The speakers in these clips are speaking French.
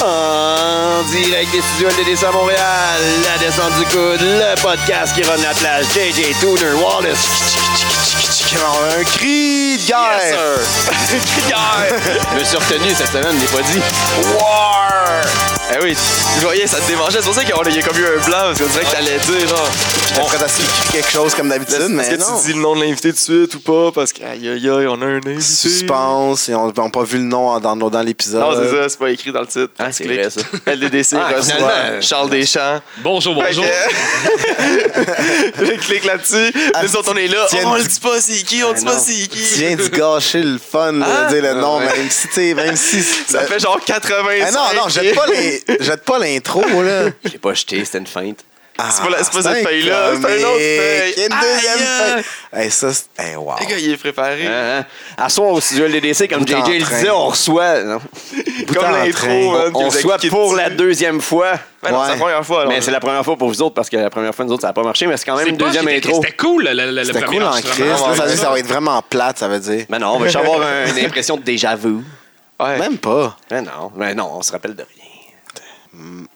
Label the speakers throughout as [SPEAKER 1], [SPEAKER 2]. [SPEAKER 1] En direct des studios LDDC à Montréal, la descente du coude, le podcast qui rend la plage, JJ Tooner Wallace. Un cri de guerre!
[SPEAKER 2] Yes, sir. Yeah.
[SPEAKER 1] Je me suis retenu cette semaine, je l'ai pas dit.
[SPEAKER 2] War! Eh oui, je voyais, ça te démangeait. C'est pour ça qu'il y a comme eu un blanc, parce qu'on dirait
[SPEAKER 1] Ah.
[SPEAKER 2] que t'allais dire, genre.
[SPEAKER 3] J'étais prêt à s'écrire quelque chose comme d'habitude, mais.
[SPEAKER 2] Est-ce que tu dis le nom de l'invité tout de suite ou pas? Parce qu'aïe aïe aïe, on a un invité.
[SPEAKER 3] Suspense, et on n'a pas vu le nom en downloadant l'épisode.
[SPEAKER 2] Non, c'est ça, c'est pas écrit dans le titre.
[SPEAKER 1] Ah, c'est vrai, ça.
[SPEAKER 2] LDDC,
[SPEAKER 1] Ah,
[SPEAKER 2] reçoit
[SPEAKER 1] finalement.
[SPEAKER 2] Charles Deschamps.
[SPEAKER 4] Bonjour, bonjour.
[SPEAKER 1] euh,
[SPEAKER 2] Fait que- je clique là-dessus.
[SPEAKER 3] Ah,
[SPEAKER 2] Nous autres, on est là.
[SPEAKER 3] tiens,
[SPEAKER 2] Oh, on le dit pas, c'est qui? On le dit
[SPEAKER 1] Ah,
[SPEAKER 2] pas,
[SPEAKER 1] non.
[SPEAKER 2] c'est
[SPEAKER 3] Tu
[SPEAKER 2] qui?
[SPEAKER 3] viens de gâcher le fun de
[SPEAKER 2] Ah?
[SPEAKER 3] dire le
[SPEAKER 2] Ah,
[SPEAKER 3] nom,
[SPEAKER 2] ouais.
[SPEAKER 3] même si, tu sais, même si. euh,
[SPEAKER 2] Ça
[SPEAKER 1] euh,
[SPEAKER 2] fait genre 80
[SPEAKER 3] Eh
[SPEAKER 1] Ah,
[SPEAKER 3] non, non, jette pas, les... jette pas l'intro, là.
[SPEAKER 1] Je l'ai pas jeté, c'était une feinte.
[SPEAKER 3] Ah,
[SPEAKER 2] C'est pas la- c'est pas cette
[SPEAKER 3] un
[SPEAKER 2] feuille-là, c'est une autre
[SPEAKER 3] comique.
[SPEAKER 2] feuille.
[SPEAKER 3] Il y a une deuxième
[SPEAKER 2] Aïe,
[SPEAKER 3] feuille. Eh, ça, c'est. Eh, wow.
[SPEAKER 2] Les gars, il est préparé.
[SPEAKER 1] Hein, hein.
[SPEAKER 2] ah.
[SPEAKER 1] À soi, au studio LDDC, comme
[SPEAKER 3] Bout en
[SPEAKER 1] JJ le
[SPEAKER 3] train.
[SPEAKER 1] disait, on reçoit. non.
[SPEAKER 3] Bout en
[SPEAKER 2] Comme
[SPEAKER 3] train.
[SPEAKER 2] l'intro, man, que
[SPEAKER 1] On
[SPEAKER 2] vous
[SPEAKER 1] reçoit
[SPEAKER 2] avez
[SPEAKER 1] pour
[SPEAKER 2] kické
[SPEAKER 1] la
[SPEAKER 2] dessus.
[SPEAKER 1] deuxième fois.
[SPEAKER 2] Ben non, c'est la
[SPEAKER 3] Ouais.
[SPEAKER 2] première fois. alors.
[SPEAKER 1] Mais c'est la première fois pour vous autres parce que la première fois, nous autres, ça n'a pas marché, mais c'est quand même une
[SPEAKER 4] C'est pas-
[SPEAKER 1] deuxième
[SPEAKER 4] c'était-
[SPEAKER 1] intro.
[SPEAKER 4] C'était cool, le, le, le
[SPEAKER 3] C'était
[SPEAKER 4] premier
[SPEAKER 3] cool en Christ.
[SPEAKER 4] enregistrement.
[SPEAKER 3] Là, ça veut dire que ça va
[SPEAKER 4] Ouais.
[SPEAKER 3] être vraiment plate, ça veut dire.
[SPEAKER 1] Mais Ben non, on va juste avoir un- une impression de déjà-vu.
[SPEAKER 2] Ouais.
[SPEAKER 3] Même pas.
[SPEAKER 1] Mais non, mais non, on se rappelle de rien.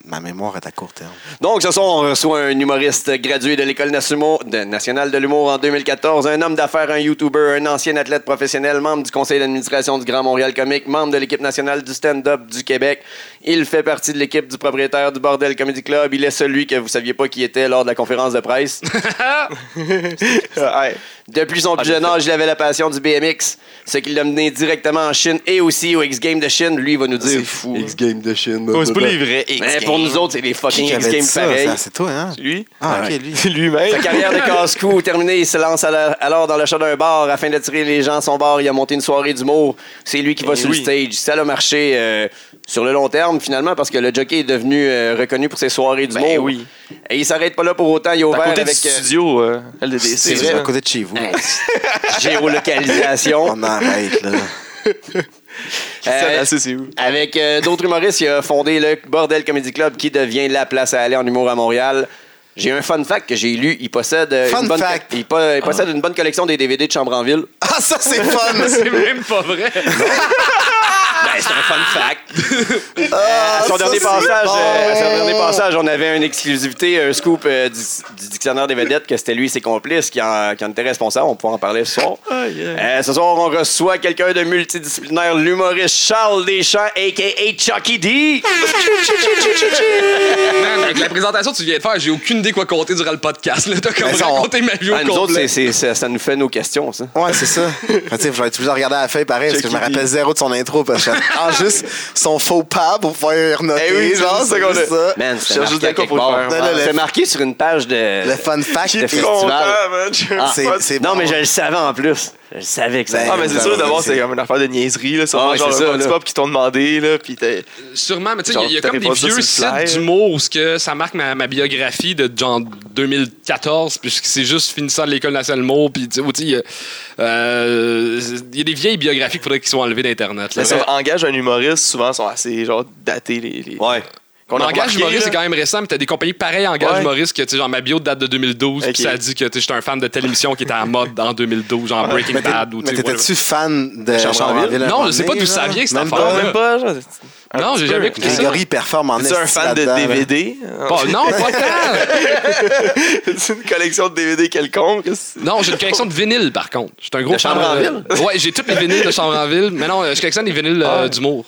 [SPEAKER 3] Ma mémoire est à court terme.
[SPEAKER 1] Donc, ce soir, on reçoit un humoriste gradué de l'École Nasumo- de- nationale de l'humour en 2014, un homme d'affaires, un YouTuber, un ancien athlète professionnel, membre du conseil d'administration du Grand Montréal Comique, membre de l'équipe nationale du stand-up du Québec. Il fait partie de l'équipe du propriétaire du Bordel Comedy Club. Il est celui que vous saviez pas qui était lors de la conférence de presse.
[SPEAKER 2] Ouais.
[SPEAKER 1] Depuis son plus jeune âge, il avait la passion du BMX, ce qui l'a mené directement en Chine et aussi au X-Game de Chine. Lui, il va nous dire...
[SPEAKER 2] fou.
[SPEAKER 3] X-Game hein. de Chine.
[SPEAKER 2] Comme c'est pas les vrais X.
[SPEAKER 1] Mais pour nous autres, c'est des fucking X-Games pareil.
[SPEAKER 3] C'est toi, hein?
[SPEAKER 2] Lui?
[SPEAKER 3] Ah,
[SPEAKER 1] Ouais.
[SPEAKER 3] ok, lui.
[SPEAKER 2] C'est lui-même.
[SPEAKER 1] Sa carrière de casse-cou terminée, il se lance à la- alors dans l'achat d'un bar afin d'attirer les gens à son bar. Il a monté une soirée d'humour. C'est lui qui va
[SPEAKER 2] Eh
[SPEAKER 1] sur
[SPEAKER 2] oui.
[SPEAKER 1] le stage. Ça a marché euh, sur le long terme finalement parce que le jockey est devenu euh, reconnu pour ses soirées d'humour.
[SPEAKER 2] Ben oui.
[SPEAKER 1] Et il s'arrête pas là pour autant. Il a
[SPEAKER 2] T'es
[SPEAKER 1] ouvert
[SPEAKER 2] à côté
[SPEAKER 1] avec
[SPEAKER 2] du studio euh, LDDC.
[SPEAKER 3] C'est
[SPEAKER 1] vrai.
[SPEAKER 3] à côté de chez vous.
[SPEAKER 1] euh, géolocalisation.
[SPEAKER 3] On arrête, là.
[SPEAKER 2] Christian
[SPEAKER 1] Euh,
[SPEAKER 2] Lassé, c'est où?
[SPEAKER 1] Avec euh, d'autres humoristes, il a fondé le Bordel Comedy Club qui devient la place à aller en humour à Montréal. J'ai un fun fact que j'ai lu. Il possède, euh,
[SPEAKER 3] Fun
[SPEAKER 1] une, bonne
[SPEAKER 3] fact.
[SPEAKER 1] il po- il possède une bonne collection des DVD de Chambre en Ville.
[SPEAKER 3] Ah, ça, c'est fun!
[SPEAKER 4] C'est même pas vrai.
[SPEAKER 1] Ben, c'est un fun fact.
[SPEAKER 3] Ah,
[SPEAKER 1] À son,
[SPEAKER 3] ça,
[SPEAKER 1] dernier
[SPEAKER 3] c'est
[SPEAKER 1] passage,
[SPEAKER 3] bon.
[SPEAKER 1] euh, à son dernier passage, on avait une exclusivité, un scoop euh, du, du dictionnaire des vedettes que c'était lui et ses complices qui en, qui en étaient responsables. On pourra en parler ce soir.
[SPEAKER 3] Ah,
[SPEAKER 2] Aïe, aïe.
[SPEAKER 1] Euh, ce soir, on reçoit quelqu'un de multidisciplinaire, l'humoriste Charles Deschamps, a.k.a. Chucky D.
[SPEAKER 4] Man, avec la présentation que tu viens de faire, j'ai aucune idée quoi compter durant le podcast. Là, t'as comme
[SPEAKER 3] Mais ça, on-
[SPEAKER 4] raconté ma vie
[SPEAKER 1] Ah,
[SPEAKER 4] au
[SPEAKER 1] nous autres,
[SPEAKER 4] complet.
[SPEAKER 1] c'est- c'est- ça, ça nous fait nos questions, ça.
[SPEAKER 3] Ouais, c'est ça. Fait, tu sais, j'aurais toujours regardé la feuille pareil parce que je me
[SPEAKER 2] Chucky
[SPEAKER 3] rappelle zéro de son intro parce que ah, juste son faux pas pour pouvoir noter.
[SPEAKER 2] Eh oui, c'est
[SPEAKER 3] genre,
[SPEAKER 2] juste ça
[SPEAKER 3] c'est
[SPEAKER 2] qu'on
[SPEAKER 3] juste
[SPEAKER 2] a-
[SPEAKER 3] ça.
[SPEAKER 1] Man, c'est
[SPEAKER 2] Je cherche
[SPEAKER 1] marqué,
[SPEAKER 2] juste
[SPEAKER 1] à
[SPEAKER 2] de quoi
[SPEAKER 1] quelque
[SPEAKER 2] pour le
[SPEAKER 1] part.
[SPEAKER 2] faire.
[SPEAKER 3] Non, non, le-
[SPEAKER 1] C'est marqué sur une page de...
[SPEAKER 3] Le fun fact,
[SPEAKER 1] Le
[SPEAKER 2] J'étais
[SPEAKER 1] festival.
[SPEAKER 2] content, man. Je-
[SPEAKER 1] Ah,
[SPEAKER 3] c'est- c'est
[SPEAKER 1] non,
[SPEAKER 3] bon.
[SPEAKER 1] mais je le savais en plus. Je le savais que ça...
[SPEAKER 3] Ben,
[SPEAKER 2] Ah, mais c'est
[SPEAKER 3] Ben,
[SPEAKER 2] sûr,
[SPEAKER 3] ben,
[SPEAKER 2] d'abord,
[SPEAKER 3] c'est-
[SPEAKER 2] c'est comme une affaire de niaiserie, là.
[SPEAKER 1] Ah
[SPEAKER 2] Sûrement,
[SPEAKER 1] ouais,
[SPEAKER 2] genre,
[SPEAKER 1] c'est ça,
[SPEAKER 2] un petit
[SPEAKER 1] là.
[SPEAKER 2] pop qui t'ont demandé, là, pis t'es.
[SPEAKER 4] Sûrement, mais tu sais,
[SPEAKER 2] Genre,
[SPEAKER 4] il y a
[SPEAKER 2] t'as
[SPEAKER 4] comme des
[SPEAKER 2] répondu sur
[SPEAKER 4] vieux
[SPEAKER 2] le fly,
[SPEAKER 4] sites
[SPEAKER 2] là.
[SPEAKER 4] d'humour où ce que ça marque ma, ma biographie de genre 2014, puis c'est juste finissant de l'école nationale d'humour, puis tu sais, où, tu sais, il y a- euh, il y a des vieilles biographies qu'il faudrait qu'ils soient enlevées d'Internet. là.
[SPEAKER 2] Mais si on engage un humoriste, souvent, sont assez, genre, datés, les. les-
[SPEAKER 1] Ouais.
[SPEAKER 2] Qu'on a
[SPEAKER 4] Engage
[SPEAKER 2] remarqué,
[SPEAKER 4] humoriste,
[SPEAKER 2] là.
[SPEAKER 4] c'est quand même récent, mais t'as des compagnies pareilles Engage
[SPEAKER 2] Ouais.
[SPEAKER 4] humoriste que, tu sais, genre, ma bio date de 2012,
[SPEAKER 2] Ok.
[SPEAKER 4] puis ça dit que, tu sais, j'étais un fan de telle émission qui était en mode en 2012, genre Breaking
[SPEAKER 3] Mais t'es-
[SPEAKER 4] Bad ou,
[SPEAKER 3] mais
[SPEAKER 4] tu sais,
[SPEAKER 3] t'étais-tu fan de
[SPEAKER 2] Chambre en
[SPEAKER 3] Chambre-en-Ville?
[SPEAKER 2] Ville?
[SPEAKER 3] à un
[SPEAKER 4] Non,
[SPEAKER 3] moment
[SPEAKER 4] je sais pas
[SPEAKER 3] donné,
[SPEAKER 4] d'où ça
[SPEAKER 3] genre?
[SPEAKER 4] vient, cette
[SPEAKER 3] Même
[SPEAKER 4] affaire-là.
[SPEAKER 3] pas.
[SPEAKER 2] Même pas, genre. un
[SPEAKER 4] Non,
[SPEAKER 2] petit
[SPEAKER 4] j'ai
[SPEAKER 2] peu.
[SPEAKER 4] jamais écouté ça.
[SPEAKER 3] Grégory performe en
[SPEAKER 2] T'es-tu un
[SPEAKER 3] esti
[SPEAKER 2] fan de
[SPEAKER 3] là-dedans, hein?
[SPEAKER 2] DVD?
[SPEAKER 4] whatever. Bon, non, pas tant!
[SPEAKER 2] C'est une collection de DVD quelconque. c'est-
[SPEAKER 4] Non, j'ai une collection de vinyles, par contre. Je suis un gros
[SPEAKER 1] De
[SPEAKER 4] fan
[SPEAKER 1] Chambre-en-Ville?
[SPEAKER 4] euh, Ouais, j'ai toutes les vinyles de Chambre-en-Ville, mais non, euh, je collectionne des vinyles euh,
[SPEAKER 2] Ah.
[SPEAKER 4] d'humour.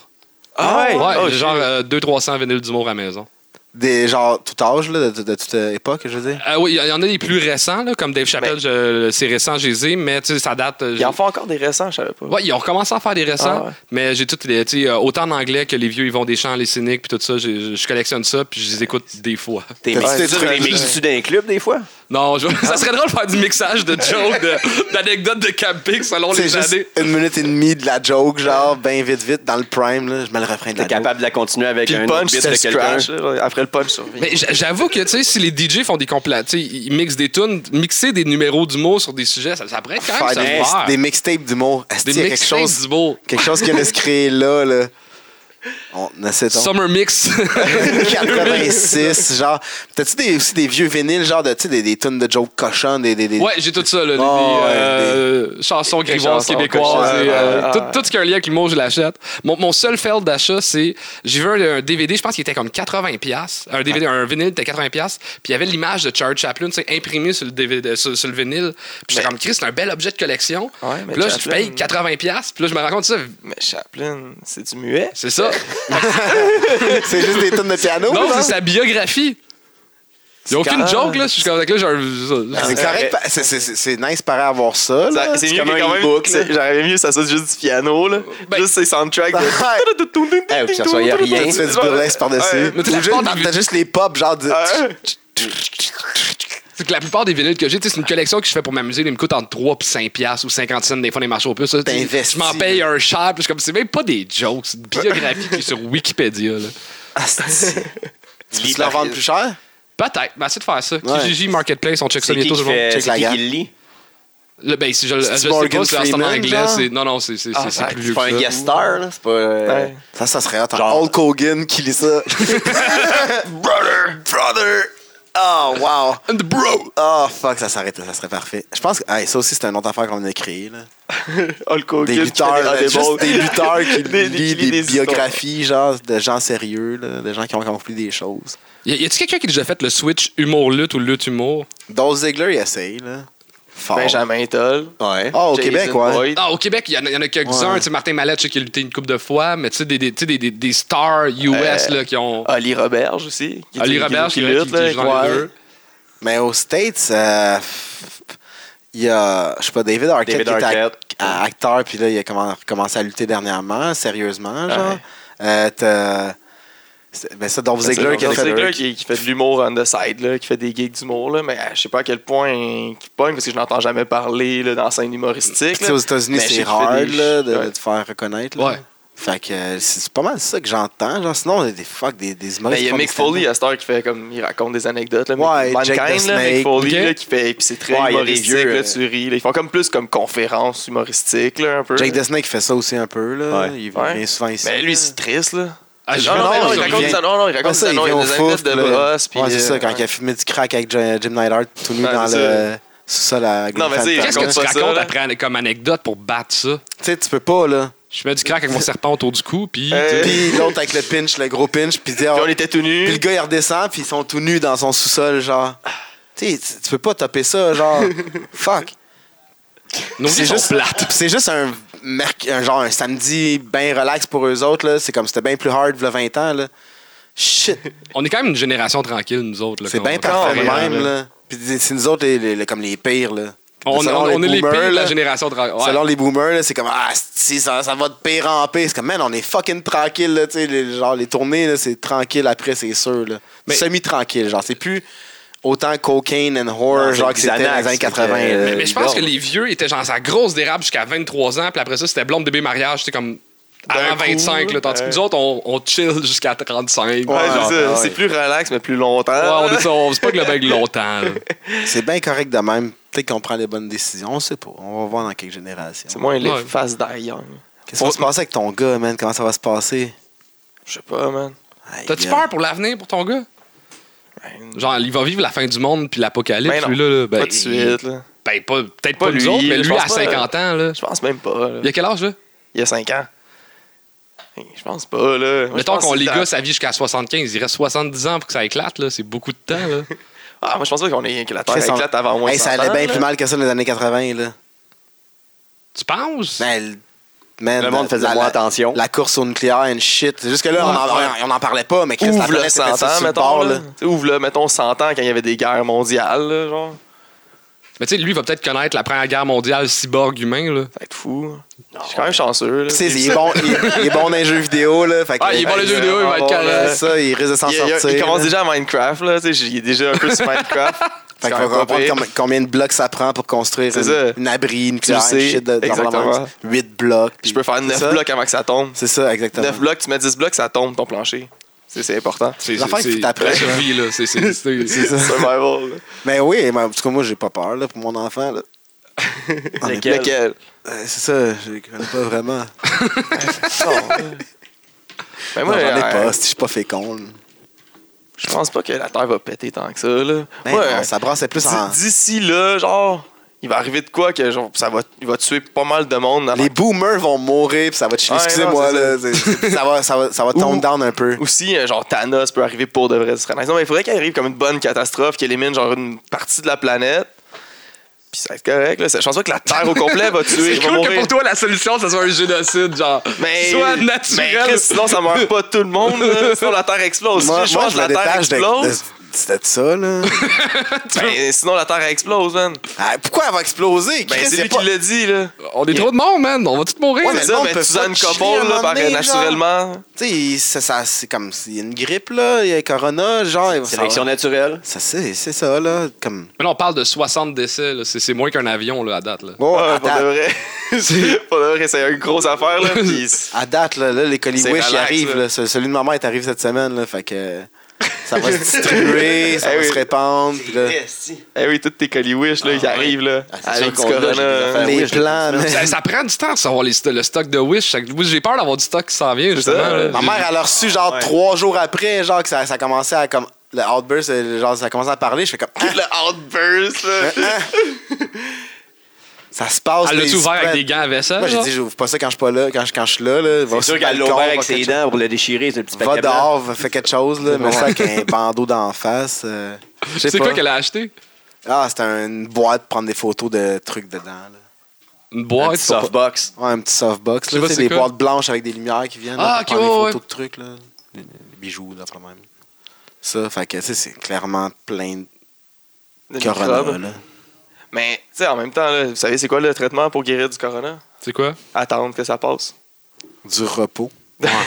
[SPEAKER 2] Ah ouais?
[SPEAKER 4] Ouais,
[SPEAKER 2] Oh,
[SPEAKER 4] j'ai
[SPEAKER 2] shit.
[SPEAKER 4] genre euh, 200-300 vinyles d'humour à la maison.
[SPEAKER 3] Des genre tout âge, là, de, de toute euh, époque, je veux dire.
[SPEAKER 4] Ah oui, il y en a des plus récents, là, comme Dave Chappelle, je- c'est récent, j'ai les ai, mais tu sais, ça date. euh,
[SPEAKER 2] Ben. Il en fait encore des récents, je savais pas.
[SPEAKER 4] Ouais, ils ont recommencé à faire des récents,
[SPEAKER 2] Ah ouais.
[SPEAKER 4] mais j'ai tout, les- tu sais, euh, autant en anglais que les vieux, ils vont des chants, les cyniques, puis tout ça, j'ai- je, je collectionne ça, puis je les écoute des fois.
[SPEAKER 1] T'es
[SPEAKER 3] Ouais,
[SPEAKER 1] mixé
[SPEAKER 3] c'est
[SPEAKER 1] sur
[SPEAKER 3] vrai.
[SPEAKER 1] les mix-tu d'un club, des
[SPEAKER 3] Ah,
[SPEAKER 1] fois?
[SPEAKER 4] Non, je- ça serait drôle de faire du mixage de jokes, de- d'anecdotes de camping selon
[SPEAKER 3] C'est
[SPEAKER 4] les
[SPEAKER 3] juste
[SPEAKER 4] années.
[SPEAKER 3] une minute et demie de la joke, genre, ben vite, vite, dans le prime, là, je mets le refrain de la
[SPEAKER 1] T'es
[SPEAKER 3] joke.
[SPEAKER 1] capable de la continuer avec
[SPEAKER 2] Puis
[SPEAKER 1] un
[SPEAKER 2] le
[SPEAKER 1] autre
[SPEAKER 2] punch,
[SPEAKER 1] bit
[SPEAKER 2] c'est
[SPEAKER 1] de quelqu'un?
[SPEAKER 2] scratch. là. Après le punch, survient.
[SPEAKER 4] Mais j- j'avoue que, tu sais, si les DJ font des complats, tu sais, ils mixent des tunes, mixer des numéros d'humour sur des sujets, ça, ça pourrait être quand même
[SPEAKER 3] Faire
[SPEAKER 4] Ah, ça
[SPEAKER 3] des,
[SPEAKER 4] faire.
[SPEAKER 3] des mixtapes d'humour. Est-ce
[SPEAKER 4] Des
[SPEAKER 3] qu'il y a quelque
[SPEAKER 4] mixtapes
[SPEAKER 3] chose
[SPEAKER 4] d'humour.
[SPEAKER 3] quelque chose qui allait se créer là, là. On- N'essaie-t-on?
[SPEAKER 4] Summer Mix.
[SPEAKER 3] 86, genre. T'as-tu des, aussi des vieux vinyles, genre, de, tu sais, des, des tunes de Joe Cochon, des. des, des-
[SPEAKER 4] Ouais, j'ai tout ça, là. des-
[SPEAKER 3] Oh,
[SPEAKER 4] des,
[SPEAKER 3] ouais,
[SPEAKER 4] euh, chansons
[SPEAKER 2] Ah, des
[SPEAKER 4] grivoises
[SPEAKER 2] chansons
[SPEAKER 4] québécoises.
[SPEAKER 2] cochonnes.
[SPEAKER 4] et, euh,
[SPEAKER 2] Ah,
[SPEAKER 4] tout,
[SPEAKER 2] ouais.
[SPEAKER 4] tout ce qui a un lien avec l'humour, je l'achète. Mon, mon seul fail d'achat, c'est. J'ai vu un, un DVD, je pense qu'il était comme 80$. piastres. Un, DVD,
[SPEAKER 2] Ah.
[SPEAKER 4] un vinyle était 80$. piastres, Puis il y avait l'image de Charles Chaplin, tu sais, imprimée sur le, DVD, euh, sur, sur le vinyle. Puis j'étais comme, Chris, c'est un bel objet de collection.
[SPEAKER 2] Ouais, mais
[SPEAKER 4] puis là, je
[SPEAKER 2] Chaplin- hmm.
[SPEAKER 4] paye 80$. piastres, Puis là, je me rends compte de ça.
[SPEAKER 2] Mais Chaplin, c'est du muet.
[SPEAKER 4] C'est ça.
[SPEAKER 3] C'est juste des tunes de piano,
[SPEAKER 4] non,
[SPEAKER 3] genre?
[SPEAKER 4] c'est sa biographie. Il n'y a aucune
[SPEAKER 2] quand- Ah,
[SPEAKER 4] joke, là. Je suis comme, fait que là, j'ai un.
[SPEAKER 3] C'est correct, pa- c'est- c'est c'est- c'est nice pareil avoir ça.
[SPEAKER 2] Ça-
[SPEAKER 3] Là.
[SPEAKER 2] C'est
[SPEAKER 1] Euh, c'est
[SPEAKER 2] mieux
[SPEAKER 1] comme
[SPEAKER 2] que
[SPEAKER 1] un
[SPEAKER 2] quand même.
[SPEAKER 1] e-book,
[SPEAKER 2] c'est- J'aurais mieux que ça soit juste du piano, là.
[SPEAKER 4] Ben-
[SPEAKER 2] juste ces soundtracks. De...
[SPEAKER 1] Eh, puis ça soit y a rien.
[SPEAKER 3] Tu fais du burlesque par-dessus.
[SPEAKER 2] Ouais.
[SPEAKER 4] Mais tu sais,
[SPEAKER 3] Ou
[SPEAKER 4] la
[SPEAKER 3] juste-
[SPEAKER 4] plupart des-
[SPEAKER 3] T'as juste les pop, genre. du-
[SPEAKER 2] Ah,
[SPEAKER 4] C'est que la plupart des vinyles que j'ai, tu sais, c'est une collection que je fais pour m'amuser. Ils me coûtent entre 3 puis 5 piastres ou 50 cents des fois les marchés au plus. ça, tu sais.
[SPEAKER 3] T'investis.
[SPEAKER 4] Je m'en paye un cher. Puis je suis comme, c'est même pas des jokes. C'est une biographie qui est sur Wikipédia. là.
[SPEAKER 3] Asti. Ah, Tu peux leur vendre plus cher?
[SPEAKER 4] Peut-être. Mais assez de faire ça.
[SPEAKER 3] Ouais.
[SPEAKER 4] KGG Marketplace, on check ça
[SPEAKER 1] C'est qui
[SPEAKER 4] bientôt.
[SPEAKER 1] qui
[SPEAKER 4] tout le monde.
[SPEAKER 1] fait-
[SPEAKER 3] Check
[SPEAKER 1] c'est
[SPEAKER 3] la
[SPEAKER 1] qui
[SPEAKER 3] gamme.
[SPEAKER 1] qui le lit?
[SPEAKER 4] Le- ben, si je, je sais
[SPEAKER 3] Morgan
[SPEAKER 4] pas, c'est en stand
[SPEAKER 3] Freeman,
[SPEAKER 4] anglais.
[SPEAKER 3] genre?
[SPEAKER 4] c'est- Non, non, c'est c'est- c'est- c'est
[SPEAKER 2] Ah,
[SPEAKER 4] plus vieux
[SPEAKER 1] C'est
[SPEAKER 4] que
[SPEAKER 1] pas un
[SPEAKER 4] ça.
[SPEAKER 1] guest star, là? C'est pas. euh,
[SPEAKER 2] ouais.
[SPEAKER 3] Ça, ça serait attends,
[SPEAKER 1] Genre-
[SPEAKER 3] Hulk Hogan qui lit ça. brother! Brother! Oh, wow!
[SPEAKER 4] And the bro!
[SPEAKER 3] Oh, fuck, ça s'arrêtait, ça serait parfait. Je pense que hey, ça aussi, c'est une autre affaire qu'on a créée. Là.
[SPEAKER 2] Hulk Hogan.
[SPEAKER 3] Des
[SPEAKER 2] qui fait
[SPEAKER 3] lutteurs, là,
[SPEAKER 2] des
[SPEAKER 3] juste
[SPEAKER 2] balles.
[SPEAKER 3] des lutteurs qui
[SPEAKER 2] Des- qui
[SPEAKER 3] lisent
[SPEAKER 2] lit
[SPEAKER 3] des,
[SPEAKER 2] des histoires.
[SPEAKER 3] biographies, genre, de gens sérieux, là, de gens qui ont accompli des choses.
[SPEAKER 4] Y a- y a-tu quelqu'un qui a déjà fait le switch humour-lutte ou lutte-humour?
[SPEAKER 3] Dolph Ziggler, il essaye, là. Fort.
[SPEAKER 2] Benjamin Toll.
[SPEAKER 3] Ouais. Ben, Ah, au
[SPEAKER 2] Jason
[SPEAKER 3] Québec, ouais.
[SPEAKER 2] Boyd.
[SPEAKER 4] Ah, au Québec, il y, en a- y en a quelques-uns.
[SPEAKER 3] Ouais.
[SPEAKER 4] Tu sais, Martin Mallette, je sais qu'il a lutté une couple de fois, mais tu sais, des, des, tu sais, des, des, des stars US
[SPEAKER 2] Euh,
[SPEAKER 4] là, qui ont.
[SPEAKER 2] Ali Roberge aussi. qui-
[SPEAKER 4] Ali
[SPEAKER 2] qui-
[SPEAKER 4] Robert,
[SPEAKER 2] qui
[SPEAKER 4] qui qui-
[SPEAKER 2] lutte,
[SPEAKER 4] qui
[SPEAKER 2] là,
[SPEAKER 4] est genre
[SPEAKER 2] ouais.
[SPEAKER 4] les deux.
[SPEAKER 3] Mais aux States, euh, f- il y a, je sais pas, David Arquette
[SPEAKER 1] David
[SPEAKER 3] qui était ac-
[SPEAKER 1] Arquette.
[SPEAKER 3] à- acteur, puis là, il a commen- commencé à lutter dernièrement, sérieusement, genre.
[SPEAKER 2] Ouais.
[SPEAKER 3] Euh, t'as- c'est- ben ça, Dolph Ziggler qui a
[SPEAKER 2] Dolph
[SPEAKER 3] fait
[SPEAKER 2] Ziggler qui, qui fait de l'humour on the side, là, qui fait des gigs d'humour, là, mais euh, je sais pas à quel point il pogne parce que je n'entends jamais parler là, dans la scène humoristique.
[SPEAKER 3] Puis
[SPEAKER 2] là.
[SPEAKER 3] aux États-Unis,
[SPEAKER 2] Mais
[SPEAKER 3] c'est
[SPEAKER 2] Ben, j'ai fait
[SPEAKER 3] rare
[SPEAKER 2] des-
[SPEAKER 3] là, de,
[SPEAKER 2] Ouais.
[SPEAKER 3] de te faire reconnaître. là.
[SPEAKER 4] Ouais.
[SPEAKER 3] Fait que euh, c'est c'est pas mal ça que j'entends. Genre, sinon, on a des fuck, des, des
[SPEAKER 2] Mais
[SPEAKER 3] humoristes
[SPEAKER 2] Ben, il y
[SPEAKER 3] qui
[SPEAKER 2] a
[SPEAKER 3] font
[SPEAKER 2] Mick
[SPEAKER 3] des stand-up.
[SPEAKER 2] Foley à cette heure qui fait comme il raconte des anecdotes là,
[SPEAKER 3] Ouais,
[SPEAKER 2] Mick-
[SPEAKER 3] Jack the
[SPEAKER 2] Mankind, là,
[SPEAKER 3] Snake.
[SPEAKER 2] Mick Foley
[SPEAKER 4] Ok.
[SPEAKER 2] là, qui fait puis c'est très
[SPEAKER 1] Ouais, il y a des
[SPEAKER 2] humoristique
[SPEAKER 1] vieux,
[SPEAKER 2] là,
[SPEAKER 1] euh,
[SPEAKER 2] tu ris. là. Ils font comme plus comme conférence humoristique là, un peu. euh,
[SPEAKER 3] Jake the Snake fait ça aussi un peu. Là.
[SPEAKER 1] Ouais.
[SPEAKER 3] Il
[SPEAKER 2] Ouais.
[SPEAKER 3] vient souvent ici.
[SPEAKER 2] Mais lui c'est triste là.
[SPEAKER 4] Ah, je
[SPEAKER 2] non,
[SPEAKER 4] veux
[SPEAKER 2] non,
[SPEAKER 4] pas
[SPEAKER 2] mais non,
[SPEAKER 4] voir
[SPEAKER 2] il
[SPEAKER 4] ça.
[SPEAKER 2] raconte
[SPEAKER 3] vient-
[SPEAKER 2] ça, non, non, il
[SPEAKER 3] Ouais,
[SPEAKER 2] raconte ça,
[SPEAKER 3] Ah, il
[SPEAKER 2] non, il y
[SPEAKER 3] vient
[SPEAKER 2] a
[SPEAKER 3] au
[SPEAKER 2] des anecdotes
[SPEAKER 3] fouf,
[SPEAKER 2] de
[SPEAKER 3] là.
[SPEAKER 2] brosse. puis,
[SPEAKER 3] Ouais, c'est
[SPEAKER 2] euh,
[SPEAKER 3] ça, quand
[SPEAKER 2] ouais.
[SPEAKER 3] il a fumé du crack avec Ja- Jim Neidhart tout nu
[SPEAKER 2] Ouais,
[SPEAKER 3] dans
[SPEAKER 2] c'est
[SPEAKER 3] le sous-sol à
[SPEAKER 2] Non, mais
[SPEAKER 3] Greenfell
[SPEAKER 2] c'est-
[SPEAKER 4] Qu'est-ce que
[SPEAKER 2] raconte
[SPEAKER 4] tu
[SPEAKER 2] pas ça,
[SPEAKER 4] racontes
[SPEAKER 2] là.
[SPEAKER 4] après an- comme anecdote pour battre ça?
[SPEAKER 3] Tu sais, tu peux pas, là.
[SPEAKER 4] Je mets du crack avec mon serpent autour du cou, puis.
[SPEAKER 2] Hey.
[SPEAKER 4] tu sais.
[SPEAKER 3] Puis l'autre avec le pinch, le gros pinch. Puis, tu sais, on-
[SPEAKER 2] Puis on était tout nus.
[SPEAKER 3] puis le gars, il redescend, puis ils sont tout nus dans son sous-sol, genre. Tu sais, tu- tu peux pas taper ça, genre. Fuck.
[SPEAKER 4] Nos vies
[SPEAKER 3] C'est
[SPEAKER 4] sont
[SPEAKER 3] juste,
[SPEAKER 4] plates.
[SPEAKER 3] c'est juste un, merc- un genre un samedi bien relax pour eux autres. là. C'est comme c'était bien plus hard le 20 ans. Là. Shit,
[SPEAKER 4] On est quand même une génération tranquille, nous autres. là,
[SPEAKER 3] c'est
[SPEAKER 4] quand
[SPEAKER 3] bien
[SPEAKER 4] on-
[SPEAKER 3] parfait de
[SPEAKER 2] carrément,
[SPEAKER 3] même. Là. Puis c'est c'est nous autres les- les- les- comme les pires. Là.
[SPEAKER 4] On, on-
[SPEAKER 3] Selon
[SPEAKER 4] on est les pires
[SPEAKER 3] boomers,
[SPEAKER 4] de la
[SPEAKER 3] là.
[SPEAKER 4] génération tranquille. Ouais.
[SPEAKER 3] Selon les boomers, là, c'est comme Ah, si, ça, ça va de pire en pire. C'est comme, man, on est fucking tranquille. Là, tu sais, les, genre, les tournées, là, c'est tranquille après, c'est sûr. là.
[SPEAKER 4] Mais-
[SPEAKER 3] Semi-tranquille. Genre, c'est plus autant cocaine and whore,
[SPEAKER 1] Non, c'est
[SPEAKER 3] genre que c'était dans
[SPEAKER 1] Xanax,
[SPEAKER 3] les
[SPEAKER 1] puis
[SPEAKER 3] années
[SPEAKER 1] que-
[SPEAKER 3] 80.
[SPEAKER 1] mais-
[SPEAKER 3] là.
[SPEAKER 4] Mais je pense
[SPEAKER 1] Bon.
[SPEAKER 4] que les vieux étaient genre sa grosse dérape jusqu'à 23 ans, puis après ça, c'était blonde bébé mariage, c'était comme avant
[SPEAKER 2] D'un coup,
[SPEAKER 4] 25, là, tandis que
[SPEAKER 2] ouais.
[SPEAKER 4] nous autres, on, on chill jusqu'à 35.
[SPEAKER 2] Ouais,
[SPEAKER 4] Ouais,
[SPEAKER 2] c'est
[SPEAKER 3] Ah,
[SPEAKER 2] ça.
[SPEAKER 3] ouais.
[SPEAKER 2] C'est plus relax mais plus longtemps.
[SPEAKER 4] on
[SPEAKER 2] là.
[SPEAKER 4] est on se pas avec longtemps. là.
[SPEAKER 3] C'est bien correct de même. Peut-être qu'on prend les bonnes décisions, on sait pas. On va voir dans quelques générations.
[SPEAKER 2] C'est moins les
[SPEAKER 4] Ouais.
[SPEAKER 2] faces d'Ariane.
[SPEAKER 3] Qu'est-ce qui va se passer avec ton gars, man? Comment ça va se passer?
[SPEAKER 2] Je sais pas, man.
[SPEAKER 3] Aïe,
[SPEAKER 4] T'as-tu
[SPEAKER 3] gars.
[SPEAKER 4] peur pour l'avenir pour ton gars? Genre, il va vivre la fin du monde puis l'apocalypse,
[SPEAKER 2] Ben non,
[SPEAKER 4] lui-là. là, ben,
[SPEAKER 2] Pas de suite, là.
[SPEAKER 4] ben, pas- peut-être
[SPEAKER 2] Pas
[SPEAKER 4] pas, nous
[SPEAKER 2] lui,
[SPEAKER 4] autres, mais
[SPEAKER 2] je
[SPEAKER 4] lui
[SPEAKER 2] pense
[SPEAKER 4] à
[SPEAKER 2] pas.
[SPEAKER 4] 50 ans, là.
[SPEAKER 2] Je pense même pas, là.
[SPEAKER 4] Il a quel âge, là?
[SPEAKER 2] Il y a 5 ans. Hey, Je pense pas, là. Moi, je
[SPEAKER 4] Mettons
[SPEAKER 2] pense
[SPEAKER 4] qu'on
[SPEAKER 2] que
[SPEAKER 4] les
[SPEAKER 2] dans-
[SPEAKER 4] gars, ça vit jusqu'à 75. Il reste 70 ans pour que ça éclate, là. C'est beaucoup de temps, là.
[SPEAKER 2] Ah, moi, je pense pas qu'on est... que la Terre
[SPEAKER 3] Chris, on-
[SPEAKER 2] éclate avant moins
[SPEAKER 3] Hey, ça
[SPEAKER 2] 100
[SPEAKER 3] allait bien
[SPEAKER 2] ans,
[SPEAKER 3] plus
[SPEAKER 2] là.
[SPEAKER 3] mal que ça dans les années 80, là.
[SPEAKER 4] Tu penses?
[SPEAKER 3] Ben, le- man,
[SPEAKER 1] Le monde faisait
[SPEAKER 3] la-
[SPEAKER 1] moins
[SPEAKER 3] la-
[SPEAKER 1] attention.
[SPEAKER 3] La course au nucléaire and shit. Jusque-là, on en-
[SPEAKER 2] Ouais.
[SPEAKER 3] on n'en parlait pas, mais Chris, la
[SPEAKER 2] Ouvre le
[SPEAKER 3] planète
[SPEAKER 2] 100
[SPEAKER 3] était ça
[SPEAKER 2] ans,
[SPEAKER 3] sur le
[SPEAKER 2] mettons.
[SPEAKER 3] bord,
[SPEAKER 2] là.
[SPEAKER 3] là.
[SPEAKER 2] Tu sais, Ouvre le, mettons, 100 ans quand il y avait des guerres mondiales, là, genre.
[SPEAKER 4] Mais tu sais, lui, il va peut-être connaître la première guerre mondiale cyborg humain, là.
[SPEAKER 2] Ça va être fou. Je suis quand même chanceux, là.
[SPEAKER 3] Tu sais, il est bon, il, il est bon dans les jeux vidéo, là. Fait que-
[SPEAKER 4] Ah, il est bon dans les jeux
[SPEAKER 3] euh,
[SPEAKER 4] vidéo, il va être
[SPEAKER 3] bon,
[SPEAKER 4] carré.
[SPEAKER 3] là, Ça, il risque de s'en
[SPEAKER 2] Il, il- il
[SPEAKER 3] sortir.
[SPEAKER 2] commence
[SPEAKER 3] là.
[SPEAKER 2] déjà à Minecraft, là. Tu sais, il est déjà un peu sur Minecraft.
[SPEAKER 3] Fait
[SPEAKER 2] C'est
[SPEAKER 3] qu'il
[SPEAKER 2] quand
[SPEAKER 3] faut
[SPEAKER 2] même pas
[SPEAKER 3] comprendre
[SPEAKER 2] pire.
[SPEAKER 3] com- combien de blocs ça prend pour construire
[SPEAKER 2] C'est
[SPEAKER 3] une,
[SPEAKER 2] ça.
[SPEAKER 3] une abri nucléaire,
[SPEAKER 2] Tu le sais,
[SPEAKER 3] shit de,
[SPEAKER 2] exactement.
[SPEAKER 3] 8 blocs.
[SPEAKER 2] Je peux faire
[SPEAKER 3] C'est
[SPEAKER 2] 9
[SPEAKER 3] ça?
[SPEAKER 2] blocs avant que ça tombe.
[SPEAKER 3] C'est ça, exactement.
[SPEAKER 2] 9 blocs, tu mets 10 blocs, ça tombe ton plancher. C'est c'est important.
[SPEAKER 4] C'est
[SPEAKER 3] L'affaire que
[SPEAKER 4] c'est-
[SPEAKER 3] tu t'apprends,
[SPEAKER 4] la
[SPEAKER 3] là.
[SPEAKER 4] survie, là. C'est- c'est- C'est
[SPEAKER 3] ça.
[SPEAKER 2] Survival. là.
[SPEAKER 3] Mais oui, mais en tout cas, moi, j'ai pas peur là, pour mon enfant. Là. Ah, mais-
[SPEAKER 1] Lequel?
[SPEAKER 2] Lequel?
[SPEAKER 3] Euh, C'est ça, je le connais pas vraiment. non. Moi,
[SPEAKER 2] Mais moi,
[SPEAKER 3] j'en ai
[SPEAKER 2] euh,
[SPEAKER 3] pas, si je suis pas fécond. là.
[SPEAKER 2] Je pense pas que la Terre va péter tant que ça. Là.
[SPEAKER 3] Mais
[SPEAKER 2] Moi,
[SPEAKER 3] Ben, non, ça brassait plus en.
[SPEAKER 2] d- D'ici là, genre, il va arriver de quoi que genre, ça va, il va tuer pas mal de monde. dans la-
[SPEAKER 3] Les boomers vont mourir, puis ça va te chier.
[SPEAKER 2] Ouais,
[SPEAKER 3] Excusez-moi,
[SPEAKER 2] non,
[SPEAKER 3] là. c'est- ça va, ça va, ça va tomber
[SPEAKER 2] Ou-
[SPEAKER 3] down un peu.
[SPEAKER 2] Aussi, euh, genre, Thanos peut arriver pour de vrai. ce serait nice. Non, mais il faudrait qu'il arrive comme une bonne catastrophe qui élimine genre une partie de la planète. Puis ça va être correct. Là. Je pense pas que la Terre au complet va
[SPEAKER 4] C'est
[SPEAKER 2] tuer. va
[SPEAKER 4] cool que
[SPEAKER 2] mourir.
[SPEAKER 4] pour toi, la solution, ça soit un génocide, genre.
[SPEAKER 2] Mais,
[SPEAKER 4] soit
[SPEAKER 2] mais
[SPEAKER 4] naturel.
[SPEAKER 2] Chris, sinon, ça meurt pas tout le monde. là. Sinon, la Terre explose.
[SPEAKER 3] Moi,
[SPEAKER 2] Si je
[SPEAKER 3] moi,
[SPEAKER 2] pense
[SPEAKER 3] je
[SPEAKER 2] que
[SPEAKER 3] me
[SPEAKER 2] la Terre
[SPEAKER 3] détache de.
[SPEAKER 2] explose.
[SPEAKER 3] de- C'était de ça, là.
[SPEAKER 2] ben, sinon, la Terre explose, man.
[SPEAKER 3] Ah, Pourquoi elle va exploser?
[SPEAKER 2] Ben,
[SPEAKER 3] Chris,
[SPEAKER 2] c'est
[SPEAKER 3] c'est
[SPEAKER 2] lui
[SPEAKER 3] pas-
[SPEAKER 2] qui l'a dit, là.
[SPEAKER 4] on est trop de monde, man. On va tous mourir.
[SPEAKER 3] Ouais,
[SPEAKER 2] C'est
[SPEAKER 3] le
[SPEAKER 2] ça,
[SPEAKER 3] monde
[SPEAKER 2] mais
[SPEAKER 3] peut pas
[SPEAKER 2] Suzanne
[SPEAKER 3] te
[SPEAKER 2] Coppola,
[SPEAKER 3] chier à un
[SPEAKER 2] là,
[SPEAKER 3] moment
[SPEAKER 2] par-
[SPEAKER 3] donné,
[SPEAKER 2] naturellement.
[SPEAKER 3] Tu sais, ça, ça- c'est comme s'il y a une grippe, là, il y a Corona, genre. ça
[SPEAKER 1] Sélection
[SPEAKER 3] va-
[SPEAKER 1] naturelle.
[SPEAKER 3] Ça, c'est c'est ça, là. Comme.
[SPEAKER 4] Mais là, on parle de 60 décès. là. C'est c'est moins qu'un avion là, à date. Là.
[SPEAKER 3] Bon,
[SPEAKER 2] Ouais,
[SPEAKER 3] à,
[SPEAKER 2] pour de
[SPEAKER 3] date,
[SPEAKER 2] vrai. pour de vrai, c'est une grosse affaire, là. Puis
[SPEAKER 3] à date, là, là, les colis
[SPEAKER 2] C'est
[SPEAKER 3] Wish, ils
[SPEAKER 2] relax,
[SPEAKER 3] arrivent.
[SPEAKER 2] là.
[SPEAKER 3] là. Ce- Celui de ma mère, il arrive cette semaine, là. Fait que. Ça va se distribuer, ça
[SPEAKER 2] Eh
[SPEAKER 3] va
[SPEAKER 2] oui.
[SPEAKER 3] se répandre. puis là,
[SPEAKER 2] Eh oui, tous tes colis Wish, là, ils arrivent, là.
[SPEAKER 1] Ah, c'est
[SPEAKER 2] avec
[SPEAKER 1] sûr
[SPEAKER 2] du
[SPEAKER 1] qu'on l'a, j'ai
[SPEAKER 2] corona.
[SPEAKER 1] des affaires.
[SPEAKER 3] les
[SPEAKER 1] oui, je-
[SPEAKER 3] plans, mais-
[SPEAKER 4] Ça, ça prend du temps de savoir les sto- le stock de Wish. Ça- moi, J'ai peur d'avoir du stock qui s'en vient, justement.
[SPEAKER 2] ça.
[SPEAKER 4] là.
[SPEAKER 3] Ma mère, elle a reçu genre
[SPEAKER 2] Ouais.
[SPEAKER 3] trois jours après, genre que ça, ça commençait à comme. Le outburst, euh, genre ça commençait à parler, je fais comme Ah,
[SPEAKER 2] Le outburst, là.
[SPEAKER 3] ça se passe.
[SPEAKER 4] Elle l'a-tu
[SPEAKER 3] les
[SPEAKER 4] ouvert avec
[SPEAKER 3] spreads.
[SPEAKER 4] des gants à vaisselle?
[SPEAKER 3] Moi j'ai
[SPEAKER 4] genre?
[SPEAKER 3] dit j'ouvre pas ça quand je suis pas là, quand je quand je suis là, là.
[SPEAKER 1] C'est sûr qu'elle l'a ouvert avec ses dents pour le déchirer, c'est un petit
[SPEAKER 3] Va
[SPEAKER 1] paquet blanc.
[SPEAKER 3] dehors, va- fais quelque chose là, mets ça avec un bandeau d'en face. euh, je sais
[SPEAKER 4] C'est
[SPEAKER 3] pas.
[SPEAKER 4] quoi qu'elle a acheté?
[SPEAKER 3] Ah, c'était une boîte pour prendre des photos de trucs dedans. Là.
[SPEAKER 4] Une
[SPEAKER 1] Un
[SPEAKER 4] boîte.
[SPEAKER 1] petit softbox.
[SPEAKER 3] Ouais, un petit softbox.
[SPEAKER 4] Je sais
[SPEAKER 3] Là,
[SPEAKER 4] pas
[SPEAKER 3] tu
[SPEAKER 4] c'est
[SPEAKER 3] sais, des
[SPEAKER 4] quoi.
[SPEAKER 3] boîtes blanches avec des lumières qui viennent là,
[SPEAKER 4] Ah,
[SPEAKER 3] pour
[SPEAKER 4] ok,
[SPEAKER 3] prendre
[SPEAKER 4] ouais,
[SPEAKER 3] des photos de trucs là, des, des bijoux là, probablement. Ça, fait que tu sais, c'est clairement plein de
[SPEAKER 2] Des
[SPEAKER 3] corona
[SPEAKER 2] microbes.
[SPEAKER 3] là.
[SPEAKER 2] Mais, tu sais, en même temps, là, vous savez, c'est quoi le traitement pour guérir du corona?
[SPEAKER 4] C'est quoi?
[SPEAKER 2] Attendre que ça passe.
[SPEAKER 3] du repos.
[SPEAKER 2] Tu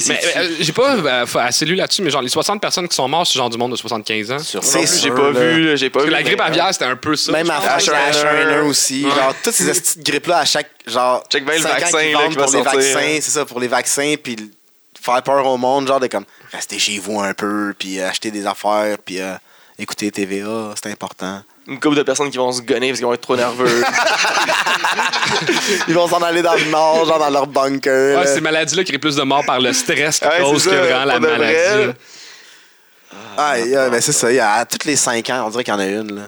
[SPEAKER 2] sais, c'est.
[SPEAKER 4] Mais, mais, euh, j'ai pas euh, fa- assez lu là-dessus, mais genre les 60 personnes qui sont mortes, c'est genre du monde de 75 ans.
[SPEAKER 1] Sur
[SPEAKER 3] C'est
[SPEAKER 2] Non plus,
[SPEAKER 3] sûr,
[SPEAKER 2] J'ai pas
[SPEAKER 3] là.
[SPEAKER 2] vu, là, j'ai pas
[SPEAKER 4] Parce
[SPEAKER 2] vu.
[SPEAKER 4] que la
[SPEAKER 2] mais-
[SPEAKER 4] grippe aviaire, c'était un peu ça.
[SPEAKER 3] Même
[SPEAKER 4] je
[SPEAKER 3] à
[SPEAKER 4] pense.
[SPEAKER 3] H1N1
[SPEAKER 2] H1N1
[SPEAKER 3] aussi. Genre, toutes ces petites grippes-là, à chaque. Genre,
[SPEAKER 2] Check bien le
[SPEAKER 3] cinq ans
[SPEAKER 2] vaccin,
[SPEAKER 3] qu'ils
[SPEAKER 2] là,
[SPEAKER 3] vendent
[SPEAKER 2] qui va
[SPEAKER 3] pour les
[SPEAKER 2] sortir. hein.
[SPEAKER 3] vaccins, c'est ça, pour les vaccins, puis le- faire peur au monde, genre, de comme, restez chez vous un peu, puis euh, acheter des affaires, puis euh, écouter TVA, c'est important.
[SPEAKER 2] Une couple de personnes qui vont se gonner parce qu'ils vont être trop nerveux.
[SPEAKER 3] Ils vont s'en aller dans le nord, genre, dans leur bunker.
[SPEAKER 4] Ouais,
[SPEAKER 3] là.
[SPEAKER 4] ces maladies-là créent plus de morts par le stress qui
[SPEAKER 2] Ouais, c'est
[SPEAKER 4] cause que
[SPEAKER 2] ça,
[SPEAKER 4] vraiment la
[SPEAKER 2] pour de vrai,
[SPEAKER 4] maladie.
[SPEAKER 2] là.
[SPEAKER 4] là.
[SPEAKER 3] Ah, il y a- ben, c'est ça, il y a- à toutes les 5 ans, on dirait qu'il y en a une, là.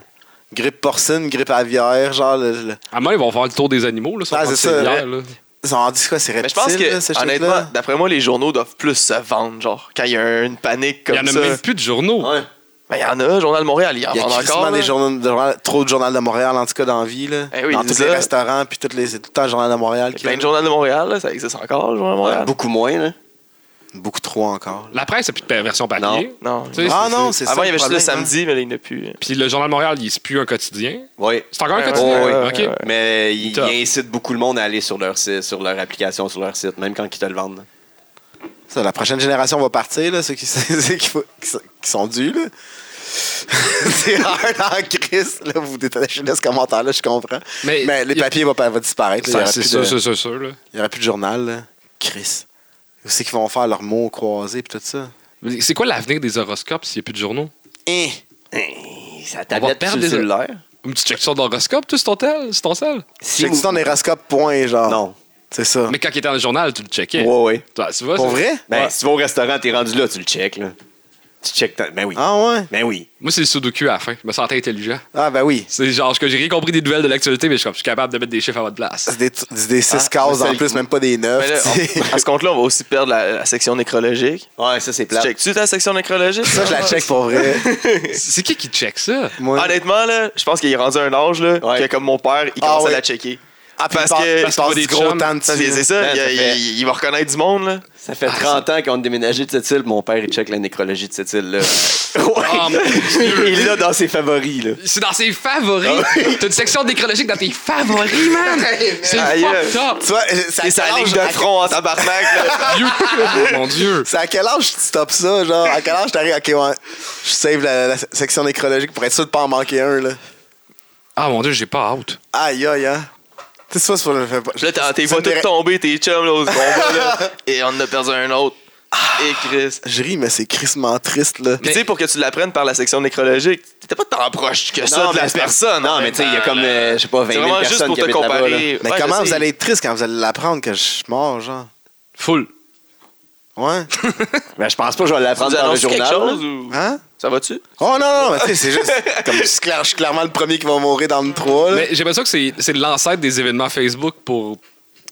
[SPEAKER 3] Grippe porcine, grippe aviaire, genre, le- le-
[SPEAKER 4] À moi, ils vont faire le tour des animaux, là, si on
[SPEAKER 3] Ah,
[SPEAKER 4] prend
[SPEAKER 3] c'est
[SPEAKER 4] ces
[SPEAKER 3] ça.
[SPEAKER 4] bières, là.
[SPEAKER 3] ils ont dit quoi, c'est
[SPEAKER 2] Mais je
[SPEAKER 3] reptile,
[SPEAKER 2] pense
[SPEAKER 3] là, ce
[SPEAKER 2] que,
[SPEAKER 3] truc-là?
[SPEAKER 2] honnêtement, d'après moi, les journaux doivent plus se vendre, genre, quand il y a une panique
[SPEAKER 4] Il
[SPEAKER 2] comme
[SPEAKER 4] y en a
[SPEAKER 2] ça.
[SPEAKER 4] même plus de journaux.
[SPEAKER 3] Ouais.
[SPEAKER 2] Ben, il y en a, Journal de Montréal, il y en
[SPEAKER 3] Il y a
[SPEAKER 2] vend encore.
[SPEAKER 3] crissement des
[SPEAKER 2] là.
[SPEAKER 3] journaux de- journal- trop de journal de Montréal, en tout cas, dans la vie. Là.
[SPEAKER 2] Eh oui,
[SPEAKER 3] dans
[SPEAKER 2] c'est
[SPEAKER 3] tous
[SPEAKER 2] ça.
[SPEAKER 3] les restaurants, puis toutes les, c'est tout le temps le journal de Montréal.
[SPEAKER 2] Il y a
[SPEAKER 3] qui
[SPEAKER 2] plein de journaux de Montréal, là, ça existe encore, le journal de Montréal.
[SPEAKER 1] Beaucoup moins, là.
[SPEAKER 3] Beaucoup trop encore.
[SPEAKER 4] La presse, c'est plus de pa- version papier.
[SPEAKER 2] Non.
[SPEAKER 4] Tu sais,
[SPEAKER 3] Ah
[SPEAKER 4] c'est-
[SPEAKER 3] non, c'est ça.
[SPEAKER 2] Avant, il y avait juste le
[SPEAKER 3] problème, hein.
[SPEAKER 2] samedi, mais là, il n'y en a plus.
[SPEAKER 4] Puis le Journal de Montréal, il c'est plus un quotidien.
[SPEAKER 1] Oui.
[SPEAKER 4] C'est encore un
[SPEAKER 2] Ouais, ouais,
[SPEAKER 4] quotidien.
[SPEAKER 1] ouais,
[SPEAKER 2] ouais,
[SPEAKER 4] ok.
[SPEAKER 2] ouais.
[SPEAKER 1] euh, Mais il
[SPEAKER 4] Top.
[SPEAKER 1] il incite beaucoup le monde à aller sur leur site, sur leur application, sur leur site, même quand ils te le vendent.
[SPEAKER 3] hein. Ça, la prochaine génération va partir, là, ceux qui, ceux qui, faut- qui sont- qui sont dus. Là. c'est rare en crise. Là, vous détachez de ce commentaire-là, je comprends.
[SPEAKER 4] Mais-
[SPEAKER 3] Mais, les
[SPEAKER 4] y a-
[SPEAKER 3] papiers vont, pas- vont disparaître. là.
[SPEAKER 4] Ça,
[SPEAKER 3] Il
[SPEAKER 4] C'est
[SPEAKER 3] n'y aura,
[SPEAKER 4] sûr,
[SPEAKER 3] plus de-
[SPEAKER 4] c'est sûr, c'est sûr, là.
[SPEAKER 3] il y aura plus de journal. là. Chris. Où c'est qu'ils vont faire leurs mots croisés, puis tout ça?
[SPEAKER 4] Mais C'est quoi l'avenir des horoscopes s'il n'y a plus de journaux?
[SPEAKER 2] Eh,
[SPEAKER 3] Hein?
[SPEAKER 1] Ça
[SPEAKER 4] tablette
[SPEAKER 1] tablette sur
[SPEAKER 4] sur
[SPEAKER 1] le
[SPEAKER 4] le
[SPEAKER 1] cellulaire?
[SPEAKER 4] Une petite check sur l'horoscope, tout, c'est ton tel, c'est ton sel.
[SPEAKER 1] Si
[SPEAKER 3] J'ai dit ton horoscope, point, genre.
[SPEAKER 1] Non.
[SPEAKER 3] C'est ça.
[SPEAKER 4] Mais quand il était dans le journal, tu le checkais.
[SPEAKER 1] Ouais, ouais.
[SPEAKER 4] Toi, tu vois,
[SPEAKER 3] Ah. Pour
[SPEAKER 4] c'est-
[SPEAKER 3] vrai?
[SPEAKER 1] Ben,
[SPEAKER 4] Ouais.
[SPEAKER 1] si tu vas au restaurant, t'es rendu là, tu le check, là. Tu check ta... Ben oui.
[SPEAKER 3] Ah ouais?
[SPEAKER 1] Ben oui.
[SPEAKER 4] Moi, c'est le sudoku à la fin. Je me sentais intelligent.
[SPEAKER 3] Ah ben oui.
[SPEAKER 4] C'est genre, je- j'ai rien compris des nouvelles de l'actualité, mais je suis comme, je suis capable de mettre des chiffres à votre place.
[SPEAKER 3] C'est des, c'est des six
[SPEAKER 1] Ah,
[SPEAKER 3] cases
[SPEAKER 1] mais c'est
[SPEAKER 3] en
[SPEAKER 1] le-
[SPEAKER 3] plus, même pas des neuf.
[SPEAKER 2] Mais là,
[SPEAKER 3] tu sais.
[SPEAKER 2] on- à ce compte-là, on va aussi perdre la, la section nécrologique.
[SPEAKER 1] Ouais, ça, c'est
[SPEAKER 2] Tu
[SPEAKER 1] plat.
[SPEAKER 2] checkes-tu ta section nécrologique?
[SPEAKER 3] Ça, je la check pour vrai.
[SPEAKER 4] C'est qui qui check ça?
[SPEAKER 3] Moi,
[SPEAKER 2] Honnêtement, là, je pense qu'il est rendu à un âge là,
[SPEAKER 1] Ouais.
[SPEAKER 2] que comme mon père, il
[SPEAKER 3] Ah
[SPEAKER 2] commence
[SPEAKER 3] ouais.
[SPEAKER 2] à la checker.
[SPEAKER 3] ah,
[SPEAKER 2] parce
[SPEAKER 3] parce
[SPEAKER 2] que-
[SPEAKER 3] que
[SPEAKER 4] parce
[SPEAKER 3] je
[SPEAKER 4] qu'on
[SPEAKER 3] passe
[SPEAKER 4] des
[SPEAKER 3] du gros
[SPEAKER 4] chums,
[SPEAKER 3] temps dessus.
[SPEAKER 2] Ça, C'est c'est ça,
[SPEAKER 1] Ben,
[SPEAKER 2] il,
[SPEAKER 1] ça
[SPEAKER 2] il-
[SPEAKER 1] fait-
[SPEAKER 2] il- il va reconnaître du monde. Là.
[SPEAKER 1] Ah, Ça fait 30 ans qu'on a déménagé de cette île, mon père, il check la nécrologie de cette île-là.
[SPEAKER 4] Ah, mon
[SPEAKER 1] ouais. Il l'a dans ses favoris, là.
[SPEAKER 4] C'est dans ses favoris. T'as une section décrologique dans tes favoris, man. C'est
[SPEAKER 2] Aïe,
[SPEAKER 4] fucked up.
[SPEAKER 3] Tu vois, euh, c'est à
[SPEAKER 2] C'est sa
[SPEAKER 3] quel
[SPEAKER 2] ligne
[SPEAKER 3] âge-
[SPEAKER 2] de
[SPEAKER 3] à quel-
[SPEAKER 2] front en tabarnak. là.
[SPEAKER 4] You- Ah, Mon Dieu.
[SPEAKER 3] C'est à quel âge tu stops ça? Genre, à quel âge t'arrives? Ok, ouais. Je save la, la section nécrologique pour être sûr de pas en manquer un, là.
[SPEAKER 4] Ah, mon Dieu, j'ai pas hâte.
[SPEAKER 3] Aïe, aïe, hein. Tu sais, ça, c'est pour le faire pas.
[SPEAKER 2] Puis là, t'en- t'es
[SPEAKER 3] ça
[SPEAKER 2] vois
[SPEAKER 3] me
[SPEAKER 2] tout
[SPEAKER 3] déra-
[SPEAKER 2] tomber, tes chums, là, au second bas, là. Et on en a perdu un autre. Et Chris.
[SPEAKER 3] Je ris, mais c'est crissement triste, là.
[SPEAKER 2] Ah. Puis tu sais, pour que tu l'apprennes par la section nécrologique, t'étais pas tant proche que ça
[SPEAKER 1] Non,
[SPEAKER 2] de la
[SPEAKER 1] mais c'est-
[SPEAKER 2] personne. en
[SPEAKER 1] Non, mais
[SPEAKER 2] même
[SPEAKER 1] tu sais, il y a
[SPEAKER 2] temps,
[SPEAKER 1] comme,
[SPEAKER 2] là.
[SPEAKER 1] euh, je sais pas, 20
[SPEAKER 2] C'est
[SPEAKER 1] 000
[SPEAKER 2] vraiment juste
[SPEAKER 1] personnes
[SPEAKER 2] pour
[SPEAKER 1] qui
[SPEAKER 2] te
[SPEAKER 1] habitent là-bas, là.
[SPEAKER 2] comparer.
[SPEAKER 3] Mais
[SPEAKER 2] Ouais,
[SPEAKER 3] comment
[SPEAKER 2] je
[SPEAKER 3] vous
[SPEAKER 2] sais.
[SPEAKER 3] allez être triste quand vous allez l'apprendre que je suis mort, genre?
[SPEAKER 4] Full.
[SPEAKER 3] Ouais.
[SPEAKER 1] Ben, je pense pas que je vais
[SPEAKER 2] Tu
[SPEAKER 1] l'apprendre
[SPEAKER 2] nous
[SPEAKER 1] dans le
[SPEAKER 2] annonces
[SPEAKER 1] journal.
[SPEAKER 2] quelque chose ou...
[SPEAKER 3] Hein?
[SPEAKER 2] Ça va-tu?
[SPEAKER 3] Oh non, non, mais tu sais, c'est juste. Comme je suis clair- je suis clairement le premier qui va mourir dans le 3. Là.
[SPEAKER 4] Mais j'ai l'impression que c'est c'est l'ancêtre des événements Facebook pour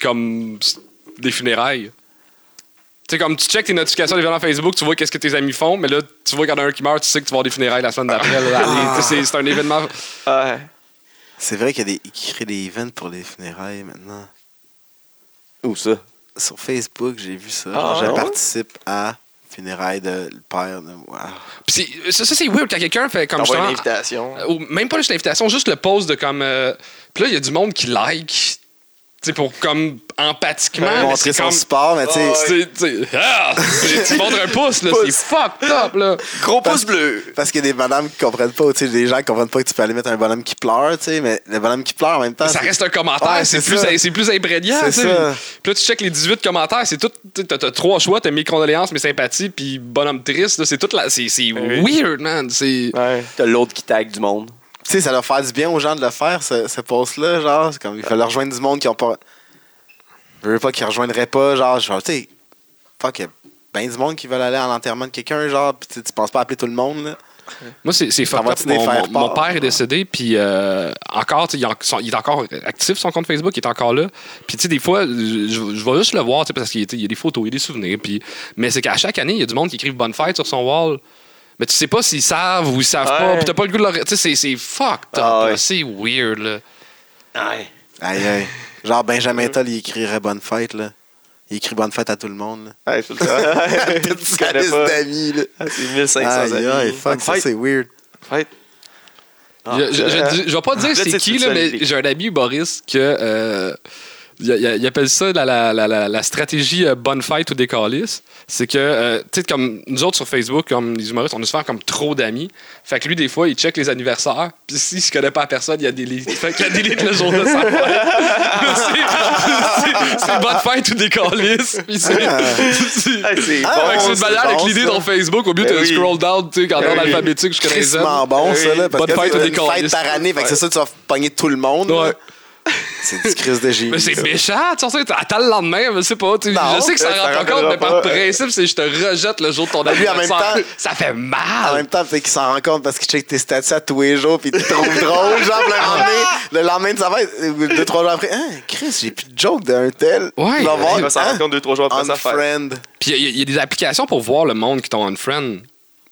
[SPEAKER 4] comme s- des funérailles. Tu sais, comme tu checkes tes notifications d'événements Facebook, tu vois qu'est-ce que tes amis font, mais là, tu vois qu'il y en a un qui meurt, tu sais que tu vas avoir des funérailles la semaine d'après. là, là. Tu sais, C'est c'est un événement.
[SPEAKER 2] Ouais.
[SPEAKER 3] C'est vrai qu'il y a des. Ils créent des events pour les funérailles maintenant.
[SPEAKER 1] Où ça?
[SPEAKER 3] Sur Facebook, j'ai vu ça.
[SPEAKER 2] Ah,
[SPEAKER 3] Genre, je
[SPEAKER 2] ouais?
[SPEAKER 3] participe à funérailles de le père de moi.
[SPEAKER 4] Puis c'est- ça, ça, c'est weird quand quelqu'un fait comme
[SPEAKER 2] T'envoies une
[SPEAKER 4] justement-
[SPEAKER 2] invitation.
[SPEAKER 4] ou même pas juste l'invitation, juste le post de comme. euh, Puis là, il y a du monde qui like, tu sais, pour comme empathiquement. mais
[SPEAKER 3] Montrer
[SPEAKER 4] c'est
[SPEAKER 3] son
[SPEAKER 4] comme-
[SPEAKER 3] sport, mais tu sais.
[SPEAKER 4] C'est- tu sais, ah! C'est- tu montres un pouce, là, c'est
[SPEAKER 2] Pouce.
[SPEAKER 4] fucked up, là.
[SPEAKER 2] Gros
[SPEAKER 3] Parce-
[SPEAKER 2] pouce bleu.
[SPEAKER 3] Parce qu'il y a des madames qui comprennent pas, ou tu sais, des gens qui comprennent pas que tu peux aller mettre un bonhomme qui pleure, tu sais, mais le bonhomme qui pleure en même temps.
[SPEAKER 4] Ça
[SPEAKER 3] c'est-
[SPEAKER 4] reste un commentaire,
[SPEAKER 3] Ouais,
[SPEAKER 4] c'est
[SPEAKER 3] c'est
[SPEAKER 4] plus,
[SPEAKER 3] ça.
[SPEAKER 4] c'est plus imprégnant.
[SPEAKER 3] C'est
[SPEAKER 4] tu sais.
[SPEAKER 3] ça.
[SPEAKER 4] Puis là, tu checkes les 18 commentaires, c'est tout. tu sais, T'as t'as trois choix, t'as mes condoléances, mes sympathies, puis bonhomme triste, là, c'est tout. la- C'est c'est
[SPEAKER 2] Oui.
[SPEAKER 4] weird, man. C'est.
[SPEAKER 2] Ouais.
[SPEAKER 1] T'as l'autre qui tag du monde.
[SPEAKER 3] Tu sais, ça doit faire du bien aux gens de le faire, ce, ce post-là. Genre, c'est comme, il fallait rejoindre du monde qui ont pas. Je veux pas qu'ils rejoindraient pas. Genre, genre tu sais, fuck, il y a ben du monde qui veulent aller à l'enterrement de quelqu'un. Genre, pis tu sais, tu penses pas appeler tout le monde, là.
[SPEAKER 4] Moi, c'est c'est fucked up.
[SPEAKER 3] va-tu
[SPEAKER 4] Mon,
[SPEAKER 3] les faire
[SPEAKER 4] mon- mon
[SPEAKER 3] part?
[SPEAKER 4] père est décédé, puis euh, encore, tu sais, il, en- son- il est encore actif, son compte Facebook, il est encore là. Puis, tu sais, des fois, je, je- je vais juste le voir, tu sais, parce qu'il y a- il y a des photos, il y a des souvenirs. Puis, mais c'est qu'à chaque année, il y a du monde qui écrivent Bonne fête sur son wall. Mais tu sais pas s'ils savent ou ils savent pas,
[SPEAKER 2] Ouais.
[SPEAKER 4] puis t'as pas le goût de leur. Tu sais, c'est- c'est fucked up,
[SPEAKER 1] Ah ouais.
[SPEAKER 4] là, c'est weird, là.
[SPEAKER 1] Ouais.
[SPEAKER 3] Aïe, aïe. Genre, Benjamin Toll, il écrirait bonne fête, là. Il écrit bonne fête à tout le monde, là.
[SPEAKER 2] Ouais, tout le temps.
[SPEAKER 3] Toute
[SPEAKER 2] Tu
[SPEAKER 3] sa
[SPEAKER 2] connais
[SPEAKER 3] liste
[SPEAKER 2] pas.
[SPEAKER 3] d'amis, là.
[SPEAKER 2] Ah, C'est 1500
[SPEAKER 3] Aïe, aïe,
[SPEAKER 2] amis.
[SPEAKER 3] fuck, ça,
[SPEAKER 2] Fête,
[SPEAKER 3] c'est weird.
[SPEAKER 2] fête.
[SPEAKER 4] Je, je, je, dis- je vais pas dire
[SPEAKER 2] Ah. Là, tu
[SPEAKER 4] c'est
[SPEAKER 2] sais,
[SPEAKER 4] qui,
[SPEAKER 2] tu
[SPEAKER 4] là,
[SPEAKER 2] te
[SPEAKER 4] mais
[SPEAKER 2] salues.
[SPEAKER 4] j'ai un ami Boris que. euh, il, il- il appelle ça la, la, la, la, la stratégie euh, bonne fête ou décalisse. C'est que, euh, tu sais, comme nous autres sur Facebook, comme les humoristes, on nous fait comme trop d'amis. Fait que lui, des fois, il check les anniversaires. Puis s'il se connaît pas à personne, il y a des lits. Fait qu'il y a des lits le jour de sa fête. C'est- c'est- C'est bonne fête ou décalisse. Puis c'est. c'est-
[SPEAKER 2] Ah, c'est
[SPEAKER 3] Ah,
[SPEAKER 2] bon.
[SPEAKER 4] Fait que c'est une
[SPEAKER 3] c'est
[SPEAKER 4] manière
[SPEAKER 3] bon,
[SPEAKER 4] avec l'idée
[SPEAKER 3] ça.
[SPEAKER 4] dans Facebook, au lieu de
[SPEAKER 2] Ben oui.
[SPEAKER 4] scroll down, tu sais, en
[SPEAKER 2] Ben
[SPEAKER 4] ordre
[SPEAKER 2] oui.
[SPEAKER 4] alphabétique jusqu'à les Z.
[SPEAKER 3] Crissement bon, ça,
[SPEAKER 2] Oui.
[SPEAKER 3] là. Parce
[SPEAKER 4] Bonne
[SPEAKER 3] que
[SPEAKER 4] fête
[SPEAKER 3] c'est
[SPEAKER 4] aux
[SPEAKER 3] une fête
[SPEAKER 4] décalistes.
[SPEAKER 3] par année. Fait que c'est sûr, tu vas pogner tout le monde. là.
[SPEAKER 4] Ouais.
[SPEAKER 3] C'est du crise de génie.
[SPEAKER 4] Mais c'est méchant, tu sais, attends le lendemain, je sais pas. tu sais,
[SPEAKER 3] Non,
[SPEAKER 4] je sais que ça
[SPEAKER 2] ça
[SPEAKER 4] rentre pas compte,
[SPEAKER 2] rentrera
[SPEAKER 4] mais par
[SPEAKER 2] pas.
[SPEAKER 4] principe, c'est je te rejette le jour de ton
[SPEAKER 3] Lui, en même
[SPEAKER 4] anniversaire.
[SPEAKER 3] temps-
[SPEAKER 4] ça fait
[SPEAKER 3] En
[SPEAKER 4] mal.
[SPEAKER 3] même temps, peut-être qu'il s'en rend compte parce qu'il check tes statuts à tous les jours puis il te trouve drôle. Genre, puis le lendemain, le lendemain de sa fête, euh, deux, trois jours après, hein, Chris, j'ai plus de joke d'un tel.
[SPEAKER 4] Ouais,
[SPEAKER 3] Il va voir,
[SPEAKER 2] Il va s'en
[SPEAKER 3] hein,
[SPEAKER 2] rendre compte deux, trois jours après sa fête.
[SPEAKER 3] unfriend.
[SPEAKER 4] Puis il y, a- il y a des applications pour voir le monde qui t'ont unfriend.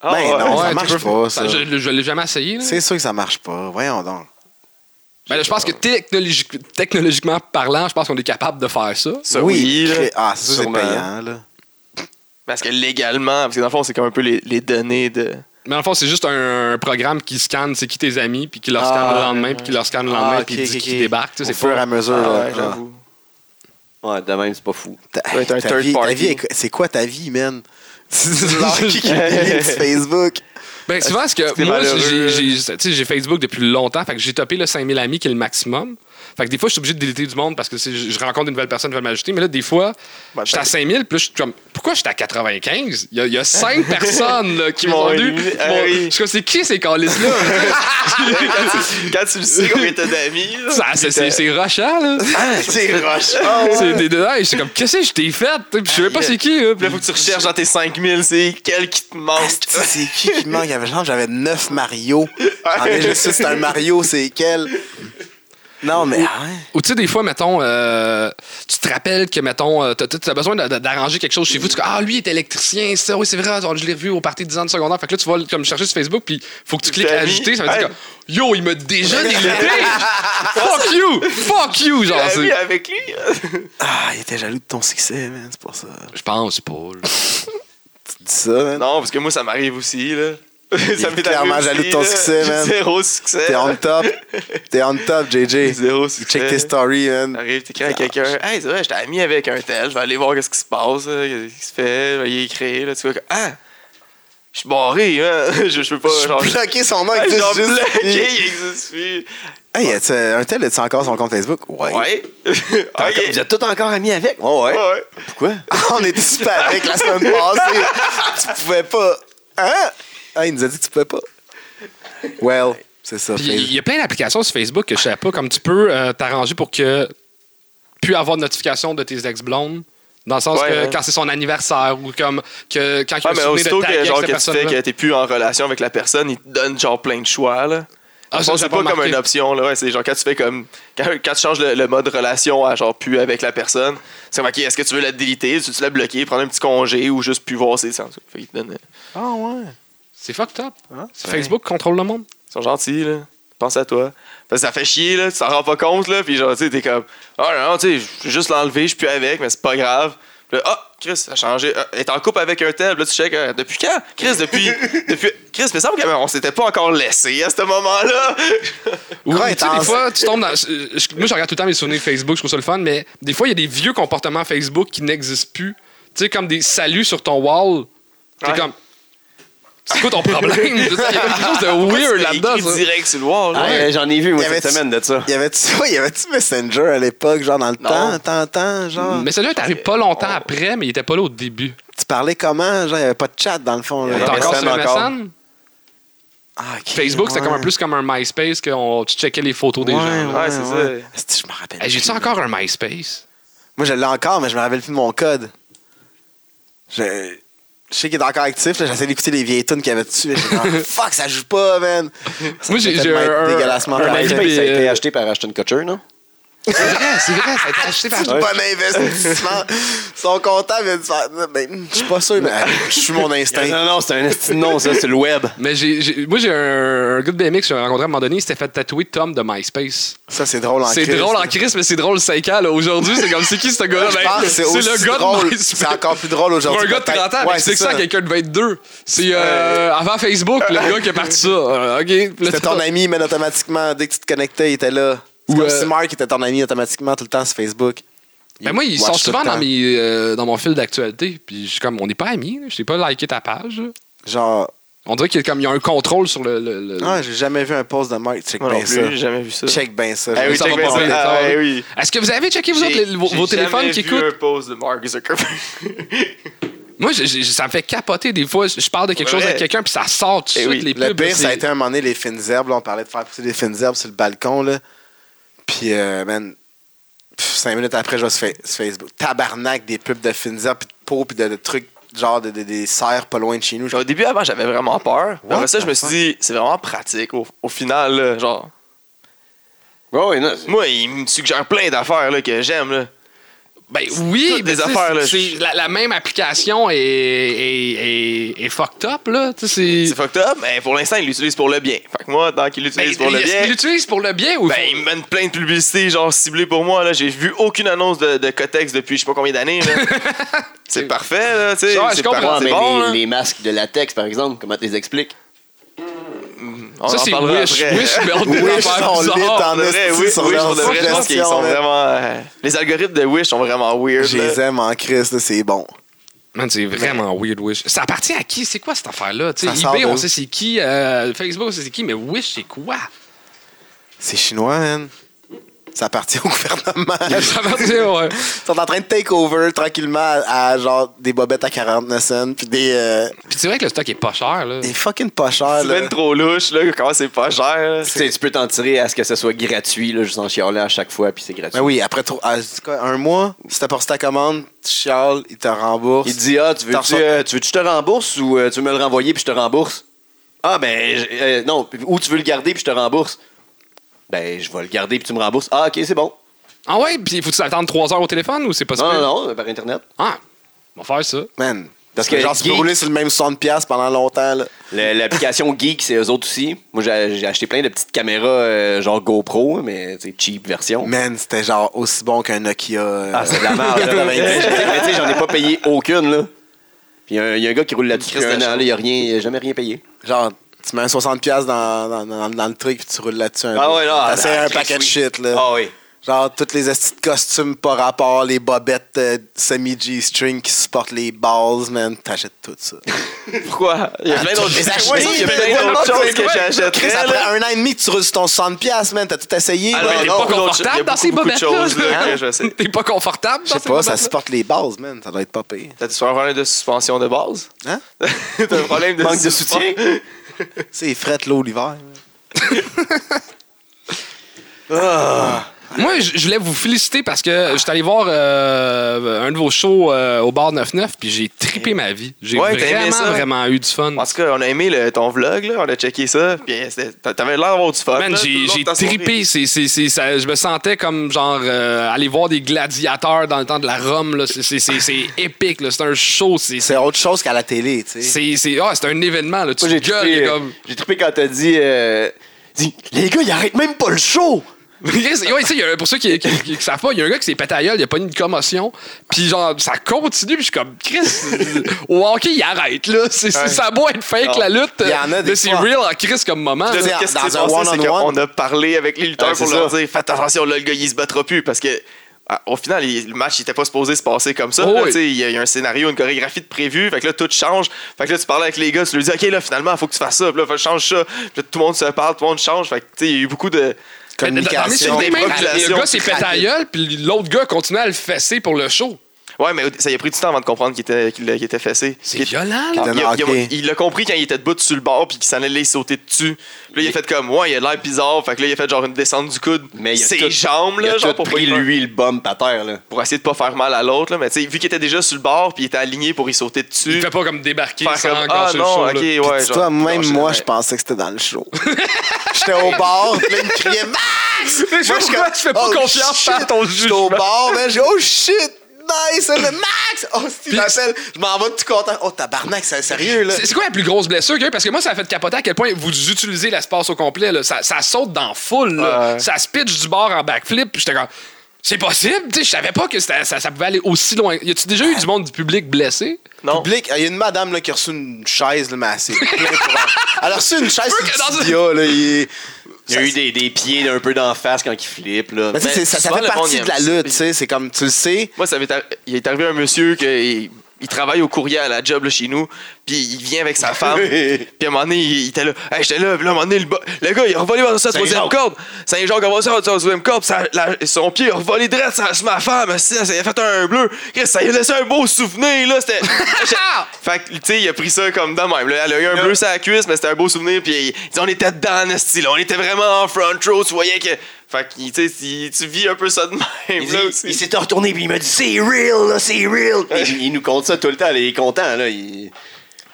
[SPEAKER 2] Ah,
[SPEAKER 3] Ben
[SPEAKER 2] ouais.
[SPEAKER 3] non. Ça
[SPEAKER 4] tu
[SPEAKER 3] marche
[SPEAKER 4] peux-
[SPEAKER 3] pas, ça.
[SPEAKER 4] Je, je l'ai jamais essayé. là.
[SPEAKER 3] C'est sûr que ça marche pas. Voyons donc.
[SPEAKER 4] Mais là, je pense que technologique- technologiquement parlant, je pense qu'on est capable de faire ça.
[SPEAKER 2] Ça, oui, là.
[SPEAKER 3] Chris- ah, c'est sûr que c'est
[SPEAKER 2] Sûrement.
[SPEAKER 3] payant, là.
[SPEAKER 2] Parce que légalement, parce que dans le fond, c'est comme un peu les, les données de.
[SPEAKER 4] Mais dans le fond, c'est juste un, un programme qui scanne c'est qui tes amis, puis qui leur
[SPEAKER 3] Ah,
[SPEAKER 4] scanne le lendemain, puis qui leur scanne le lendemain,
[SPEAKER 3] Ah, ok,
[SPEAKER 4] puis il dit
[SPEAKER 3] ok,
[SPEAKER 4] qui
[SPEAKER 3] ok.
[SPEAKER 4] débarque. tu sais,
[SPEAKER 3] Au
[SPEAKER 4] C'est
[SPEAKER 3] fur et à
[SPEAKER 4] pas.
[SPEAKER 3] mesure.
[SPEAKER 2] Ah,
[SPEAKER 3] là,
[SPEAKER 2] ouais, j'avoue.
[SPEAKER 1] Ouais, de même, c'est pas fou.
[SPEAKER 3] Ta,
[SPEAKER 2] Ça doit être un
[SPEAKER 3] ta
[SPEAKER 2] third
[SPEAKER 3] vie, ta
[SPEAKER 2] party.
[SPEAKER 3] vie est quoi- c'est quoi ta vie, man? C'est genre qui qui publie sur Facebook.
[SPEAKER 4] Ben, souvent, parce que
[SPEAKER 2] Euh, C'était
[SPEAKER 4] moi,
[SPEAKER 2] malheureux.
[SPEAKER 4] j'ai- j'ai- tu sais, j'ai Facebook depuis longtemps, fait que j'ai topé le 5000 amis qui est le maximum. Fait que des fois, je suis obligé de déliter du monde parce que c'est- je je rencontre une nouvelle personne qui va m'ajouter. Mais là, des fois,
[SPEAKER 2] Ben,
[SPEAKER 4] je suis à
[SPEAKER 2] t'as-
[SPEAKER 4] 5000, puis là, je suis comme, pourquoi je suis à 95? Il y a- il y, a 5 personnes là, qui m'ont
[SPEAKER 2] m'ont
[SPEAKER 4] lu.
[SPEAKER 2] éliminé.
[SPEAKER 4] qui
[SPEAKER 2] Ah
[SPEAKER 4] m'ont-
[SPEAKER 2] oui.
[SPEAKER 4] Je suis comme, c'est qui ces calices-là?
[SPEAKER 2] quand, tu, quand tu le sais combien t'as d'amis. là,
[SPEAKER 4] Ça, c'est- c'est c'est rochant, là.
[SPEAKER 2] Ah,
[SPEAKER 3] C'est roche.
[SPEAKER 4] C'est des détails. Je suis comme, qu'est-ce que je t'ai fait? Puis je
[SPEAKER 2] Ah,
[SPEAKER 4] savais pas c'est qui. là.
[SPEAKER 2] Puis Là, faut que tu recherches dans tes 5000, c'est quel qui te manque.
[SPEAKER 3] Asti, C'est qui qui manque? Il y avait- genre, J'avais neuf Mario. Ah, J'en ai juste six, c'est un Mario, c'est quel? Non, mais. ah ouais.
[SPEAKER 4] Ou tu sais, des fois, mettons, euh, tu te rappelles que, mettons, euh, t'as- t'as t'as besoin d'a- d'arranger quelque chose chez vous. Tu dis, ah, lui, il est électricien, ça, oui, c'est vrai, attends, je l'ai revu au parti de 10 ans de secondaire. Fait que là, tu vas le- comme chercher sur Facebook, puis faut que tu cliques
[SPEAKER 2] T'as mis-
[SPEAKER 4] ajouter. Ça veut dire
[SPEAKER 2] Hey.
[SPEAKER 4] que, yo, il m'a déjà délité! Fuck you! Fuck you! Genre,
[SPEAKER 2] T'as
[SPEAKER 4] c'est-
[SPEAKER 2] mis avec lui.
[SPEAKER 3] Ah, il était jaloux de ton succès, man. C'est pour ça.
[SPEAKER 4] je pense pas. là.
[SPEAKER 3] Tu dis ça, man.
[SPEAKER 2] Non, parce que moi, ça m'arrive aussi, là. ça m'est
[SPEAKER 3] clairement
[SPEAKER 2] arrivé
[SPEAKER 3] jaloux de ton
[SPEAKER 2] aussi,
[SPEAKER 3] succès,
[SPEAKER 2] là.
[SPEAKER 3] man.
[SPEAKER 2] Zéro succès.
[SPEAKER 3] T'es on top. T'es on top, JJ.
[SPEAKER 2] Zéro
[SPEAKER 3] Check
[SPEAKER 2] succès.
[SPEAKER 3] tes stories, man.
[SPEAKER 2] T'arrives, t'écris à quelqu'un. Hey, c'est vrai, j'étais ami avec un tel. Je vais aller voir qu'est-ce qui se passe, là, qu'est-ce qui se fait. Je vais y écrire, là. Tu vois que. Ah! Je suis barré, man. Je, je peux pas. Genre,
[SPEAKER 3] Bloquer son nom
[SPEAKER 2] Ah,
[SPEAKER 3] existe
[SPEAKER 2] genre,
[SPEAKER 3] juste.
[SPEAKER 2] bloqué, il existe plus.
[SPEAKER 3] Hey, y a-tu un tel, a-tu encore son compte Facebook? Ouais.
[SPEAKER 2] Ouais. Ah,
[SPEAKER 1] T'as encore-
[SPEAKER 2] Ok.
[SPEAKER 1] Vous êtes tous encore amis avec? Ouais, ouais.
[SPEAKER 2] Ouais.
[SPEAKER 1] Pourquoi?
[SPEAKER 3] On était super avec la semaine passée. tu pouvais pas. Hein? Ah, il nous a dit que tu pouvais pas. Well, c'est ça.
[SPEAKER 4] Puis il
[SPEAKER 3] Facebook.
[SPEAKER 4] y a plein d'applications sur Facebook que je savais pas. Comme tu peux euh, t'arranger pour que plus avoir de notification de tes ex-blondes. Dans le sens
[SPEAKER 2] Ouais,
[SPEAKER 4] que
[SPEAKER 2] ouais.
[SPEAKER 4] quand c'est son anniversaire ou comme que quand il y a un
[SPEAKER 2] Ouais, Ah, mais
[SPEAKER 4] souvenir de
[SPEAKER 2] aussitôt
[SPEAKER 4] taguer
[SPEAKER 2] que,
[SPEAKER 4] avec
[SPEAKER 2] genre,
[SPEAKER 4] cette
[SPEAKER 2] que tu fais
[SPEAKER 4] personne-là.
[SPEAKER 2] que t'es plus en relation avec la personne, il te donne genre plein de choix. Là.
[SPEAKER 4] Ah,
[SPEAKER 2] Je
[SPEAKER 4] ça,
[SPEAKER 2] pense
[SPEAKER 4] j'ai
[SPEAKER 2] que c'est pas
[SPEAKER 4] pas
[SPEAKER 2] comme
[SPEAKER 4] remarqué.
[SPEAKER 2] une option. Là. Ouais, c'est genre quand tu fais comme. Quand, quand tu changes le, le mode relation à genre plus avec la personne, c'est comme, ok, est-ce que tu veux la déliter, tu veux la bloquer, prendre un petit congé ou juste plus voir ses sens. Fait qu'ils te euh, donnent-
[SPEAKER 3] Ah ouais.
[SPEAKER 4] C'est fucked up.
[SPEAKER 3] Ah,
[SPEAKER 4] C'est Facebook contrôle le monde.
[SPEAKER 2] Ils sont gentils, là. Pense à toi. Parce que ça fait chier, là. Tu t'en rends pas compte, là. Puis genre, tu sais, t'es comme. Oh non, tu sais, je vais juste l'enlever, je suis plus avec, mais c'est pas grave. Puis là, ah, Chris, ça a changé. Ah, elle est en couple avec un tel. Là, tu check. ah, depuis quand? Chris, depuis. depuis... Chris, mais semble qu'on s'était pas encore laissé à ce moment-là.
[SPEAKER 4] Ou,
[SPEAKER 3] Ouais,
[SPEAKER 4] tu sais,
[SPEAKER 3] t'en-
[SPEAKER 4] des fois, tu tombes dans. je- je- moi, je regarde tout le temps mes souvenirs Facebook, je trouve ça le fun, mais des fois, il y a des vieux comportements Facebook qui n'existent plus. Tu sais, comme des saluts sur ton wall. T'es
[SPEAKER 2] Ouais.
[SPEAKER 4] comme. C'est quoi ton problème? Il y a quelque chose de weird
[SPEAKER 2] Parce que
[SPEAKER 4] là-dedans.
[SPEAKER 2] écrit
[SPEAKER 4] ça.
[SPEAKER 2] direct sur le wall, là.
[SPEAKER 1] Ouais, J'en ai vu, moi,
[SPEAKER 3] Y avait-
[SPEAKER 1] cette semaine de ça.
[SPEAKER 3] Il y avait-tu ouais, il y avait-tu Messenger à l'époque, genre dans le
[SPEAKER 2] Non.
[SPEAKER 3] temps, temps, temps, genre.
[SPEAKER 4] Mais celui-là est arrivé pas longtemps après, mais il était pas là au début.
[SPEAKER 3] Tu parlais comment? Genre, il n'y avait pas de chat dans le fond.
[SPEAKER 4] T'es
[SPEAKER 3] Là.
[SPEAKER 2] avait
[SPEAKER 4] encore
[SPEAKER 2] MSN
[SPEAKER 4] sur
[SPEAKER 2] encore.
[SPEAKER 4] MSN?
[SPEAKER 3] Ah, ok,
[SPEAKER 4] Facebook, c'était
[SPEAKER 3] ouais.
[SPEAKER 4] comme un, plus comme un MySpace que on- tu checkais les photos des
[SPEAKER 3] Ouais,
[SPEAKER 4] gens. là.
[SPEAKER 2] Ouais, c'est ça.
[SPEAKER 3] Asti, Je me rappelle.
[SPEAKER 4] Hey, J'ai-tu
[SPEAKER 3] plus.
[SPEAKER 4] encore un MySpace?
[SPEAKER 3] Moi, je l'ai encore, mais je me rappelle plus de mon code. Je, je sais qu'il est encore actif. là. J'essaie d'écouter les vieilles tunes qu'il y avait dessus. mais j'étais comme, Fuck, ça joue pas, man. Ça
[SPEAKER 4] Moi, j'ai-
[SPEAKER 3] devait
[SPEAKER 4] j'ai
[SPEAKER 3] tellement être
[SPEAKER 4] un-
[SPEAKER 3] dégueulassement
[SPEAKER 4] un
[SPEAKER 1] Un
[SPEAKER 3] raide.
[SPEAKER 4] ami-
[SPEAKER 1] MySpace a été acheté par Ashton Kutcher, non?
[SPEAKER 4] C'est vrai, c'est vrai, ça a été acheté par
[SPEAKER 3] C'est un bon investissement. Ils sont contents, mais ils font, Ben, je suis pas sûr, mais je suis mon instinct.
[SPEAKER 1] Non, non, c'est un esti de nom, ça, c'est le web.
[SPEAKER 4] Mais j'ai, j'ai- moi, j'ai un, un gars de BMX que j'ai rencontré à un moment donné, il s'était fait tatouer Tom de MySpace.
[SPEAKER 3] Ça, c'est drôle en
[SPEAKER 4] C'est
[SPEAKER 3] crise.
[SPEAKER 4] drôle en crise, mais c'est drôle 5 ans. là. Aujourd'hui, c'est comme c'est qui ce gars-là?
[SPEAKER 3] Je
[SPEAKER 4] Ben,
[SPEAKER 3] pense que
[SPEAKER 4] c'est
[SPEAKER 3] aussi
[SPEAKER 4] le gars de
[SPEAKER 3] drôle.
[SPEAKER 4] MySpace.
[SPEAKER 3] C'est encore plus drôle
[SPEAKER 4] Pour
[SPEAKER 3] aujourd'hui.
[SPEAKER 4] un gars de 30 ans,
[SPEAKER 3] peut-être.
[SPEAKER 4] mais c'est que ça, quelqu'un de 22. C'est euh,
[SPEAKER 2] Ouais.
[SPEAKER 4] avant Facebook, le gars qui a parti ça. Euh, OK. Puis là,
[SPEAKER 3] C'était ton ami, mais automatiquement, dès que tu te connectais, il était là. C'est
[SPEAKER 4] Ou,
[SPEAKER 3] comme
[SPEAKER 4] euh,
[SPEAKER 3] si Mark était ton ami automatiquement tout le temps sur Facebook.
[SPEAKER 4] Ben moi, ils
[SPEAKER 3] watch
[SPEAKER 4] sont
[SPEAKER 3] tout le
[SPEAKER 4] souvent dans,
[SPEAKER 3] temps.
[SPEAKER 4] mes, euh, dans mon fil d'actualité. Puis je suis comme, on n'est pas amis. là. Je t'ai pas liké ta page. là.
[SPEAKER 3] Genre,
[SPEAKER 4] On dirait qu'il y a comme- il y a un contrôle sur le. le- le-
[SPEAKER 3] ah, j'ai jamais vu un post de Mark. Check
[SPEAKER 2] Moi non
[SPEAKER 3] bien
[SPEAKER 2] plus,
[SPEAKER 3] ça. Eh
[SPEAKER 2] j'ai jamais vu ça.
[SPEAKER 3] Check bien ça.
[SPEAKER 2] Ah oui,
[SPEAKER 4] Ben, Ça
[SPEAKER 2] check
[SPEAKER 4] va
[SPEAKER 2] bien
[SPEAKER 4] pas bien,
[SPEAKER 2] ça.
[SPEAKER 4] ça
[SPEAKER 2] Ah
[SPEAKER 4] va.
[SPEAKER 2] ouais, oui.
[SPEAKER 4] Est-ce que vous avez checké, hein. vous autres,
[SPEAKER 2] J'ai-
[SPEAKER 4] les- vos, vos
[SPEAKER 2] j'ai
[SPEAKER 4] téléphones
[SPEAKER 2] jamais
[SPEAKER 4] qui
[SPEAKER 2] vu
[SPEAKER 4] écoutent?
[SPEAKER 2] un post de Mark Zuckerberg.
[SPEAKER 4] Moi, j'ai- j'ai- ça me fait capoter des fois. Je parle de quelque chose
[SPEAKER 2] Ouais.
[SPEAKER 4] à quelqu'un, puis ça sort tout de
[SPEAKER 2] Eh
[SPEAKER 4] suite
[SPEAKER 2] oui.
[SPEAKER 4] les pubs.
[SPEAKER 3] Le pire,
[SPEAKER 4] là,
[SPEAKER 3] ça a
[SPEAKER 4] c'est-
[SPEAKER 3] été un moment donné, les fines herbes. là, on parlait de faire pousser des fines herbes sur le balcon. Là. Puis, euh, man, pff, cinq minutes après, je vois sur, Fa- sur Facebook. Tabarnak des pubs de fines herbes, puis de peau, puis de, de trucs, genre de, de- des serres pas loin de chez nous.
[SPEAKER 2] Genre, au début, avant, j'avais vraiment peur.
[SPEAKER 3] What
[SPEAKER 2] Après ça, je
[SPEAKER 3] the
[SPEAKER 2] me suis
[SPEAKER 3] fuck?
[SPEAKER 2] dit, c'est vraiment pratique au, au final. là, genre,
[SPEAKER 1] Ouais, ouais, non. c'est-
[SPEAKER 2] moi, il me suggère plein d'affaires là, que j'aime. là.
[SPEAKER 4] Ben oui,
[SPEAKER 2] toutes
[SPEAKER 4] mais
[SPEAKER 2] des
[SPEAKER 4] tu sais,
[SPEAKER 2] affaires, là.
[SPEAKER 4] c'est- La, la même application est, est, est- est fucked up, là. Tu sais,
[SPEAKER 2] C'est
[SPEAKER 4] c'est.
[SPEAKER 2] fucked up, mais pour l'instant, il l'utilise pour le bien. Fait que moi, tant qu'il l'utilise
[SPEAKER 4] Ben,
[SPEAKER 2] pour le
[SPEAKER 4] est-ce
[SPEAKER 2] bien,
[SPEAKER 4] qu'ils l'utilisent pour le bien ou
[SPEAKER 2] ben, il me donne plein de publicités genre ciblées pour moi. Là. J'ai vu aucune annonce de, de Cotex depuis je sais pas combien d'années. là. c'est parfait, là, tu sais.
[SPEAKER 4] Ouais, je
[SPEAKER 2] c'est
[SPEAKER 4] comprends,
[SPEAKER 2] parfait,
[SPEAKER 1] Ouais,
[SPEAKER 2] c'est
[SPEAKER 1] mais
[SPEAKER 2] bon, là.
[SPEAKER 1] les, les masques de latex, par exemple, comment tu les expliques?
[SPEAKER 2] On
[SPEAKER 4] Ça,
[SPEAKER 2] en
[SPEAKER 4] c'est
[SPEAKER 2] parlera
[SPEAKER 4] Wish.
[SPEAKER 2] après.
[SPEAKER 4] Wish, mais on
[SPEAKER 3] Wish
[SPEAKER 4] devrait
[SPEAKER 3] sont
[SPEAKER 4] faire
[SPEAKER 3] lit
[SPEAKER 4] bizarre.
[SPEAKER 3] en-
[SPEAKER 2] On devrait,
[SPEAKER 3] esti
[SPEAKER 2] oui,
[SPEAKER 3] sur
[SPEAKER 2] oui,
[SPEAKER 3] leurs
[SPEAKER 2] on devrait, parce qu'ils
[SPEAKER 3] suggestions,
[SPEAKER 2] sont
[SPEAKER 3] man.
[SPEAKER 2] vraiment. euh, les algorithmes de Wish sont vraiment weird.
[SPEAKER 3] Je
[SPEAKER 2] là.
[SPEAKER 3] les aime en Christ, là, c'est bon.
[SPEAKER 4] Man, c'est vraiment weird, Wish. Ça appartient à qui? C'est quoi cette affaire-là? Tu sais,
[SPEAKER 3] Ça sort
[SPEAKER 4] eBay,
[SPEAKER 3] de
[SPEAKER 4] on
[SPEAKER 3] où?
[SPEAKER 4] sait c'est qui. euh, Facebook, on sait c'est qui. Mais Wish, c'est quoi?
[SPEAKER 3] C'est chinois, man. Ça appartient au gouvernement.
[SPEAKER 4] ça appartient, euh. ouais.
[SPEAKER 3] Ils sont en train de take over tranquillement à, à, genre des bobettes à 49 cents, puis des, euh,
[SPEAKER 4] Puis c'est vrai que le stock est pas cher, là.
[SPEAKER 3] des fucking pas chers.
[SPEAKER 2] C'est
[SPEAKER 3] là.
[SPEAKER 2] même trop louche, là, comment c'est pas cher. là.
[SPEAKER 1] Tu sais, tu peux t'en tirer à ce que ce soit gratuit, là, juste en chialant à chaque fois, puis c'est gratuit.
[SPEAKER 3] Ben oui, après trop, ah, c'est quoi, un mois, si t'as porté ta commande, tu chiales, ils te remboursent.
[SPEAKER 1] Il te dit Ah, tu veux,
[SPEAKER 3] T'en
[SPEAKER 1] tu,
[SPEAKER 3] reçois-
[SPEAKER 1] euh, tu veux que je te rembourse ou euh, tu veux me le renvoyer puis je te rembourse Ah, ben, je- euh, non, ou tu veux le garder puis je te rembourse Ben, je vais le garder puis tu me rembourses. Ah, ok, c'est bon.
[SPEAKER 4] Ah ouais? Puis faut-tu attendre 3 heures au téléphone ou c'est possible?
[SPEAKER 1] Non, non, non, par Internet.
[SPEAKER 4] Ah, on va faire ça.
[SPEAKER 3] Man.
[SPEAKER 1] Parce
[SPEAKER 3] Parce
[SPEAKER 1] que
[SPEAKER 3] que genre, tu peux
[SPEAKER 1] geek-
[SPEAKER 3] rouler sur le même 60$ piastres pendant longtemps. Là.
[SPEAKER 1] Le- L'application Geek, c'est eux autres aussi. Moi, j'ai j'ai acheté plein de petites caméras euh, genre GoPro, mais c'est cheap version.
[SPEAKER 3] Man, c'était genre aussi bon qu'un Nokia. euh,
[SPEAKER 1] Oh. Ah, c'est de la merde. là. Mais tu sais, j'en ai pas payé aucune, là. Puis il y, a un- y a un gars qui roule là-dessus depuis
[SPEAKER 2] Christ
[SPEAKER 1] un
[SPEAKER 2] de
[SPEAKER 1] an, là, il a rien, il a jamais rien payé.
[SPEAKER 3] genre, tu mets un 60$ piastres dans, dans, dans, dans le truc puis tu roules là-dessus un
[SPEAKER 1] Ah
[SPEAKER 3] peu.
[SPEAKER 1] ouais, non,
[SPEAKER 3] T'essaies
[SPEAKER 1] ah,
[SPEAKER 3] un
[SPEAKER 1] Chris,
[SPEAKER 3] paquet de
[SPEAKER 1] oui. Ah.
[SPEAKER 3] shit, là.
[SPEAKER 2] Ah
[SPEAKER 1] oui.
[SPEAKER 3] Genre, toutes les estis de costumes par rapport, les bobettes euh, semi-G-string qui supportent les balls, man. T'achètes tout ça.
[SPEAKER 2] Pourquoi? Il y a plein
[SPEAKER 3] tu
[SPEAKER 2] d'autres
[SPEAKER 3] les achètes,
[SPEAKER 2] Oui, il y a
[SPEAKER 3] mais
[SPEAKER 2] plein
[SPEAKER 3] tellement
[SPEAKER 2] d'autres choses
[SPEAKER 3] que-
[SPEAKER 2] que j'achèterais.
[SPEAKER 3] Chris, après
[SPEAKER 2] là.
[SPEAKER 3] un an et demi que tu roules sur ton 60$, piastres, man, t'as tout essayé.
[SPEAKER 2] Ah,
[SPEAKER 3] là.
[SPEAKER 2] mais
[SPEAKER 4] T'es
[SPEAKER 2] non,
[SPEAKER 4] pas
[SPEAKER 2] beaucoup d'autres- il y
[SPEAKER 4] confortable
[SPEAKER 2] a
[SPEAKER 4] dans
[SPEAKER 2] beaucoup,
[SPEAKER 4] ces
[SPEAKER 2] beaucoup de
[SPEAKER 4] bobettes là.
[SPEAKER 2] choses, là, que je sais.
[SPEAKER 4] T'es pas confortable
[SPEAKER 3] Je
[SPEAKER 4] dans
[SPEAKER 3] sais
[SPEAKER 4] ces
[SPEAKER 3] pas, ça
[SPEAKER 4] bobettes-là?
[SPEAKER 3] supporte les bases, man. Ça doit être pas payé.
[SPEAKER 2] T'as-tu un problème de suspension de base?
[SPEAKER 3] Hein?
[SPEAKER 2] T'as un problème de
[SPEAKER 1] Manque de
[SPEAKER 2] suspension?
[SPEAKER 1] soutien.
[SPEAKER 3] C'est frette l'eau l'hiver.
[SPEAKER 4] Moi, je je voulais vous féliciter parce que j'étais allé voir euh, un de vos shows euh, au bar 99 puis j'ai trippé ma vie. J'ai
[SPEAKER 2] Ouais, t'as aimé
[SPEAKER 4] vraiment,
[SPEAKER 2] ça?
[SPEAKER 4] vraiment eu du fun.
[SPEAKER 2] En tout cas, on a aimé le- ton vlog, là, on a checké ça. Puis euh, c'était- t'a- t'avais l'air d'avoir du fun.
[SPEAKER 4] Man,
[SPEAKER 2] là, tout
[SPEAKER 4] j'ai
[SPEAKER 2] le long
[SPEAKER 4] j'ai
[SPEAKER 2] de ta soirée.
[SPEAKER 4] trippé. C'est- c'est- c'est- ça- je me sentais comme genre euh, aller voir des gladiateurs dans le temps de la Rome. là. C'est- C'est c'est- c'est épique. là. C'est un show. C'est
[SPEAKER 3] C'est autre chose qu'à la télé, tu sais.
[SPEAKER 4] c'est- c'est- ah, c'est un événement. Là. Tu
[SPEAKER 1] Moi, j'ai
[SPEAKER 4] gueules.
[SPEAKER 1] trippé,
[SPEAKER 4] t'es
[SPEAKER 1] euh,
[SPEAKER 4] comme...
[SPEAKER 1] j'ai trippé quand t'as dit, euh, dit, Les gars, ils arrêtent même pas le show!
[SPEAKER 4] Chris, ouais, tu sais, il y a un- pour ceux qui, qui, qui- qui savent pas, il y a un gars qui s'est pété à la gueule, il a pas eu une commotion, puis genre, ça continue, puis je suis comme, Chris, au hockey, il arrête, là. C'est, c'est-
[SPEAKER 2] Ouais.
[SPEAKER 4] Ça doit être fake,
[SPEAKER 2] Non.
[SPEAKER 4] la lutte.
[SPEAKER 3] Il y en a des
[SPEAKER 4] mais c'est
[SPEAKER 3] fois.
[SPEAKER 4] real en Chris comme moment.
[SPEAKER 2] Là,
[SPEAKER 4] là.
[SPEAKER 3] C'est-
[SPEAKER 2] Qu'est-ce qui
[SPEAKER 3] dans
[SPEAKER 2] s'est
[SPEAKER 3] un
[SPEAKER 2] passé, c'est
[SPEAKER 3] one-on-one.
[SPEAKER 2] qu'on a parlé avec les lutteurs
[SPEAKER 1] Ouais, c'est
[SPEAKER 2] pour leur
[SPEAKER 1] ça.
[SPEAKER 2] dire faites attention, là, le gars, il se battra plus. Parce que, à- au final, il- le match, il était pas supposé se passer comme ça.
[SPEAKER 4] Oh
[SPEAKER 2] là,
[SPEAKER 4] oui.
[SPEAKER 2] tu sais, Il y, a- il y a un scénario, une chorégraphie de prévu. Fait que là, tout change. Fait que là, tu parlais avec les gars, tu leur dis OK, là, finalement, il faut que tu fasses ça. Puis là, faut que tu changes ça. Puis là, tout le monde se parle, tout le monde change. Fait que, tu sais, il y a eu beaucoup de.
[SPEAKER 4] Mais dans- dans mes
[SPEAKER 3] Communication.
[SPEAKER 4] souvenirs, même, le
[SPEAKER 2] improvisation,
[SPEAKER 4] gars s'est pété à la
[SPEAKER 3] rapide.
[SPEAKER 4] gueule, puis l'autre gars continue à le fesser pour le show.
[SPEAKER 2] Ouais, mais ça y a pris du temps avant de comprendre qu'il était, qu'il qu'il était fessé.
[SPEAKER 4] C'est
[SPEAKER 2] Qu'il-
[SPEAKER 4] violent, là.
[SPEAKER 2] Il a- il a-
[SPEAKER 3] Ok.
[SPEAKER 2] il l'a compris quand il était debout sur le bord puis qu'il s'en allait sauter dessus. Puis là, il a fait comme, ouais, il a l'air bizarre. Fait que là, il a fait genre une descente du coude.
[SPEAKER 1] Mais il a
[SPEAKER 2] ses
[SPEAKER 1] tout-
[SPEAKER 2] jambes, là,
[SPEAKER 1] il a
[SPEAKER 2] genre
[SPEAKER 1] tout
[SPEAKER 2] pour pas
[SPEAKER 1] pris,
[SPEAKER 2] qu'il-
[SPEAKER 1] lui, le bump à terre, là.
[SPEAKER 2] pour essayer de pas faire mal à l'autre. là. Mais tu sais, vu qu'il était déjà sur le bord puis il était aligné pour y sauter dessus.
[SPEAKER 4] Il fait pas comme débarquer
[SPEAKER 2] faire
[SPEAKER 4] sans
[SPEAKER 2] comme,
[SPEAKER 4] gâcher
[SPEAKER 2] ah
[SPEAKER 4] le show,
[SPEAKER 2] non,
[SPEAKER 4] là.
[SPEAKER 2] ok, ouais.
[SPEAKER 3] Puis
[SPEAKER 2] genre,
[SPEAKER 3] toi, même
[SPEAKER 2] lâcher
[SPEAKER 3] moi,
[SPEAKER 2] la
[SPEAKER 3] je pensais que c'était dans le show. J'étais au bar, puis là, il me criait Max! Moi,
[SPEAKER 4] sais pas
[SPEAKER 3] suis
[SPEAKER 4] pourquoi
[SPEAKER 3] comme,
[SPEAKER 4] tu fais pas
[SPEAKER 3] oh,
[SPEAKER 4] confiance
[SPEAKER 3] shit!
[SPEAKER 4] par ton
[SPEAKER 3] J'étais
[SPEAKER 4] jugement.
[SPEAKER 3] au bar, ben, j'ai oh shit! Nice! Le Max! Oh, si tu
[SPEAKER 4] Puis-
[SPEAKER 3] m'appelles, je m'en vais tout content. Oh, tabarnak, c'est sérieux, là!
[SPEAKER 4] C'est c'est quoi la plus grosse blessure qu'il y a eu? Parce que moi, ça a fait capoter à quel point vous utilisez l'espace au complet. Là. Ça, ça saute dans full. Là.
[SPEAKER 2] Ouais.
[SPEAKER 4] Ça se pitch du bord en backflip. Puis J'étais comme, c'est possible? Tu sais, Je savais pas que c'était- ça, ça pouvait aller aussi loin. Y a-tu déjà eu du monde du public blessé?
[SPEAKER 2] Non.
[SPEAKER 3] Public, il y a une madame là, qui a reçu une chaise, là, mais elle s'est plainte pour elle. Elle a reçu une chaise,
[SPEAKER 4] veux que dans
[SPEAKER 3] c'est
[SPEAKER 4] un-
[SPEAKER 3] du gars, là, il-
[SPEAKER 1] Il y a eu des, des pieds un peu d'en face quand il flippe, là.
[SPEAKER 3] Mais tu sais, c'est- ça, ça
[SPEAKER 2] souvent,
[SPEAKER 3] fait
[SPEAKER 2] le monde,
[SPEAKER 3] partie
[SPEAKER 2] il
[SPEAKER 3] de la
[SPEAKER 2] aime ça.
[SPEAKER 3] lutte, tu sais. C'est comme, tu le sais.
[SPEAKER 2] Moi, ça m'est arri- il est arrivé un monsieur que il, il travaille au courrier à la job là, chez nous, puis il vient avec sa femme. puis à un moment donné, il, il était là, hey, j'étais là, puis là, à un moment donné, le, bo- le gars, il a revolé vers sa troisième
[SPEAKER 1] Saint-Jacques.
[SPEAKER 2] corde. Saint-Jean a ça, sa troisième corde, puis sa- la- son pied a revolé direct, ça ma femme, aussi, ça, a fait un bleu. Chris, ça lui a laissé un beau souvenir, là, c'était. Ah. fait que, tu sais, il a pris ça comme de même. là. Elle a eu un bleu sur la cuisse, mais c'était un beau souvenir, puis il, il dit, on était dedans, esti, là, on était vraiment en front row, tu voyais que. Fait que, tu sais, si- tu vis un peu ça de même.
[SPEAKER 1] Il,
[SPEAKER 2] là,
[SPEAKER 1] dit-
[SPEAKER 2] aussi.
[SPEAKER 1] il s'est retourné puis il m'a dit c'est real là, c'est real. Il, il nous compte ça tout le temps, là, il est content là. il-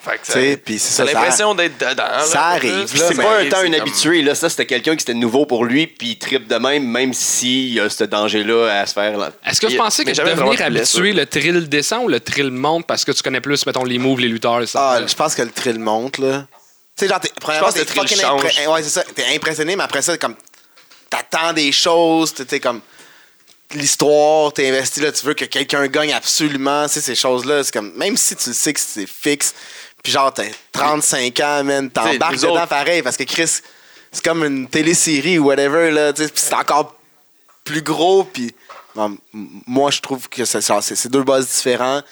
[SPEAKER 2] Fait que
[SPEAKER 3] Tu
[SPEAKER 2] ça-
[SPEAKER 3] sais, puis c'est
[SPEAKER 2] T'as
[SPEAKER 3] ça. ça-
[SPEAKER 2] l'impression d'être dedans. là.
[SPEAKER 3] ça arrive,
[SPEAKER 2] Puis
[SPEAKER 1] Puis ben, C'est
[SPEAKER 3] mais
[SPEAKER 1] pas un
[SPEAKER 2] c'est
[SPEAKER 1] temps un
[SPEAKER 2] comme-
[SPEAKER 1] habitué là, ça c'était quelqu'un qui c'était nouveau pour lui puis il tripe de même même s'il y a ce danger là à se faire là.
[SPEAKER 4] Est-ce que vous
[SPEAKER 2] Il-
[SPEAKER 4] pensez que
[SPEAKER 2] mais jamais
[SPEAKER 4] devenir
[SPEAKER 2] vraiment de blessure.
[SPEAKER 4] habitué, le thrill descend ou le thrill monte parce que tu connais plus, mettons, les moves, les lutteurs? Ça,
[SPEAKER 3] Ah, je pense que le thrill monte, là. Tu sais, genre, t'es, premièrement,
[SPEAKER 2] pense
[SPEAKER 3] t'es
[SPEAKER 2] que le thrill
[SPEAKER 3] fucking
[SPEAKER 2] change.
[SPEAKER 3] impré- Ouais, c'est ça. T'es impressionné, mais après ça, comme. T'attends des choses, t'es, t'es comme. L'histoire, t'es investi là, tu veux que quelqu'un gagne absolument, tu sais, ces choses-là. C'est comme. Même si tu le sais que c'est fixe, puis genre, t'as 35 ans, man,
[SPEAKER 2] T'sais,
[SPEAKER 3] t'embarques
[SPEAKER 2] nous
[SPEAKER 3] dedans
[SPEAKER 2] autres-
[SPEAKER 3] pareil, parce que Chris, c'est comme une télésérie ou whatever, là, tu sais, puis c'est encore plus gros, puis. bon, m- moi, je trouve que c'est, c'est- c'est deux bases différentes.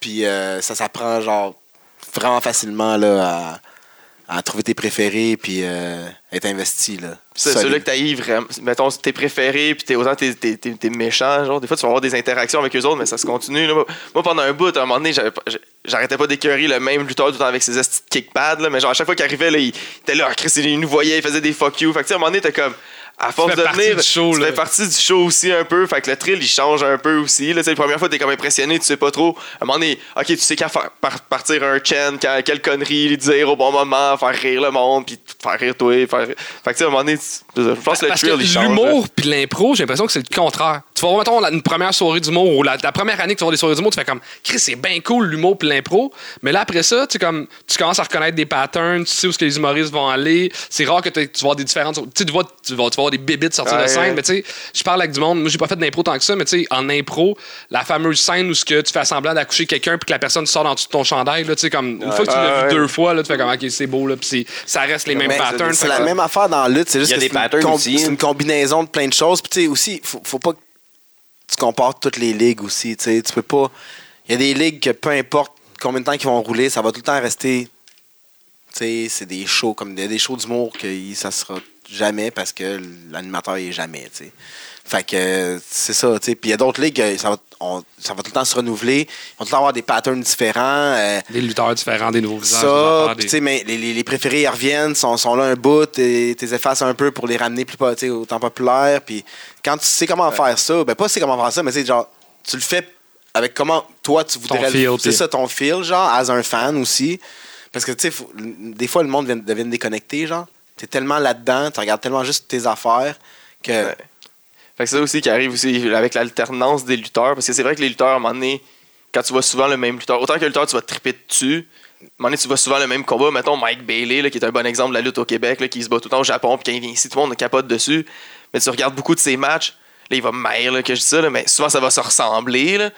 [SPEAKER 3] Puis euh, ça s'apprend genre vraiment facilement là, à, à trouver tes préférés puis euh, être investi. Là.
[SPEAKER 2] C'est
[SPEAKER 3] Solide.
[SPEAKER 2] celui que t'haïs vraiment. Mettons, t'es préféré, puis t'es autant t'es, t'es, t'es, t'es méchant. Genre, des fois, tu vas avoir des interactions avec eux autres, mais ça se continue. là. Moi, moi, pendant un bout, à un moment donné, j'avais pas- j'- j'arrêtais pas d'écœurer le même lutteur tout le temps avec ses estis de kickpads. Là, mais genre, à chaque fois qu'il arrivait, là, il était là, Ah, Chris, il nous voyait, il faisait des fuck you. Fait que, tu sais, à un moment donné, t'es comme. À force
[SPEAKER 4] fais
[SPEAKER 2] de
[SPEAKER 4] partie
[SPEAKER 2] venir,
[SPEAKER 4] du show,
[SPEAKER 2] tu
[SPEAKER 4] là.
[SPEAKER 2] fais partie du show aussi un peu. Fait que le thrill, il change un peu aussi. Là, tu sais, la première fois, t'es comme impressionné, tu sais pas trop. À un moment donné, OK, tu sais quand faire- par- partir un chant, quand, quelle connerie, lui dire au bon moment, faire rire le monde, puis te faire rire toi. Faire... Fait que tu sais, à un moment donné, tu- je pense que le
[SPEAKER 4] Parce que
[SPEAKER 2] thrill, il change. hein.
[SPEAKER 4] l'humour puis l'impro, j'ai l'impression que c'est le contraire. Tu vas voir, mettons, la- une première soirée d'humour ou la, la première année que tu vas voir des soirées d'humour, tu fais comme Chris, c'est bien cool l'humour puis l'impro. Mais là, après ça, tu, sais, comme, tu commences à reconnaître des patterns, tu sais où ce que les humoristes vont aller. C'est rare que t'aies- tu vois des différentes. Tu sais, tu vois, tu vas, tu vas voir des bébites sortir
[SPEAKER 2] Ouais,
[SPEAKER 4] de scène.
[SPEAKER 2] ouais.
[SPEAKER 4] Mais tu sais, je parle avec du monde. Moi, j'ai pas fait d'impro tant que ça, mais tu sais, en impro, la fameuse scène où ce que tu fais semblant d'accoucher quelqu'un puis que la personne sort dans dessous de ton chandail, là, tu sais, comme une fois que tu l'as
[SPEAKER 2] Ouais,
[SPEAKER 4] vu
[SPEAKER 2] ouais.
[SPEAKER 4] deux fois, là, tu fais comme OK, c'est beau, là, puis c'est- ça reste les mêmes
[SPEAKER 3] Mais
[SPEAKER 4] patterns.
[SPEAKER 3] c'est
[SPEAKER 4] Fait
[SPEAKER 3] la
[SPEAKER 4] que-
[SPEAKER 3] même affaire dans la lutte, c'est juste
[SPEAKER 1] Il y a
[SPEAKER 3] que
[SPEAKER 1] des
[SPEAKER 3] c'est, une
[SPEAKER 1] patterns
[SPEAKER 3] com-
[SPEAKER 1] aussi, hein.
[SPEAKER 3] c'est une combinaison de plein de choses. Puis tu sais aussi, faut, faut pas que tu compares toutes les ligues aussi. Tu sais. Tu peux pas. Il y a des ligues que peu importe combien de temps qu'ils vont rouler, ça va tout le temps rester. Tu sais, c'est des shows comme il y a des shows d'humour que il- ça sera jamais parce que l'animateur est jamais, tu sais. Fait que euh, c'est ça, tu sais. Puis il y a d'autres ligues, euh, ça va, on- ça va tout le temps se renouveler. Ils vont tout le temps avoir des patterns différents. euh,
[SPEAKER 4] Des lutteurs différents, des nouveaux visages. des
[SPEAKER 3] ça, puis
[SPEAKER 4] affaires, des-
[SPEAKER 3] tu sais, mais les, les- les préférés, ils reviennent, sont, sont là un bout, t'es t'es effaces un peu pour les ramener plus po- tu sais, au temps populaire. Puis quand tu sais comment faire ça, ben pas tu sais comment faire ça, mais tu sais, genre, tu le fais avec comment toi tu voudrais le-
[SPEAKER 4] feel,
[SPEAKER 3] C'est
[SPEAKER 4] puis-
[SPEAKER 3] ça ton feel, genre, as un fan aussi. Parce que tu sais, faut- des fois, le monde vient- devient déconnecté, genre. T'es tellement là-dedans, tu regardes tellement juste tes affaires que.
[SPEAKER 2] Ouais. Fait que c'est ça aussi qui arrive aussi avec l'alternance des lutteurs. Parce que c'est vrai que les lutteurs, à un moment donné, quand tu vois souvent le même lutteur, autant que le lutteur, tu vas triper dessus. À un moment donné, tu vois souvent le même combat. Mettons Mike Bailey, là, qui est un bon exemple de la lutte au Québec, là, qui se bat tout le temps au Japon, puis quand il vient ici, tout le monde capote dessus. Mais tu regardes beaucoup de ses matchs. Là, il va me maire là, que je dis ça, là, mais souvent ça va se ressembler. Là.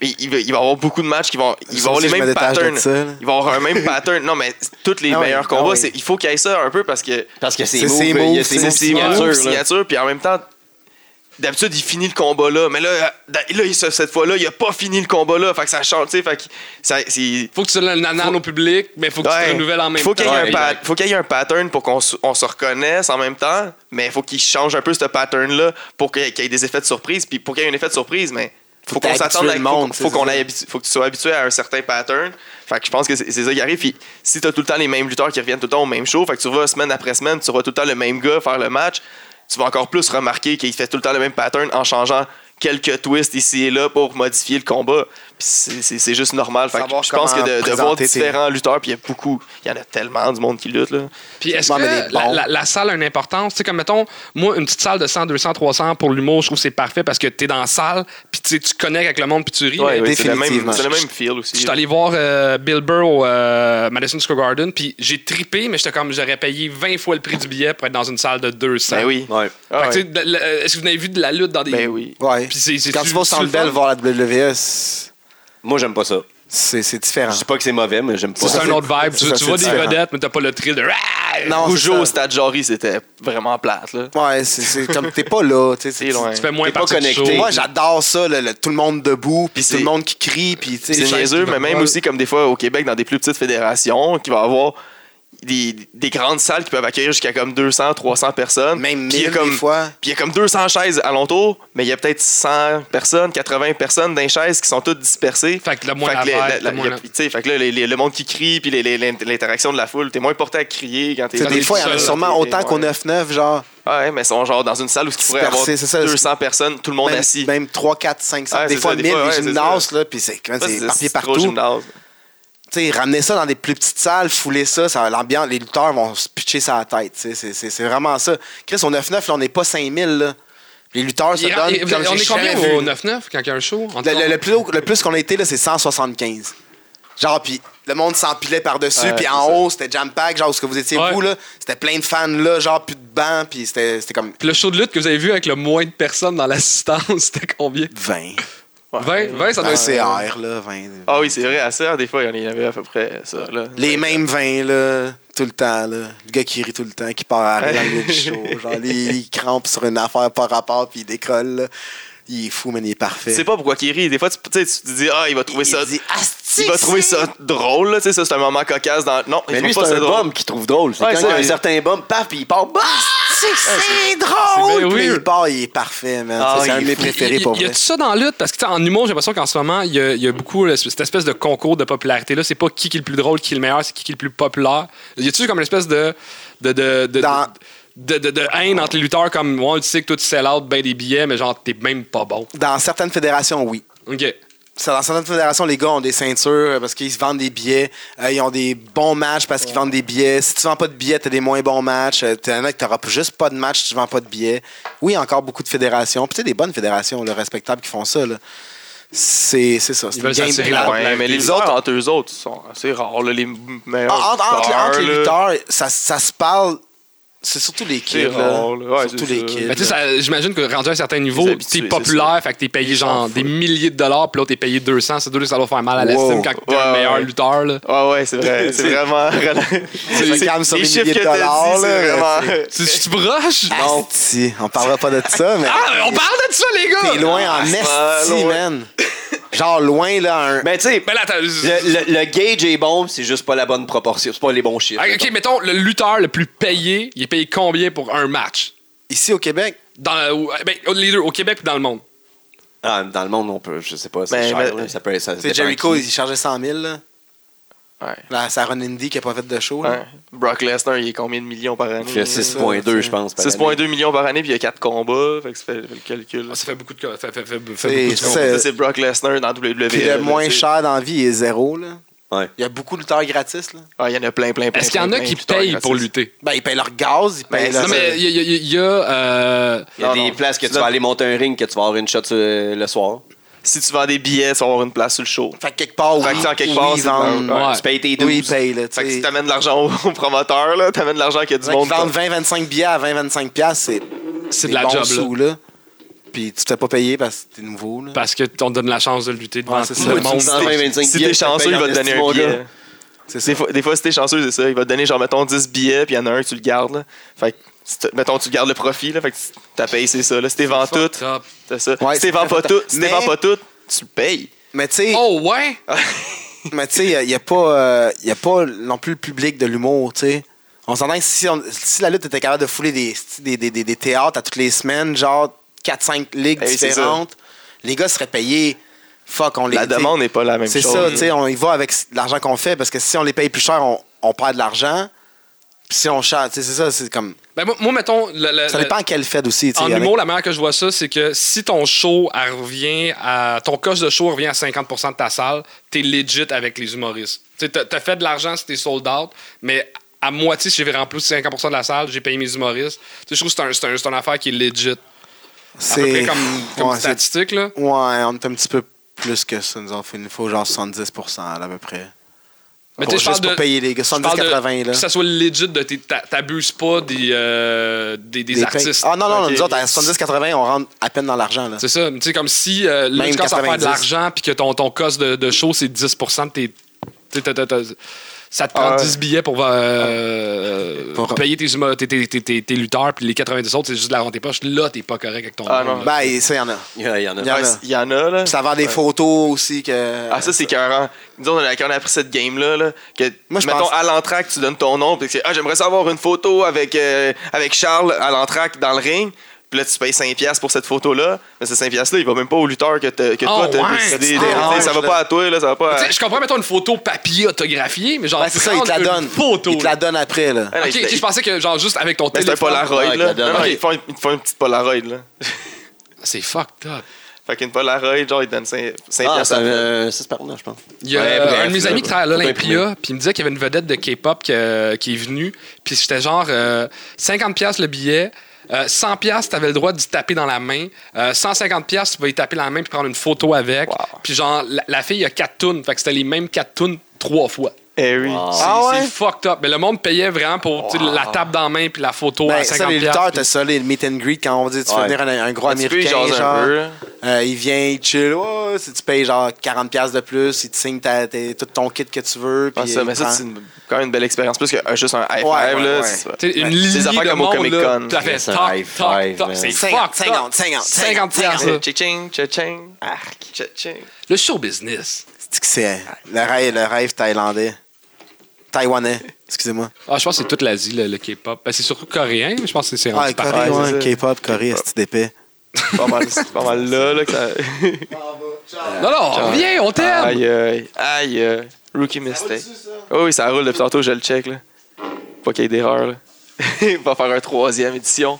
[SPEAKER 2] Mais il va, il va avoir beaucoup de matchs qui vont, il
[SPEAKER 3] Ça
[SPEAKER 2] va avoir
[SPEAKER 3] aussi,
[SPEAKER 2] les
[SPEAKER 3] je me
[SPEAKER 2] mêmes
[SPEAKER 3] détache de
[SPEAKER 2] patterns.
[SPEAKER 3] ça, là.
[SPEAKER 2] il va avoir un même pattern. Non, mais tous les
[SPEAKER 3] Ah oui,
[SPEAKER 2] meilleurs
[SPEAKER 3] ah
[SPEAKER 2] combats,
[SPEAKER 3] oui.
[SPEAKER 2] c'est- il faut qu'il y ait ça un peu parce que
[SPEAKER 1] Parce que c'est
[SPEAKER 3] C'est ses
[SPEAKER 1] moves, il y a
[SPEAKER 3] moves,
[SPEAKER 1] ses
[SPEAKER 3] c'est
[SPEAKER 1] moves
[SPEAKER 3] signature,
[SPEAKER 2] c'est signature,
[SPEAKER 1] signatures. là.
[SPEAKER 2] signature, puis en même temps, d'habitude, il finit le combat là, mais là, là il- cette fois-là, il a pas fini le combat là, fait que ça change, tu sais, fait que ça, c'est.
[SPEAKER 4] Faut que tu l'annales au public, mais faut que tu
[SPEAKER 2] Ouais.
[SPEAKER 4] te renouvelles en même
[SPEAKER 2] faut
[SPEAKER 4] temps.
[SPEAKER 2] qu'il y ait un
[SPEAKER 4] Ouais,
[SPEAKER 2] pat- faut qu'il y ait un pattern pour qu'on se- on se reconnaisse en même temps, mais il faut qu'il change un peu ce pattern-là pour qu'il y ait- qu'il y ait des effets de surprise. Puis pour qu'il y ait un effet de surprise, mais
[SPEAKER 3] Faut
[SPEAKER 2] faut
[SPEAKER 3] que
[SPEAKER 2] qu'on
[SPEAKER 3] t'habitues
[SPEAKER 2] s'attende à
[SPEAKER 3] le monde,
[SPEAKER 2] faut- faut
[SPEAKER 3] c'est
[SPEAKER 2] qu'on
[SPEAKER 3] ça.
[SPEAKER 2] aille habitu- faut que tu sois habitué à un certain pattern. Fait que je pense que c'est c'est ça qui arrive. Puis si t'as tout le temps les mêmes lutteurs qui reviennent tout le temps au même show, fait que tu vas semaine après semaine, tu vois tout le temps le même gars faire le match, tu vas encore plus remarquer qu'il fait tout le temps le même pattern en changeant quelques twists ici et là pour modifier le combat. Puis c'est- c'est c'est juste normal. Fait que
[SPEAKER 3] Savoir
[SPEAKER 2] je pense que
[SPEAKER 3] comment
[SPEAKER 2] de, de voir
[SPEAKER 3] présenter tes-
[SPEAKER 2] différents lutteurs, puis il y a beaucoup, il y en a tellement du monde qui lutte là.
[SPEAKER 4] Puis est-ce
[SPEAKER 3] Ouais,
[SPEAKER 4] que
[SPEAKER 3] mais des
[SPEAKER 4] la,
[SPEAKER 3] bons.
[SPEAKER 4] la- la salle a une importance? Tu sais, comme mettons, moi, une petite salle de 100, 200, 300 pour l'humour, je trouve que c'est parfait parce que t'es dans la salle, puis tu sais, tu connectes avec le monde, puis tu ris. mais
[SPEAKER 2] c'est le même,
[SPEAKER 3] définitivement.
[SPEAKER 2] c'est le même feel aussi.
[SPEAKER 4] Je suis allé voir euh, Bill Burr au euh, Madison Square Garden, puis j'ai tripé, mais j'étais comme j'aurais payé 20 fois le prix du billet pour être dans une salle de 200.
[SPEAKER 2] Ben oui.
[SPEAKER 1] Ouais.
[SPEAKER 4] Fait
[SPEAKER 2] Ah
[SPEAKER 4] que,
[SPEAKER 2] ouais.
[SPEAKER 4] tu sais, de- le- euh, Est-ce que vous avez vu de la lutte dans des.
[SPEAKER 2] Ben oui.
[SPEAKER 3] Ouais.
[SPEAKER 4] Puis c'est- c'est-
[SPEAKER 3] quand
[SPEAKER 4] tu-
[SPEAKER 3] tu vas au
[SPEAKER 4] tu
[SPEAKER 3] Centre
[SPEAKER 4] le fais?
[SPEAKER 3] Bell voir la WWE, c'est
[SPEAKER 1] Moi, j'aime pas ça.
[SPEAKER 3] c'est différent.
[SPEAKER 1] Je dis pas que c'est mauvais, mais j'aime pas
[SPEAKER 4] C'est
[SPEAKER 1] ça.
[SPEAKER 3] ça,
[SPEAKER 4] un autre vibe.
[SPEAKER 3] c'est
[SPEAKER 4] Tu,
[SPEAKER 3] ça,
[SPEAKER 4] tu
[SPEAKER 3] c'est
[SPEAKER 4] vois des
[SPEAKER 3] différent.
[SPEAKER 4] vedettes, mais t'as pas le thrill de. Ah!
[SPEAKER 3] Non, c'est
[SPEAKER 2] Rougeau
[SPEAKER 3] ça.
[SPEAKER 2] au stade Jarry, c'était vraiment plate là.
[SPEAKER 3] Ouais, c'est- c'est comme t'es pas là. tu sais,
[SPEAKER 2] C'est loin.
[SPEAKER 4] Tu fais moins
[SPEAKER 1] T'es pas
[SPEAKER 4] partie du show.
[SPEAKER 1] connecté.
[SPEAKER 3] Moi, j'adore ça, le, le- tout le monde debout, puis
[SPEAKER 2] Puis
[SPEAKER 3] tout le
[SPEAKER 2] c'est-
[SPEAKER 3] monde qui crie, puis tu sais.
[SPEAKER 2] C'est
[SPEAKER 3] chaque-
[SPEAKER 2] niaiseux, mais même
[SPEAKER 3] Ouais.
[SPEAKER 2] aussi comme des fois au Québec, dans des plus petites fédérations, qui va avoir des, des grandes salles qui peuvent accueillir jusqu'à comme 200, 300 personnes.
[SPEAKER 3] Même
[SPEAKER 2] Puis il y a
[SPEAKER 3] 1000 des
[SPEAKER 2] comme-
[SPEAKER 3] fois.
[SPEAKER 2] Puis il y a comme 200 chaises alentour, mais il y a peut-être 100 personnes, 80 personnes dans les chaises qui sont toutes dispersées.
[SPEAKER 4] Fait que le moins
[SPEAKER 2] les-
[SPEAKER 4] la vibe,
[SPEAKER 2] la- la-
[SPEAKER 4] le moins
[SPEAKER 2] y a-
[SPEAKER 4] la-
[SPEAKER 2] tu sais, fait que là, les- les- le monde qui crie, puis les- les- l'in- l'interaction de la foule, t'es moins porté à crier quand
[SPEAKER 3] Tu
[SPEAKER 2] t'es.
[SPEAKER 3] sais,
[SPEAKER 2] quand
[SPEAKER 3] des
[SPEAKER 2] t'es
[SPEAKER 3] fois, il y en
[SPEAKER 2] tout
[SPEAKER 3] a
[SPEAKER 2] seul,
[SPEAKER 3] sûrement
[SPEAKER 2] t'es-
[SPEAKER 3] autant qu'au
[SPEAKER 2] ouais.
[SPEAKER 3] 9-9, genre.
[SPEAKER 2] Ouais, mais ils sont genre dans une salle où il pourrait avoir
[SPEAKER 3] Dispersés, c'est ça, Ben,
[SPEAKER 2] 200 personnes, tout le monde
[SPEAKER 3] même,
[SPEAKER 2] assis.
[SPEAKER 3] même 3, 4, 5, 7,
[SPEAKER 2] Ouais,
[SPEAKER 3] des
[SPEAKER 2] c'est
[SPEAKER 3] fois
[SPEAKER 2] ça, des
[SPEAKER 3] 1000
[SPEAKER 2] fois, ouais,
[SPEAKER 3] des
[SPEAKER 2] c'est
[SPEAKER 3] gymnases, là, puis c'est quand
[SPEAKER 2] Ça,
[SPEAKER 3] c'est éparpillé
[SPEAKER 2] c'est trop
[SPEAKER 3] partout.
[SPEAKER 2] gymnase.
[SPEAKER 3] Tu sais, ramener ça dans des plus petites salles, fouler ça, ça l'ambiance, les lutteurs vont se pitcher sa tête. tu sais, C'est c'est- c'est vraiment ça. Chris, au 9-9, là, on n'est pas 5000, là. Les lutteurs se
[SPEAKER 4] Il-
[SPEAKER 3] donnent.
[SPEAKER 4] il-
[SPEAKER 3] comme
[SPEAKER 4] on
[SPEAKER 3] j'ai
[SPEAKER 4] est combien
[SPEAKER 3] jamais vu.
[SPEAKER 4] au 9-9 quand il y a un show? En tout
[SPEAKER 3] Le,
[SPEAKER 4] cas,
[SPEAKER 3] le- le plus, haut- le plus qu'on a été, là, c'est 175. Genre, puis le monde s'empilait par-dessus,
[SPEAKER 2] Ouais,
[SPEAKER 3] puis en
[SPEAKER 2] c'est ça.
[SPEAKER 3] haut, c'était jam-pack, genre, où ce que vous étiez,
[SPEAKER 4] Ouais.
[SPEAKER 3] vous, là, c'était plein de fans, là, genre, plus de bancs, puis c'était c'était comme
[SPEAKER 4] Puis le show de lutte que vous avez vu avec le moins de personnes dans l'assistance, c'était combien?
[SPEAKER 3] 20.
[SPEAKER 4] 20, 20 ça doit
[SPEAKER 3] Ben, Un
[SPEAKER 4] être.
[SPEAKER 3] CR, là, 20.
[SPEAKER 2] Ah oui, c'est vrai, à ça, des fois, il y en avait à peu près ça. Là.
[SPEAKER 3] Les mêmes 20, là, tout le temps, là. Le gars qui rit tout le temps, qui part à rire dans le milieu du show, genre, il, il crampe sur une affaire par rapport, puis il décolle, là. Il est fou, mais il est
[SPEAKER 2] Tu
[SPEAKER 3] parfait.
[SPEAKER 2] sais pas pourquoi qu'il rit. Des fois, tu tu sais, tu te dis, ah, il va trouver ça.
[SPEAKER 3] Il dit, Asti,
[SPEAKER 2] il va
[SPEAKER 3] c'est-
[SPEAKER 2] trouver ça drôle, là, tu sais, ça, c'est un moment cocasse dans. Non,
[SPEAKER 1] Mais
[SPEAKER 2] il
[SPEAKER 1] lui, c'est
[SPEAKER 2] trouve pas
[SPEAKER 1] un
[SPEAKER 2] ça drôle.
[SPEAKER 1] bum qui trouve drôle. C'est
[SPEAKER 2] Ouais,
[SPEAKER 1] quand
[SPEAKER 2] ça,
[SPEAKER 1] il y a un
[SPEAKER 2] il-
[SPEAKER 1] certain bum, paf, puis il part, bah!
[SPEAKER 2] Ah,
[SPEAKER 3] C'est- C'est
[SPEAKER 4] bien
[SPEAKER 3] drôle! Puis
[SPEAKER 4] weird.
[SPEAKER 3] il part, il est parfait, man.
[SPEAKER 2] Ah,
[SPEAKER 3] c'est un de
[SPEAKER 2] il est
[SPEAKER 3] mes
[SPEAKER 2] fou.
[SPEAKER 3] préférés pour
[SPEAKER 4] Il y a
[SPEAKER 3] vrai.
[SPEAKER 4] tout ça dans la lutte parce que tu sais, en humour, j'ai l'impression qu'en ce moment, il y a, il y a beaucoup là, cette espèce de concours de popularité là, c'est pas qui qui est le plus drôle, qui est le meilleur, c'est qui qui est le plus populaire. Il y a tu comme une espèce de de de de,
[SPEAKER 3] Dans-
[SPEAKER 4] de, de- de haine entre les lutteurs comme ouais, tu sais que toi tu sell out ben des billets mais genre t'es même pas bon.
[SPEAKER 3] Dans certaines fédérations, oui.
[SPEAKER 4] OK.
[SPEAKER 3] Ça, dans certaines fédérations, les gars ont des ceintures euh, parce qu'ils se vendent des billets. Euh, ils ont des bons matchs parce qu'ils vendent des billets. Si tu vends pas de billets, t'as des moins bons matchs. Euh, T'en as que t'auras juste pas de matchs si tu vends pas de billets. Oui, encore beaucoup de fédérations. Puis tu sais, des bonnes fédérations, là, respectables, qui font ça. là. C'est c'est ça. C'est
[SPEAKER 4] Ils
[SPEAKER 3] une
[SPEAKER 4] veulent
[SPEAKER 3] game
[SPEAKER 4] s'assurer
[SPEAKER 3] plate.
[SPEAKER 4] la-
[SPEAKER 2] Ouais, mais les autres, entre eux autres, sont assez rares, là, les m- meilleurs.
[SPEAKER 3] Ah, entre, entre-
[SPEAKER 2] lutteurs,
[SPEAKER 3] entre les
[SPEAKER 2] là.
[SPEAKER 3] lutteurs, ça, ça se parle. C'est surtout les kids.
[SPEAKER 2] C'est
[SPEAKER 3] là.
[SPEAKER 2] rare, là. Ouais,
[SPEAKER 3] surtout
[SPEAKER 2] c'est
[SPEAKER 3] les
[SPEAKER 2] ça.
[SPEAKER 3] kids.
[SPEAKER 4] Mais tu sais, ça- j'imagine que rendu à un certain niveau,
[SPEAKER 2] Les
[SPEAKER 4] t'es
[SPEAKER 2] habitués,
[SPEAKER 4] populaire, fait que t'es payé genre des milliers de dollars, puis l'autre t'es payé 200, c'est sûr que ça doit faire mal à l'estime
[SPEAKER 3] Wow.
[SPEAKER 4] quand t'es
[SPEAKER 2] Ouais,
[SPEAKER 4] un
[SPEAKER 2] ouais.
[SPEAKER 4] meilleur lutteur. Là.
[SPEAKER 2] Ouais, ouais, c'est vrai. C'est vraiment.
[SPEAKER 3] se
[SPEAKER 2] C'est
[SPEAKER 3] calme sur
[SPEAKER 2] les
[SPEAKER 3] les
[SPEAKER 2] chiffres
[SPEAKER 3] milliers
[SPEAKER 2] que
[SPEAKER 3] de
[SPEAKER 2] t'as
[SPEAKER 3] dollars,
[SPEAKER 2] dit, c'est
[SPEAKER 3] là,
[SPEAKER 2] vraiment.
[SPEAKER 4] Tu, tu broches?
[SPEAKER 3] Non. Si, on parlera pas de ça, mais.
[SPEAKER 4] Ah, on parle de ça, les gars!
[SPEAKER 3] T'es loin en
[SPEAKER 2] Ah,
[SPEAKER 3] esti,
[SPEAKER 2] loin.
[SPEAKER 3] man. Ben, Genre loin, là, un.
[SPEAKER 1] Mais tu sais,
[SPEAKER 2] Ben,
[SPEAKER 4] Mais là, attends.
[SPEAKER 1] le, le- le gauge est bon, c'est juste pas la bonne proportion. C'est pas les bons chiffres.
[SPEAKER 4] Ah, ok, mettons, le lutteur le plus payé, il est payé combien pour un match?
[SPEAKER 3] Ici au Québec,
[SPEAKER 4] Dans, ou- ben, les deux, au Québec et dans le monde.
[SPEAKER 1] Ah, dans le monde, on peut, je sais pas, c'est
[SPEAKER 2] Mais-
[SPEAKER 1] cher.
[SPEAKER 2] mais-
[SPEAKER 1] là, ça peut, ça
[SPEAKER 3] tu sais,
[SPEAKER 1] dépend
[SPEAKER 3] Jericho,
[SPEAKER 1] qui.
[SPEAKER 3] il chargeait 100 000, là.
[SPEAKER 2] Ouais.
[SPEAKER 3] Là, c'est Aaron Indy qui a pas fait de show. là.
[SPEAKER 2] Ouais. Brock Lesnar, il est combien de millions par année?
[SPEAKER 1] Il fait 6,2, je pense. par année.
[SPEAKER 2] 6,2 millions par année, puis il y a 4 combats. Fait que ça fait le calcul.
[SPEAKER 4] Ah, ça fait beaucoup de. co- Fait, fait- fait- fait
[SPEAKER 3] C'est-
[SPEAKER 4] beaucoup de
[SPEAKER 3] c'est-
[SPEAKER 4] combats.
[SPEAKER 2] Ça, c'est Brock Lesnar dans WWE.
[SPEAKER 3] Puis le
[SPEAKER 2] là,
[SPEAKER 3] moins
[SPEAKER 2] tu sais.
[SPEAKER 3] cher dans la vie, il est zéro, là.
[SPEAKER 1] Ouais.
[SPEAKER 3] Il y a beaucoup de lutteurs gratis, là.
[SPEAKER 2] Ah, Il y en a plein, plein, plein.
[SPEAKER 4] Est-ce qu'il y en
[SPEAKER 2] plein,
[SPEAKER 4] a
[SPEAKER 2] plein,
[SPEAKER 4] qui
[SPEAKER 2] plus tard,
[SPEAKER 4] payent pour
[SPEAKER 2] gratis.
[SPEAKER 4] lutter?
[SPEAKER 3] Ben, ils payent leur gaz, ils payent
[SPEAKER 2] Ben,
[SPEAKER 3] leur.
[SPEAKER 4] Non, mais il y a. il y a- il y a, euh,
[SPEAKER 1] Il y a
[SPEAKER 2] Non,
[SPEAKER 1] des
[SPEAKER 2] non.
[SPEAKER 1] places que
[SPEAKER 2] Tu
[SPEAKER 1] tu vas
[SPEAKER 2] donnes-
[SPEAKER 1] aller monter un ring que tu vas avoir une shot euh, le soir.
[SPEAKER 2] Si tu vends des billets, tu vas avoir une place sur le show.
[SPEAKER 3] Fait que quelque part, oui.
[SPEAKER 2] Fait que c'est en quelque
[SPEAKER 3] oui,
[SPEAKER 2] part,
[SPEAKER 3] ils
[SPEAKER 2] c'est
[SPEAKER 3] vendent.
[SPEAKER 2] dans-
[SPEAKER 4] Ouais.
[SPEAKER 1] Tu payes tes 12.
[SPEAKER 3] Oui, ils payent, là. tu
[SPEAKER 2] Fait que
[SPEAKER 3] sais.
[SPEAKER 2] si t'amènes de l'argent au au promoteur, là, t'amènes de l'argent qu'il y a du
[SPEAKER 3] Ils
[SPEAKER 2] monde.
[SPEAKER 3] vendent 20-25 billets à 20-25$, piastres, c'est.
[SPEAKER 4] c'est de
[SPEAKER 3] des
[SPEAKER 4] la
[SPEAKER 3] bons
[SPEAKER 4] job, là.
[SPEAKER 3] sous, là. Puis tu te fais pas payer parce que t'es nouveau, là.
[SPEAKER 4] Parce que t'on donne la chance de lutter devant
[SPEAKER 3] Ouais,
[SPEAKER 4] tout
[SPEAKER 3] c'est
[SPEAKER 4] le
[SPEAKER 3] ça.
[SPEAKER 4] monde.
[SPEAKER 1] Dans 20, 25
[SPEAKER 2] si
[SPEAKER 1] billets,
[SPEAKER 2] t'es chanceux,
[SPEAKER 1] tu
[SPEAKER 2] il
[SPEAKER 1] payes
[SPEAKER 2] va te donner un
[SPEAKER 1] en
[SPEAKER 2] billet.
[SPEAKER 1] esti,
[SPEAKER 3] C'est ça.
[SPEAKER 2] Des fois, des fois, si t'es chanceux, c'est ça. Il va te donner, genre, mettons 10 billets, puis il y en a un, tu le gardes. Là. Fait que, si t'as- mettons, tu gardes le profit. Là, fait que t'as payé, c'est ça. Là. Si t'es vends tout,
[SPEAKER 4] Fuck up.
[SPEAKER 2] t'as ça.
[SPEAKER 3] Ouais,
[SPEAKER 2] si t'es
[SPEAKER 3] c'est
[SPEAKER 2] vends pas
[SPEAKER 3] important.
[SPEAKER 2] tout, si t'es
[SPEAKER 3] Mais-
[SPEAKER 2] vends pas tout, tu le payes.
[SPEAKER 3] Mais tu sais,
[SPEAKER 4] Oh, ouais?
[SPEAKER 3] mais tu sais, il n'y a, pas, euh, y a pas non plus le public de l'humour, tu sais. On s'entend que si, on- si la lutte était capable de fouler des, des, des, des- des théâtres à toutes les semaines, genre 4-5 ligues
[SPEAKER 2] Eh oui, c'est
[SPEAKER 3] différentes, les gars seraient payés. Fuck, on les
[SPEAKER 2] La
[SPEAKER 3] tu sais,
[SPEAKER 2] demande n'est pas la même
[SPEAKER 3] C'est
[SPEAKER 2] chose. Mm.
[SPEAKER 3] ça, tu sais, on y va avec l'argent qu'on fait parce que si on les paye plus cher, on, on perd de l'argent. Puis si on charge, tu sais, c'est ça, c'est comme.
[SPEAKER 4] Ben, moi, moi, mettons. le- le-
[SPEAKER 3] Ça
[SPEAKER 4] le-
[SPEAKER 3] dépend à quelle fête aussi, tu sais.
[SPEAKER 4] En
[SPEAKER 3] il y en a-
[SPEAKER 4] humour, la manière que je vois ça, c'est que si ton show elle revient à. Ton cost de show revient à 50 de ta salle, t'es legit avec les humoristes. Tu sais, t'as- t'as fait de l'argent si t'es sold out, mais à moitié, si j'ai rempli 50 de la salle, j'ai payé mes humoristes. Tu sais, je trouve que c'est un- c'est un- c'est une affaire qui est legit. À peu près comme, comme
[SPEAKER 3] ouais, c'est-
[SPEAKER 4] statistique, là.
[SPEAKER 3] Ouais, on est un petit peu plus que ça. Nous en fait, il nous faut genre 70 là, à peu près.
[SPEAKER 4] Mais
[SPEAKER 3] Pour-
[SPEAKER 4] tu sais, je
[SPEAKER 3] juste
[SPEAKER 4] parle
[SPEAKER 3] pour
[SPEAKER 4] de-
[SPEAKER 3] payer les gars,
[SPEAKER 4] je parle de-
[SPEAKER 3] 70-80, là.
[SPEAKER 4] Que ça soit legit, de tes- t'a- t'abuses pas des, euh, des, des
[SPEAKER 3] Des
[SPEAKER 4] artistes.
[SPEAKER 3] pay- Ah non, non,
[SPEAKER 2] Ok.
[SPEAKER 3] nous autres, à 70-80, on rentre à peine dans l'argent, là.
[SPEAKER 4] C'est ça. Tu sais, comme si euh, là,
[SPEAKER 3] Même
[SPEAKER 4] tu commences à faire de
[SPEAKER 3] 90.
[SPEAKER 4] l'argent puis que ton, ton cost de, de show, c'est 10 de tes. tu sais, t'as- t'as- t'as- Ça te prend
[SPEAKER 2] Ah ouais.
[SPEAKER 4] 10 billets pour, euh,
[SPEAKER 3] Pour-
[SPEAKER 4] pour payer tes, humo- tes, tes, tes, tes- tes lutteurs, puis les 90 autres, c'est juste de l'argent de tes poches. Là, t'es pas correct avec ton.
[SPEAKER 2] Ah
[SPEAKER 4] nom,
[SPEAKER 2] non.
[SPEAKER 4] là.
[SPEAKER 3] Ben, et ça, il y en a.
[SPEAKER 1] Il y a- il y en a.
[SPEAKER 3] Il y en a.
[SPEAKER 2] Ouais, c'est- Il y en a, là.
[SPEAKER 3] Puis ça vend des
[SPEAKER 2] Ouais.
[SPEAKER 3] photos aussi que.
[SPEAKER 2] Ah, ça, c'est carrément. Disons, on a- quand on a appris cette game-là, là, que,
[SPEAKER 3] Moi, je
[SPEAKER 2] mettons,
[SPEAKER 3] pense-
[SPEAKER 2] à l'entracte, tu donnes ton nom, puis c'est, ah, j'aimerais ça avoir une photo avec, euh, avec Charles à l'entracte dans le ring. Puis là, tu payes 5$ pour cette photo-là. Mais ce 5$-là, il va même pas au lutteur que, t'as- que
[SPEAKER 4] Oh,
[SPEAKER 2] toi, t'as
[SPEAKER 4] ouais.
[SPEAKER 2] décidé.
[SPEAKER 3] Ah,
[SPEAKER 2] de- t'sais, ça va
[SPEAKER 3] ouais,
[SPEAKER 2] pas à toi, là, ça va pas à.
[SPEAKER 4] Tu sais, je comprends, mettons une photo papier autographiée, mais genre.
[SPEAKER 3] Ben, c'est ça, ils te la
[SPEAKER 4] prendre
[SPEAKER 3] donnent.
[SPEAKER 4] Une photo.
[SPEAKER 3] Ils te la Ben, donnent après, là.
[SPEAKER 2] Ah, non,
[SPEAKER 4] Ok,
[SPEAKER 2] il-
[SPEAKER 4] ok, je pensais que, genre, juste avec ton
[SPEAKER 2] Mais c'est un
[SPEAKER 4] téléphone.
[SPEAKER 2] Polaroid,
[SPEAKER 1] Ouais,
[SPEAKER 2] là.
[SPEAKER 1] avec la
[SPEAKER 2] Non, non,
[SPEAKER 1] demande.
[SPEAKER 2] ils font une, ils font une petite Polaroid, là.
[SPEAKER 4] C'est fucked up.
[SPEAKER 2] Fait qu'une Polaroid, genre, ils te donnent 5$.
[SPEAKER 1] Ah, c'est
[SPEAKER 2] à-
[SPEAKER 1] un 6 par 9, je pense.
[SPEAKER 4] Il y a
[SPEAKER 2] Ouais,
[SPEAKER 4] euh,
[SPEAKER 2] bref,
[SPEAKER 4] un de mes
[SPEAKER 2] là,
[SPEAKER 4] amis qui travaille à l'Olympia,
[SPEAKER 1] imprimer.
[SPEAKER 4] puis il me disait qu'il y avait une vedette de K-pop que- euh, qui est venue, puis j'étais genre euh, 50 pièces le billet. euh, 100 pièces t'avais le droit d'y taper dans la main. euh, 150 pièces tu pouvais y taper dans la main puis prendre une photo avec.
[SPEAKER 2] Wow.
[SPEAKER 4] Puis genre, la, la fille, il y a 4 tonnes. Fait que c'était les mêmes 4 tonnes trois fois.
[SPEAKER 2] Eh oui.
[SPEAKER 1] Wow.
[SPEAKER 2] C'est-
[SPEAKER 3] Ah ouais?
[SPEAKER 4] C'est fucked up. Mais le monde payait vraiment pour tu sais, la tape dans la main puis la photo
[SPEAKER 3] Ben,
[SPEAKER 4] à
[SPEAKER 3] ça,
[SPEAKER 4] 50
[SPEAKER 3] les
[SPEAKER 4] piastres,
[SPEAKER 3] lutteurs,
[SPEAKER 4] puis-
[SPEAKER 3] t'as ça, les meet and greet, quand on va dire tu veux
[SPEAKER 1] Ouais.
[SPEAKER 3] venir un, un gros
[SPEAKER 2] Tu peux y
[SPEAKER 3] américain,
[SPEAKER 2] jaser un
[SPEAKER 3] genre,
[SPEAKER 2] peu, là.
[SPEAKER 3] euh, il vient, il chill, ouais, si tu payes genre 40$ de plus, il te signe ta- ta- tout ton kit que tu veux.
[SPEAKER 2] Ah,
[SPEAKER 3] puis
[SPEAKER 2] ça,
[SPEAKER 3] il
[SPEAKER 2] mais ça,
[SPEAKER 3] prend-
[SPEAKER 2] c'est une- quand même une belle expérience. Plus que euh, juste un high
[SPEAKER 3] Ouais,
[SPEAKER 2] five,
[SPEAKER 3] ouais,
[SPEAKER 2] là.
[SPEAKER 3] ouais.
[SPEAKER 2] Ben, c'est-
[SPEAKER 4] T'sais, une
[SPEAKER 2] Ouais.
[SPEAKER 4] ligne
[SPEAKER 2] Des affaires
[SPEAKER 4] de
[SPEAKER 2] comme au
[SPEAKER 4] monde,
[SPEAKER 2] Comic
[SPEAKER 4] là,
[SPEAKER 2] Con.
[SPEAKER 4] tout à fait.
[SPEAKER 1] Yes, un
[SPEAKER 4] Toc,
[SPEAKER 1] high
[SPEAKER 4] toc,
[SPEAKER 1] five,
[SPEAKER 4] toc.
[SPEAKER 1] man.
[SPEAKER 4] C'est
[SPEAKER 3] 50,
[SPEAKER 4] fucked up.
[SPEAKER 3] 50, 50,
[SPEAKER 4] 50
[SPEAKER 3] 50,
[SPEAKER 4] piastres, ça.
[SPEAKER 2] Cha-ching, cha-ching. Cha-ching.
[SPEAKER 4] Le show business.
[SPEAKER 3] C'est que c'est le rêve, le rêve thaïlandais. Taïwanais, excusez-moi.
[SPEAKER 4] Ah, je pense que c'est toute l'Asie, le, le K-pop. Ben, c'est surtout coréen, mais je pense que c'est rendu
[SPEAKER 3] Ah,
[SPEAKER 4] partout.
[SPEAKER 3] Corée,
[SPEAKER 2] ouais, c'est
[SPEAKER 3] ouais,
[SPEAKER 2] ça.
[SPEAKER 3] K-pop, Corée, c'est d'épais.
[SPEAKER 2] pas mal, c'est pas mal là, là que ça...
[SPEAKER 4] Non, non, viens, on t'aime!
[SPEAKER 2] aïe, aïe, aïe, aïe. Rookie mistake. Oh oui, ça roule depuis tantôt, je le check, là. Pas qu'il y ait d'erreur, là. Il va faire un troisième édition.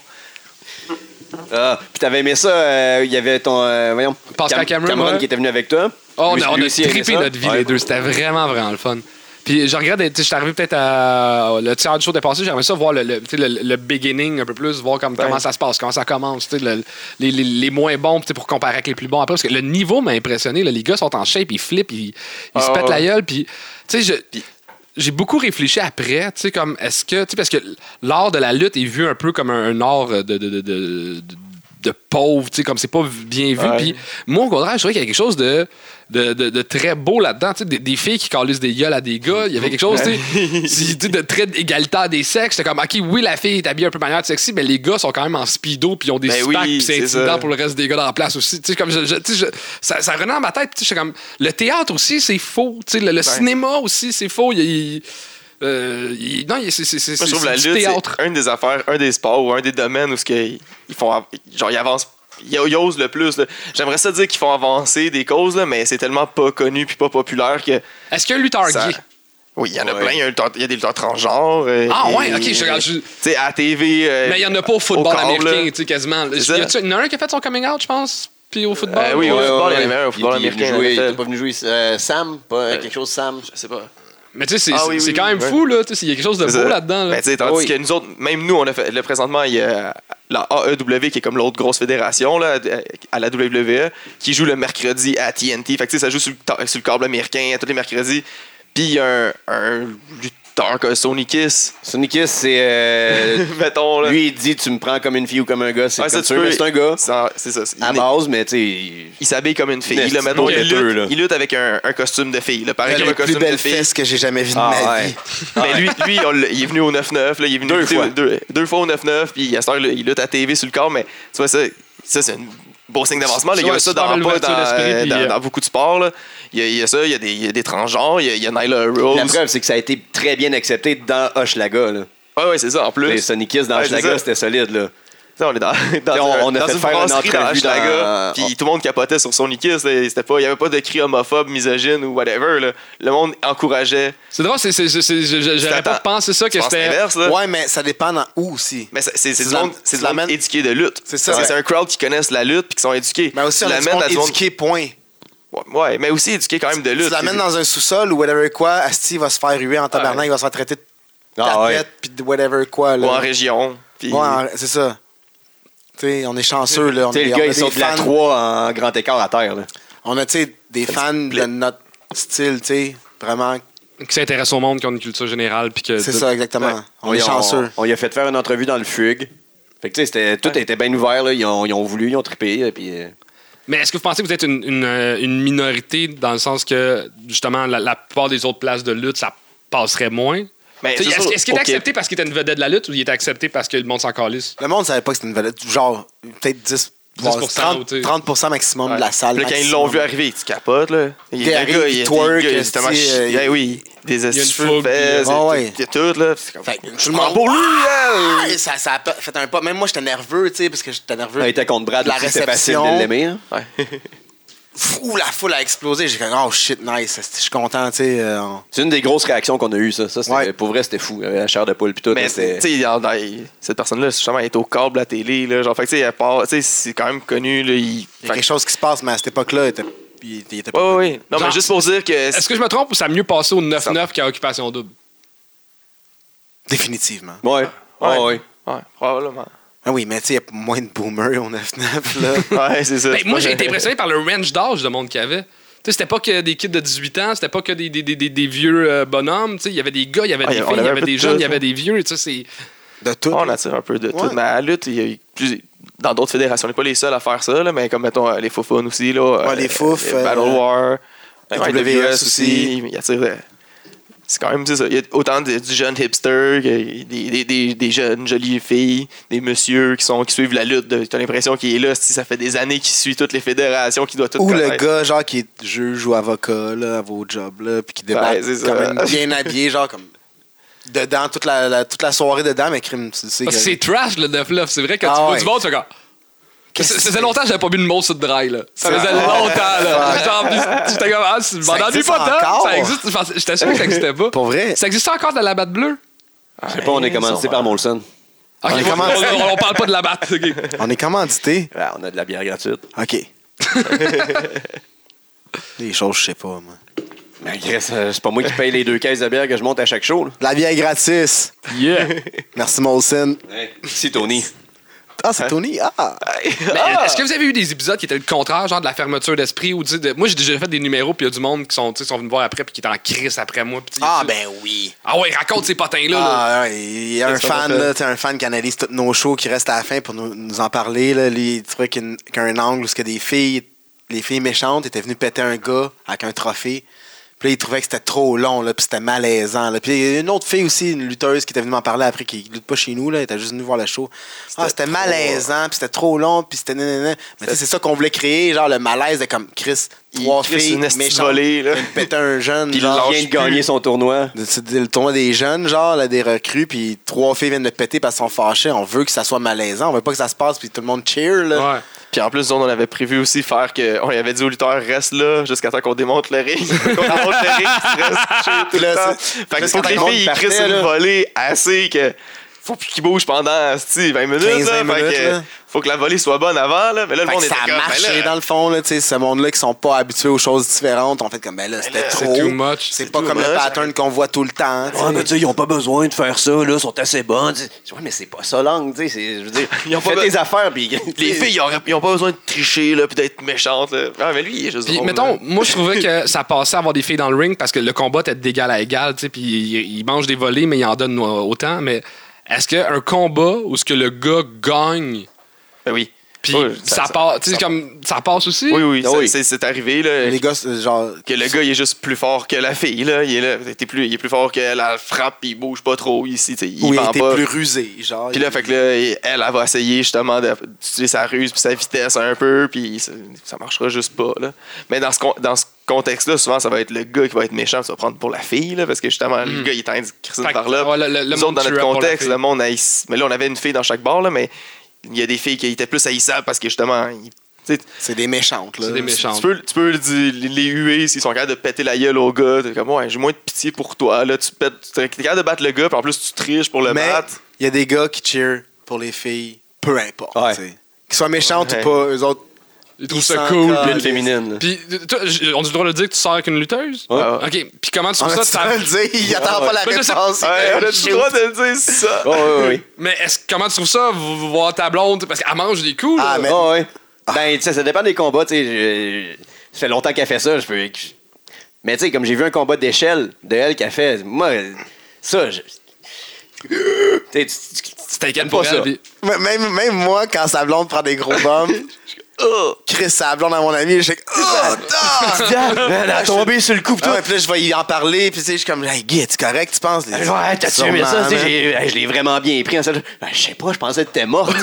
[SPEAKER 1] Ah, puis t'avais aimé ça, euh, il y avait ton. euh, voyons.
[SPEAKER 4] Pascal Cameron, ouais.
[SPEAKER 1] qui était venu avec toi.
[SPEAKER 4] Oh, on
[SPEAKER 1] Lui-
[SPEAKER 4] a, on
[SPEAKER 1] lui
[SPEAKER 4] a
[SPEAKER 1] aussi aimé
[SPEAKER 4] trippé
[SPEAKER 1] ça.
[SPEAKER 4] notre vie,
[SPEAKER 1] Ouais.
[SPEAKER 4] les deux. C'était vraiment, vraiment le fun. Puis je regarde, tu sais, je suis arrivé peut-être à le tiers du show dépassé, j'aimerais ça voir le, le, tu sais, le- le beginning un peu plus, voir comme,
[SPEAKER 2] Ouais.
[SPEAKER 4] comment ça se passe, comment ça commence, tu sais, le- les, les- les moins bons tu sais, pour comparer avec les plus bons après. Parce que le niveau m'a impressionné, là. les gars sont en shape, ils flippent, ils, ils
[SPEAKER 2] Ah,
[SPEAKER 4] se pètent
[SPEAKER 2] ouais.
[SPEAKER 4] la gueule. Puis, tu sais, je- j'ai beaucoup réfléchi après, tu sais, comme est-ce que, tu sais, parce que l'art de la lutte est vu un peu comme un, un art de, de, de, de- de- de pauvre, tu sais, comme c'est pas bien vu.
[SPEAKER 2] Ouais.
[SPEAKER 4] Puis moi, au contraire, je trouvais qu'il y a quelque chose de, de, de- de très beau là-dedans. Tu sais, Des, des filles qui calissent des gueules à des gars, il y avait quelque chose tu sais, si- tu sais, de très égalitaire des sexes. C'était comme, OK, oui, la fille est habillée un peu de manière sexy, mais les gars sont quand même en speedo, puis ils ont des
[SPEAKER 2] Ben
[SPEAKER 4] six
[SPEAKER 2] oui,
[SPEAKER 4] packs, puis c'est
[SPEAKER 2] c'est
[SPEAKER 4] intimidant
[SPEAKER 2] ça.
[SPEAKER 4] pour le reste des gars dans la place aussi. Tu sais, comme je- je- tu sais, je- ça, ça revenait dans ma tête. puis tu sais, j'étais comme, le théâtre aussi, c'est faux. Tu sais, le, le cinéma aussi, c'est faux. Il, il- euh, il- non, il- c'est c'est- c'est-
[SPEAKER 2] Moi, je trouve
[SPEAKER 4] c'est
[SPEAKER 2] la
[SPEAKER 4] du
[SPEAKER 2] lutte,
[SPEAKER 4] théâtre.
[SPEAKER 2] c'est une des affaires, un des sports ou un des domaines où ce qu'ils ils font, av- genre, ils avancent, ils, ils osent le plus. là. J'aimerais ça dire qu'ils font avancer des causes, là, mais c'est tellement pas connu puis pas populaire que
[SPEAKER 4] Est-ce qu'il y a un lutteur
[SPEAKER 2] ça-
[SPEAKER 4] gay?
[SPEAKER 2] Oui, il y en a
[SPEAKER 1] Ouais.
[SPEAKER 2] plein. Il y a, le temps- il y a des lutteurs transgenres. euh,
[SPEAKER 4] Ah ouais,
[SPEAKER 2] et-
[SPEAKER 4] ok, je regarde, je-
[SPEAKER 2] Tu sais, à la TV. euh,
[SPEAKER 4] Mais il n'y en a pas au football
[SPEAKER 2] corps, là.
[SPEAKER 4] américain, tu sais, quasiment. Il
[SPEAKER 2] ça.
[SPEAKER 4] y a-tu- il y en a un qui a fait son coming out, je pense, puis au football?
[SPEAKER 2] Euh, oui,
[SPEAKER 4] ouais.
[SPEAKER 2] au football, il y en
[SPEAKER 1] ouais.
[SPEAKER 2] avait un, au football
[SPEAKER 1] Il- il est venu
[SPEAKER 2] américain,
[SPEAKER 1] jouer-
[SPEAKER 2] en
[SPEAKER 1] Il
[SPEAKER 2] fait.
[SPEAKER 1] n'a pas venu jouer euh, Sam, pas euh, quelque chose Sam.
[SPEAKER 2] Je sais pas.
[SPEAKER 4] Mais tu sais, c'est
[SPEAKER 2] Ah oui,
[SPEAKER 4] c'est
[SPEAKER 2] oui,
[SPEAKER 4] quand
[SPEAKER 2] oui,
[SPEAKER 4] même
[SPEAKER 2] ouais.
[SPEAKER 4] fou, là. tu sais, Il y a quelque chose de
[SPEAKER 2] C'est
[SPEAKER 4] beau
[SPEAKER 2] ça.
[SPEAKER 4] là-dedans. là.
[SPEAKER 2] Ben, tu sais, tandis
[SPEAKER 1] Oui.
[SPEAKER 2] que nous autres, même nous, on a fait, là, présentement, il y a la AEW, qui est comme l'autre grosse fédération là, euh, à la WWE, qui joue le mercredi à TNT. Fait que, tu sais, ça joue sur le, ta- sur le câble américain tous les mercredis. Puis il y a un, un lutteur comme Sony Kiss,
[SPEAKER 1] Sonicus, c'est. euh,
[SPEAKER 2] mettons. Là.
[SPEAKER 1] lui, il dit tu me prends comme une fille ou comme un gars. C'est
[SPEAKER 2] Ouais, ça,
[SPEAKER 1] comme
[SPEAKER 2] tu
[SPEAKER 1] sûr,
[SPEAKER 2] peux-
[SPEAKER 1] mais c'est un gars.
[SPEAKER 2] C'est en- c'est ça. c'est-
[SPEAKER 1] À
[SPEAKER 2] il-
[SPEAKER 1] base, mais tu sais. il-
[SPEAKER 2] Il s'habille comme une fille.
[SPEAKER 1] Mais
[SPEAKER 2] là,
[SPEAKER 1] c'est
[SPEAKER 2] mettons, il,
[SPEAKER 1] moquetteux,
[SPEAKER 2] lutte,
[SPEAKER 1] là.
[SPEAKER 2] il lutte avec un, un costume de fille. Là, pareil
[SPEAKER 3] Il a
[SPEAKER 2] comme un
[SPEAKER 3] les plus
[SPEAKER 2] costume de
[SPEAKER 3] belles
[SPEAKER 2] fille.
[SPEAKER 3] fesses que j'ai jamais vues de
[SPEAKER 1] Ah,
[SPEAKER 3] ma
[SPEAKER 1] ouais.
[SPEAKER 3] vie.
[SPEAKER 2] Mais Ben, lui, lui on l'a- il est venu au 9-9, là, il est venu
[SPEAKER 1] Deux
[SPEAKER 2] lutter
[SPEAKER 1] fois.
[SPEAKER 2] au- deux, deux fois au 9-9, puis à cette heure, là, il lutte à TV sur le corps, mais tu vois, ça, ça c'est un beau signe d'avancement. là. Il y
[SPEAKER 4] Ouais,
[SPEAKER 2] a ça
[SPEAKER 4] super
[SPEAKER 2] dans,
[SPEAKER 4] belle
[SPEAKER 2] pas
[SPEAKER 4] ouverture
[SPEAKER 2] dans,
[SPEAKER 4] d'esprit,
[SPEAKER 2] euh,
[SPEAKER 4] puis,
[SPEAKER 2] dans-
[SPEAKER 4] euh,
[SPEAKER 2] dans beaucoup de sports. là. Il, y a, il y a ça, il y a des, il y a des transgenres, il y a, il y a Nyla
[SPEAKER 1] La
[SPEAKER 2] Rose.
[SPEAKER 1] preuve, c'est que ça a été très bien accepté dans Hochelaga. Là.
[SPEAKER 2] Ouais, ouais, c'est ça, en
[SPEAKER 1] Les
[SPEAKER 2] plus.
[SPEAKER 1] Sonicus dans
[SPEAKER 2] Ouais, c'est
[SPEAKER 1] Hochelaga,
[SPEAKER 2] ça.
[SPEAKER 1] c'était solide. Là.
[SPEAKER 2] Ça, on est dans, dans
[SPEAKER 1] on-
[SPEAKER 2] un-
[SPEAKER 1] on a
[SPEAKER 2] dans
[SPEAKER 1] fait
[SPEAKER 2] une
[SPEAKER 1] faire une
[SPEAKER 2] brasserie dans
[SPEAKER 1] entrevue dans-
[SPEAKER 2] Hochelaga, puis tout le monde capotait sur son Kiss. là, c'était pas- Il n'y avait pas de cri homophobe, misogyne ou whatever. là. Le monde encourageait.
[SPEAKER 4] C'est drôle, c'est- c'est- c'est- c'est- je- je- j'aurais pas
[SPEAKER 2] Attends,
[SPEAKER 4] pensé ça
[SPEAKER 2] Je
[SPEAKER 4] que
[SPEAKER 2] pense
[SPEAKER 4] c'était.
[SPEAKER 2] l'inverse, là.
[SPEAKER 3] Ouais, mais ça dépend dans où aussi.
[SPEAKER 2] Mais c'est- c'est c'est
[SPEAKER 3] Tu
[SPEAKER 2] du monde,
[SPEAKER 3] l'am-
[SPEAKER 2] c'est
[SPEAKER 3] tu
[SPEAKER 2] du monde
[SPEAKER 3] l'amènes-
[SPEAKER 2] éduqué de lutte.
[SPEAKER 3] C'est ça,
[SPEAKER 2] Parce que C'est
[SPEAKER 3] ouais.
[SPEAKER 2] un crowd qui connaissent la lutte puis qui sont éduqués.
[SPEAKER 3] Mais aussi,
[SPEAKER 2] Tu
[SPEAKER 3] on a du
[SPEAKER 2] l'amènes
[SPEAKER 3] monde
[SPEAKER 2] à du monde-
[SPEAKER 3] éduqué, point.
[SPEAKER 2] Ouais, Ouais, mais aussi éduqué quand même de lutte.
[SPEAKER 3] Tu l'amènes dans un sous-sol ou whatever quoi, Asti va se faire ruer en tabarnak,
[SPEAKER 2] Ouais.
[SPEAKER 3] il va se faire traiter de tapette
[SPEAKER 1] Ah, ouais.
[SPEAKER 3] puis de whatever quoi. Là.
[SPEAKER 2] Ou en région. Puis...
[SPEAKER 3] Ouais, en- c'est ça. Tu sais, on est chanceux, là. On,
[SPEAKER 1] Tu sais,
[SPEAKER 3] est-
[SPEAKER 1] le
[SPEAKER 3] on
[SPEAKER 1] gars,
[SPEAKER 3] a
[SPEAKER 1] il
[SPEAKER 3] des
[SPEAKER 1] saute de la
[SPEAKER 3] fans-
[SPEAKER 1] 3 en grand écart à terre. Là.
[SPEAKER 3] On a, tu sais, des fans de
[SPEAKER 2] plaît.
[SPEAKER 3] notre style, tu sais, vraiment.
[SPEAKER 4] Qui s'intéresse au monde, qui a une culture générale, puis que.
[SPEAKER 3] C'est ça, exactement.
[SPEAKER 2] Ouais.
[SPEAKER 3] On est
[SPEAKER 1] y a-
[SPEAKER 3] chanceux.
[SPEAKER 1] On, y a fait faire une entrevue dans le fugue. Fait que, tu sais, c'était- tout
[SPEAKER 2] Ouais.
[SPEAKER 1] était bien ouvert. Là. Ils, ont, ils ont voulu, ils ont trippé. et Puis, euh,
[SPEAKER 4] Mais est-ce que vous pensez que vous êtes une, une, euh, une minorité dans le sens que, justement, la, la plupart des autres places de lutte, ça passerait moins?
[SPEAKER 2] Mais
[SPEAKER 4] Tu sais,
[SPEAKER 2] Ben, c'est
[SPEAKER 4] Est-ce
[SPEAKER 2] sûr,
[SPEAKER 4] est-ce qu'il est
[SPEAKER 2] au
[SPEAKER 4] accepté parce qu'il était une vedette de la lutte ou il était accepté parce que le monde s'en calisse?
[SPEAKER 3] Le monde savait pas que c'était une valette. Genre, peut-être 10, voire
[SPEAKER 4] 10%, tu
[SPEAKER 3] 30,
[SPEAKER 4] sais.
[SPEAKER 3] 30% maximum
[SPEAKER 2] Ouais.
[SPEAKER 3] de la salle.
[SPEAKER 2] Puis là, quand ils
[SPEAKER 3] maximum.
[SPEAKER 2] l'ont vu arriver, ils se capotent, là. Il
[SPEAKER 3] Ils
[SPEAKER 2] le
[SPEAKER 3] arrivent,
[SPEAKER 2] gars,
[SPEAKER 3] ils
[SPEAKER 2] il
[SPEAKER 3] twerk,
[SPEAKER 2] il- c'est tellement
[SPEAKER 3] si,
[SPEAKER 2] chi-
[SPEAKER 3] euh, il-
[SPEAKER 2] Ouais, Eh oui. Des
[SPEAKER 4] une
[SPEAKER 2] essuies
[SPEAKER 4] fougue,
[SPEAKER 2] fesses,
[SPEAKER 3] puis-
[SPEAKER 2] et
[SPEAKER 3] Ah
[SPEAKER 2] tout-
[SPEAKER 3] ouais.
[SPEAKER 2] et tout, là. Puis c'est comme-
[SPEAKER 3] Fait que tout
[SPEAKER 2] Je
[SPEAKER 3] le
[SPEAKER 2] m'en
[SPEAKER 3] monde.
[SPEAKER 2] pour lui,
[SPEAKER 3] Ah,
[SPEAKER 2] elle!
[SPEAKER 3] et ça, ça a pe- fait un pas. Même moi, j'étais nerveux, tu sais, parce que j'étais nerveux.
[SPEAKER 1] on était contre Brad.
[SPEAKER 3] La
[SPEAKER 1] aussi, C'était facile
[SPEAKER 3] réception.
[SPEAKER 1] de l'aimer. hein.
[SPEAKER 2] Ouais.
[SPEAKER 3] Fou, la foule a explosé. J'ai comme, oh shit, nice. esti, Je suis content, tu sais. euh, on-
[SPEAKER 1] C'est une des grosses réactions qu'on a eues, ça. ça c'était-
[SPEAKER 3] Ouais.
[SPEAKER 1] Pour vrai, c'était fou. Euh, La chair de poule, puis tout.
[SPEAKER 2] Mais
[SPEAKER 1] là, c'était-
[SPEAKER 2] tu sais, dans- dans- cette personne-là, justement, elle est au câble à la télé. Là, genre, fait que, tu sais, elle part- tu sais, c'est quand même connu. Là, il...
[SPEAKER 3] Il y a quelque chose qui se passe, mais à cette époque-là, il était, il- il était
[SPEAKER 2] Ouais,
[SPEAKER 3] pas.
[SPEAKER 2] ouais, ouais. Non,
[SPEAKER 4] Genre-
[SPEAKER 2] mais juste pour dire que.
[SPEAKER 4] Est-ce que je me trompe ou ça a mieux passé au 9-9 qu'à Occupation Double?
[SPEAKER 3] Définitivement.
[SPEAKER 1] Ouais. Ouais, ouais.
[SPEAKER 2] Ouais, probablement.
[SPEAKER 3] Ah oui, mais tu sais, il y a moins de boomers au 9-9, là.
[SPEAKER 2] Ouais, c'est ça.
[SPEAKER 4] Ben,
[SPEAKER 2] c'est
[SPEAKER 4] moi,
[SPEAKER 2] pas-
[SPEAKER 4] j'ai été impressionné par le range d'âge de monde qu'il y avait. Tu sais, c'était pas que des kids de 18 ans, c'était pas que des, des, des, des, des vieux euh, bonhommes. Tu sais, il y avait des gars, il y avait
[SPEAKER 2] Ah,
[SPEAKER 4] des
[SPEAKER 2] on
[SPEAKER 4] filles, il y
[SPEAKER 2] avait un
[SPEAKER 4] avait
[SPEAKER 2] peu
[SPEAKER 4] des
[SPEAKER 2] de
[SPEAKER 4] jeunes,
[SPEAKER 2] tout,
[SPEAKER 4] il y avait
[SPEAKER 2] hein.
[SPEAKER 4] des vieux. Tu sais, c'est.
[SPEAKER 3] De tout.
[SPEAKER 2] On attire un peu de
[SPEAKER 3] Ouais.
[SPEAKER 2] tout. Mais à la lutte, il y a eu plus- dans d'autres fédérations, on n'est pas les seuls à faire ça, là, mais comme mettons euh, les Foufounes aussi. Là, euh,
[SPEAKER 3] Ouais, les Fouf,
[SPEAKER 2] euh, Battle
[SPEAKER 3] euh,
[SPEAKER 2] War, euh,
[SPEAKER 3] WS
[SPEAKER 2] WS
[SPEAKER 3] aussi.
[SPEAKER 2] aussi. Il attire. euh, C'est quand même, c'est ça. Il y a autant de- du jeune hipster que des, des, des, des jeunes jolies filles, des messieurs qui, sont, qui suivent la lutte. de- T'as l'impression qu'il est là, si ça fait des années qu'il suit toutes les fédérations, qu'il doit tout
[SPEAKER 3] Ou le
[SPEAKER 2] connaître.
[SPEAKER 3] gars, genre, qui est juge ou avocat, là, à vos jobs, là, puis qui débarque
[SPEAKER 2] Ouais, Ben, c'est
[SPEAKER 3] quand
[SPEAKER 2] ça.
[SPEAKER 3] même bien habillé, genre, comme dedans, toute la, la- toute la soirée dedans, mais crime, tu sais.
[SPEAKER 4] Parce que
[SPEAKER 3] que-
[SPEAKER 4] Ah, c'est trash le 9-9. C'est vrai, quand
[SPEAKER 3] Ah
[SPEAKER 4] tu vois
[SPEAKER 3] ouais.
[SPEAKER 4] du monde, tu fais comme.
[SPEAKER 3] Qu'est-ce
[SPEAKER 4] Ça
[SPEAKER 3] que
[SPEAKER 4] ça faisait
[SPEAKER 3] c'est?
[SPEAKER 4] longtemps que j'avais pas bu une mousse de dry, là. Ça
[SPEAKER 3] C'est-
[SPEAKER 4] faisait
[SPEAKER 3] Ah,
[SPEAKER 4] longtemps, là.
[SPEAKER 3] fuck.
[SPEAKER 4] Genre, en plus, J'étais comme, ah, c'est- m'en ennuie
[SPEAKER 3] existe
[SPEAKER 4] pas tant.
[SPEAKER 3] encore?
[SPEAKER 4] Ça existe. je pensais- J'étais sûr que ça existait pas.
[SPEAKER 3] Pour vrai?
[SPEAKER 4] Ça existe encore de la batte bleue?
[SPEAKER 1] Je sais pas, on est commencé par Molson.
[SPEAKER 4] Ok,
[SPEAKER 3] mais
[SPEAKER 4] on,
[SPEAKER 3] comment-
[SPEAKER 4] on- on parle pas de la batte. ok.
[SPEAKER 3] On est commandité.
[SPEAKER 1] Ah, on a de la bière gratuite.
[SPEAKER 3] OK. Les choses, je sais pas, moi.
[SPEAKER 1] Mais Chris, euh, c'est pas moi qui paye les deux caisses de bière que je monte à chaque show. là.
[SPEAKER 3] La bière est gratis.
[SPEAKER 4] Yeah.
[SPEAKER 3] Merci, Molson.
[SPEAKER 1] Si, Tony.
[SPEAKER 3] Ah,
[SPEAKER 2] Hein?
[SPEAKER 3] c'est Tony. Ah!
[SPEAKER 4] Mais, euh, Est-ce que vous avez eu des épisodes qui étaient le contraire, genre de la fermeture d'esprit ou tu sais, de... Moi, j'ai déjà fait des numéros, puis il y a du monde qui sont, tu sais, sont venus me voir après, puis qui étaient en crise après moi. puis tu sais,
[SPEAKER 3] Ah,
[SPEAKER 4] tu-
[SPEAKER 3] ben oui.
[SPEAKER 4] Ah ouais, raconte ces potins-là. là.
[SPEAKER 3] Ah, ouais, il y a un
[SPEAKER 2] Qu'est-ce qu'on a
[SPEAKER 3] fan,
[SPEAKER 2] fait?
[SPEAKER 3] là, tu sais, un fan qui analyse tous nos shows, qui reste à la fin pour nous, nous en parler. Là. Lui, il trouvait qu'une- qu'un angle où ce que des filles, les filles méchantes étaient venues péter un gars avec un trophée. Puis là, il trouvait que c'était trop long, là, puis c'était malaisant. Là. Puis il y a une autre fille aussi, une lutteuse, qui était venue m'en parler après, qui lutte pas chez nous, là, elle était juste venue voir le show. Ah, c'était malaisant, puis c'était trop long, puis c'était nanana. Mais tu sais, c'est ça qu'on voulait créer, genre le malaise de comme Chris,
[SPEAKER 2] Il
[SPEAKER 3] trois
[SPEAKER 2] crisse
[SPEAKER 3] filles
[SPEAKER 2] une esti de
[SPEAKER 3] méchantes,
[SPEAKER 2] volée, là.
[SPEAKER 3] une péter un jeune.
[SPEAKER 1] Puis il
[SPEAKER 3] genre.
[SPEAKER 1] vient de gagner son tournoi.
[SPEAKER 3] De- C'est le tournoi des jeunes, genre, là, des recrues, puis trois filles viennent de péter parce qu'elles sont fâchées. On veut que ça soit malaisant. On veut pas que ça se passe, puis tout le monde cheer,
[SPEAKER 2] Ah,
[SPEAKER 3] là.
[SPEAKER 4] Ouais.
[SPEAKER 2] Puis en plus, nous, on avait prévu aussi faire que. On avait dit aux lutteurs, reste là jusqu'à temps qu'on démonte le ring. Qu'on démonte le ring, tu restes couché tout
[SPEAKER 3] Là,
[SPEAKER 2] le temps.
[SPEAKER 3] c'est-
[SPEAKER 2] Fait
[SPEAKER 3] là,
[SPEAKER 2] que pour
[SPEAKER 3] quand
[SPEAKER 2] que
[SPEAKER 3] le
[SPEAKER 2] les
[SPEAKER 3] monde
[SPEAKER 2] filles, ils
[SPEAKER 3] partait,
[SPEAKER 2] crissent
[SPEAKER 3] là.
[SPEAKER 2] une volée assez que. Faut plus qu'ils bougent pendant asti, 20 minutes.
[SPEAKER 3] 15, 20
[SPEAKER 2] là, fait
[SPEAKER 3] minutes,
[SPEAKER 2] que,
[SPEAKER 3] là.
[SPEAKER 2] Faut que la volée soit bonne avant. Là. Mais là, le
[SPEAKER 3] Fait
[SPEAKER 2] monde
[SPEAKER 3] que
[SPEAKER 2] était
[SPEAKER 3] ça
[SPEAKER 2] comme.
[SPEAKER 3] a marché
[SPEAKER 2] ben là,
[SPEAKER 3] dans le fond, là, tu sais, ce monde-là qui sont pas habitués aux choses différentes. On fait comme, ben là, c'était
[SPEAKER 4] c'est
[SPEAKER 3] trop.
[SPEAKER 4] too much.
[SPEAKER 3] C'est
[SPEAKER 4] C'est
[SPEAKER 3] pas
[SPEAKER 2] too
[SPEAKER 3] comme le
[SPEAKER 2] much.
[SPEAKER 3] pattern qu'on voit tout le temps. tu sais.
[SPEAKER 1] Ouais, mais tu sais, ils n'ont pas besoin de faire ça, là, ils sont assez bonnes. Tu sais, Ouais, mais c'est pas ça l'angle, tu sais. c'est- Je veux dire,
[SPEAKER 2] Ils ont pas
[SPEAKER 1] fais
[SPEAKER 2] be-
[SPEAKER 1] tes affaires, puis.
[SPEAKER 2] Les filles, ils auraient- ils ont pas besoin de tricher, là, puis d'être méchantes. Là. Ah, mais lui, il est juste.
[SPEAKER 4] Puis,
[SPEAKER 2] drôle,
[SPEAKER 4] mettons,
[SPEAKER 2] là.
[SPEAKER 4] moi, je trouvais que ça passait à avoir des filles dans le ring parce que le combat était d'égal à égal, tu sais, puis il, il mange des volets, mais il en donne euh, autant. Mais est-ce qu'un combat où ce que le gars gagne,
[SPEAKER 2] Ben oui.
[SPEAKER 4] puis
[SPEAKER 2] Oui,
[SPEAKER 4] ça, passe, tu sais, comme, ça passe aussi?
[SPEAKER 2] Oui, oui,
[SPEAKER 1] Ah
[SPEAKER 2] ça-
[SPEAKER 1] oui.
[SPEAKER 2] c'est- c'est arrivé, là.
[SPEAKER 3] Les gars, c'est genre.
[SPEAKER 2] que le gars il est juste plus fort que la fille là il est là T'es plus il est plus fort que la frappe puis il bouge pas trop ici tu sais, il
[SPEAKER 3] Où il
[SPEAKER 2] pend
[SPEAKER 3] était
[SPEAKER 2] pas
[SPEAKER 3] plus rusé, genre.
[SPEAKER 2] puis là fait que là il- elle, elle va essayer justement de- d'utiliser sa ruse puis sa vitesse un peu puis ça, ça marchera juste pas là mais dans ce con- dans ce contexte là souvent ça va être le gars qui va être méchant puis ça va prendre pour la fille là parce que justement le gars il est en train de crisser
[SPEAKER 4] Hmm. Fait que,
[SPEAKER 2] par là
[SPEAKER 4] ouais, le- le- le
[SPEAKER 2] nous
[SPEAKER 4] monde
[SPEAKER 2] autres dans
[SPEAKER 4] cheer up
[SPEAKER 2] notre
[SPEAKER 4] pour la
[SPEAKER 2] contexte
[SPEAKER 4] fille.
[SPEAKER 2] le monde haïss- mais là on avait une fille dans chaque bar là mais il y a des filles qui étaient plus haïssables parce que justement ils- tu sais,
[SPEAKER 3] C'est des méchantes, là.
[SPEAKER 4] C'est des méchantes.
[SPEAKER 2] tu peux, tu peux le dire, les, les huer s'ils sont capables de péter la gueule au gars. T'es comme, ouais, j'ai moins de pitié pour toi. Là, tu pètes, t'es capable de battre le gars, puis en plus, tu triches pour le
[SPEAKER 3] Mais
[SPEAKER 2] battre.
[SPEAKER 3] il y a des gars qui cheer pour les filles, peu importe.
[SPEAKER 1] Ouais.
[SPEAKER 3] tu sais. Qu'ils soient méchantes
[SPEAKER 2] Ouais.
[SPEAKER 3] ou pas, eux autres.
[SPEAKER 4] Ils trouvent
[SPEAKER 3] Ils
[SPEAKER 4] ça
[SPEAKER 3] s'en
[SPEAKER 4] cool.
[SPEAKER 3] calent.
[SPEAKER 1] Pleine féminine, là.
[SPEAKER 4] Puis, toi, j- on a le droit de le dire que tu sors avec une lutteuse?
[SPEAKER 3] Oh.
[SPEAKER 1] Ouais.
[SPEAKER 2] Ah.
[SPEAKER 4] OK. Puis comment tu
[SPEAKER 3] On
[SPEAKER 4] trouves
[SPEAKER 3] a
[SPEAKER 4] Ah, ça?
[SPEAKER 3] ça,
[SPEAKER 4] ça-
[SPEAKER 3] le dire, il attend pas la
[SPEAKER 4] Mais je sais-
[SPEAKER 3] réponse.
[SPEAKER 2] Ouais, on a le droit de dire ça.
[SPEAKER 1] Ouais, ouais, ouais.
[SPEAKER 4] Mais est-ce, comment tu trouves ça, vo- voir ta blonde? Parce qu'elle mange des coups, là.
[SPEAKER 3] Ah, mais-
[SPEAKER 1] Ouais, ouais. Ben, tu sais, ça dépend des combats, tu sais. je- Ça fait longtemps qu'elle fait ça, je peux. je- Mais tu sais, comme j'ai vu un combat d'échelle de elle qu'elle fait, moi, ça, je. Tu sais, tu- tu- tu-
[SPEAKER 4] Tu t'inquiètes
[SPEAKER 1] pas
[SPEAKER 4] pour elle,
[SPEAKER 1] ça.
[SPEAKER 4] puis-
[SPEAKER 3] M- Même, même moi, quand sa blonde prend des gros bombes, Chris, sa blonde à mon ami, je suis comme, oh,
[SPEAKER 1] tu
[SPEAKER 3] non!
[SPEAKER 1] dis, oh! ah, elle a tombé sur le coup, pis
[SPEAKER 3] Ah
[SPEAKER 1] tout.
[SPEAKER 3] ouais, puis là, je vais y en parler, puis tu sais, je suis comme, hey, Guy, tu correct, tu penses? Les-
[SPEAKER 1] Ouais, t'as-tu
[SPEAKER 3] Sûrement,
[SPEAKER 1] aimé ça? Tu sais,
[SPEAKER 3] man.
[SPEAKER 1] j'ai- hey, je l'ai vraiment bien pris. en fait. Ben, je sais pas, je pensais que t'étais morte.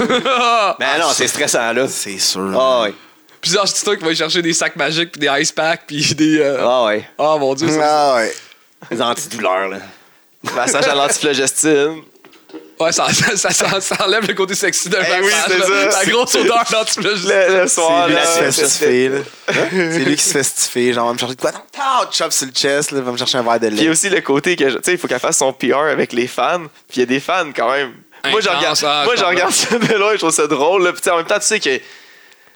[SPEAKER 1] Mais non, c'est stressant, là.
[SPEAKER 3] C'est sûr.
[SPEAKER 1] Ah ouais.
[SPEAKER 4] Plusieurs petits trucs qui vont chercher des sacs magiques, puis des ice packs, puis des... euh,
[SPEAKER 1] Ah ouais.
[SPEAKER 4] Ah, mon Dieu, ça-
[SPEAKER 3] Ah ouais.
[SPEAKER 1] Les antidouleurs, là.
[SPEAKER 2] Massage à l'antiflogestine.
[SPEAKER 4] Ouais, ça, ça, ça, ça- ça enlève le côté sexy d'un
[SPEAKER 2] Ah. Eh oui,
[SPEAKER 4] massage,
[SPEAKER 2] c'est
[SPEAKER 4] là.
[SPEAKER 2] ça.
[SPEAKER 4] La grosse odeur dans tout le gelé.
[SPEAKER 2] Le, le
[SPEAKER 1] Oh,
[SPEAKER 3] C'est
[SPEAKER 2] soir,
[SPEAKER 3] lui
[SPEAKER 2] là,
[SPEAKER 3] qui se fait
[SPEAKER 2] ça se fait.
[SPEAKER 3] stiffer, là. Hein? C'est lui qui se fait stiffer, genre, va me chercher de quoi? Non, pow, chop sur le chest, là, va me chercher un verre de
[SPEAKER 2] Puis il y
[SPEAKER 3] lait.
[SPEAKER 2] a aussi le côté que, je- tu sais, il faut qu'elle fasse son PR avec les fans. Puis il y a des fans quand même. moi, je
[SPEAKER 4] Intense,
[SPEAKER 2] regarde,
[SPEAKER 4] ah,
[SPEAKER 2] moi,
[SPEAKER 4] je
[SPEAKER 2] je regarde ça de loin, je trouve ça drôle. Là. Puis tu sais, en même temps, tu sais que. Tu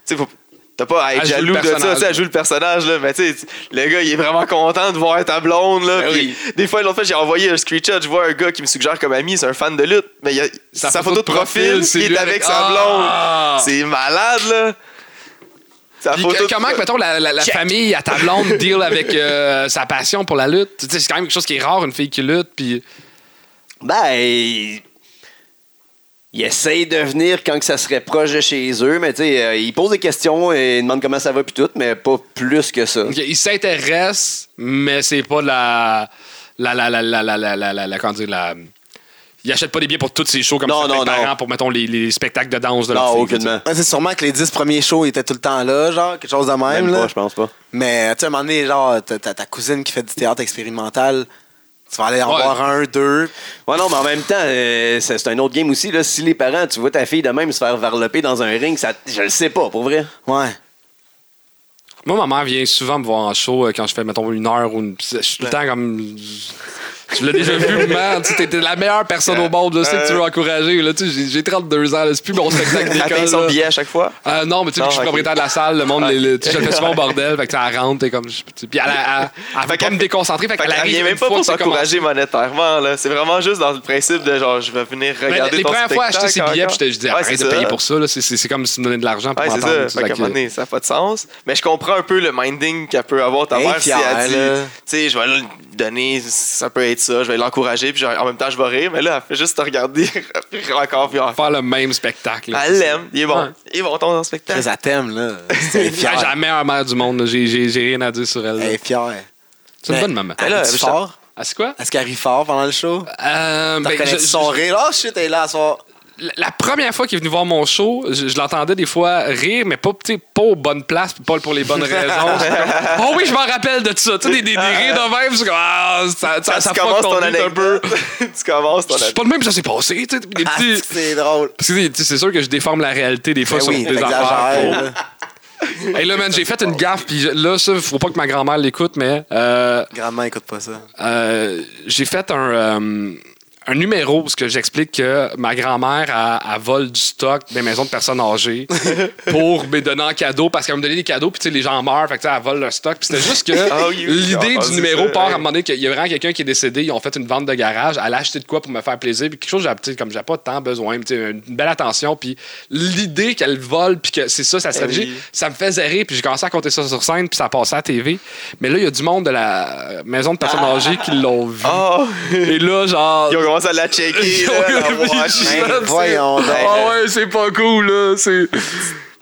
[SPEAKER 2] sais, faut- T'as pas à être
[SPEAKER 4] Elle joue le
[SPEAKER 2] jaloux de ça, tu
[SPEAKER 4] personnage,
[SPEAKER 2] sais,
[SPEAKER 4] là.
[SPEAKER 2] elle joue le personnage, là, mais tu sais, le gars, il est vraiment content de voir ta blonde, là.
[SPEAKER 1] Ben
[SPEAKER 2] puis Des fois, l'autre fois, j'ai envoyé un screenshot, je vois un gars qui me suggère comme ami, c'est un fan de lutte, mais il y a sa, photo de profil,
[SPEAKER 4] c'est
[SPEAKER 2] il
[SPEAKER 4] lui
[SPEAKER 2] est avec
[SPEAKER 4] avec-
[SPEAKER 2] sa blonde.
[SPEAKER 4] Ah!
[SPEAKER 2] C'est malade, là. Sa
[SPEAKER 4] Puis
[SPEAKER 2] photo
[SPEAKER 4] que-
[SPEAKER 2] de-
[SPEAKER 4] comment, que, mettons, la, la- la
[SPEAKER 2] Check.
[SPEAKER 4] famille à ta blonde deal avec euh, sa passion pour la lutte? Tu sais, c'est quand même quelque chose qui est rare, une fille qui lutte, puis...
[SPEAKER 1] Ben, ils ils essayent de venir quand que ça serait proche de chez eux, mais tu sais, euh, ils posent des questions et ils demandent comment ça va puis tout, mais pas plus que ça.
[SPEAKER 4] Ok, il s'intéresse, mais c'est pas de la. La, la, la, la, la, la, la, la, la- comment dire, la. Il achète pas des billets pour tous ces shows comme
[SPEAKER 1] Non,
[SPEAKER 4] certains
[SPEAKER 1] non,
[SPEAKER 4] parents
[SPEAKER 1] non.
[SPEAKER 4] pour, mettons, les, les spectacles de danse de leur
[SPEAKER 1] Non,
[SPEAKER 4] fille,
[SPEAKER 1] aucunement.
[SPEAKER 3] Ouais, c'est sûrement que les 10 premiers shows étaient tout le temps là, genre, quelque chose de même,
[SPEAKER 1] Même
[SPEAKER 3] là.
[SPEAKER 1] pas, je pense pas.
[SPEAKER 3] Mais tu sais, à un moment donné, genre, t'as t'as ta cousine qui fait du théâtre expérimental, tu vas aller en
[SPEAKER 4] Ouais.
[SPEAKER 3] voir un, deux.
[SPEAKER 1] Ouais, non, mais en même temps, euh, c'est c'est un autre game aussi. Là. Si les parents, tu vois ta fille de même se faire varloper dans un ring, ça, je le sais pas, pour vrai.
[SPEAKER 3] Ouais.
[SPEAKER 4] tu sais. Moi, ma mère vient souvent me voir en show euh, quand je fais, mettons, une heure ou une. Je suis tout le temps comme. Tu l'as déjà vu, man. Tu étais la meilleure personne au monde. Je sais que tu
[SPEAKER 1] Euh.
[SPEAKER 4] veux encourager. Là, tu sais, j'ai- j'ai 32 ans. là, C'est plus mon spectacle
[SPEAKER 2] Elle
[SPEAKER 4] d'école.
[SPEAKER 2] paye son
[SPEAKER 4] là.
[SPEAKER 2] billet à chaque fois.
[SPEAKER 4] Euh, non, mais tu sais, vu
[SPEAKER 2] Non,
[SPEAKER 4] que je suis
[SPEAKER 2] ok.
[SPEAKER 4] propriétaire de la salle, le monde, les- les- tu sais, je le fais souvent au bordel, fait que ça rentre, t'es comme. je- tu- Puis elle, elle, elle, elle veut pas
[SPEAKER 2] qu'elle-
[SPEAKER 4] me déconcentrer, fait
[SPEAKER 2] Fait
[SPEAKER 4] qu'elle
[SPEAKER 2] qu'elle
[SPEAKER 4] arrive.
[SPEAKER 2] vient
[SPEAKER 4] une
[SPEAKER 2] même pas
[SPEAKER 4] fois
[SPEAKER 2] pour
[SPEAKER 4] que c'est
[SPEAKER 2] s'encourager monétairement. là. C'est vraiment juste dans le principe de genre, je vais venir
[SPEAKER 4] Mais
[SPEAKER 2] regarder
[SPEAKER 4] les
[SPEAKER 2] ton
[SPEAKER 4] premières fois,
[SPEAKER 2] spectacle
[SPEAKER 4] acheter ses billets,
[SPEAKER 2] encore.
[SPEAKER 4] puis je te je dis,
[SPEAKER 2] Ouais,
[SPEAKER 4] arrête
[SPEAKER 2] c'est
[SPEAKER 4] de payer
[SPEAKER 2] ça.
[SPEAKER 4] pour ça. là. C'est- C'est c'est comme si tu me donnais de l'argent pour
[SPEAKER 2] Ouais, c'est
[SPEAKER 4] m'entendre.
[SPEAKER 2] ça.
[SPEAKER 4] c'est
[SPEAKER 2] Fait qu'à un
[SPEAKER 4] ça
[SPEAKER 2] moment
[SPEAKER 4] que-
[SPEAKER 2] donné, ça n'a pas de sens. Mais je comprends un peu le minding qu'elle peut avoir ta
[SPEAKER 3] Hey,
[SPEAKER 2] mère si
[SPEAKER 3] fière,
[SPEAKER 2] elle dit,
[SPEAKER 3] là.
[SPEAKER 2] tu sais, je vais le donner, ça peut être ça, je vais l'encourager, puis je- en même temps, je vais rire. Mais là, elle fait juste te regarder rire encore, puis elle-
[SPEAKER 4] faire le même spectacle. là.
[SPEAKER 2] elle l'aime. Il est bon.
[SPEAKER 4] Ouais.
[SPEAKER 2] Il est bon ton spectacle.
[SPEAKER 3] Ça t'aime, là. C'est
[SPEAKER 4] Ouais, J'ai la
[SPEAKER 3] fier.
[SPEAKER 4] meilleure mère du monde. là. J'ai j'ai- j'ai rien à dire sur elle. là.
[SPEAKER 3] Elle est fière.
[SPEAKER 4] C'est une
[SPEAKER 3] Mais-
[SPEAKER 4] bonne maman.
[SPEAKER 2] Elle a-
[SPEAKER 3] Elle est fort.
[SPEAKER 4] Ah, c'est quoi?
[SPEAKER 3] Est-ce qu'elle rit fort pendant le show?
[SPEAKER 4] Euh,
[SPEAKER 3] T'as
[SPEAKER 4] ben,
[SPEAKER 3] reconnu
[SPEAKER 4] je-
[SPEAKER 3] son rire. Oh shit, elle est là à soir.
[SPEAKER 4] la- la première fois qu'il est venu voir mon show, je, je l'entendais des fois rire, mais pas, tu sais, pas aux bonnes places, puis pas pour les bonnes raisons. C'est comme, oh oui, je m'en rappelle de ça. Tu sais, des, des, des rires de même, c'est comme, ah, ça, ça,
[SPEAKER 2] Ça,
[SPEAKER 4] ça,
[SPEAKER 2] tu
[SPEAKER 4] fuck
[SPEAKER 2] commences
[SPEAKER 4] ton
[SPEAKER 2] ton
[SPEAKER 4] mood un
[SPEAKER 2] anecdote. tu commences ton
[SPEAKER 4] peu. C'est
[SPEAKER 2] anecdote.
[SPEAKER 4] pas le même que ça s'est passé, tu sais, des
[SPEAKER 3] Ah,
[SPEAKER 4] petits-
[SPEAKER 3] c'est drôle.
[SPEAKER 4] Parce que tu sais, c'est sûr que je déforme la réalité des fois
[SPEAKER 3] Ben
[SPEAKER 4] sur
[SPEAKER 3] oui,
[SPEAKER 4] des
[SPEAKER 3] t'exagères.
[SPEAKER 4] affaires.
[SPEAKER 3] là.
[SPEAKER 4] Hey là, man, j'ai fait une gaffe, puis je- là, ça, faut pas que ma grand-mère l'écoute, mais euh,
[SPEAKER 3] Grandement, écoute pas ça.
[SPEAKER 4] euh, j'ai fait un, euh, un numéro où ce que j'explique que ma grand-mère a, vole du stock des maisons de personnes âgées pour me donner en cadeau parce qu'elle me donnait des cadeaux puis tu sais les gens meurent fait que tu sais, elle vole leur stock puis c'était juste que
[SPEAKER 2] Ah oui, oui, j'ai
[SPEAKER 4] l'idée du
[SPEAKER 2] entendu
[SPEAKER 4] numéro
[SPEAKER 2] ça,
[SPEAKER 4] part à
[SPEAKER 2] ouais.
[SPEAKER 4] un moment donné qu'il y a vraiment quelqu'un qui est décédé ils ont fait une vente de garage elle a acheté de quoi pour me faire plaisir puis quelque chose j'ai- tu sais, comme j'ai pas tant besoin mais tu sais, une belle attention puis l'idée qu'elle vole puis que c'est ça sa stratégie
[SPEAKER 2] Eh oui.
[SPEAKER 4] ça me faisait rire puis j'ai commencé à compter ça sur scène puis ça passait à la TV mais là il y a du monde de la maison de personnes âgées qui l'ont vu
[SPEAKER 2] Oh!
[SPEAKER 4] et là, genre.
[SPEAKER 2] Ils ont commencé à la checker.
[SPEAKER 4] Ils
[SPEAKER 2] là,
[SPEAKER 4] ont
[SPEAKER 2] à
[SPEAKER 4] eu
[SPEAKER 2] voir,
[SPEAKER 4] un
[SPEAKER 2] shit.
[SPEAKER 4] bichon.
[SPEAKER 3] Ben, voyons donc.
[SPEAKER 4] Ah ouais, c'est pas cool, là. C'est.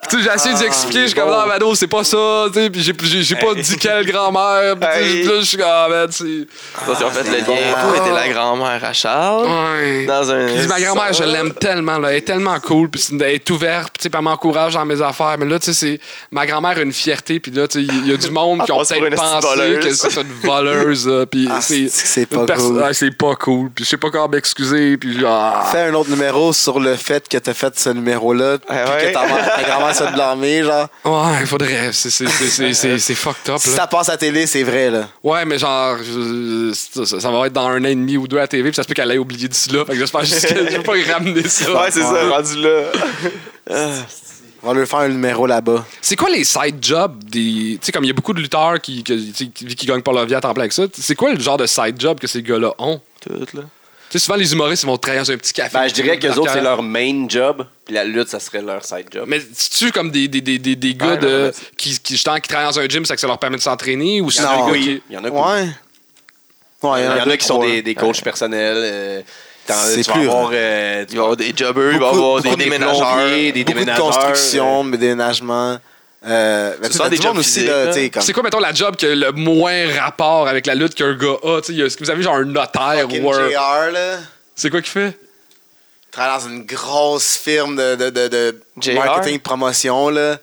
[SPEAKER 4] Tu sais, j'ai
[SPEAKER 2] Ah,
[SPEAKER 4] essayé d'expliquer, je suis comme, non, Mano, c'est pas ça, tu sais, pis j'ai- j'ai j'ai pas
[SPEAKER 2] Hey.
[SPEAKER 4] dit quelle grand-mère, pis tu
[SPEAKER 2] Hey.
[SPEAKER 4] sais, là, je suis comme, ah, man, c'est.
[SPEAKER 2] Donc, ils ont fait le lien.
[SPEAKER 1] Ah,
[SPEAKER 3] bon.
[SPEAKER 2] Toi, t'étais la grand-mère à Charles.
[SPEAKER 4] Ouais.
[SPEAKER 2] Dans un.
[SPEAKER 4] Puis ma grand-mère, je l'aime tellement, là. Elle est tellement cool, puis c'est- elle est ouverte, puis tu sais, puis elle m'encourage dans mes affaires. Mais là, tu sais, c'est. Ma grand-ère a une fierté, puis là, tu sais, il y a du monde qui ont
[SPEAKER 2] pense Ah, pour
[SPEAKER 4] peut-être
[SPEAKER 2] une petite
[SPEAKER 4] pensé
[SPEAKER 2] voleuse.
[SPEAKER 4] que c'est une voleuse, là, puis
[SPEAKER 3] Ah,
[SPEAKER 4] c'est.
[SPEAKER 3] c'est- c'est pas
[SPEAKER 4] une personne-
[SPEAKER 3] cool.
[SPEAKER 4] Ah, c'est pas cool, puis je sais pas comment m'excuser, puis ah.
[SPEAKER 3] Fais un autre numéro sur le fait que t'as fait ce numéro-là, puis
[SPEAKER 2] Ah ouais.
[SPEAKER 3] que ta mère- ta grand-mère se blâmer, genre.
[SPEAKER 4] Ouais, il faudrait. C'est, c'est, c'est, c'est, c'est, c'est fucked up.
[SPEAKER 3] Si
[SPEAKER 4] Ah, Là.
[SPEAKER 3] ça passe à télé, c'est vrai, là.
[SPEAKER 4] Ouais, mais genre, je- ça, ça- ça va être dans un an et demi ou deux à la TV, puis ça se peut qu'elle ait oublié d'ici là. Fait que j'espère juste que je vais pas y ramener ça.
[SPEAKER 2] Ouais, c'est ça, rendu là.
[SPEAKER 3] On va leur faire un numéro là-bas.
[SPEAKER 4] C'est quoi les side jobs des. Tu sais, comme il y a beaucoup de lutteurs qui, que- tu sais, qui, qui gagnent pas leur vie à temps plein avec ça, c'est quoi le genre de side job que ces gars-là ont?
[SPEAKER 2] Tout, là.
[SPEAKER 4] Tu sais, souvent les humoristes ils vont travailler dans un petit café.
[SPEAKER 1] Ben, je dirais que les autres, c'est
[SPEAKER 4] Dans-
[SPEAKER 1] leur main job, puis la lutte, ça serait leur side job.
[SPEAKER 4] Mais tu comme des, des, des, des, des gars
[SPEAKER 2] Ouais,
[SPEAKER 4] de,
[SPEAKER 2] non, mais
[SPEAKER 4] qui, qui, justement, qui travaillent dans un gym, ça que ça leur permet de s'entraîner ou c'est
[SPEAKER 3] Non.
[SPEAKER 4] des gars
[SPEAKER 3] Oui.
[SPEAKER 4] qui-
[SPEAKER 1] Il y en a qui
[SPEAKER 3] Ouais. Ouais,
[SPEAKER 1] Il y en
[SPEAKER 3] deux,
[SPEAKER 1] a qui sont
[SPEAKER 3] trois.
[SPEAKER 1] des, des coachs personnels. euh, t'en-
[SPEAKER 3] C'est
[SPEAKER 1] tu vas
[SPEAKER 3] plus, hein.
[SPEAKER 1] avoir, euh, tu vas
[SPEAKER 2] Il va y avoir des jobbers, il va y
[SPEAKER 3] Beaucoup-
[SPEAKER 2] avoir des
[SPEAKER 1] avoir des
[SPEAKER 2] déménageurs.
[SPEAKER 1] plombiers, des
[SPEAKER 3] Beaucoup de
[SPEAKER 1] déménageurs.
[SPEAKER 3] construction, mais déménagement. Euh, ben, tu sais,
[SPEAKER 2] souvent
[SPEAKER 3] t'as
[SPEAKER 2] des
[SPEAKER 3] du monde
[SPEAKER 2] jobs
[SPEAKER 3] aussi,
[SPEAKER 2] physiques,
[SPEAKER 3] là,
[SPEAKER 2] là.
[SPEAKER 3] tu sais, comme.
[SPEAKER 4] C'est quoi, mettons, la job qui a le moins rapport avec la lutte qu'un gars a? Tu sais, Est-ce que vous avez genre un notaire
[SPEAKER 3] fucking
[SPEAKER 4] ou un.
[SPEAKER 3] JR, là.
[SPEAKER 4] C'est quoi qu'il fait?
[SPEAKER 3] Travaille dans une grosse firme de, de, de, de
[SPEAKER 2] JR?
[SPEAKER 3] marketing promotion, là.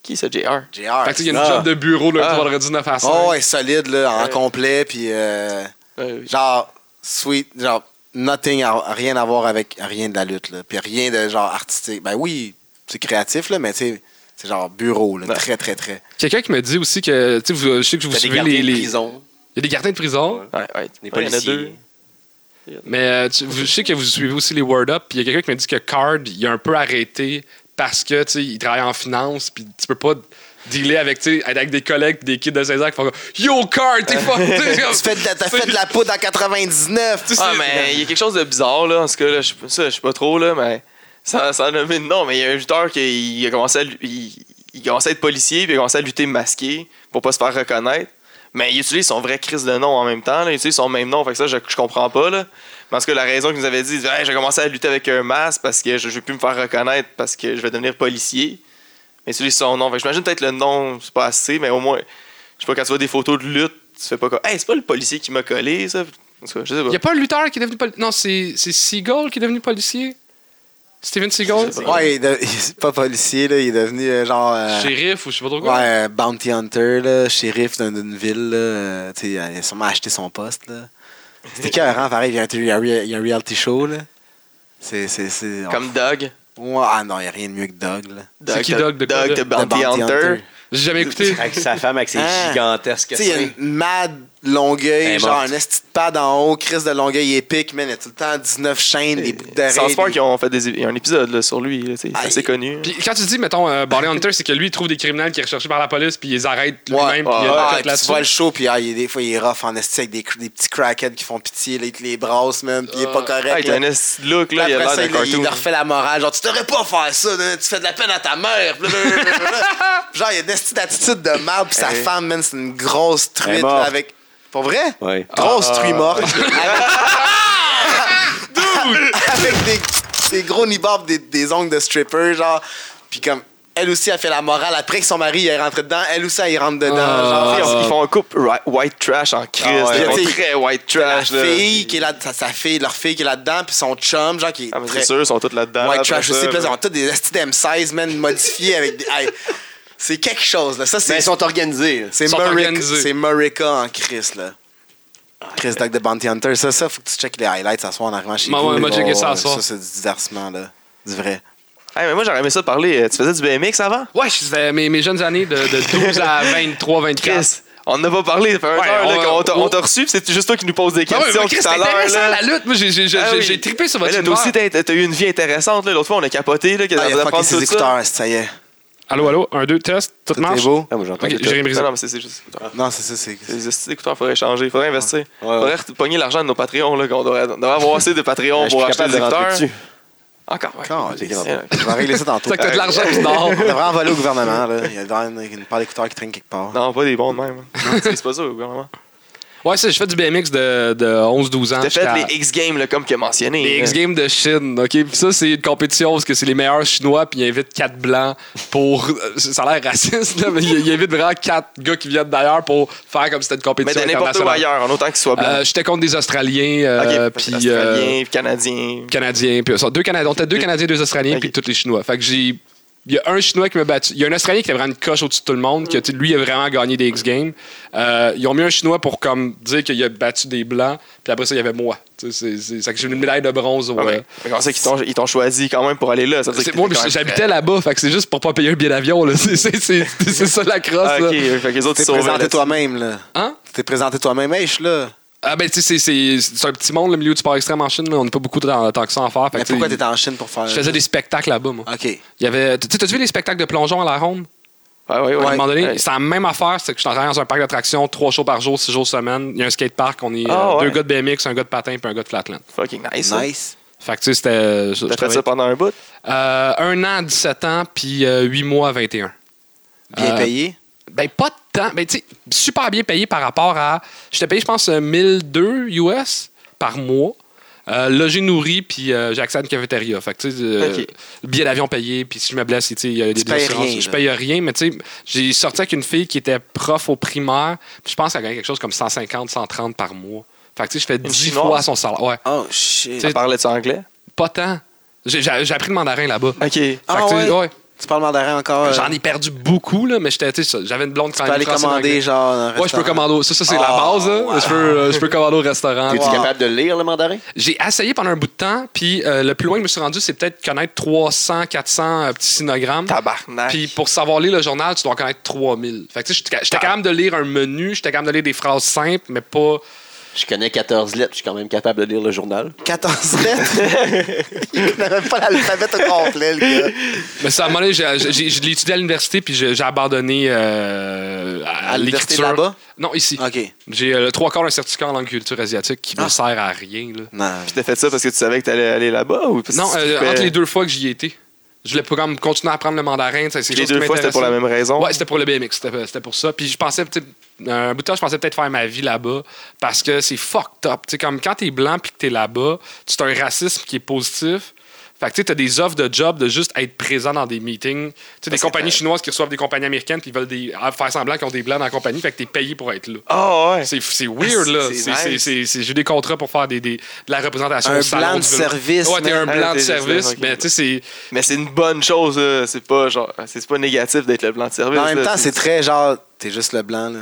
[SPEAKER 2] Qui, ce JR?
[SPEAKER 3] JR.
[SPEAKER 4] fait que, tu sais, il y a une
[SPEAKER 1] ah.
[SPEAKER 4] job de bureau le
[SPEAKER 2] Ah.
[SPEAKER 4] vendredi 9 à 5.
[SPEAKER 3] Oh, ouais, solide, là, en
[SPEAKER 2] Ouais.
[SPEAKER 3] complet, puis euh,
[SPEAKER 2] Euh,
[SPEAKER 3] genre, sweet, genre, nothing, à- rien à voir avec rien de la lutte, là, puis rien de genre artistique. Ben oui, c'est créatif, là, mais tu sais, c'est genre bureau, là,
[SPEAKER 2] Ouais.
[SPEAKER 3] très, très, très.
[SPEAKER 4] Quelqu'un qui me dit aussi que. Tu sais, vous- je sais que vous
[SPEAKER 1] T'as des
[SPEAKER 4] suivez
[SPEAKER 1] gardiens
[SPEAKER 4] les.
[SPEAKER 1] de
[SPEAKER 4] les-
[SPEAKER 1] prison,
[SPEAKER 4] Il y a des gardiens de prison,
[SPEAKER 1] Ouais.
[SPEAKER 2] Ouais, ouais.
[SPEAKER 1] des
[SPEAKER 2] Ouais, Il y en a
[SPEAKER 1] policiers.
[SPEAKER 2] deux.
[SPEAKER 4] mais euh, tu- vous- je sais que vous suivez aussi les Word Up. Puis il y a quelqu'un qui me dit que Card, il a un peu arrêté parce que, tu sais, il travaille en finance. Puis tu peux pas dealer avec, tu sais, avec des collègues, des kids de 16 ans qui font comme, Yo, Card, t'es pas.
[SPEAKER 3] Tu fais de la, t'as fait de la poudre en 99, tu sais.
[SPEAKER 2] Ah, mais il y a quelque chose de bizarre, là. En tout cas, là, je sais pas- ça, je sais pas trop, là, mais ça, ça a nommé de nom. Mais il y a un lutteur qui il a commencé à, lu- il, il commençait à être policier, puis il a commencé à lutter masqué pour pas se faire reconnaître. Mais il utilise son vrai Chris de nom en même temps, là. Il utilise son même nom, fait que ça, je, je comprends pas, là. Parce que la raison qu'il nous avait dit, il disait, hey, j'ai commencé à lutter avec un masque parce que je, je veux plus me faire reconnaître parce que je vais devenir policier. Mais il utilise son nom. Fait que j'imagine peut-être le nom, c'est pas assez, mais au moins, je sais pas, quand tu vois des photos de lutte, tu fais pas comme, hey, c'est pas le policier qui m'a collé, ça. En tout cas, je sais pas.
[SPEAKER 4] Il n'y a pas un lutteur qui est devenu policier. Non, c'est c'est Seagal qui est devenu policier. Steven Seagal.
[SPEAKER 2] Je sais pas.
[SPEAKER 3] Ouais, il est de- il est pas policier, là, il est devenu euh, genre. euh,
[SPEAKER 4] Shérif ou je sais pas trop quoi.
[SPEAKER 3] Ouais, euh, bounty hunter, là, shérif d'un- d'une ville, là, euh, tu sais, il a sûrement acheté son poste, là. C'était écœurant, pareil, il y a un- il y a un rea- il y a un reality show, là. C'est, c'est, c'est...
[SPEAKER 2] Comme Doug.
[SPEAKER 3] Ouais, ah non, il n'y a rien de mieux que Doug, là.
[SPEAKER 2] Doug
[SPEAKER 4] qui
[SPEAKER 2] de-
[SPEAKER 4] Doug de quoi,
[SPEAKER 2] Doug
[SPEAKER 4] là?
[SPEAKER 2] de
[SPEAKER 3] De
[SPEAKER 2] Bounty Hunter.
[SPEAKER 4] J'ai jamais écouté.
[SPEAKER 1] Avec sa femme, avec ses
[SPEAKER 3] Ah.
[SPEAKER 1] gigantesques
[SPEAKER 3] Tu sais, il y a
[SPEAKER 1] seins.
[SPEAKER 3] une mad Longueuil,
[SPEAKER 1] Elle est
[SPEAKER 3] genre
[SPEAKER 1] morte.
[SPEAKER 3] un esti de pad en haut, Chris de Longueuil épique, man, il y a tout le temps 19 chaînes, des boucles d'oreilles.
[SPEAKER 2] Sans
[SPEAKER 3] des-
[SPEAKER 2] qu'ils ont fait des, il y a un épisode là, sur lui, là, tu sais, c'est
[SPEAKER 3] Ah,
[SPEAKER 2] assez
[SPEAKER 3] il-
[SPEAKER 2] connu.
[SPEAKER 4] Puis quand tu dis, mettons, euh, Bounty Hunter, c'est que lui, il trouve des criminels qui sont recherchés par la police, puis il les arrête lui-même, puis il
[SPEAKER 3] ouais,
[SPEAKER 4] a
[SPEAKER 3] ouais,
[SPEAKER 4] fait
[SPEAKER 3] puis
[SPEAKER 4] la
[SPEAKER 3] tu vois le
[SPEAKER 4] suite.
[SPEAKER 3] show, puis ah, il est- des fois, il est rough en esti avec des, cr- des petits crackheads qui font pitié, là, ils te les brassent, man, puis il est pas
[SPEAKER 4] Ah,
[SPEAKER 3] correct.
[SPEAKER 2] Ah, il
[SPEAKER 3] là.
[SPEAKER 2] a un esti de look, là,
[SPEAKER 3] Puis
[SPEAKER 2] il
[SPEAKER 3] après
[SPEAKER 2] a l'air
[SPEAKER 3] ça,
[SPEAKER 2] d'un
[SPEAKER 3] il, il
[SPEAKER 2] cartoon.
[SPEAKER 3] leur refait la morale. Genre, tu devrais pas faire ça, là, tu fais de la peine à ta mère. genre, il y a une esti d'attitude de merde, puis sa
[SPEAKER 2] Eh.
[SPEAKER 3] femme, man, c'est une grosse
[SPEAKER 1] Elle
[SPEAKER 3] truite,
[SPEAKER 1] est morte.
[SPEAKER 3] là, avec. Pour vrai?
[SPEAKER 1] Ouais.
[SPEAKER 2] Ah,
[SPEAKER 3] Grosse truie morte. avec des, des gros nibobs, des, des ongles de stripper, genre. Puis comme, elle aussi a fait la morale. Après que son mari est rentré dedans, elle aussi, elle y rentre dedans.
[SPEAKER 4] Ah,
[SPEAKER 3] genre,
[SPEAKER 2] Ah,
[SPEAKER 3] tu sais, on-
[SPEAKER 2] ils font un couple ri- white trash en crise.
[SPEAKER 3] Ah ouais.
[SPEAKER 2] là,
[SPEAKER 3] Tu sais,
[SPEAKER 2] Ils font très white
[SPEAKER 3] la
[SPEAKER 2] trash. là.
[SPEAKER 3] fille qui est là, sa, sa fille, leur fille qui est là-dedans, puis son chum, genre, qui est
[SPEAKER 2] Ah, mais
[SPEAKER 3] très
[SPEAKER 2] c'est sûr, ils sont tous
[SPEAKER 4] Ah,
[SPEAKER 2] là-dedans.
[SPEAKER 3] white
[SPEAKER 4] ben
[SPEAKER 2] après
[SPEAKER 3] trash
[SPEAKER 2] ça,
[SPEAKER 3] aussi. Puis là,
[SPEAKER 2] là.
[SPEAKER 3] ils ont tous des STD M16, man, modifiés avec des. hey, c'est quelque chose, là.
[SPEAKER 1] Mais
[SPEAKER 3] Ça,
[SPEAKER 4] Ben,
[SPEAKER 3] c'est.
[SPEAKER 1] Ben, ils sont organisés. là.
[SPEAKER 3] C'est
[SPEAKER 4] sont
[SPEAKER 3] Murica,
[SPEAKER 4] organisés. Ah,
[SPEAKER 3] c'est Murica en Chris, là. Chris Duck de Bounty Hunter, ça, ça, faut que tu checkes les highlights ce soir en arrivant chez
[SPEAKER 4] Bah
[SPEAKER 3] vous.
[SPEAKER 4] ouais, moi, checker ça ce soir.
[SPEAKER 3] Ça, c'est du diversement, là. Du vrai. Ah,
[SPEAKER 2] Hey, mais moi, j'aurais aimé ça parler. euh, Tu faisais du BMX avant?
[SPEAKER 4] Ouais, je faisais mes, mes jeunes années de, de 12 à 23, 24.
[SPEAKER 2] Chris, on n'a pas parlé. Ça fait un
[SPEAKER 4] Ouais,
[SPEAKER 2] heure, là,
[SPEAKER 4] on-
[SPEAKER 2] qu'on t'a-
[SPEAKER 4] on-
[SPEAKER 2] on t'a reçu, puis c'est juste toi qui nous poses des
[SPEAKER 4] Ah ouais, mais
[SPEAKER 2] questions
[SPEAKER 4] Chris,
[SPEAKER 2] tout
[SPEAKER 4] c'est
[SPEAKER 2] à l'heure.
[SPEAKER 4] intéressant
[SPEAKER 2] là.
[SPEAKER 4] la lutte. Moi, j'ai j'ai- j'ai-
[SPEAKER 2] Ah oui.
[SPEAKER 4] j'ai trippé sur votre
[SPEAKER 2] Mais là, toi
[SPEAKER 4] humeur.
[SPEAKER 2] aussi, t'as t'as eu une vie intéressante. là. L'autre fois, on a capoté. Là, que
[SPEAKER 3] Ah,
[SPEAKER 2] ça
[SPEAKER 3] il
[SPEAKER 2] faisait
[SPEAKER 3] a fucké
[SPEAKER 2] prendre
[SPEAKER 3] ses
[SPEAKER 2] tout ça.
[SPEAKER 3] écouteurs, ça y est.
[SPEAKER 4] Allô, allô, un, deux, test, tout,
[SPEAKER 3] Tout
[SPEAKER 4] marche.
[SPEAKER 3] est beau.
[SPEAKER 1] Ah, moi, j'entends
[SPEAKER 4] Ok,
[SPEAKER 1] que
[SPEAKER 4] j'ai
[SPEAKER 1] toi.
[SPEAKER 4] révisé.
[SPEAKER 2] Non, non, mais c'est c'est juste.
[SPEAKER 4] Ah.
[SPEAKER 3] Non, c'est ça, c'est.
[SPEAKER 2] Les esti d'écouteurs, faudrait changer. Faudrait investir.
[SPEAKER 1] ouais.
[SPEAKER 2] Faudrait re- pogner l'argent de nos Patreons. Là, qu'on devrait, on devrait avoir assez de Patreons
[SPEAKER 1] Ah, Je suis
[SPEAKER 2] pour acheter
[SPEAKER 1] capable
[SPEAKER 2] des
[SPEAKER 1] de rentrer
[SPEAKER 2] écouteurs.
[SPEAKER 1] dessus.
[SPEAKER 2] Encore, ouais.
[SPEAKER 3] Quand
[SPEAKER 1] c'est
[SPEAKER 3] on
[SPEAKER 1] grave.
[SPEAKER 3] Je vais régler ça tantôt.
[SPEAKER 4] C'est que t'as de l'argent qui
[SPEAKER 3] On
[SPEAKER 4] dort.
[SPEAKER 3] devrait envoler au gouvernement, là. Il y a vraiment une part d'écouteurs qui traîne quelque part.
[SPEAKER 2] Non, pas des bons de même. hein. c'est c'est pas ça, au gouvernement.
[SPEAKER 4] Ouais, ça, je fais du BMX de, de 11-12 ans.
[SPEAKER 2] T'as fait
[SPEAKER 4] jusqu'à-
[SPEAKER 2] les X Games, là, comme qu'il a mentionné.
[SPEAKER 4] les
[SPEAKER 2] là.
[SPEAKER 4] X Games de Chine, OK? Puis ça, c'est une compétition parce que c'est les meilleurs Chinois, puis ils invitent quatre Blancs pour... euh, Ça a l'air raciste, là, mais ils ils invitent vraiment quatre gars qui viennent d'ailleurs pour faire comme si c'était une
[SPEAKER 2] Mais
[SPEAKER 4] compétition
[SPEAKER 2] de n'importe où
[SPEAKER 4] internationale.
[SPEAKER 2] ailleurs, en autant qu'ils soient blancs.
[SPEAKER 4] Euh, J'étais contre des Australiens, euh,
[SPEAKER 2] Ok,
[SPEAKER 4] puis... euh,
[SPEAKER 2] Australiens, Canadiens.
[SPEAKER 4] Canadiens, puis ça, deux Canadiens, on était deux Canadiens, deux Australiens,
[SPEAKER 2] Ok.
[SPEAKER 4] puis tous les Chinois. Fait que j'ai. Il y a un Chinois qui m'a battu. Il y a un Australien qui était vraiment une coche au-dessus de tout le monde, que tu sais, lui a vraiment gagné des X Games. Euh, ils ont mis un Chinois pour comme dire qu'il a battu des Blancs, puis après ça, il y avait moi. Tu sais, C'est c'est- ça que j'ai une médaille de bronze. au- euh,
[SPEAKER 2] Ah ben, mais comment ça qu'ils t'ont- ils t'ont choisi quand même pour aller là? Ça veut dire
[SPEAKER 4] C'est
[SPEAKER 2] que
[SPEAKER 4] moi,
[SPEAKER 2] t'étais quand même
[SPEAKER 4] j'habitais là-bas, fait que c'est juste pour pas payer un billet d'avion. là. C'est c'est- c'est- c'est ça la crosse.
[SPEAKER 2] prêt. Ah,
[SPEAKER 4] là.
[SPEAKER 2] ok, fait que les autres
[SPEAKER 3] T'es
[SPEAKER 2] ils sont
[SPEAKER 3] présenté toi-même, là.
[SPEAKER 4] Hein?
[SPEAKER 3] T'es présenté toi-même, hey, je suis là.
[SPEAKER 4] Ah ben tu sais, c'est- c'est c'est un petit monde, le milieu du sport extrême en Chine, là. on n'a pas beaucoup tant tant que ça à en faire. Fait
[SPEAKER 3] Mais
[SPEAKER 4] que, tu sais,
[SPEAKER 3] pourquoi t'étais en Chine pour faire.
[SPEAKER 4] Je faisais des spectacles là-bas, moi.
[SPEAKER 3] Ok.
[SPEAKER 4] Il y avait. Tu sais, t'as-tu vu les spectacles de plongeon à la ronde?
[SPEAKER 2] Ah, ouais, ouais.
[SPEAKER 4] À un moment donné,
[SPEAKER 2] Ouais.
[SPEAKER 4] c'est la même affaire, c'est que je travaille dans un parc d'attractions, trois shows par jour, six jours semaine. Il y a un skatepark, on est
[SPEAKER 2] Ah,
[SPEAKER 4] euh,
[SPEAKER 2] ouais.
[SPEAKER 4] deux gars de BMX, un gars de patin puis un gars de flatland.
[SPEAKER 2] Fucking nice. ça.
[SPEAKER 3] Nice.
[SPEAKER 4] Fait que tu sais, c'était. euh, je- je
[SPEAKER 2] T'as fait ça
[SPEAKER 4] travaillais-
[SPEAKER 2] pendant un bout?
[SPEAKER 4] Euh, un an à 17 ans, puis euh, huit mois à 21.
[SPEAKER 3] Bien
[SPEAKER 4] Euh,
[SPEAKER 3] payé.
[SPEAKER 4] Ben, pas de temps. Ben, tu sais, super bien payé par rapport à. J'étais payé, je pense, euh, 1002 US par mois. Euh, logé, nourri, puis euh, j'ai accès à une cafétéria. Fait que, tu sais, euh,
[SPEAKER 2] Ok.
[SPEAKER 4] billet d'avion payé, puis si je me blesse, tu sais, il y a des
[SPEAKER 3] payes
[SPEAKER 4] assurances.
[SPEAKER 3] rien,
[SPEAKER 4] Je
[SPEAKER 3] là.
[SPEAKER 4] paye rien, mais tu sais, j'ai sorti avec une fille qui était prof au primaire, puis je pense qu'elle gagnait quelque chose comme 150, 130 par mois. Fait que, tu sais, je fais 10
[SPEAKER 2] Chinoise?
[SPEAKER 4] fois son salaire. Ouais,
[SPEAKER 3] Oh shit.
[SPEAKER 4] Tu sais-
[SPEAKER 2] Parlais-tu anglais?
[SPEAKER 4] pas tant. J'ai j'ai- j'ai appris le mandarin là-bas.
[SPEAKER 2] Ok.
[SPEAKER 3] Ah,
[SPEAKER 4] Fait que, tu sais,
[SPEAKER 3] ouais? Tu parles mandarin encore. euh,
[SPEAKER 4] J'en ai perdu beaucoup, là, mais j'étais, tu sais, j'avais une blonde quand
[SPEAKER 3] Tu peux aller commander, genre. dans un
[SPEAKER 4] Ouais, je peux
[SPEAKER 3] restaurant.
[SPEAKER 4] commander. au- Ça, ça c'est
[SPEAKER 3] Ah,
[SPEAKER 4] la base. là. Je, peux, euh, je peux commander au restaurant.
[SPEAKER 1] Es-tu
[SPEAKER 3] Wow.
[SPEAKER 1] capable de lire le mandarin?
[SPEAKER 4] J'ai essayé pendant un bout de temps, puis euh, le plus loin que je me suis rendu, c'est peut-être connaître 300, 400 euh, petits sinogrammes.
[SPEAKER 2] Tabarnak.
[SPEAKER 4] Puis pour savoir lire le journal, tu dois en connaître 3000. Fait que tu sais, j'étais j'étais capable de lire un menu, j'étais capable de lire des phrases simples, mais pas.
[SPEAKER 1] Je connais 14 lettres, je suis quand même capable de lire le journal.
[SPEAKER 3] 14 lettres. Il connaît même pas l'alphabet au complet, le gars.
[SPEAKER 4] Mais ça, à un moment donné, j'ai- j'ai- je l'ai étudié à l'université, puis j'ai j'ai abandonné euh, à,
[SPEAKER 3] À l'université
[SPEAKER 4] l'écriture.
[SPEAKER 3] là-bas?
[SPEAKER 4] Non, ici.
[SPEAKER 3] Ok.
[SPEAKER 4] J'ai euh, le trois quarts d'un certificat en langue culture asiatique qui ne
[SPEAKER 3] Ah.
[SPEAKER 4] sert à rien. là.
[SPEAKER 3] Non.
[SPEAKER 2] Puis t'as fait ça parce que tu savais que t'allais aller là-bas? ou parce que
[SPEAKER 4] Non,
[SPEAKER 2] tu
[SPEAKER 4] euh,
[SPEAKER 2] fais-
[SPEAKER 4] entre les deux fois que j'y étais. Je voulais pas comme continuer à apprendre le mandarin. ça, c'est quelque
[SPEAKER 2] Les
[SPEAKER 4] chose qui
[SPEAKER 2] deux fois, c'était pour la
[SPEAKER 4] m'intéressait.
[SPEAKER 2] même raison?
[SPEAKER 4] Ouais, c'était pour le BMX, c'était c'était pour ça. Puis je pensais, tu sais, un bout de temps, je pensais peut-être faire ma vie là-bas parce que c'est fucked up. Tu sais, comme quand t'es blanc puis que t'es là-bas, tu as un racisme qui est positif. Fait que tu sais, t'as des offres de job de juste être présent dans des meetings. Tu sais, des
[SPEAKER 2] que
[SPEAKER 4] compagnies
[SPEAKER 2] t'as-
[SPEAKER 4] chinoises qui reçoivent des compagnies américaines puis ils veulent des, ah, faire semblant qu'ils ont des blancs dans la compagnie. Fait que t'es payé pour être là.
[SPEAKER 2] Ah, ouais.
[SPEAKER 4] C'est c'est weird, là.
[SPEAKER 2] C'est
[SPEAKER 4] C'est-
[SPEAKER 2] nice.
[SPEAKER 4] c'est- c'est- c'est- J'ai des contrats pour faire des, des- de la représentation.
[SPEAKER 3] Un
[SPEAKER 4] au salon
[SPEAKER 3] blanc
[SPEAKER 4] du
[SPEAKER 3] de
[SPEAKER 4] vélo.
[SPEAKER 3] service,
[SPEAKER 4] Ouais, t'es
[SPEAKER 3] man.
[SPEAKER 4] un blanc
[SPEAKER 2] Ah,
[SPEAKER 4] de
[SPEAKER 2] t'es-
[SPEAKER 4] service.
[SPEAKER 2] ok.
[SPEAKER 4] Mais tu sais, c'est.
[SPEAKER 2] Mais c'est une bonne chose. là. C'est pas genre... C'est pas négatif d'être le blanc de service.
[SPEAKER 3] En même
[SPEAKER 2] là.
[SPEAKER 3] temps, c'est très genre. T'es juste le blanc, là.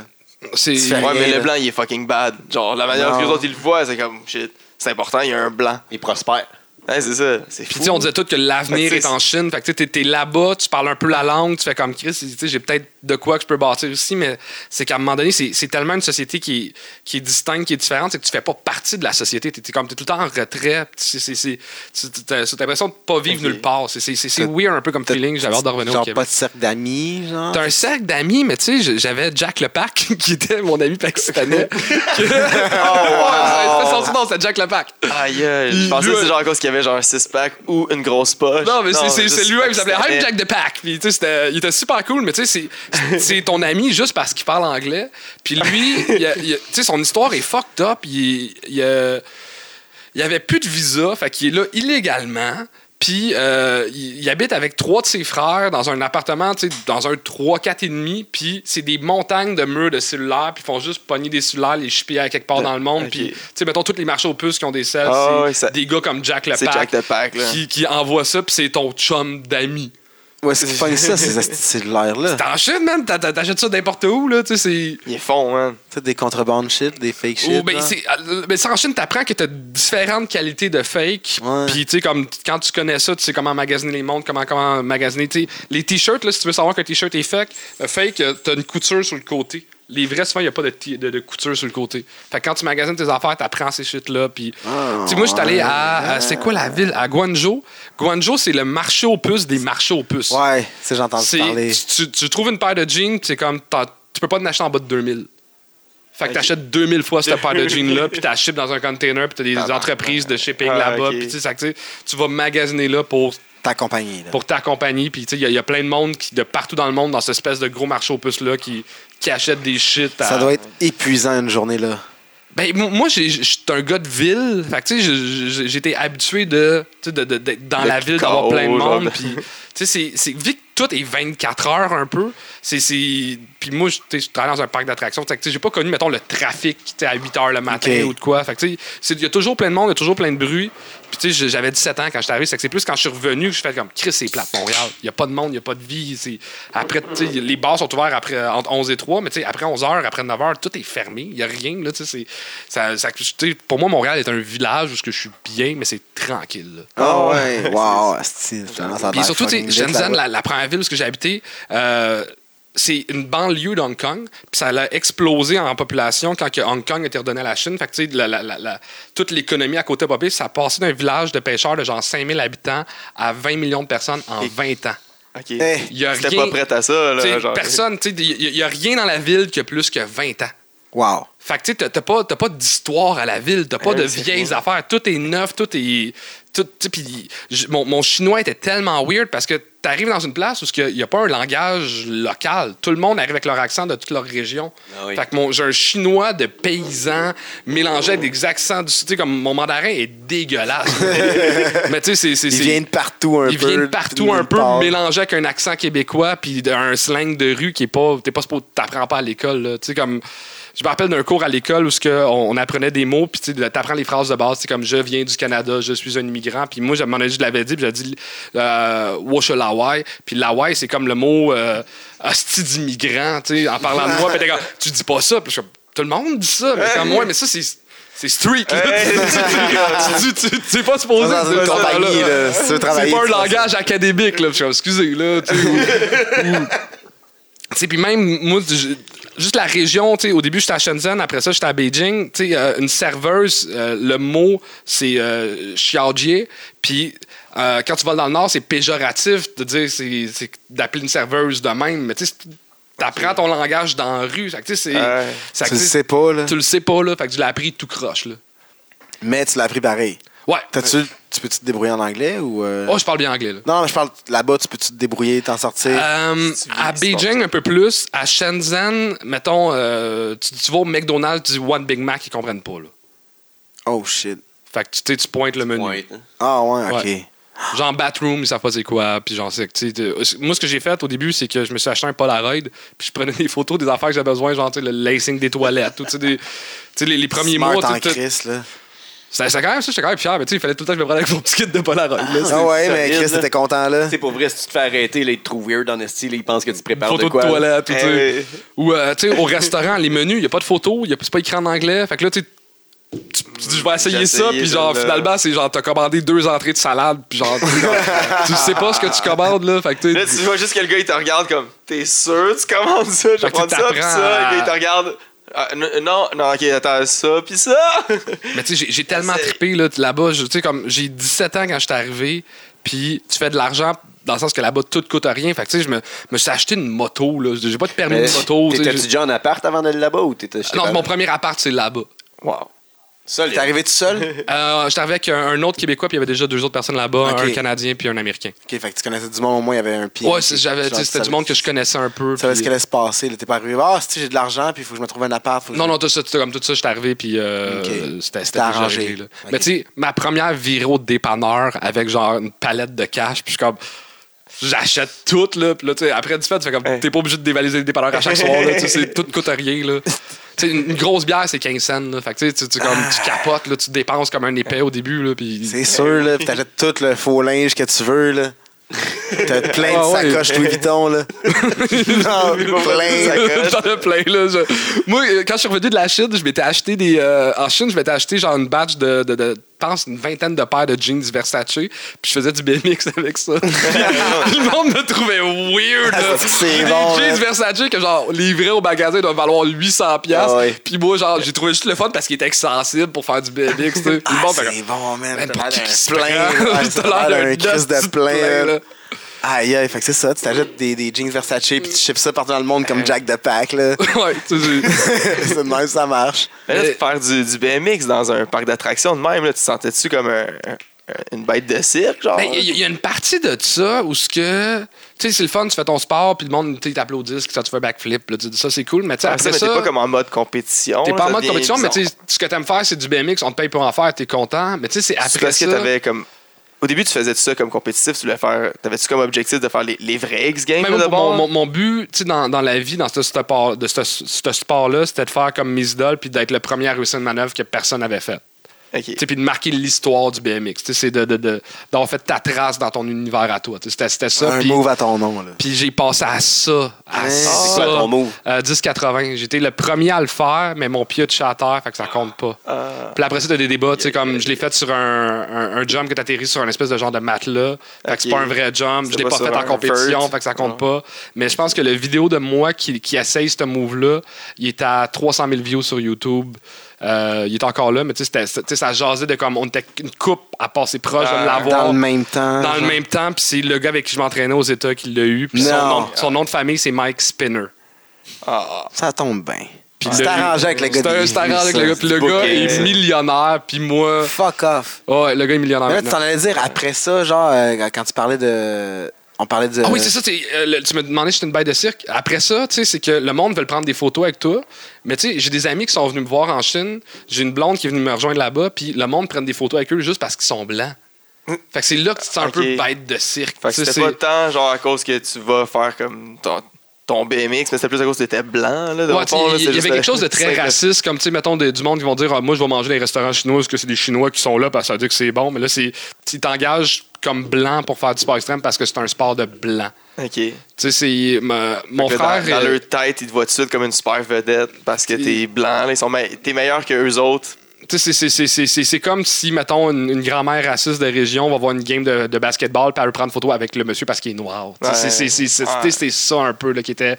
[SPEAKER 4] c'est-
[SPEAKER 3] Tu fais-
[SPEAKER 2] Ouais, mais
[SPEAKER 3] là.
[SPEAKER 2] le blanc, il est fucking bad. Genre, la manière dont
[SPEAKER 3] Non.
[SPEAKER 2] les autres, ils le voient, c'est comme... Shit, c'est important, il y a un blanc.
[SPEAKER 1] Il prospère.
[SPEAKER 2] Ouais, c'est ça. C'est
[SPEAKER 4] Puis
[SPEAKER 2] fou.
[SPEAKER 4] tu sais, on disait tout que
[SPEAKER 2] Fait
[SPEAKER 4] l'avenir
[SPEAKER 2] que
[SPEAKER 4] est en Chine. Fait que tu sais, t'es- t'es là-bas, tu parles un peu la langue, tu fais comme Chris, tu sais, j'ai peut-être de quoi que je peux bâtir ici, mais c'est qu'à un moment donné, c'est c'est tellement une société qui, est- qui est distincte, qui est différente, c'est que tu fais pas partie de la société. T'es t'es comme t'es tout le temps en retrait. Puis c'est- c'est- c'est- tu- tu- T'as t'as l'impression de pas vivre
[SPEAKER 2] Ok.
[SPEAKER 4] nulle part. C'est- C'est c'est- c'est
[SPEAKER 3] T'as-
[SPEAKER 4] weird un peu comme
[SPEAKER 3] T'as-
[SPEAKER 4] feeling. J'avais hâte de revenir au
[SPEAKER 3] Genre pas
[SPEAKER 4] Québec.
[SPEAKER 3] de cercle d'amis, genre.
[SPEAKER 4] T'as un cercle d'amis, mais tu sais, je- j'avais Jack Lepac, qui était mon ami pakistanais. oh, wow. C'était son nom, c'était Jack Lepac.
[SPEAKER 2] Aïe, aïe.
[SPEAKER 4] Il-
[SPEAKER 2] Je pensais
[SPEAKER 4] lui-
[SPEAKER 2] que c'est genre à cause qu'il y avait genre un six-pack ou une grosse poche.
[SPEAKER 4] Non, mais c'est- c'est
[SPEAKER 2] juste
[SPEAKER 4] c'est lui-même, il s'appelait
[SPEAKER 2] pakistanais.
[SPEAKER 4] Hype Jack the Pack. Puis, tu sais, c'était- il était super cool, mais tu sais, c'est- c'est ton ami juste parce qu'il parle anglais. Puis lui, il a- il a- tu sais, son histoire est fucked up. Il, il, a- il avait plus de visa, fait qu'il est là illégalement. Puis euh, il, il habite avec trois de ses frères dans un appartement, tu sais, dans un 3, 4 et demi. Puis c'est des montagnes de murs de cellulaires. Puis ils font juste pogner des cellulaires, les chiper à quelque part dans le monde.
[SPEAKER 2] Ok.
[SPEAKER 4] Puis, tu sais, mettons, tous les marchés aux puces qui ont des selles,
[SPEAKER 2] Ah
[SPEAKER 4] c'est
[SPEAKER 2] ouais, ça-
[SPEAKER 4] des gars comme Jack le
[SPEAKER 2] C'est
[SPEAKER 4] Pack
[SPEAKER 2] Jack the Pack, là.
[SPEAKER 4] qui, qui envoie ça, puis c'est ton chum d'ami.
[SPEAKER 3] Où est-ce qu'ils font ça, ces esti de cellulaires-là?
[SPEAKER 4] T'en chutes, man, t'a- t'a- t'achètes ça n'importe où, là, tu sais, c'est...
[SPEAKER 2] Ils font, man.
[SPEAKER 3] Tu sais, des contrebandes shit, des fake shit.
[SPEAKER 4] Oh, ben,
[SPEAKER 3] là.
[SPEAKER 4] c'est- euh, ben, ça en Chine, t'apprends que t'as différentes qualités de fake.
[SPEAKER 3] Ouais.
[SPEAKER 4] Puis, tu sais, comme t- quand tu connais ça, tu sais comment magasiner les montres, comment, comment magasiner. tu sais, les t-shirts, là, si tu veux savoir qu'un t-shirt est fake, euh, fake, euh, t'as une couture sur le côté. Les vrais, souvent, il n'y a pas de, t- de- de couture sur le côté. Fait que quand tu magasines tes affaires, t'apprends ces shit-là. Puis,
[SPEAKER 3] Ah,
[SPEAKER 4] tu sais, moi, je suis allé
[SPEAKER 3] ouais.
[SPEAKER 4] à. à- c'est quoi la ville À Guangzhou. Guangzhou, c'est le marché aux puces des marchés aux puces.
[SPEAKER 3] Ouais, c'est j'ai entendu
[SPEAKER 4] C'est-
[SPEAKER 3] parler.
[SPEAKER 4] Tu, tu trouves une paire de jeans, pis c'est comme t'en- tu peux pas en acheter en bas de 2000. Fait que t'achètes 2000 fois cette paire de jeans là, puis t'as ship dans un container, puis t'as des entreprises de shipping
[SPEAKER 2] Ah,
[SPEAKER 4] là-bas,
[SPEAKER 2] ok.
[SPEAKER 4] puis tu sais, ça- tu sais, tu vas magasiner là pour
[SPEAKER 3] T'accompagner, là.
[SPEAKER 4] pour t'accompagner, puis tu sais, il y, a- il y a plein de monde qui de partout dans le monde dans cette espèce de gros marché aux puces là qui qui achète des shit. à-
[SPEAKER 3] Ça doit être épuisant une journée, là.
[SPEAKER 4] ben, m- moi, j'ai- je suis un gars de ville. Fait que, tu sais, je- je- j'étais habitué de, tu sais, de- de- d'être dans
[SPEAKER 2] Le
[SPEAKER 4] la ville, d'avoir plein de
[SPEAKER 2] chaos, genre
[SPEAKER 4] monde.
[SPEAKER 2] de-
[SPEAKER 4] Puis, tu sais, c'est- c'est- vu que tout est 24 heures un peu, c'est. c'est- Puis moi, je tu sais, je travaille dans un parc d'attractions. Fait que, tu sais, j'ai pas connu, mettons, le trafic tu sais, à 8 heures le matin
[SPEAKER 3] Ok.
[SPEAKER 4] ou de quoi. Fait que, tu sais, c'est- il y a toujours plein de monde, il y a toujours plein de bruit. Puis, tu sais, j'avais 17 ans quand je suis arrivé. C'est que c'est plus quand je suis revenu que je fais comme Chris, c'est plate, Montréal. Il y a pas de monde, il y a pas de vie. c'est- Après, tu sais, les bars sont ouverts après, entre 11 et 3, mais tu sais, après 11 heures, après 9 heures, tout est fermé. Il y a rien. Là, tu sais, c'est- ça, ça- tu sais, pour moi, Montréal est un village où je suis bien, mais c'est tranquille. là.
[SPEAKER 3] Ah ouais. Wow, esti, finalement, ça a
[SPEAKER 4] Puis
[SPEAKER 3] l'air
[SPEAKER 4] surtout, tu sais,
[SPEAKER 3] fucking lit,
[SPEAKER 4] Shenzhen,
[SPEAKER 3] là-bas.
[SPEAKER 4] la, la première ville où j'ai habité, euh, c'est une banlieue d'Hong Kong, puis ça a explosé en population quand que Hong Kong était redonné à la Chine. Fait que, tu sais, la- la- la- la- toute l'économie à côté popée, ça a passé d'un village de pêcheurs de genre 5000 habitants à 20 millions de personnes en
[SPEAKER 2] Et-
[SPEAKER 4] 20 ans.
[SPEAKER 2] Ok.
[SPEAKER 3] Eh,
[SPEAKER 4] Il y a
[SPEAKER 2] C'était
[SPEAKER 4] rien-
[SPEAKER 2] pas prête à ça,
[SPEAKER 4] Tu sais,
[SPEAKER 2] là. Genre.
[SPEAKER 4] personne, tu sais, il n'y a, rien dans la ville qui a plus que 20 ans.
[SPEAKER 3] Wow.
[SPEAKER 4] Fait que tu sais, t'as- t'as pas, t'as pas d'histoire à la ville, t'as pas
[SPEAKER 2] Ouais,
[SPEAKER 4] de
[SPEAKER 2] c'est
[SPEAKER 4] vieilles affaires, tout est neuf, tout est. Tout, tu sais, puis j- mon, mon chinois était tellement weird parce que t'arrives dans une place où il n'y a pas un langage local. Tout le monde arrive avec leur accent de toute leur région.
[SPEAKER 1] Ah oui.
[SPEAKER 4] Fait que mon- j'ai un chinois de paysan mélangé avec des accents du. Tu sais, comme mon mandarin est dégueulasse. Mais tu sais, c'est- c'est.
[SPEAKER 3] Ils
[SPEAKER 4] c'est-
[SPEAKER 3] viennent partout un
[SPEAKER 4] ils
[SPEAKER 3] peu.
[SPEAKER 4] viennent partout un
[SPEAKER 3] nulle
[SPEAKER 4] peu
[SPEAKER 3] part.
[SPEAKER 4] mélangés avec un accent québécois puis un slang de rue qui est pas t'es pas supposé t'apprends pas à l'école là. tu sais comme je me rappelle d'un cours à l'école où ce que on, on apprenait des mots puis tu sais, t'apprends les phrases de base c'est comme je viens du Canada je suis un immigrant puis moi je m'en ai- je l'avais dit puis j'ai dit euh, Washalawai puis Lawai c'est comme le mot euh, hostie d'immigrant tu sais en parlant de moi puis t'es comme, tu dis pas ça puis je suis comme, tout le monde dit ça mais comme moi mais ça c'est c'est street là. tu, tu, tu- tu es pas supposé
[SPEAKER 3] Dans une
[SPEAKER 4] dire ça,
[SPEAKER 3] compagnie, là, si tu veux travailler,
[SPEAKER 4] c'est pas un
[SPEAKER 3] tu fais ça.
[SPEAKER 4] langage académique, là. Puis je suis comme, excusez, là, tu sais. ou- ou- Tu sais, puis même, moi, je- juste la région, tu sais, au début, j'étais à Shenzhen, après ça, j'étais à Beijing. Tu sais, euh, une serveuse, euh, le mot, c'est euh, xiaojie. Puis euh, quand tu vas dans le Nord, c'est péjoratif de dire, c'est c'est d'appeler une serveuse de même. Mais tu sais, c'est- t'apprends ton langage dans la rue. Fait que, tu sais, c'est.
[SPEAKER 2] Ouais.
[SPEAKER 4] ça
[SPEAKER 3] Tu le sais pas, là.
[SPEAKER 4] tu le sais pas, là. Fait que je l'ai appris tout croche, là.
[SPEAKER 3] Mais tu l'as pris pareil.
[SPEAKER 4] Ouais.
[SPEAKER 3] T'as-tu, tu peux-tu te débrouiller en anglais ou. euh,
[SPEAKER 4] Oh, je parle bien anglais, là.
[SPEAKER 3] Non, mais je parle là-bas, tu peux-tu te débrouiller, t'en sortir.
[SPEAKER 4] Euh,
[SPEAKER 3] Si tu
[SPEAKER 4] à
[SPEAKER 3] vis, c'est
[SPEAKER 4] Beijing, un peu plus. À Shenzhen, mettons, euh, tu, tu vas au McDonald's, tu dis One Big Mac, ils comprennent pas. Là.
[SPEAKER 3] Oh shit.
[SPEAKER 4] Fait que tu, tu sais, tu pointes le menu.
[SPEAKER 1] Ouais.
[SPEAKER 3] Ah ouais, ok.
[SPEAKER 4] Ouais. Genre Bathroom, ils savent pas c'est quoi. Puis genre, c'est que, tu sais, t'es- moi, ce que j'ai fait au début, c'est que je me suis acheté un Polaroid, puis je prenais des photos des affaires que j'avais besoin, genre tu sais, le lacing des toilettes, tout, tu sais, des- tu sais, les, les premiers
[SPEAKER 3] Smart
[SPEAKER 4] mois.
[SPEAKER 3] en
[SPEAKER 4] tout- tout-
[SPEAKER 3] Chris, là.
[SPEAKER 4] C'était c'était quand même ça, j'étais quand même fier, mais tu sais, il fallait tout le temps que je me prenne avec mon petit kit de Polaroid. là. C'est-
[SPEAKER 3] Ah ouais, mais
[SPEAKER 1] solide,
[SPEAKER 3] Chris,
[SPEAKER 1] là.
[SPEAKER 3] t'étais content, là.
[SPEAKER 1] C'est pour vrai, si tu te fais arrêter, là, ils te trouvent weird en esti, là, ils pensent que tu prépares
[SPEAKER 4] photo
[SPEAKER 1] de
[SPEAKER 4] de,
[SPEAKER 1] quoi.
[SPEAKER 4] toilette ou, tu sais.
[SPEAKER 2] Eh oui.
[SPEAKER 4] Ou, euh, tu sais, au restaurant les menus il y a pas de photo il y a c'est pas écrit en anglais fait que là tu sais, tu- tu dis, je vais essayer
[SPEAKER 2] J'ai
[SPEAKER 4] ça,
[SPEAKER 2] essayé
[SPEAKER 4] puis genre,
[SPEAKER 2] celle-là.
[SPEAKER 4] finalement, c'est genre, t'as commandé deux entrées de salade, puis genre, tu sais pas ce que tu commandes, là. Fait que tu
[SPEAKER 2] Là, tu vois juste que le gars, il te regarde comme T'es sûr, tu commandes ça, je
[SPEAKER 4] Fait
[SPEAKER 2] vais
[SPEAKER 4] que
[SPEAKER 2] prendre
[SPEAKER 4] tu
[SPEAKER 2] ça, puis
[SPEAKER 4] t'apprends
[SPEAKER 2] ça.
[SPEAKER 4] à-
[SPEAKER 2] Le gars, il te regarde. Ah, n- non, non, ok, attends, ça, puis ça.
[SPEAKER 4] Mais tu sais, j'ai- j'ai tellement
[SPEAKER 2] C'est-
[SPEAKER 4] trippé là, là-bas. je- Tu sais, comme j'ai 17 ans quand je suis arrivé, puis tu fais de l'argent dans le sens que là-bas, tout coûte à rien. Fait que tu sais, je me, me suis acheté une moto. là. J'ai pas de permis
[SPEAKER 1] Mais
[SPEAKER 4] de moto. tu sais,
[SPEAKER 1] T'étais-tu
[SPEAKER 4] j'ai-
[SPEAKER 1] Eh, déjà en appart avant d'aller là-bas ou t'étais. j'étais
[SPEAKER 4] Non,
[SPEAKER 1] pas-
[SPEAKER 4] mon premier appart, c'est là-bas.
[SPEAKER 2] Wow.
[SPEAKER 3] T'es arrivé tout seul?
[SPEAKER 4] Euh, J'étais avec un, un autre Québécois, puis il y avait déjà deux autres personnes là-bas,
[SPEAKER 3] Ok.
[SPEAKER 4] un Canadien puis un Américain.
[SPEAKER 3] ok, fait que tu connaissais du monde, au moins, il y avait un pied.
[SPEAKER 4] Ouais, c'est- j'avais- tu
[SPEAKER 3] Genre,
[SPEAKER 4] sais,
[SPEAKER 3] tu
[SPEAKER 4] c'était du
[SPEAKER 3] savais-
[SPEAKER 4] monde que je connaissais un peu.
[SPEAKER 3] Tu savais ce
[SPEAKER 4] puis-
[SPEAKER 3] qu'elle allait se passer. là. T'es pas arrivé, ah, si j'ai de l'argent, puis il faut que je me trouve un appart. faut que
[SPEAKER 4] Non,
[SPEAKER 3] je-
[SPEAKER 4] non, tout ça, tout ça, comme tout ça, je suis arrivé, puis euh,
[SPEAKER 3] Ok.
[SPEAKER 4] c'était
[SPEAKER 3] C'était
[SPEAKER 4] c'était déjà
[SPEAKER 3] arrangé.
[SPEAKER 4] réglé, là.
[SPEAKER 3] Ok.
[SPEAKER 4] Mais tu sais, ma première virée au dépanneur avec genre une palette de cash, puis je suis comme. J'achète tout, là. Puis là, tu sais, après, du fait, tu fais comme.
[SPEAKER 2] Hey.
[SPEAKER 4] T'es pas obligé de dévaliser le dépanneur à chaque soir, là. Tu sais, c'est- tout coûte rien, là. Tu sais, une, une grosse bière, c'est 15 cents, là. Fait que tu sais, tu- tu comme, tu capotes, là. Tu dépenses comme un épais au début, là. Puis.
[SPEAKER 3] Ah. C'est sûr, là. Puis t'achètes tout le faux linge que tu veux, là. T'as plein de
[SPEAKER 4] Ah ouais.
[SPEAKER 3] sacoches Louis Vuitton, là. non, plein.
[SPEAKER 4] J'en ai plein, là. Je- Moi, euh, quand je suis revenu de la Chine, je m'étais acheté des. euh, en Chine, je m'étais acheté genre une batch de. de, de je pense une vingtaine de paires de jeans Versace, puis je faisais du BMX avec ça. le monde me trouvait weird. là.
[SPEAKER 3] Ah, C'est
[SPEAKER 4] Des
[SPEAKER 3] bon,
[SPEAKER 4] jeans
[SPEAKER 3] hein.
[SPEAKER 4] Versace que genre livrés au magasin doivent valoir 800 pièces.
[SPEAKER 3] Ah ouais.
[SPEAKER 4] Puis moi genre j'ai trouvé juste le fun parce qu'il était accessible pour faire du BMX. tu sais. Puis
[SPEAKER 3] Ah,
[SPEAKER 4] le monde fait comme,
[SPEAKER 3] c'est bon, man.
[SPEAKER 4] Man,
[SPEAKER 3] T'as
[SPEAKER 4] pour qui
[SPEAKER 3] l'air
[SPEAKER 4] qui
[SPEAKER 3] d'un
[SPEAKER 4] se
[SPEAKER 3] plein.
[SPEAKER 4] prend?
[SPEAKER 3] Ouais,
[SPEAKER 4] T'as
[SPEAKER 3] T'as l'air d'un Chris de
[SPEAKER 4] petit plein,
[SPEAKER 3] plein. là.
[SPEAKER 4] là.
[SPEAKER 3] Aïe, aïe, fait que c'est ça. Tu t'achètes des, des jeans Versace, puis
[SPEAKER 4] Mm.
[SPEAKER 3] tu chips ça partout dans le monde comme Jack de Pack, là.
[SPEAKER 4] ouais, tu sais, j'ai-
[SPEAKER 3] c'est de même, ça marche.
[SPEAKER 2] Mais là,
[SPEAKER 4] Mais-
[SPEAKER 2] tu faire du, du BMX dans un parc d'attractions de même, là, tu te sentais-tu comme un- un- une bête de cirque, genre?
[SPEAKER 4] Ben, Il y, a- il y a une partie de ça où ce que. Tu sais, c'est le fun, tu fais ton sport, puis le monde tu sais, t'applaudisse, que ça, tu fais un backflip, là, tu dis ça, c'est cool, mais tu sais,
[SPEAKER 2] Ah, ça,
[SPEAKER 4] après
[SPEAKER 2] mais
[SPEAKER 4] ça.
[SPEAKER 2] t'es pas comme en mode compétition.
[SPEAKER 4] T'es
[SPEAKER 2] là,
[SPEAKER 4] pas en
[SPEAKER 2] ça
[SPEAKER 4] mode
[SPEAKER 2] devient
[SPEAKER 4] compétition, mais tu
[SPEAKER 2] bizarre.
[SPEAKER 4] sais, ce que t'aimes faire, c'est du BMX, on te paye pour en faire, t'es content. Mais tu sais, c'est après
[SPEAKER 2] C'est parce
[SPEAKER 4] ça.
[SPEAKER 2] que t'avais comme. Au début, tu faisais tout ça comme compétitif, tu voulais faire. T'avais-tu comme objectif de faire les, les vrais X-Games
[SPEAKER 4] Mais
[SPEAKER 2] là,
[SPEAKER 4] moi,
[SPEAKER 2] de
[SPEAKER 4] Ben, mon,
[SPEAKER 2] bon?
[SPEAKER 4] mon- mon but tu sais, dans, dans la vie, dans ce sport, de ce, ce sport-là, c'était de faire comme mes idoles puis d'être le premier à réussir une manœuvre que personne n'avait faite.
[SPEAKER 2] Ok.
[SPEAKER 4] Tu sais, Puis de marquer l'histoire du BMX. tu sais, C'est de, de, de- d'avoir fait ta trace dans ton univers à toi. tu sais, C'était, c'était ça.
[SPEAKER 3] Un
[SPEAKER 4] puis-
[SPEAKER 3] move à ton nom, là.
[SPEAKER 4] Puis j'ai passé à ça,
[SPEAKER 2] Hein?
[SPEAKER 4] à
[SPEAKER 1] C'est
[SPEAKER 4] ça.
[SPEAKER 1] quoi ton move?
[SPEAKER 4] Euh, 10-80. J'étais le premier à le faire, mais mon pied a touché à terre, fait que ça compte pas.
[SPEAKER 2] Ah.
[SPEAKER 4] Puis après ça, t'as des débats, tu sais, comme je l'ai fait sur un, un, un jump que t'atterris sur un espèce de genre de matelas. Fait que c'est
[SPEAKER 2] Ok.
[SPEAKER 4] pas un vrai jump.
[SPEAKER 2] C'est
[SPEAKER 4] Je l'ai
[SPEAKER 2] pas
[SPEAKER 4] pas
[SPEAKER 2] sur
[SPEAKER 4] fait en
[SPEAKER 2] un
[SPEAKER 4] compétition,
[SPEAKER 2] vert.
[SPEAKER 4] fait que ça compte pas. Mais je pense que le vidéo de moi qui, qui essaye ce move-là, il est à 300 000 views sur YouTube. Euh, il est encore là, mais tu sais, c'était- tu sais, ça jasait de comme on était une coupe à passer proche de
[SPEAKER 2] Ah,
[SPEAKER 4] l'avoir
[SPEAKER 3] Dans le même temps.
[SPEAKER 4] dans le
[SPEAKER 3] genre.
[SPEAKER 4] même temps, puis c'est le gars avec qui je m'entraînais aux États qui l'a eu. Puis son
[SPEAKER 3] Non.
[SPEAKER 4] nom, son nom de famille, c'est Mike Spinner.
[SPEAKER 2] Ah.
[SPEAKER 3] Ça tombe bien.
[SPEAKER 4] Puis
[SPEAKER 3] C'est
[SPEAKER 4] le-
[SPEAKER 3] arrangé avec le gars.
[SPEAKER 4] C'est un-
[SPEAKER 3] de
[SPEAKER 4] c'est arrangé avec
[SPEAKER 3] ça.
[SPEAKER 4] le gars. Puis le
[SPEAKER 2] du
[SPEAKER 4] gars
[SPEAKER 2] booking,
[SPEAKER 4] est
[SPEAKER 2] ça.
[SPEAKER 4] millionnaire, puis moi.
[SPEAKER 3] Fuck off.
[SPEAKER 4] Ah Ouais, le gars est millionnaire.
[SPEAKER 3] Mais là, tu
[SPEAKER 4] maintenant.
[SPEAKER 3] t'en allais dire après ça, genre, euh, quand tu parlais de. On parlait de.
[SPEAKER 4] Ah oui, c'est ça. c'est, euh, le- tu me demandais si j'étais une bête de cirque. Après ça, tu sais, c'est que le monde veut prendre des photos avec toi. Mais tu sais, j'ai des amis qui sont venus me voir en Chine. J'ai une blonde qui est venue me rejoindre là-bas. Puis le monde prend des photos avec eux juste parce qu'ils sont blancs. Fait que c'est là que tu te sens
[SPEAKER 2] Mm. Ok.
[SPEAKER 4] un peu bête de cirque.
[SPEAKER 2] Fait que
[SPEAKER 4] Tu sais,
[SPEAKER 2] c'était
[SPEAKER 4] c'est-
[SPEAKER 2] pas tant genre à cause que tu vas faire comme ton, ton BMX, mais c'était plus à cause que t'étais blanc. Là, dans
[SPEAKER 4] Ouais,
[SPEAKER 2] le fond,
[SPEAKER 4] t'sais,
[SPEAKER 2] là,
[SPEAKER 4] il
[SPEAKER 2] c'est
[SPEAKER 4] il y
[SPEAKER 2] juste
[SPEAKER 4] avait
[SPEAKER 2] le-
[SPEAKER 4] quelque chose de très
[SPEAKER 2] c'est le-
[SPEAKER 4] raciste, comme tu sais, mettons des- du monde qui vont dire Ah, moi je vais manger dans les restaurants chinois parce que c'est des Chinois qui sont là parce que ça dit que c'est bon, mais là c'est tu t'engages comme blanc pour faire du sport extrême parce que c'est un sport de blanc.
[SPEAKER 2] Ok. Fait
[SPEAKER 4] Tu sais, c'est ma- mon
[SPEAKER 2] que
[SPEAKER 4] frère.
[SPEAKER 2] dans, dans
[SPEAKER 4] euh,
[SPEAKER 2] leur tête, ils te voient tout de suite comme une super vedette parce que t'es blanc, là, ils sont me- t'es meilleur que eux autres.
[SPEAKER 4] tu sais, c'est- c'est- c'est- c'est- c'est comme si mettons une, une grand-mère raciste de région va voir une game de, de basketball puis elle veut prendre photo avec le monsieur parce qu'il est noir. Tu sais,
[SPEAKER 2] Ouais.
[SPEAKER 4] c'est- c'est- c'est- c'est-
[SPEAKER 2] Ouais.
[SPEAKER 4] tu sais, C'était ça un peu là, qui était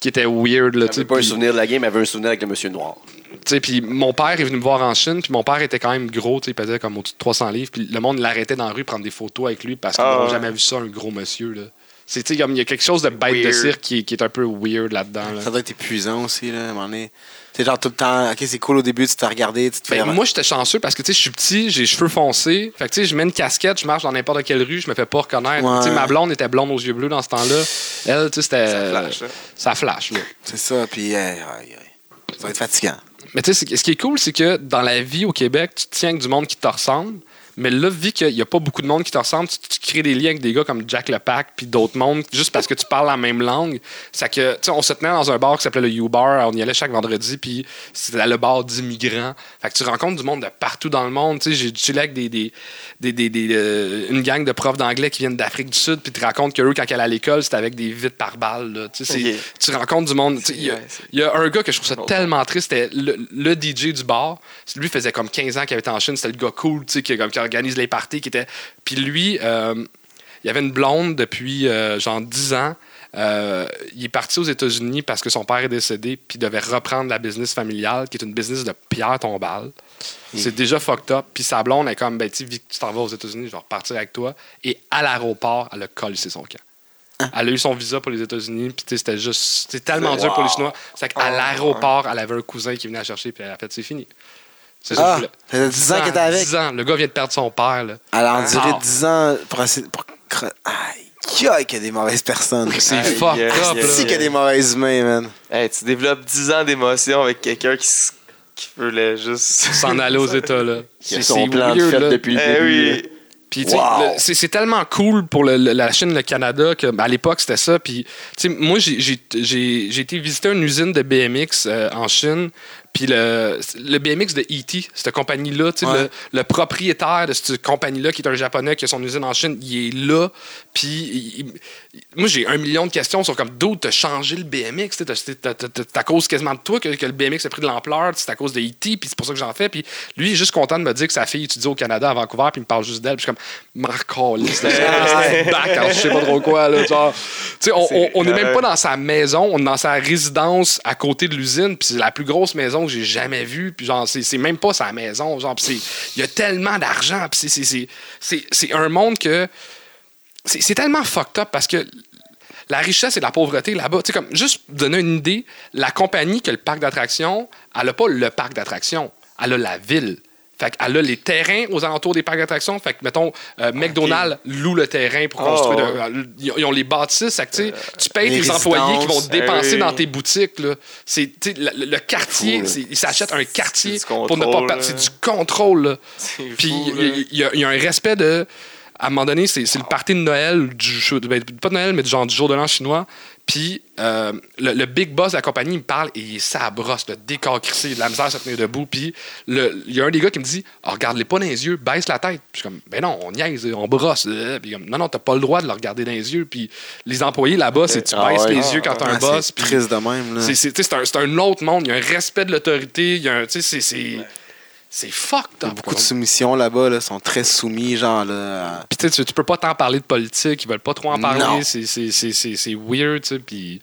[SPEAKER 4] qui était weird là, tu sais,
[SPEAKER 1] C'est pas un
[SPEAKER 4] puis-
[SPEAKER 1] souvenir de la game, elle veut un souvenir avec le monsieur noir.
[SPEAKER 4] Tu sais, puis mon père est venu me voir en Chine, puis mon père était quand même gros, tu sais, il pesait comme au-dessus de 300 livres, puis le monde l'arrêtait dans la rue prendre des photos avec lui parce qu'ils
[SPEAKER 2] Ah,
[SPEAKER 4] n'ont
[SPEAKER 2] ouais.
[SPEAKER 4] jamais vu ça, un gros monsieur, là. C'est, tu sais, comme il y a quelque chose de bête de
[SPEAKER 2] Weird.
[SPEAKER 4] cirque qui, qui est un peu weird là-dedans, là.
[SPEAKER 3] Ça doit être épuisant aussi, là, à un moment donné. C'est genre tout le temps, ok, c'est cool au début, tu t'es regardé, tu te fais.
[SPEAKER 4] Ben, moi, j'étais chanceux parce que, tu sais, je suis petit, j'ai les cheveux foncés. Fait que, tu sais, je mets une casquette, je marche dans n'importe quelle rue, je me fais pas reconnaître.
[SPEAKER 3] Ouais.
[SPEAKER 4] Tu sais, ma blonde était blonde aux yeux bleus dans ce temps-là. Elle, tu sais, c'était.
[SPEAKER 2] Ça flash, là.
[SPEAKER 4] Ça flash, là.
[SPEAKER 3] C'est ça, puis aïe, aïe, aïe. ça va être fatigant.
[SPEAKER 4] Mais tu sais, c'est- ce qui est cool, c'est que dans la vie au Québec, tu te tiens avec du monde qui te ressemble. Mais là, vu qu'il n'y a pas beaucoup de monde qui te ressemble, tu, tu crées des liens avec des gars comme Jack Lepac puis d'autres mondes juste parce que tu parles la même langue. C'est que, tu sais, on se tenait dans un bar qui s'appelait le U-Bar. On y allait chaque vendredi puis c'était le bar d'immigrants. Fait que tu rencontres du monde de partout dans le monde. Tu sais, j'ai chillé avec des, des, des, des- des, euh, une gang de profs d'anglais qui viennent d'Afrique du Sud puis te racontent que eux, quand ils allaient à l'école, c'était avec des vides par balle. là. Tu sais, c'est-
[SPEAKER 2] Ok.
[SPEAKER 4] tu rencontres du monde. Tu sais, Il y, a-
[SPEAKER 2] Ouais, c'est-
[SPEAKER 4] il y a un gars que je trouve ça
[SPEAKER 2] Ouais.
[SPEAKER 4] tellement triste. C'était le, le DJ du bar. Lui faisait comme 15 ans qu'il était en Chine. C'était le gars cool, tu sais, qui, comme, qui organise les parties. Qui était... Puis lui, euh, il avait une blonde depuis euh, genre 10 ans. Euh, il est parti aux États-Unis parce que son père est décédé, puis il devait reprendre la business familiale, qui est une business de pierre tombale. C'est déjà fucked up. Puis sa blonde est comme, ben, tu sais, vu que tu t'en vas aux États-Unis, je vais repartir avec toi. Et à l'aéroport, elle a collé son camp. Elle a eu son visa pour les États-Unis, puis tu sais, c'était juste. C'était tellement dur pour les Chinois. C'est qu'à
[SPEAKER 2] Oh,
[SPEAKER 4] l'aéroport, elle avait un cousin qui venait la chercher, puis elle a fait, c'est fini. C'est ça que je
[SPEAKER 3] Ah,
[SPEAKER 4] voulais.
[SPEAKER 3] ça fait 10 ans qu'elle était avec.
[SPEAKER 4] 10 ans. Le gars vient de perdre son père, là.
[SPEAKER 3] Elle a enduré
[SPEAKER 4] Ah.
[SPEAKER 3] 10 ans pour essayer. Pour... cre- Aïe, aïe, qu'il y a des mauvaises personnes.
[SPEAKER 4] C'est
[SPEAKER 2] Aïe,
[SPEAKER 4] fucked
[SPEAKER 2] yes,
[SPEAKER 4] up,
[SPEAKER 2] yes,
[SPEAKER 4] là.
[SPEAKER 3] Si qu'il y a des mauvaises humains, man.
[SPEAKER 2] Hey, tu développes 10 ans d'émotion avec quelqu'un qui, s- qui voulait juste.
[SPEAKER 4] S'en aller aux États, là.
[SPEAKER 1] C'est
[SPEAKER 4] C'est
[SPEAKER 1] son
[SPEAKER 4] c'est
[SPEAKER 1] plan de
[SPEAKER 4] weird,
[SPEAKER 1] fête
[SPEAKER 4] là.
[SPEAKER 1] depuis le
[SPEAKER 2] Eh
[SPEAKER 1] début.
[SPEAKER 2] oui.
[SPEAKER 4] Puis, tu sais,
[SPEAKER 1] Wow.
[SPEAKER 4] le- c'est c'est tellement cool pour le- le- la Chine, le Canada, que, ben, à l'époque, c'était ça. Puis, tu sais, moi, j'ai- j'ai j'ai- j'ai été visiter une usine de BMX euh, en Chine. Puis, le, le BMX de E.T., cette compagnie-là, tu sais,
[SPEAKER 3] Ouais.
[SPEAKER 4] le, le propriétaire de cette compagnie-là, qui est un Japonais, qui a son usine en Chine, il est là. Puis, il- il- moi, j'ai un million de questions sur comme d'autres, t'as changé le BMX. t'sais, t'as- t'as- t'as- t'as- C'est à cause quasiment de toi que, que le BMX a pris de l'ampleur. C'est à cause de E.T. Puis c'est pour ça que j'en fais. Puis lui, il est juste content de me dire que sa fille étudie au Canada à Vancouver. Puis il me parle juste d'elle. Puis je suis comme, Marco, back, alors, je sais pas trop quoi. Là, genre. T'sais, on, on,
[SPEAKER 2] C'est
[SPEAKER 4] on est même
[SPEAKER 2] grave.
[SPEAKER 4] pas dans sa maison. On est dans sa résidence à côté de l'usine. Puis c'est la plus grosse maison que j'ai jamais vue. Puis genre, c'est c'est même pas sa maison. Genre, puis c'est- il y a tellement d'argent. Puis c'est- c'est- c'est- c'est c'est un monde que c'est c'est tellement fucked up parce que la richesse et la pauvreté là-bas, tu sais, comme juste pour donner une idée, la compagnie que le parc d'attractions, elle n'a pas le parc d'attractions, elle a la ville. Fait qu'elle a les terrains aux alentours des parcs d'attractions. Fait que, mettons, euh, McDonald's loue le terrain pour
[SPEAKER 2] Oh. Euh,
[SPEAKER 4] construire. de- ils ont- ils ont les bâtisses. Fait que, tu sais, tu payes
[SPEAKER 3] Les
[SPEAKER 4] tes employés qui vont
[SPEAKER 3] résidences.
[SPEAKER 4] dépenser
[SPEAKER 2] Eh oui.
[SPEAKER 4] dans tes boutiques. Là. C'est, tu sais, le, le quartier, c'est- ils s'achètent un quartier
[SPEAKER 2] du
[SPEAKER 4] pour ne pas
[SPEAKER 2] contrôle,
[SPEAKER 4] perdre.
[SPEAKER 2] là.
[SPEAKER 4] C'est du contrôle. là.
[SPEAKER 2] C'est
[SPEAKER 4] Puis
[SPEAKER 2] fou,
[SPEAKER 4] il y a-
[SPEAKER 2] là.
[SPEAKER 3] euh,
[SPEAKER 4] il y, a- il y a un respect de. À un moment donné, c'est c'est le party de Noël, ou du, jeu- ben, pas de Noël, mais du genre du jour de l'an chinois. Puis euh, le, le big boss de la compagnie, il me parle et il est sa brosse, le décor crissé, de la misère à se tenir debout. Puis le- il y a un des gars qui me dit Ah, Regarde-les pas dans les yeux, baisse la tête. Puis je suis comme Ben non, on niaise, on brosse. Euh, Puis comme Non, non, t'as pas le droit de le regarder dans les yeux. Puis les employés là-bas, c'est tu
[SPEAKER 1] Ah
[SPEAKER 4] baisses
[SPEAKER 1] ouais.
[SPEAKER 4] les yeux quand t'as un
[SPEAKER 3] Ah,
[SPEAKER 4] boss.
[SPEAKER 3] c'est
[SPEAKER 4] Puis
[SPEAKER 3] triste hein. de même, là.
[SPEAKER 4] c'est- c'est tu sais, c'est un, c'est un autre monde. Il y a un respect de l'autorité. Il y a un. Tu sais, c'est- c'est. C'est fucked up.
[SPEAKER 3] Beaucoup de
[SPEAKER 4] quoi.
[SPEAKER 3] soumissions là-bas, là, sont très soumis, genre, là. à-
[SPEAKER 4] Puis tu sais, tu- tu peux pas t'en parler de politique, ils veulent pas trop en
[SPEAKER 3] Non.
[SPEAKER 4] parler, c'est- c'est c'est- c'est- c'est weird, tu sais, puis...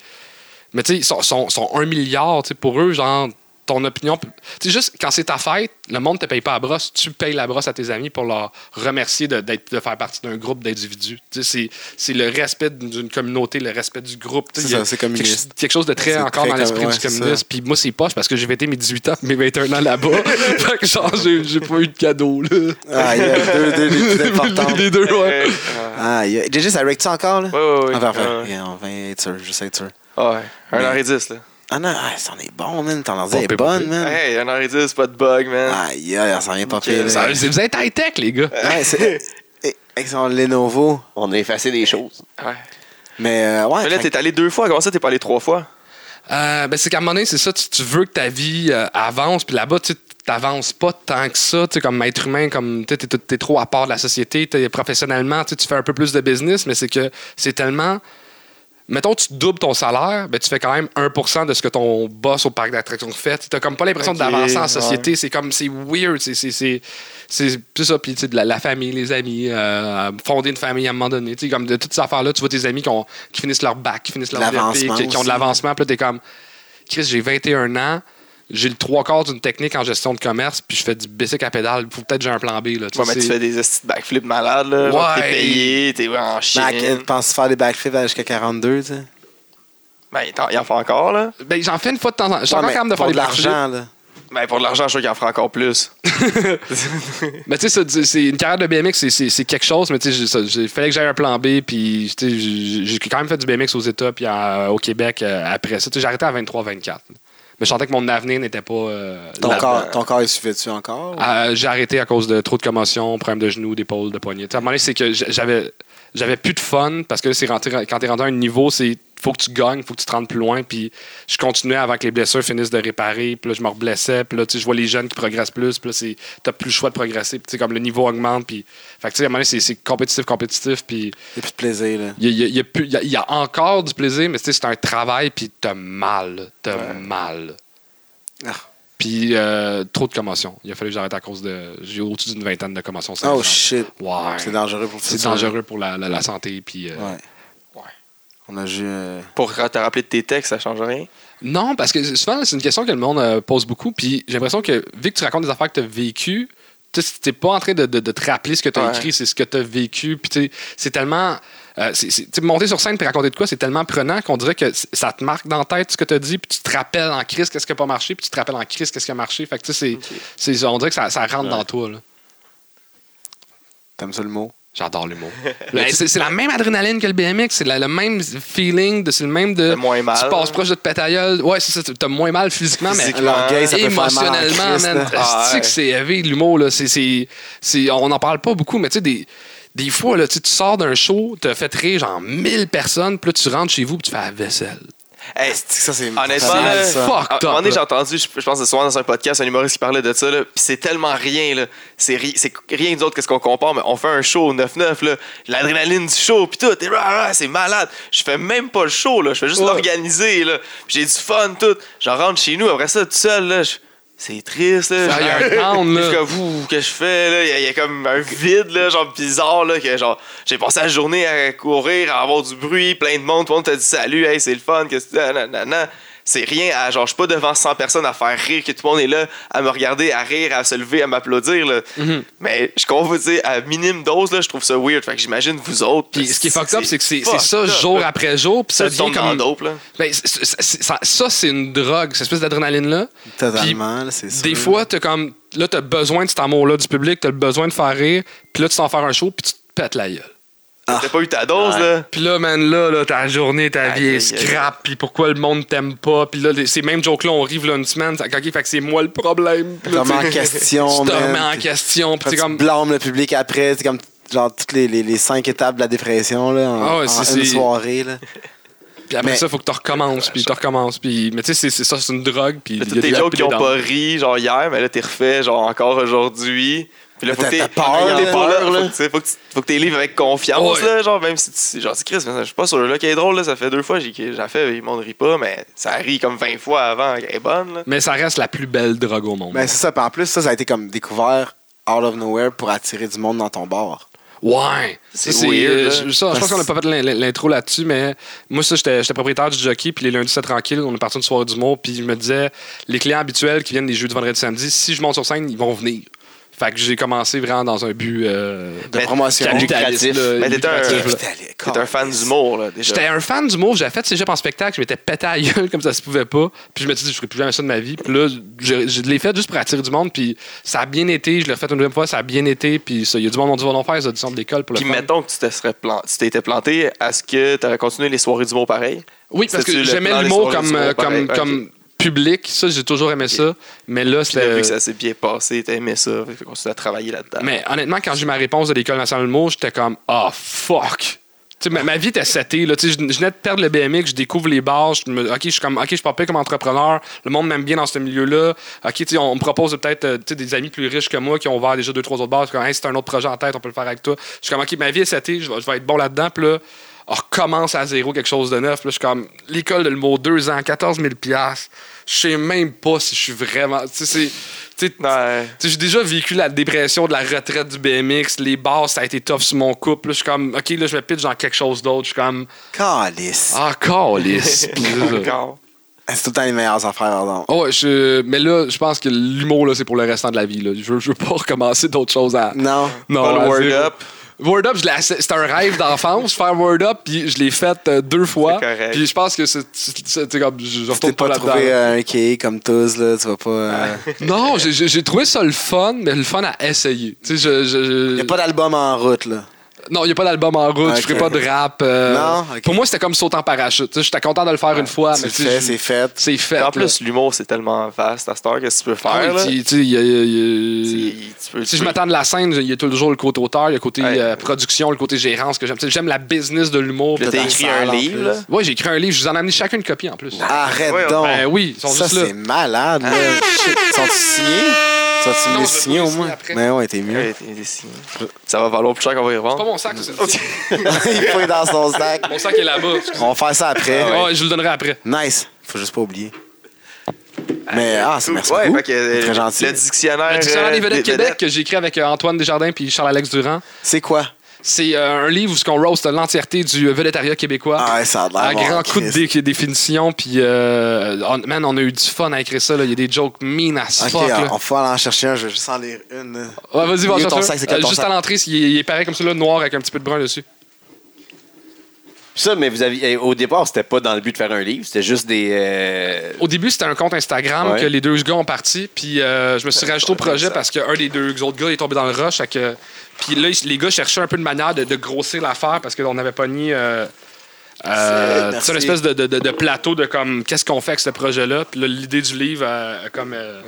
[SPEAKER 4] Mais tu sais, ils sont, sont, sont un milliard, tu sais, pour eux, genre, ton opinion... Tu sais, juste, quand c'est ta fête, le monde te paye pas la brosse, tu payes la brosse à tes amis pour leur remercier de, d'être- de faire partie d'un groupe d'individus. Tu sais, c'est- c'est le respect d'une communauté, le respect du groupe. tu sais,
[SPEAKER 3] C'est
[SPEAKER 4] il y a
[SPEAKER 3] ça, c'est communiste.
[SPEAKER 4] Quelque, quelque chose de très
[SPEAKER 3] C'est
[SPEAKER 4] encore
[SPEAKER 3] très
[SPEAKER 4] dans l'esprit
[SPEAKER 3] comme-
[SPEAKER 4] du
[SPEAKER 3] ouais, c'est
[SPEAKER 4] communiste,
[SPEAKER 3] ça.
[SPEAKER 4] puis moi, c'est poche, parce que j'ai fêté mes 18 ans, puis mes 21 ans là-bas, fait que genre, j'ai j'ai pas eu de cadeau, là.
[SPEAKER 3] Ah, il y a deux, deux, les plus importantes.
[SPEAKER 4] Les deux, ouais.
[SPEAKER 2] Ouais,
[SPEAKER 3] Ah, il y a- JJ, ça rec-tu encore, là?
[SPEAKER 2] ouais, ouais.
[SPEAKER 3] Ah, parfait.
[SPEAKER 2] Ouais. Ah,
[SPEAKER 3] Ok, On va être sûr, juste être sûr.
[SPEAKER 2] Ouais, 1h10, là.
[SPEAKER 3] Ah non, ah, ça en est bon, man. T'en as dit, elle est
[SPEAKER 4] Pompé,
[SPEAKER 3] bonne,
[SPEAKER 4] pompé.
[SPEAKER 3] man.
[SPEAKER 2] Hey, 1h10, pas de bug, man.
[SPEAKER 3] Aïe, aïe, elle s'en vient pas
[SPEAKER 2] Nickel.
[SPEAKER 3] pire.
[SPEAKER 4] Ça,
[SPEAKER 3] là.
[SPEAKER 4] c'est- vous êtes high-tech, les gars.
[SPEAKER 3] Ouais, c'est- eh, Avec son Lenovo.
[SPEAKER 1] On a effacé des choses.
[SPEAKER 2] Ouais.
[SPEAKER 3] Mais euh, ouais.
[SPEAKER 2] Mais là,
[SPEAKER 3] Ah. fait-
[SPEAKER 2] t'es allé deux fois. Comment ça, t'es pas allé trois fois?
[SPEAKER 4] Euh, ben, c'est qu'à un moment donné, c'est ça, tu, tu veux que ta vie euh, avance, puis là-bas, tu t'avances pas tant que ça, tu sais, comme être humain, comme tu es, trop à part de la société, t'es- professionnellement, tu sais, tu fais un peu plus de business, mais c'est que c'est tellement... Mettons, tu doubles ton salaire, ben, tu fais quand même 1% de ce que ton boss au parc d'attractions fait. Tu comme pas l'impression
[SPEAKER 2] Ok,
[SPEAKER 4] d'avancer en
[SPEAKER 2] ouais.
[SPEAKER 4] société. C'est comme, c'est weird. C'est c'est- c'est- c'est- c'est ça. Puis, tu sais, de la, la famille, les amis, euh, fonder une famille à un moment donné. Tu sais, comme de toutes ces affaires-là, tu vois tes amis qui, ont- qui finissent leur bac, qui finissent leur DEP,
[SPEAKER 3] L'avancement
[SPEAKER 4] qui, qui ont de
[SPEAKER 3] aussi.
[SPEAKER 4] l'avancement. Puis là, t'es comme, Chris, j'ai 21 ans, j'ai le trois quarts d'une technique en gestion de commerce, puis je fais du bicycle à pédale. Faut peut-être que j'ai un plan B. Là, tu sais,
[SPEAKER 2] Ouais, mais tu
[SPEAKER 4] c'est-
[SPEAKER 2] fais des esti de backflips malades, là. Genre,
[SPEAKER 4] Ouais.
[SPEAKER 2] T'es payé, t'es en
[SPEAKER 3] Mac, elle
[SPEAKER 2] chien.
[SPEAKER 3] pense faire des backflips jusqu'à 42, tu sais.
[SPEAKER 2] Ben, t'en- il en fait encore, là.
[SPEAKER 4] Ben, j'en fais une fois de temps en temps. Je suis
[SPEAKER 3] Ouais,
[SPEAKER 4] encore
[SPEAKER 3] mais
[SPEAKER 4] capable de
[SPEAKER 3] pour
[SPEAKER 4] faire des
[SPEAKER 3] de l'argent, là.
[SPEAKER 2] Ben, pour de l'argent, je suis sûr qu'il en fera encore plus.
[SPEAKER 4] Mais tu sais, ça, tu- c'est une carrière de BMX, c'est- c'est c'est quelque chose, mais tu sais, j'ai- ça- j'ai- fallait que j'aille un plan B, puis tu sais, j'ai j'ai quand même fait du BMX aux États, puis en- au Québec euh, après ça. Tu sais, J'ai arrêté à 23-24. Mais je sentais que mon avenir n'était pas. euh,
[SPEAKER 3] Ton,
[SPEAKER 4] là-dedans.
[SPEAKER 3] corps, ton corps est suffit-tu encore?
[SPEAKER 4] Euh, j'ai arrêté à cause de trop de commotions, problèmes de genoux, d'épaule, de poignets. Tu sais, À un moment donné, c'est que j- j'avais, j'avais plus de fun parce que là, c'est rentré, quand t'es rendu à un niveau, c'est faut que tu gagnes, faut que tu te rendes plus loin. Puis je continuais avant que les blessures finissent de réparer. Puis là, je me reblessais. Puis là, tu sais, je vois les jeunes qui progressent plus. Puis là, c'est, t'as plus le choix de progresser. Puis tu sais, comme le niveau augmente. Puis, fait que, tu sais, à un moment donné, c'est, c'est compétitif, compétitif. Puis
[SPEAKER 3] Il n'y a plus de plaisir, là.
[SPEAKER 4] il y, a- il y a- il y a plus- il y a- il y a encore du plaisir, mais tu sais, c'est un travail. Puis t'as mal. là. T'as mal.
[SPEAKER 3] Ah.
[SPEAKER 4] Puis euh, trop de commotions. Il a fallu que j'arrête à cause de. J'ai au-dessus d'une vingtaine de commotions. ça,
[SPEAKER 3] Oh
[SPEAKER 4] genre.
[SPEAKER 3] shit.
[SPEAKER 4] Ouais.
[SPEAKER 3] C'est dangereux pour le
[SPEAKER 4] C'est
[SPEAKER 3] futur.
[SPEAKER 4] dangereux pour la, la- la santé. Puis, euh,
[SPEAKER 3] Ouais.
[SPEAKER 4] Ouais.
[SPEAKER 3] On a vu. euh,
[SPEAKER 2] Pour te rappeler de tes textes, ça change rien.
[SPEAKER 4] Non, parce que souvent, c'est une question que le monde euh, pose beaucoup. Puis j'ai l'impression que, vu que tu racontes des affaires que tu as vécues, tu sais, t'es pas en train de, de- de te rappeler ce que tu as
[SPEAKER 2] Ouais.
[SPEAKER 4] écrit, c'est ce que tu as vécu. Puis tu sais, c'est tellement. euh, c'est- c'est- tu sais, monter sur scène et raconter de quoi, c'est tellement prenant qu'on dirait que c- ça te marque dans la tête ce que tu as dit, puis tu te rappelles en crise qu'est-ce qui n'a pas marché, puis tu te rappelles en crise qu'est-ce qui a marché. Fait que tu sais, c'est- c'est- on dirait que ça, ça rentre dans toi. là.
[SPEAKER 3] T'aimes ça le mot?
[SPEAKER 4] J'adore l'humour. Ben, c'est c'est la même adrénaline que le BMX, c'est la- le même feeling, de- c'est le même de.
[SPEAKER 2] T'as moins mal.
[SPEAKER 4] Tu passes proche de te péter la gueule. Ouais, c'est ça, t'as moins mal physiquement, mais
[SPEAKER 2] Physiquement,
[SPEAKER 3] L'orgueil, ça peut faire mal en
[SPEAKER 4] émotionnellement,
[SPEAKER 3] Christ,
[SPEAKER 4] man.
[SPEAKER 3] là.
[SPEAKER 2] Ah,
[SPEAKER 4] Tu
[SPEAKER 2] ouais.
[SPEAKER 4] que c'est heavy, l'humour, là. C'est- c'est- c'est- on n'en parle pas beaucoup, mais tu sais, des, des fois, là, tu sais, tu sors d'un show, t'as fait rire genre 1000 personnes, puis là, tu rentres chez vous, puis tu fais la vaisselle.
[SPEAKER 2] Hey,
[SPEAKER 3] Est-ce que Ça, c'est
[SPEAKER 2] Honnêtement,
[SPEAKER 3] ça,
[SPEAKER 2] là,
[SPEAKER 3] ça.
[SPEAKER 4] fuck.
[SPEAKER 2] à un moment
[SPEAKER 4] up, là.
[SPEAKER 2] donné, j'ai entendu, je je pense, que c'est souvent dans un podcast, un humoriste qui parlait de ça, là, puis c'est tellement rien, là. C'est ri- c'est rien d'autre que ce qu'on compare, mais on fait un show au 9-9, là. L'adrénaline du show, puis tout, et rah, rah, c'est malade. Je fais même pas le show, là. Je fais juste
[SPEAKER 3] Ouais.
[SPEAKER 2] l'organiser, là. Puis J'ai du fun, tout. J'en rentre chez nous, après ça, tout seul, là. je- C'est triste, là.
[SPEAKER 4] Ah, il y a un
[SPEAKER 2] J'ai-
[SPEAKER 4] down, là.
[SPEAKER 2] Je suis comme, Ouh, que je fais, là. Il y a- Il y, a comme un vide, là, genre bizarre, là, que genre, j'ai passé la journée à courir, à avoir du bruit, plein de monde, tout le monde t'a dit salut, hey, c'est le fun, qu'est-ce que tu nan, nan, nan. C'est rien à, genre, je suis pas devant 100 personnes à faire rire, que tout le monde est là, à me regarder, à rire, à se lever, à m'applaudir, là.
[SPEAKER 4] Mhm.
[SPEAKER 2] Mais je comprends, vous dire, à minime dose, là, je trouve ça weird. Fait que j'imagine vous autres.
[SPEAKER 4] Puis ce qui est fucked up, c'est que c'est c'est
[SPEAKER 2] fucked
[SPEAKER 4] ça
[SPEAKER 2] up,
[SPEAKER 4] jour
[SPEAKER 2] là.
[SPEAKER 4] après jour, puis ça
[SPEAKER 2] Ça, tu
[SPEAKER 4] devient
[SPEAKER 2] tombes dans le
[SPEAKER 4] comme.
[SPEAKER 2] dope, là.
[SPEAKER 4] Ben, c'est- c'est- c'est- ça, ça, c'est une drogue, cette espèce d'adrénaline-là.
[SPEAKER 3] Totalement, là, c'est sûr.
[SPEAKER 4] Des fois, t'as comme. Là, t'as besoin de cet amour-là du public, t'as le besoin de faire rire, puis là, tu t'en faire un show, puis tu te pètes la gueule. Ah.
[SPEAKER 2] T'as pas eu ta dose,
[SPEAKER 3] Ouais.
[SPEAKER 2] là.
[SPEAKER 4] Puis là, man, là, là, ta journée, ta vie
[SPEAKER 2] Aïe,
[SPEAKER 4] est
[SPEAKER 2] aïe,
[SPEAKER 4] scrap, puis pourquoi le monde t'aime pas, puis là, les- ces mêmes jokes-là, on rive là une semaine, ça, ok, fait que c'est moi le problème.
[SPEAKER 3] Tu
[SPEAKER 4] Puis
[SPEAKER 3] te
[SPEAKER 4] là, tu
[SPEAKER 3] remets en
[SPEAKER 4] sais,
[SPEAKER 3] question.
[SPEAKER 4] tu te
[SPEAKER 3] man,
[SPEAKER 4] remets en
[SPEAKER 3] puis-
[SPEAKER 4] question, puis
[SPEAKER 3] Après,
[SPEAKER 4] t'es
[SPEAKER 3] tu
[SPEAKER 4] comme.
[SPEAKER 3] blâmes le public après, c'est comme genre toutes les, les, les cinq étapes de la dépression là, en,
[SPEAKER 4] Ah ouais,
[SPEAKER 3] en
[SPEAKER 4] c'est-
[SPEAKER 3] une
[SPEAKER 4] c'est-
[SPEAKER 3] soirée. Là.
[SPEAKER 4] Puis après
[SPEAKER 3] Mais-
[SPEAKER 4] ça, faut que tu recommences, puis tu recommences, puis. Mais tu sais, c'est- c'est ça, c'est une drogue, puis.
[SPEAKER 2] Là,
[SPEAKER 4] il y
[SPEAKER 2] Tous
[SPEAKER 4] a
[SPEAKER 2] tes
[SPEAKER 4] des
[SPEAKER 2] jokes qui ont
[SPEAKER 4] up et des
[SPEAKER 2] pas ri, genre hier, mais là, t'es refait, genre encore aujourd'hui. Puis là,
[SPEAKER 3] Mais
[SPEAKER 2] faut que
[SPEAKER 3] t'as-
[SPEAKER 2] t'aies
[SPEAKER 3] t'as peur,
[SPEAKER 2] t'es
[SPEAKER 3] là.
[SPEAKER 2] pas là, faut que tu- faut que tu- faut que t'es livres avec confiance,
[SPEAKER 4] Ouais.
[SPEAKER 2] là, genre, même si tu. Genre, c'est Chris, mais je suis pas sur le là qui est drôle, là, ça fait deux fois j'ai- que j'en fais, le monde rit pas, mais ça rit comme 20 fois avant qu'elle est bonne, là.
[SPEAKER 4] Mais ça reste la plus belle drogue au monde.
[SPEAKER 3] Mais Ben, c'est ça. Puis en plus, ça, ça a été comme découvert out of nowhere pour attirer du monde dans ton bar.
[SPEAKER 4] Ouais.
[SPEAKER 2] C'est
[SPEAKER 4] Ça,
[SPEAKER 2] weird, hein.
[SPEAKER 4] euh,
[SPEAKER 2] là.
[SPEAKER 4] je- ça, je pense qu'on n'a pas fait l'in- l'intro là-dessus, mais moi, ça, j'étais j'étais propriétaire du jockey, puis les lundis, c'était tranquille. On est parti une soirée d'humour, puis je me disais, les clients habituels qui viennent les jeux du vendredi samedi, si je monte sur scène, ils vont venir. Fait que j'ai commencé vraiment dans un but euh,
[SPEAKER 3] De
[SPEAKER 2] Mais-
[SPEAKER 3] promotion.
[SPEAKER 4] capitaliste,
[SPEAKER 1] lucratif.
[SPEAKER 4] là,
[SPEAKER 2] Mais t'étais un-
[SPEAKER 4] lucratif, là.
[SPEAKER 2] T'es un fan d'humour, là, déjà.
[SPEAKER 4] J'étais un fan d'humour, j'avais fait cégep en spectacle, je m'étais pété à la gueule comme ça se pouvait pas. Puis je me suis dit, je ferai plus jamais ça de ma vie. Puis là, je, je l'ai fait juste pour attirer du monde, puis ça a bien été. Je l'ai refait une deuxième fois, ça a bien été. Puis ça, il y a du monde qui m'ont dit, va donc faire, ça du centre d'école pour le
[SPEAKER 2] Puis
[SPEAKER 4] fun.
[SPEAKER 2] mettons que tu te serais plan- tu t'étais planté, est-ce que t'aurais continué les soirées d'humour pareil?
[SPEAKER 4] Oui, parce
[SPEAKER 2] C'était-tu
[SPEAKER 4] que
[SPEAKER 2] le
[SPEAKER 4] j'aimais
[SPEAKER 2] plan des
[SPEAKER 4] l'humour
[SPEAKER 2] soirées
[SPEAKER 4] comme,
[SPEAKER 2] d'humour,
[SPEAKER 4] euh, comme,
[SPEAKER 2] pareil?
[SPEAKER 4] comme public. Ça, j'ai toujours aimé ça. Mais là,
[SPEAKER 2] Puis là, vu que
[SPEAKER 4] c'était.
[SPEAKER 2] ça s'est bien passé, t'aimais ça, fait qu'on s'est travaillé là-dedans.
[SPEAKER 4] Mais honnêtement, quand j'ai eu ma réponse de l'École nationale de l'humour, j'étais comme Ah, fuck! Tu sais, ma, ma vie était setée. Là. Tu sais, Je, je venais de perdre le BMX, je découvre les bars. Je me, ok, je suis comme, ok, je suis pas pire comme entrepreneur. Le monde m'aime bien dans ce milieu-là. Ok, tu sais, on, on me propose peut-être euh, tu sais, des amis plus riches que moi qui ont ouvert déjà deux, trois autres bars. Je suis comme, Hey, si t'as un autre projet en tête, on peut le faire avec toi. Je suis comme, ok, ma vie est setée, je, vais- je vais être bon là-dedans. Puis là, on recommence à zéro quelque chose de neuf. Puis là, je suis comme, l'école de l'humour, deux ans, 14 000 piastres. Je sais même pas si je suis vraiment. Tu sais, c'est- tu sais,
[SPEAKER 2] Ouais.
[SPEAKER 4] tu sais, j'ai déjà vécu la dépression de la retraite du BMX, les bars, ça a été tough sur mon couple. Là, je suis comme, OK, là, je me pitche dans quelque chose d'autre. Je suis comme,
[SPEAKER 3] Calice.
[SPEAKER 4] ah, calice. Puis là, là.
[SPEAKER 2] Encore.
[SPEAKER 3] C'est tout le temps les meilleures affaires, par exemple.
[SPEAKER 4] Oh, ouais, je- mais là, je pense que l'humour, là, c'est pour le restant de la vie. Là. Je, veux, je veux pas recommencer d'autres choses à.
[SPEAKER 3] Non.
[SPEAKER 4] Non,
[SPEAKER 2] Pas le
[SPEAKER 4] à
[SPEAKER 2] word
[SPEAKER 4] zéro.
[SPEAKER 2] up.
[SPEAKER 4] Word Up, je l'ai- c'est un rêve d'enfance, faire Word Up, puis je l'ai fait euh, deux fois.
[SPEAKER 2] C'est correct.
[SPEAKER 4] Puis je pense que c'est. c'est- c'est- c'est comme, je je
[SPEAKER 3] Tu t'es
[SPEAKER 4] retourne pas
[SPEAKER 3] pas
[SPEAKER 4] là-dedans. Ah.
[SPEAKER 3] trouvé euh, un Ikea comme tous, là, tu vas pas. euh,
[SPEAKER 4] Non, j'ai- j'ai j'ai trouvé ça le fun, mais le fun à essayer. Tu sais, je. je- je-
[SPEAKER 3] Y a pas d'album en route, là.
[SPEAKER 4] Non, il n'y a pas d'album en route, je ferai
[SPEAKER 3] Ok.
[SPEAKER 4] pas de rap. euh,
[SPEAKER 3] Non, ok.
[SPEAKER 4] Pour moi, c'était comme sauter en parachute. Tu sais, J'étais content de le faire une fois,
[SPEAKER 3] Tu
[SPEAKER 4] Ah, mais
[SPEAKER 3] le
[SPEAKER 4] tu sais,
[SPEAKER 3] fais,
[SPEAKER 4] je-
[SPEAKER 3] c'est fait.
[SPEAKER 4] c'est fait.
[SPEAKER 2] En
[SPEAKER 4] là.
[SPEAKER 2] plus, l'humour, c'est tellement vaste à cette heure. Qu'est-ce que tu peux
[SPEAKER 4] Ah
[SPEAKER 2] faire?
[SPEAKER 4] oui,
[SPEAKER 2] là?
[SPEAKER 4] tu- tu sais, il y a- il y a-
[SPEAKER 2] Tu- tu peux-
[SPEAKER 4] Si
[SPEAKER 2] tu
[SPEAKER 4] je
[SPEAKER 2] peux-
[SPEAKER 4] m'attends de la scène, il y a toujours le côté auteur, il y a le côté
[SPEAKER 2] Ouais.
[SPEAKER 4] euh, production, le côté gérance que j'aime. Tu sais, J'aime la business de l'humour.
[SPEAKER 2] Puis là,
[SPEAKER 3] T'as
[SPEAKER 2] t'as
[SPEAKER 3] dans
[SPEAKER 2] écrit
[SPEAKER 3] la
[SPEAKER 2] un
[SPEAKER 3] salle, en
[SPEAKER 2] livre,
[SPEAKER 3] plus.
[SPEAKER 2] là.
[SPEAKER 4] Ouais, j'ai écrit un livre, je vous en ai amené chacun une copie en plus.
[SPEAKER 3] Arrête
[SPEAKER 2] Ouais,
[SPEAKER 3] donc.
[SPEAKER 4] Ben oui, ils sont
[SPEAKER 3] Ah ça,
[SPEAKER 4] juste là. Ah.
[SPEAKER 3] c'est malade. là. Sont-ils signés? Sont-ils
[SPEAKER 4] Non,
[SPEAKER 3] mieux
[SPEAKER 4] je vais
[SPEAKER 3] signés
[SPEAKER 4] pas
[SPEAKER 3] au
[SPEAKER 4] les signer
[SPEAKER 3] moins?
[SPEAKER 4] après.
[SPEAKER 3] Mais ouais, t'es mieux.
[SPEAKER 2] Ouais, t'es- t'es signé. Ça va valoir plus cher qu'on va y
[SPEAKER 4] C'est pas
[SPEAKER 2] revendre.
[SPEAKER 4] mon sac, c'est ça.
[SPEAKER 3] Il faut dans son sac.
[SPEAKER 4] Mon sac est là-bas.
[SPEAKER 3] On va faire ça après.
[SPEAKER 4] Ah ouais, je le donnerai après.
[SPEAKER 3] Nice. Faut juste pas oublier. Mais ah, c'est merci
[SPEAKER 2] Ouais,
[SPEAKER 3] beaucoup.
[SPEAKER 2] fait que, euh,
[SPEAKER 3] C'est très gentil.
[SPEAKER 2] Le dictionnaire.
[SPEAKER 4] Le dictionnaire des
[SPEAKER 2] euh,
[SPEAKER 4] vedettes Québec que j'ai écrit avec euh, Antoine Desjardins puis Charles-Alex Durand.
[SPEAKER 3] C'est quoi?
[SPEAKER 4] C'est euh, un livre où on roast l'entièreté du euh, vedettariat québécois.
[SPEAKER 3] Ah, ouais, ça a l'air
[SPEAKER 4] À
[SPEAKER 3] bon,
[SPEAKER 4] grand coup de
[SPEAKER 3] Christ.
[SPEAKER 4] dé- définition, puis euh, on- man, on a eu du fun à écrire ça. là. Il y a des jokes mean as
[SPEAKER 3] Ok, ah,
[SPEAKER 4] fuck. là.
[SPEAKER 3] on va aller en chercher un. Je vais juste en lire une. là.
[SPEAKER 4] Ouais, vas-y, va
[SPEAKER 3] Il est où ton
[SPEAKER 4] chercher.
[SPEAKER 3] sac, c'est quoi
[SPEAKER 4] Euh,
[SPEAKER 3] ton
[SPEAKER 4] Juste
[SPEAKER 3] sac?
[SPEAKER 4] à l'entrée, il, est- il est pareil comme celui-là, noir avec un petit peu de brun dessus.
[SPEAKER 1] Ça, mais vous aviez, eh, au départ, c'était pas dans le but de faire un livre, c'était juste des. euh,
[SPEAKER 4] Au début, c'était un compte Instagram
[SPEAKER 1] Ouais.
[SPEAKER 4] que les deux gars ont parti. Puis euh, je me suis rajouté au projet
[SPEAKER 2] ça.
[SPEAKER 4] parce qu'un des deux autres gars est tombé dans le rush. fait que- Puis là, ils- les gars cherchaient un peu une manière de, de grossir l'affaire parce qu'on avait pogné. Euh, euh,
[SPEAKER 3] Merci.
[SPEAKER 4] tu sais, une espèce de, de- de- de plateau de comme qu'est-ce qu'on fait avec ce projet-là. Puis là, l'idée du livre euh, comme, euh,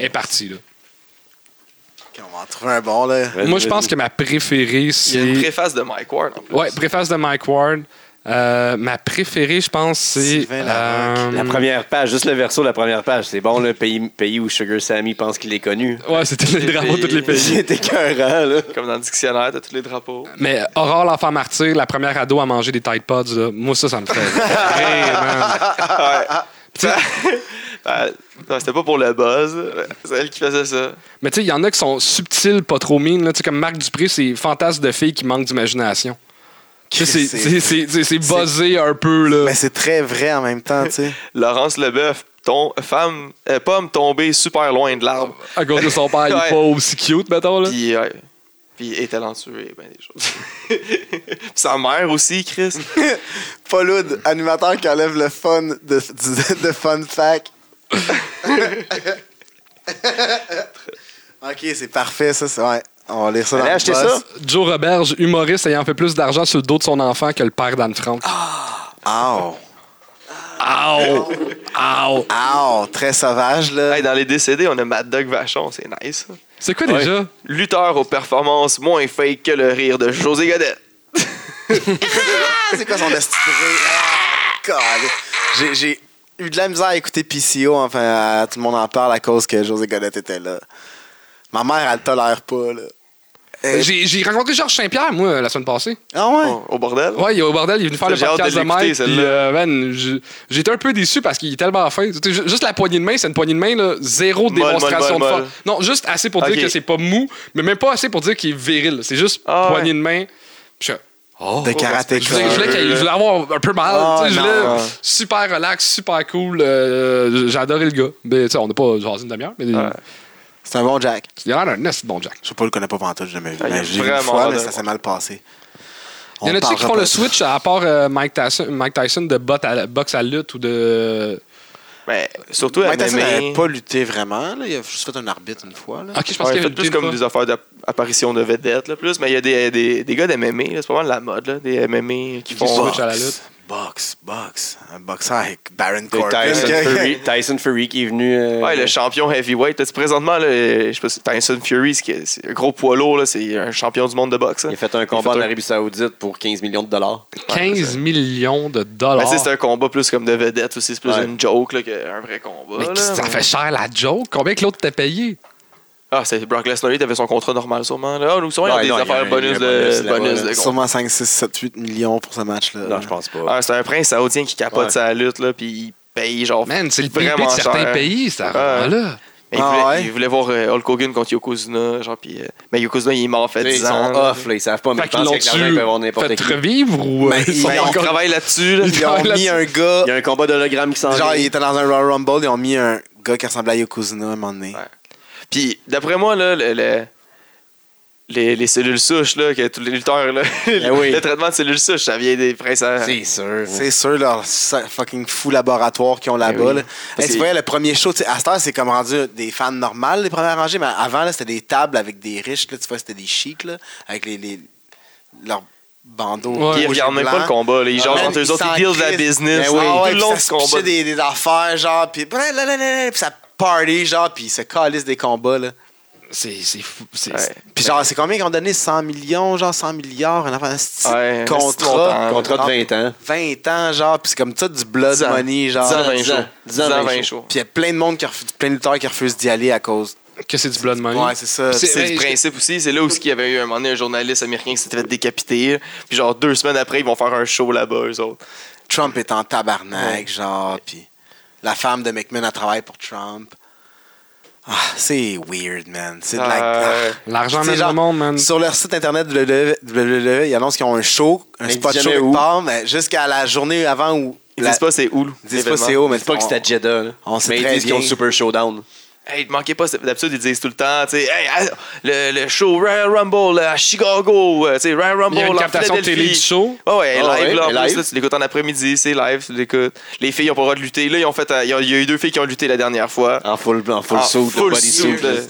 [SPEAKER 4] est partie. là.
[SPEAKER 3] Ok, on va en trouver un bon, là.
[SPEAKER 1] Vas-y,
[SPEAKER 4] Moi, je
[SPEAKER 1] vas-y.
[SPEAKER 4] pense que ma préférée,
[SPEAKER 2] Ben, Il y a une
[SPEAKER 4] c'est.
[SPEAKER 2] préface de Mike Ward, en plus.
[SPEAKER 4] Ouais, préface de Mike Ward. Euh, ma préférée, je pense, c'est.
[SPEAKER 3] Sylvain Larocque.
[SPEAKER 4] euh,
[SPEAKER 1] La première page, juste le verso, la première page. C'est bon, le pays, pays où Sugar Sammy pense qu'il est connu.
[SPEAKER 4] Ouais, c'était le drapeau de tous les pays.
[SPEAKER 1] J'étais écœurant, là.
[SPEAKER 2] Comme dans le dictionnaire, t'as tous les drapeaux.
[SPEAKER 4] Mais euh, Aurore, l'enfant martyr, la première ado à manger des Tide Pods, là, moi, ça, ça me fait. rire, man.
[SPEAKER 2] Ah. Ben, non, c'était pas pour le buzz. là. C'est elle qui faisait ça.
[SPEAKER 4] Mais tu sais, il y en a qui sont subtils, pas trop mines. là. Tu sais, comme Marc Dupré, c'est fantasme de filles qui manquent d'imagination. Tu sais, C'est c'est- c'est- c'est- c'est buzzé un peu, là.
[SPEAKER 3] Mais c'est très vrai en même temps, tu sais.
[SPEAKER 2] Laurence Leboeuf, ton femme, euh, pomme tombée super loin de l'arbre.
[SPEAKER 4] À cause de son père, il
[SPEAKER 2] Ouais.
[SPEAKER 4] est pas aussi cute, mettons, là.
[SPEAKER 2] Puis, ouais. Puis, elle est talentueux et ben des choses. Puis sa mère aussi, Chris.
[SPEAKER 3] Paul Hood, animateur qui enlève le fun de, du- de Fun Fact. ok, c'est parfait, ça. c'est- Ouais. On va lire ça dans
[SPEAKER 1] Allez
[SPEAKER 3] le
[SPEAKER 1] acheter
[SPEAKER 3] boss.
[SPEAKER 1] ça.
[SPEAKER 4] Joe Roberge, humoriste ayant fait plus d'argent sur le dos de son enfant que le père d'Anne Frank.
[SPEAKER 3] Ow.
[SPEAKER 2] Ah.
[SPEAKER 4] Ow! Ow!
[SPEAKER 3] Ow. Très sauvage, là.
[SPEAKER 2] Hey, dans les décédés, on a Mad Dog Vachon, c'est nice.
[SPEAKER 4] C'est quoi
[SPEAKER 1] Ouais.
[SPEAKER 4] déjà?
[SPEAKER 2] Lutteur aux performances moins fake que le rire de José Godet.
[SPEAKER 3] Ah, c'est quoi son estiré? Ah, J'ai, j'ai eu de la misère à écouter PCO. Enfin, à- tout le monde en parle à cause que José Godette était là. Ma mère, elle tolère pas, là. Et-
[SPEAKER 4] Euh, J'ai j'ai rencontré Georges Saint-Pierre, moi, la semaine passée.
[SPEAKER 3] Ah ouais?
[SPEAKER 2] Au, au bordel.
[SPEAKER 4] Ouais, il est au bordel, il est venu faire
[SPEAKER 2] Ça,
[SPEAKER 4] le
[SPEAKER 2] j'ai hâte
[SPEAKER 4] podcast
[SPEAKER 2] de
[SPEAKER 4] de,
[SPEAKER 2] l'écouter,
[SPEAKER 4] Mike.
[SPEAKER 2] celle-là.
[SPEAKER 4] puis, euh, man, je- j'étais un peu déçu parce qu'il est tellement fin. Tu sais, ju- Juste la poignée de main, c'est une poignée de main, là, zéro
[SPEAKER 2] Molle,
[SPEAKER 4] démonstration
[SPEAKER 2] molle, molle,
[SPEAKER 4] de force. Non, juste assez pour
[SPEAKER 2] Ok.
[SPEAKER 4] dire que c'est pas mou, mais même pas assez pour dire qu'il est viril. C'est juste
[SPEAKER 2] Ah ouais.
[SPEAKER 4] poignée de main. Puis je- Oh.
[SPEAKER 3] de karaté
[SPEAKER 4] Je voulais, je voulais qu'il- je voulais avoir un peu mal.
[SPEAKER 3] Ah,
[SPEAKER 4] tu sais, je
[SPEAKER 3] non.
[SPEAKER 4] voulais super relax, super cool. euh, J'ai adoré le gars. Mais, tu sais, on n'a pas genre une demi-heure, mais
[SPEAKER 2] Ouais.
[SPEAKER 3] C'est un bon Jack.
[SPEAKER 4] il a l'air d'un esti de bon Jack.
[SPEAKER 3] Je sais pas, je le connais pas pantoute, j'ai jamais vu.
[SPEAKER 2] Ah, il
[SPEAKER 3] Mais
[SPEAKER 2] est
[SPEAKER 3] j'ai vu une
[SPEAKER 2] vraiment
[SPEAKER 3] fois,
[SPEAKER 2] hors
[SPEAKER 3] mais
[SPEAKER 2] de-
[SPEAKER 3] ça s'est mal passé.
[SPEAKER 4] Il y en a-tu qui font le switch à part euh, Mike, Tyson, Mike Tyson de botte à- boxe à lutte ou de.
[SPEAKER 2] Mais surtout,
[SPEAKER 3] Mike Tyson
[SPEAKER 2] MMA.
[SPEAKER 3] n'avait pas lutté vraiment. Là. Il a juste fait un arbitre une fois. Là.
[SPEAKER 4] Ok, je pense
[SPEAKER 2] Ouais,
[SPEAKER 4] qu'il
[SPEAKER 2] il
[SPEAKER 4] y a
[SPEAKER 2] fait plus comme des
[SPEAKER 1] hein.
[SPEAKER 2] affaires d'apparition de vedettes, là, plus. Mais il y a des, des, des gars d'MMA, c'est pas mal la mode, là, des MMA qui
[SPEAKER 4] Qui
[SPEAKER 2] font.
[SPEAKER 4] switch à la lutte.
[SPEAKER 3] Box, box. Un boxeur avec Baron Corbin.
[SPEAKER 1] Tyson
[SPEAKER 3] Que-
[SPEAKER 1] Fury, Tyson Fury qui est venu. euh,
[SPEAKER 2] Ouais, le champion heavyweight. Là, présentement, là, je sais pas si Tyson Fury, c'est qui- c'est un gros poids lourd, là, c'est un champion du monde de boxe. là.
[SPEAKER 1] il a fait un combat
[SPEAKER 2] fait
[SPEAKER 1] en
[SPEAKER 2] un-
[SPEAKER 1] Arabie Saoudite pour 15 millions de dollars.
[SPEAKER 4] 15 millions de
[SPEAKER 2] Ben,
[SPEAKER 4] dollars.
[SPEAKER 2] tu sais, c'est un combat plus comme de vedette aussi, c'est plus
[SPEAKER 1] Ouais.
[SPEAKER 2] une joke là, qu'un vrai combat.
[SPEAKER 4] mais
[SPEAKER 2] là,
[SPEAKER 4] ça
[SPEAKER 2] mais-
[SPEAKER 4] fait cher la joke. Combien que l'autre t'a payé?
[SPEAKER 2] Ah, c'est Brock Lesnar, il avait son contrat normal sûrement. Là, Ah, nous, sûrement, il y a
[SPEAKER 1] Ouais,
[SPEAKER 2] des
[SPEAKER 1] non, il y a
[SPEAKER 2] affaires
[SPEAKER 1] un-
[SPEAKER 2] bonus
[SPEAKER 1] il y a un bonus
[SPEAKER 2] de.
[SPEAKER 1] là-bas,
[SPEAKER 2] bonus
[SPEAKER 1] là.
[SPEAKER 2] de contrat.
[SPEAKER 3] Euh, Sûrement 5, 6, 7, 8 millions pour ce match-là.
[SPEAKER 1] Non, je pense pas.
[SPEAKER 2] Ah, c'est un prince saoudien qui capote
[SPEAKER 1] Ouais.
[SPEAKER 2] sa lutte, là, puis il paye genre.
[SPEAKER 4] Man, c'est le prix
[SPEAKER 2] vraiment
[SPEAKER 4] de certains
[SPEAKER 2] cher.
[SPEAKER 4] pays, ça.
[SPEAKER 2] Ah.
[SPEAKER 4] là.
[SPEAKER 2] Mais il,
[SPEAKER 3] Ah
[SPEAKER 2] voulait,
[SPEAKER 3] ouais?
[SPEAKER 2] il voulait voir euh, Hulk Hogan contre Yokozuna. Genre, puis, euh, mais Yokozuna, il est mort, fait
[SPEAKER 1] Ils
[SPEAKER 2] 10
[SPEAKER 1] sont
[SPEAKER 2] ans. là.
[SPEAKER 1] off, là, ils savent pas, mais
[SPEAKER 4] Fait
[SPEAKER 1] je
[SPEAKER 4] qu'ils
[SPEAKER 1] pense
[SPEAKER 4] l'ont
[SPEAKER 1] qu'avec l'argent, ils peuvent avoir
[SPEAKER 4] tu
[SPEAKER 1] n'importe
[SPEAKER 4] fait
[SPEAKER 1] qui.
[SPEAKER 4] revivre ou. euh,
[SPEAKER 3] Mais
[SPEAKER 4] ils sont
[SPEAKER 2] Ben, on
[SPEAKER 4] encore-
[SPEAKER 2] travaille là-dessus. là.
[SPEAKER 3] Ils ont mis un gars.
[SPEAKER 1] Il y a un combat d'hologramme qui s'en
[SPEAKER 3] Genre, il
[SPEAKER 1] vient.
[SPEAKER 3] était dans un Royal Rumble. Ils ont mis un gars qui ressemblait à Yokozuna à un moment donné.
[SPEAKER 2] Ouais. Puis, d'après moi, là, le- le- les, les cellules souches, là, que tous les lutteurs, là, le,
[SPEAKER 1] oui.
[SPEAKER 2] le traitement de cellules souches, ça vient des princes. euh, à-
[SPEAKER 1] C'est sûr.
[SPEAKER 2] Mmh.
[SPEAKER 3] C'est sûr, leur sa- fucking fou laboratoire qu'ils ont là-bas.
[SPEAKER 2] Eh oui.
[SPEAKER 3] là. Hey,
[SPEAKER 2] C'est-
[SPEAKER 3] tu voyais le premier show, tu sais, à cette heure, c'est comme rendu des fans normales, les premières rangées, mais avant, là, c'était des tables avec des riches, là, tu vois, c'était des chics, là, avec les, les, leur bandeau.
[SPEAKER 4] Ouais.
[SPEAKER 3] rouge
[SPEAKER 2] Ils
[SPEAKER 3] et
[SPEAKER 2] regardent même
[SPEAKER 3] blanc.
[SPEAKER 2] pas le combat. là. Ils genre
[SPEAKER 3] Man,
[SPEAKER 2] entre eux autres,
[SPEAKER 3] s'en
[SPEAKER 2] ils deal de la
[SPEAKER 3] crissent.
[SPEAKER 2] business.
[SPEAKER 3] Ben oui.
[SPEAKER 2] là,
[SPEAKER 3] Ah ouais,
[SPEAKER 2] tout le
[SPEAKER 3] puis
[SPEAKER 2] long
[SPEAKER 3] ça
[SPEAKER 2] du
[SPEAKER 3] se pitchait
[SPEAKER 2] combat.
[SPEAKER 3] des, des affaires, genre, puis blablabla, puis ça party, genre, puis ils se calissent des combats, là.
[SPEAKER 4] C'est c'est fou. c'est-
[SPEAKER 2] Ouais.
[SPEAKER 3] Puis genre, c'est combien qu'ils ont donné? 100 millions, genre 100 milliards, un affaire, un petit
[SPEAKER 2] Ouais, un petit
[SPEAKER 3] contrat.
[SPEAKER 2] montant.
[SPEAKER 1] Contrat
[SPEAKER 3] Ah.
[SPEAKER 1] de 20 ans.
[SPEAKER 3] 20 ans, genre, puis c'est comme ça du blood
[SPEAKER 2] 10 ans.
[SPEAKER 3] money, genre.
[SPEAKER 2] 10 ans, 20
[SPEAKER 1] 10
[SPEAKER 2] shows.
[SPEAKER 1] ans.
[SPEAKER 2] 10 ans, 20 shows.
[SPEAKER 3] Puis il y a plein de monde, qui refuse, plein de lutteurs qui refusent d'y aller à cause.
[SPEAKER 4] Que c'est du blood money.
[SPEAKER 3] Ouais, c'est ça.
[SPEAKER 4] C'est-
[SPEAKER 2] C'est
[SPEAKER 4] mais-
[SPEAKER 2] le principe aussi. C'est là où il y avait eu un moment donné un journaliste américain qui s'était fait décapiter. Puis genre deux semaines après, ils vont faire un show là-bas, eux autres.
[SPEAKER 3] Trump est en tabarnak, genre, puis la femme de McMahon, elle travaille pour Trump. Ah, c'est weird, man. C'est de la...
[SPEAKER 2] Euh,
[SPEAKER 4] L'argent
[SPEAKER 3] C'est
[SPEAKER 4] mène
[SPEAKER 3] genre-
[SPEAKER 4] le monde, man.
[SPEAKER 3] Sur leur site internet, www, ils annoncent qu'ils ont un show, un
[SPEAKER 1] Mais ils
[SPEAKER 3] spot
[SPEAKER 1] disent
[SPEAKER 3] show
[SPEAKER 1] jamais
[SPEAKER 3] quelque
[SPEAKER 1] où.
[SPEAKER 3] part, mais jusqu'à la journée avant où.
[SPEAKER 2] Ils
[SPEAKER 3] la-
[SPEAKER 2] disent pas c'est où. le-
[SPEAKER 3] Ils disent pas
[SPEAKER 2] l'événement.
[SPEAKER 3] c'est où, mais
[SPEAKER 1] C'est pas que c'était à Jeddah. là.
[SPEAKER 3] on sait
[SPEAKER 1] Mais ils
[SPEAKER 3] très
[SPEAKER 1] disent qu'ils ont
[SPEAKER 3] bien.
[SPEAKER 1] Super Showdown.
[SPEAKER 2] Hey, te manquez pas, c'est- d'habitude ils disent tout le temps, tu sais, hey, ah, le, le show Royal Rumble à Chicago, euh, tu sais, Royal Rumble
[SPEAKER 4] Il y a une
[SPEAKER 2] en
[SPEAKER 4] captation de télé du
[SPEAKER 2] Philadelphie.
[SPEAKER 4] show.
[SPEAKER 2] Ouais, ouais,
[SPEAKER 1] Ah ouais,
[SPEAKER 2] live, là, en
[SPEAKER 1] mais
[SPEAKER 2] plus,
[SPEAKER 1] live.
[SPEAKER 2] là, tu l'écoutes en après-midi, c'est live, tu l'écoutes. Les filles ont pas le droit de lutter. Là, ils ont fait, euh, il y a- il y a eu deux filles qui ont lutté la dernière fois.
[SPEAKER 1] En full, en full
[SPEAKER 2] En
[SPEAKER 1] suit, le
[SPEAKER 2] full
[SPEAKER 1] body
[SPEAKER 2] suit,
[SPEAKER 1] suit. là.
[SPEAKER 2] là.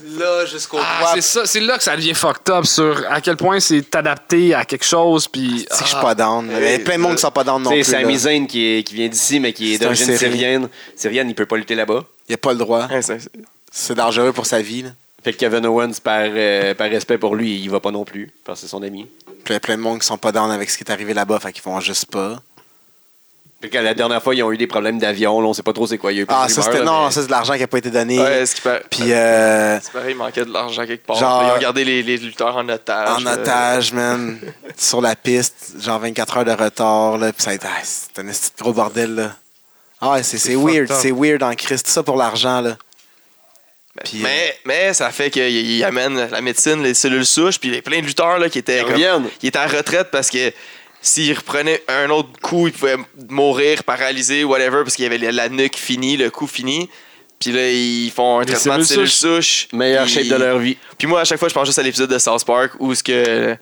[SPEAKER 3] Là, jusqu'au
[SPEAKER 4] Ah, c'est ça, c'est là que ça devient fucked up sur à quel point c'est adapté à quelque chose puis ah,
[SPEAKER 3] C'est que je suis pas down. Il y a plein de monde qui sont pas down non
[SPEAKER 1] Tu sais,
[SPEAKER 3] plus.
[SPEAKER 1] c'est
[SPEAKER 3] là.
[SPEAKER 1] Amizane qui, est- qui vient d'ici, mais qui est,
[SPEAKER 3] C'est un
[SPEAKER 1] d'origine
[SPEAKER 3] Syrien.
[SPEAKER 1] syrienne. Syrienne, il peut pas lutter là-bas.
[SPEAKER 3] Il a pas le droit.
[SPEAKER 2] Ouais, c'est- c'est-
[SPEAKER 3] C'est dangereux pour sa vie. là.
[SPEAKER 1] Fait que Kevin Owens, par, euh, par respect pour lui, il va pas non plus, parce que c'est son ami.
[SPEAKER 3] Puis Il y a plein de monde qui sont pas down avec ce qui est arrivé là-bas, fait qu'ils font juste pas.
[SPEAKER 1] Fait que la dernière fois, ils ont eu des problèmes d'avion, là, on sait pas trop c'est quoi. Il y a eu plein
[SPEAKER 3] Ah,
[SPEAKER 1] de
[SPEAKER 3] ça
[SPEAKER 1] rumeurs,
[SPEAKER 3] c'était.
[SPEAKER 1] là,
[SPEAKER 3] Non,
[SPEAKER 1] mais-
[SPEAKER 3] ça c'est de l'argent qui a pas été donné.
[SPEAKER 2] ouais, ce qui paraît-
[SPEAKER 3] Puis euh,
[SPEAKER 2] c'est pareil, il manquait de l'argent quelque part.
[SPEAKER 3] Genre-
[SPEAKER 2] Ils ont gardé les, les lutteurs en otage.
[SPEAKER 3] en
[SPEAKER 2] là.
[SPEAKER 3] otage, man. sur la piste, genre 24 heures de retard, là. Puis ça a été. ah, c'est un esti de gros bordel, là. Ah, ouais, c'est c'est
[SPEAKER 4] fucked
[SPEAKER 3] weird.
[SPEAKER 4] up.
[SPEAKER 3] C'est weird en Christ. Tout ça pour l'argent, là. Puis,
[SPEAKER 2] mais,
[SPEAKER 1] euh,
[SPEAKER 2] mais ça fait qu'ils amènent la médecine, les cellules souches, puis il y a plein de lutteurs là, qui étaient
[SPEAKER 1] Ils
[SPEAKER 2] comme-
[SPEAKER 1] reviennent.
[SPEAKER 2] qui étaient en retraite parce que s'ils reprenaient un autre coup, ils pouvaient mourir, paralysés, whatever, parce qu'il y avait la- la nuque finie, le coup fini. Puis là, ils font un
[SPEAKER 4] Les
[SPEAKER 2] traitement de
[SPEAKER 4] cellules
[SPEAKER 2] cellules souches.
[SPEAKER 1] Meilleure
[SPEAKER 2] Puis-
[SPEAKER 1] shape de leur vie.
[SPEAKER 2] Puis moi, à chaque fois, je pense juste à l'épisode de South Park où ce que.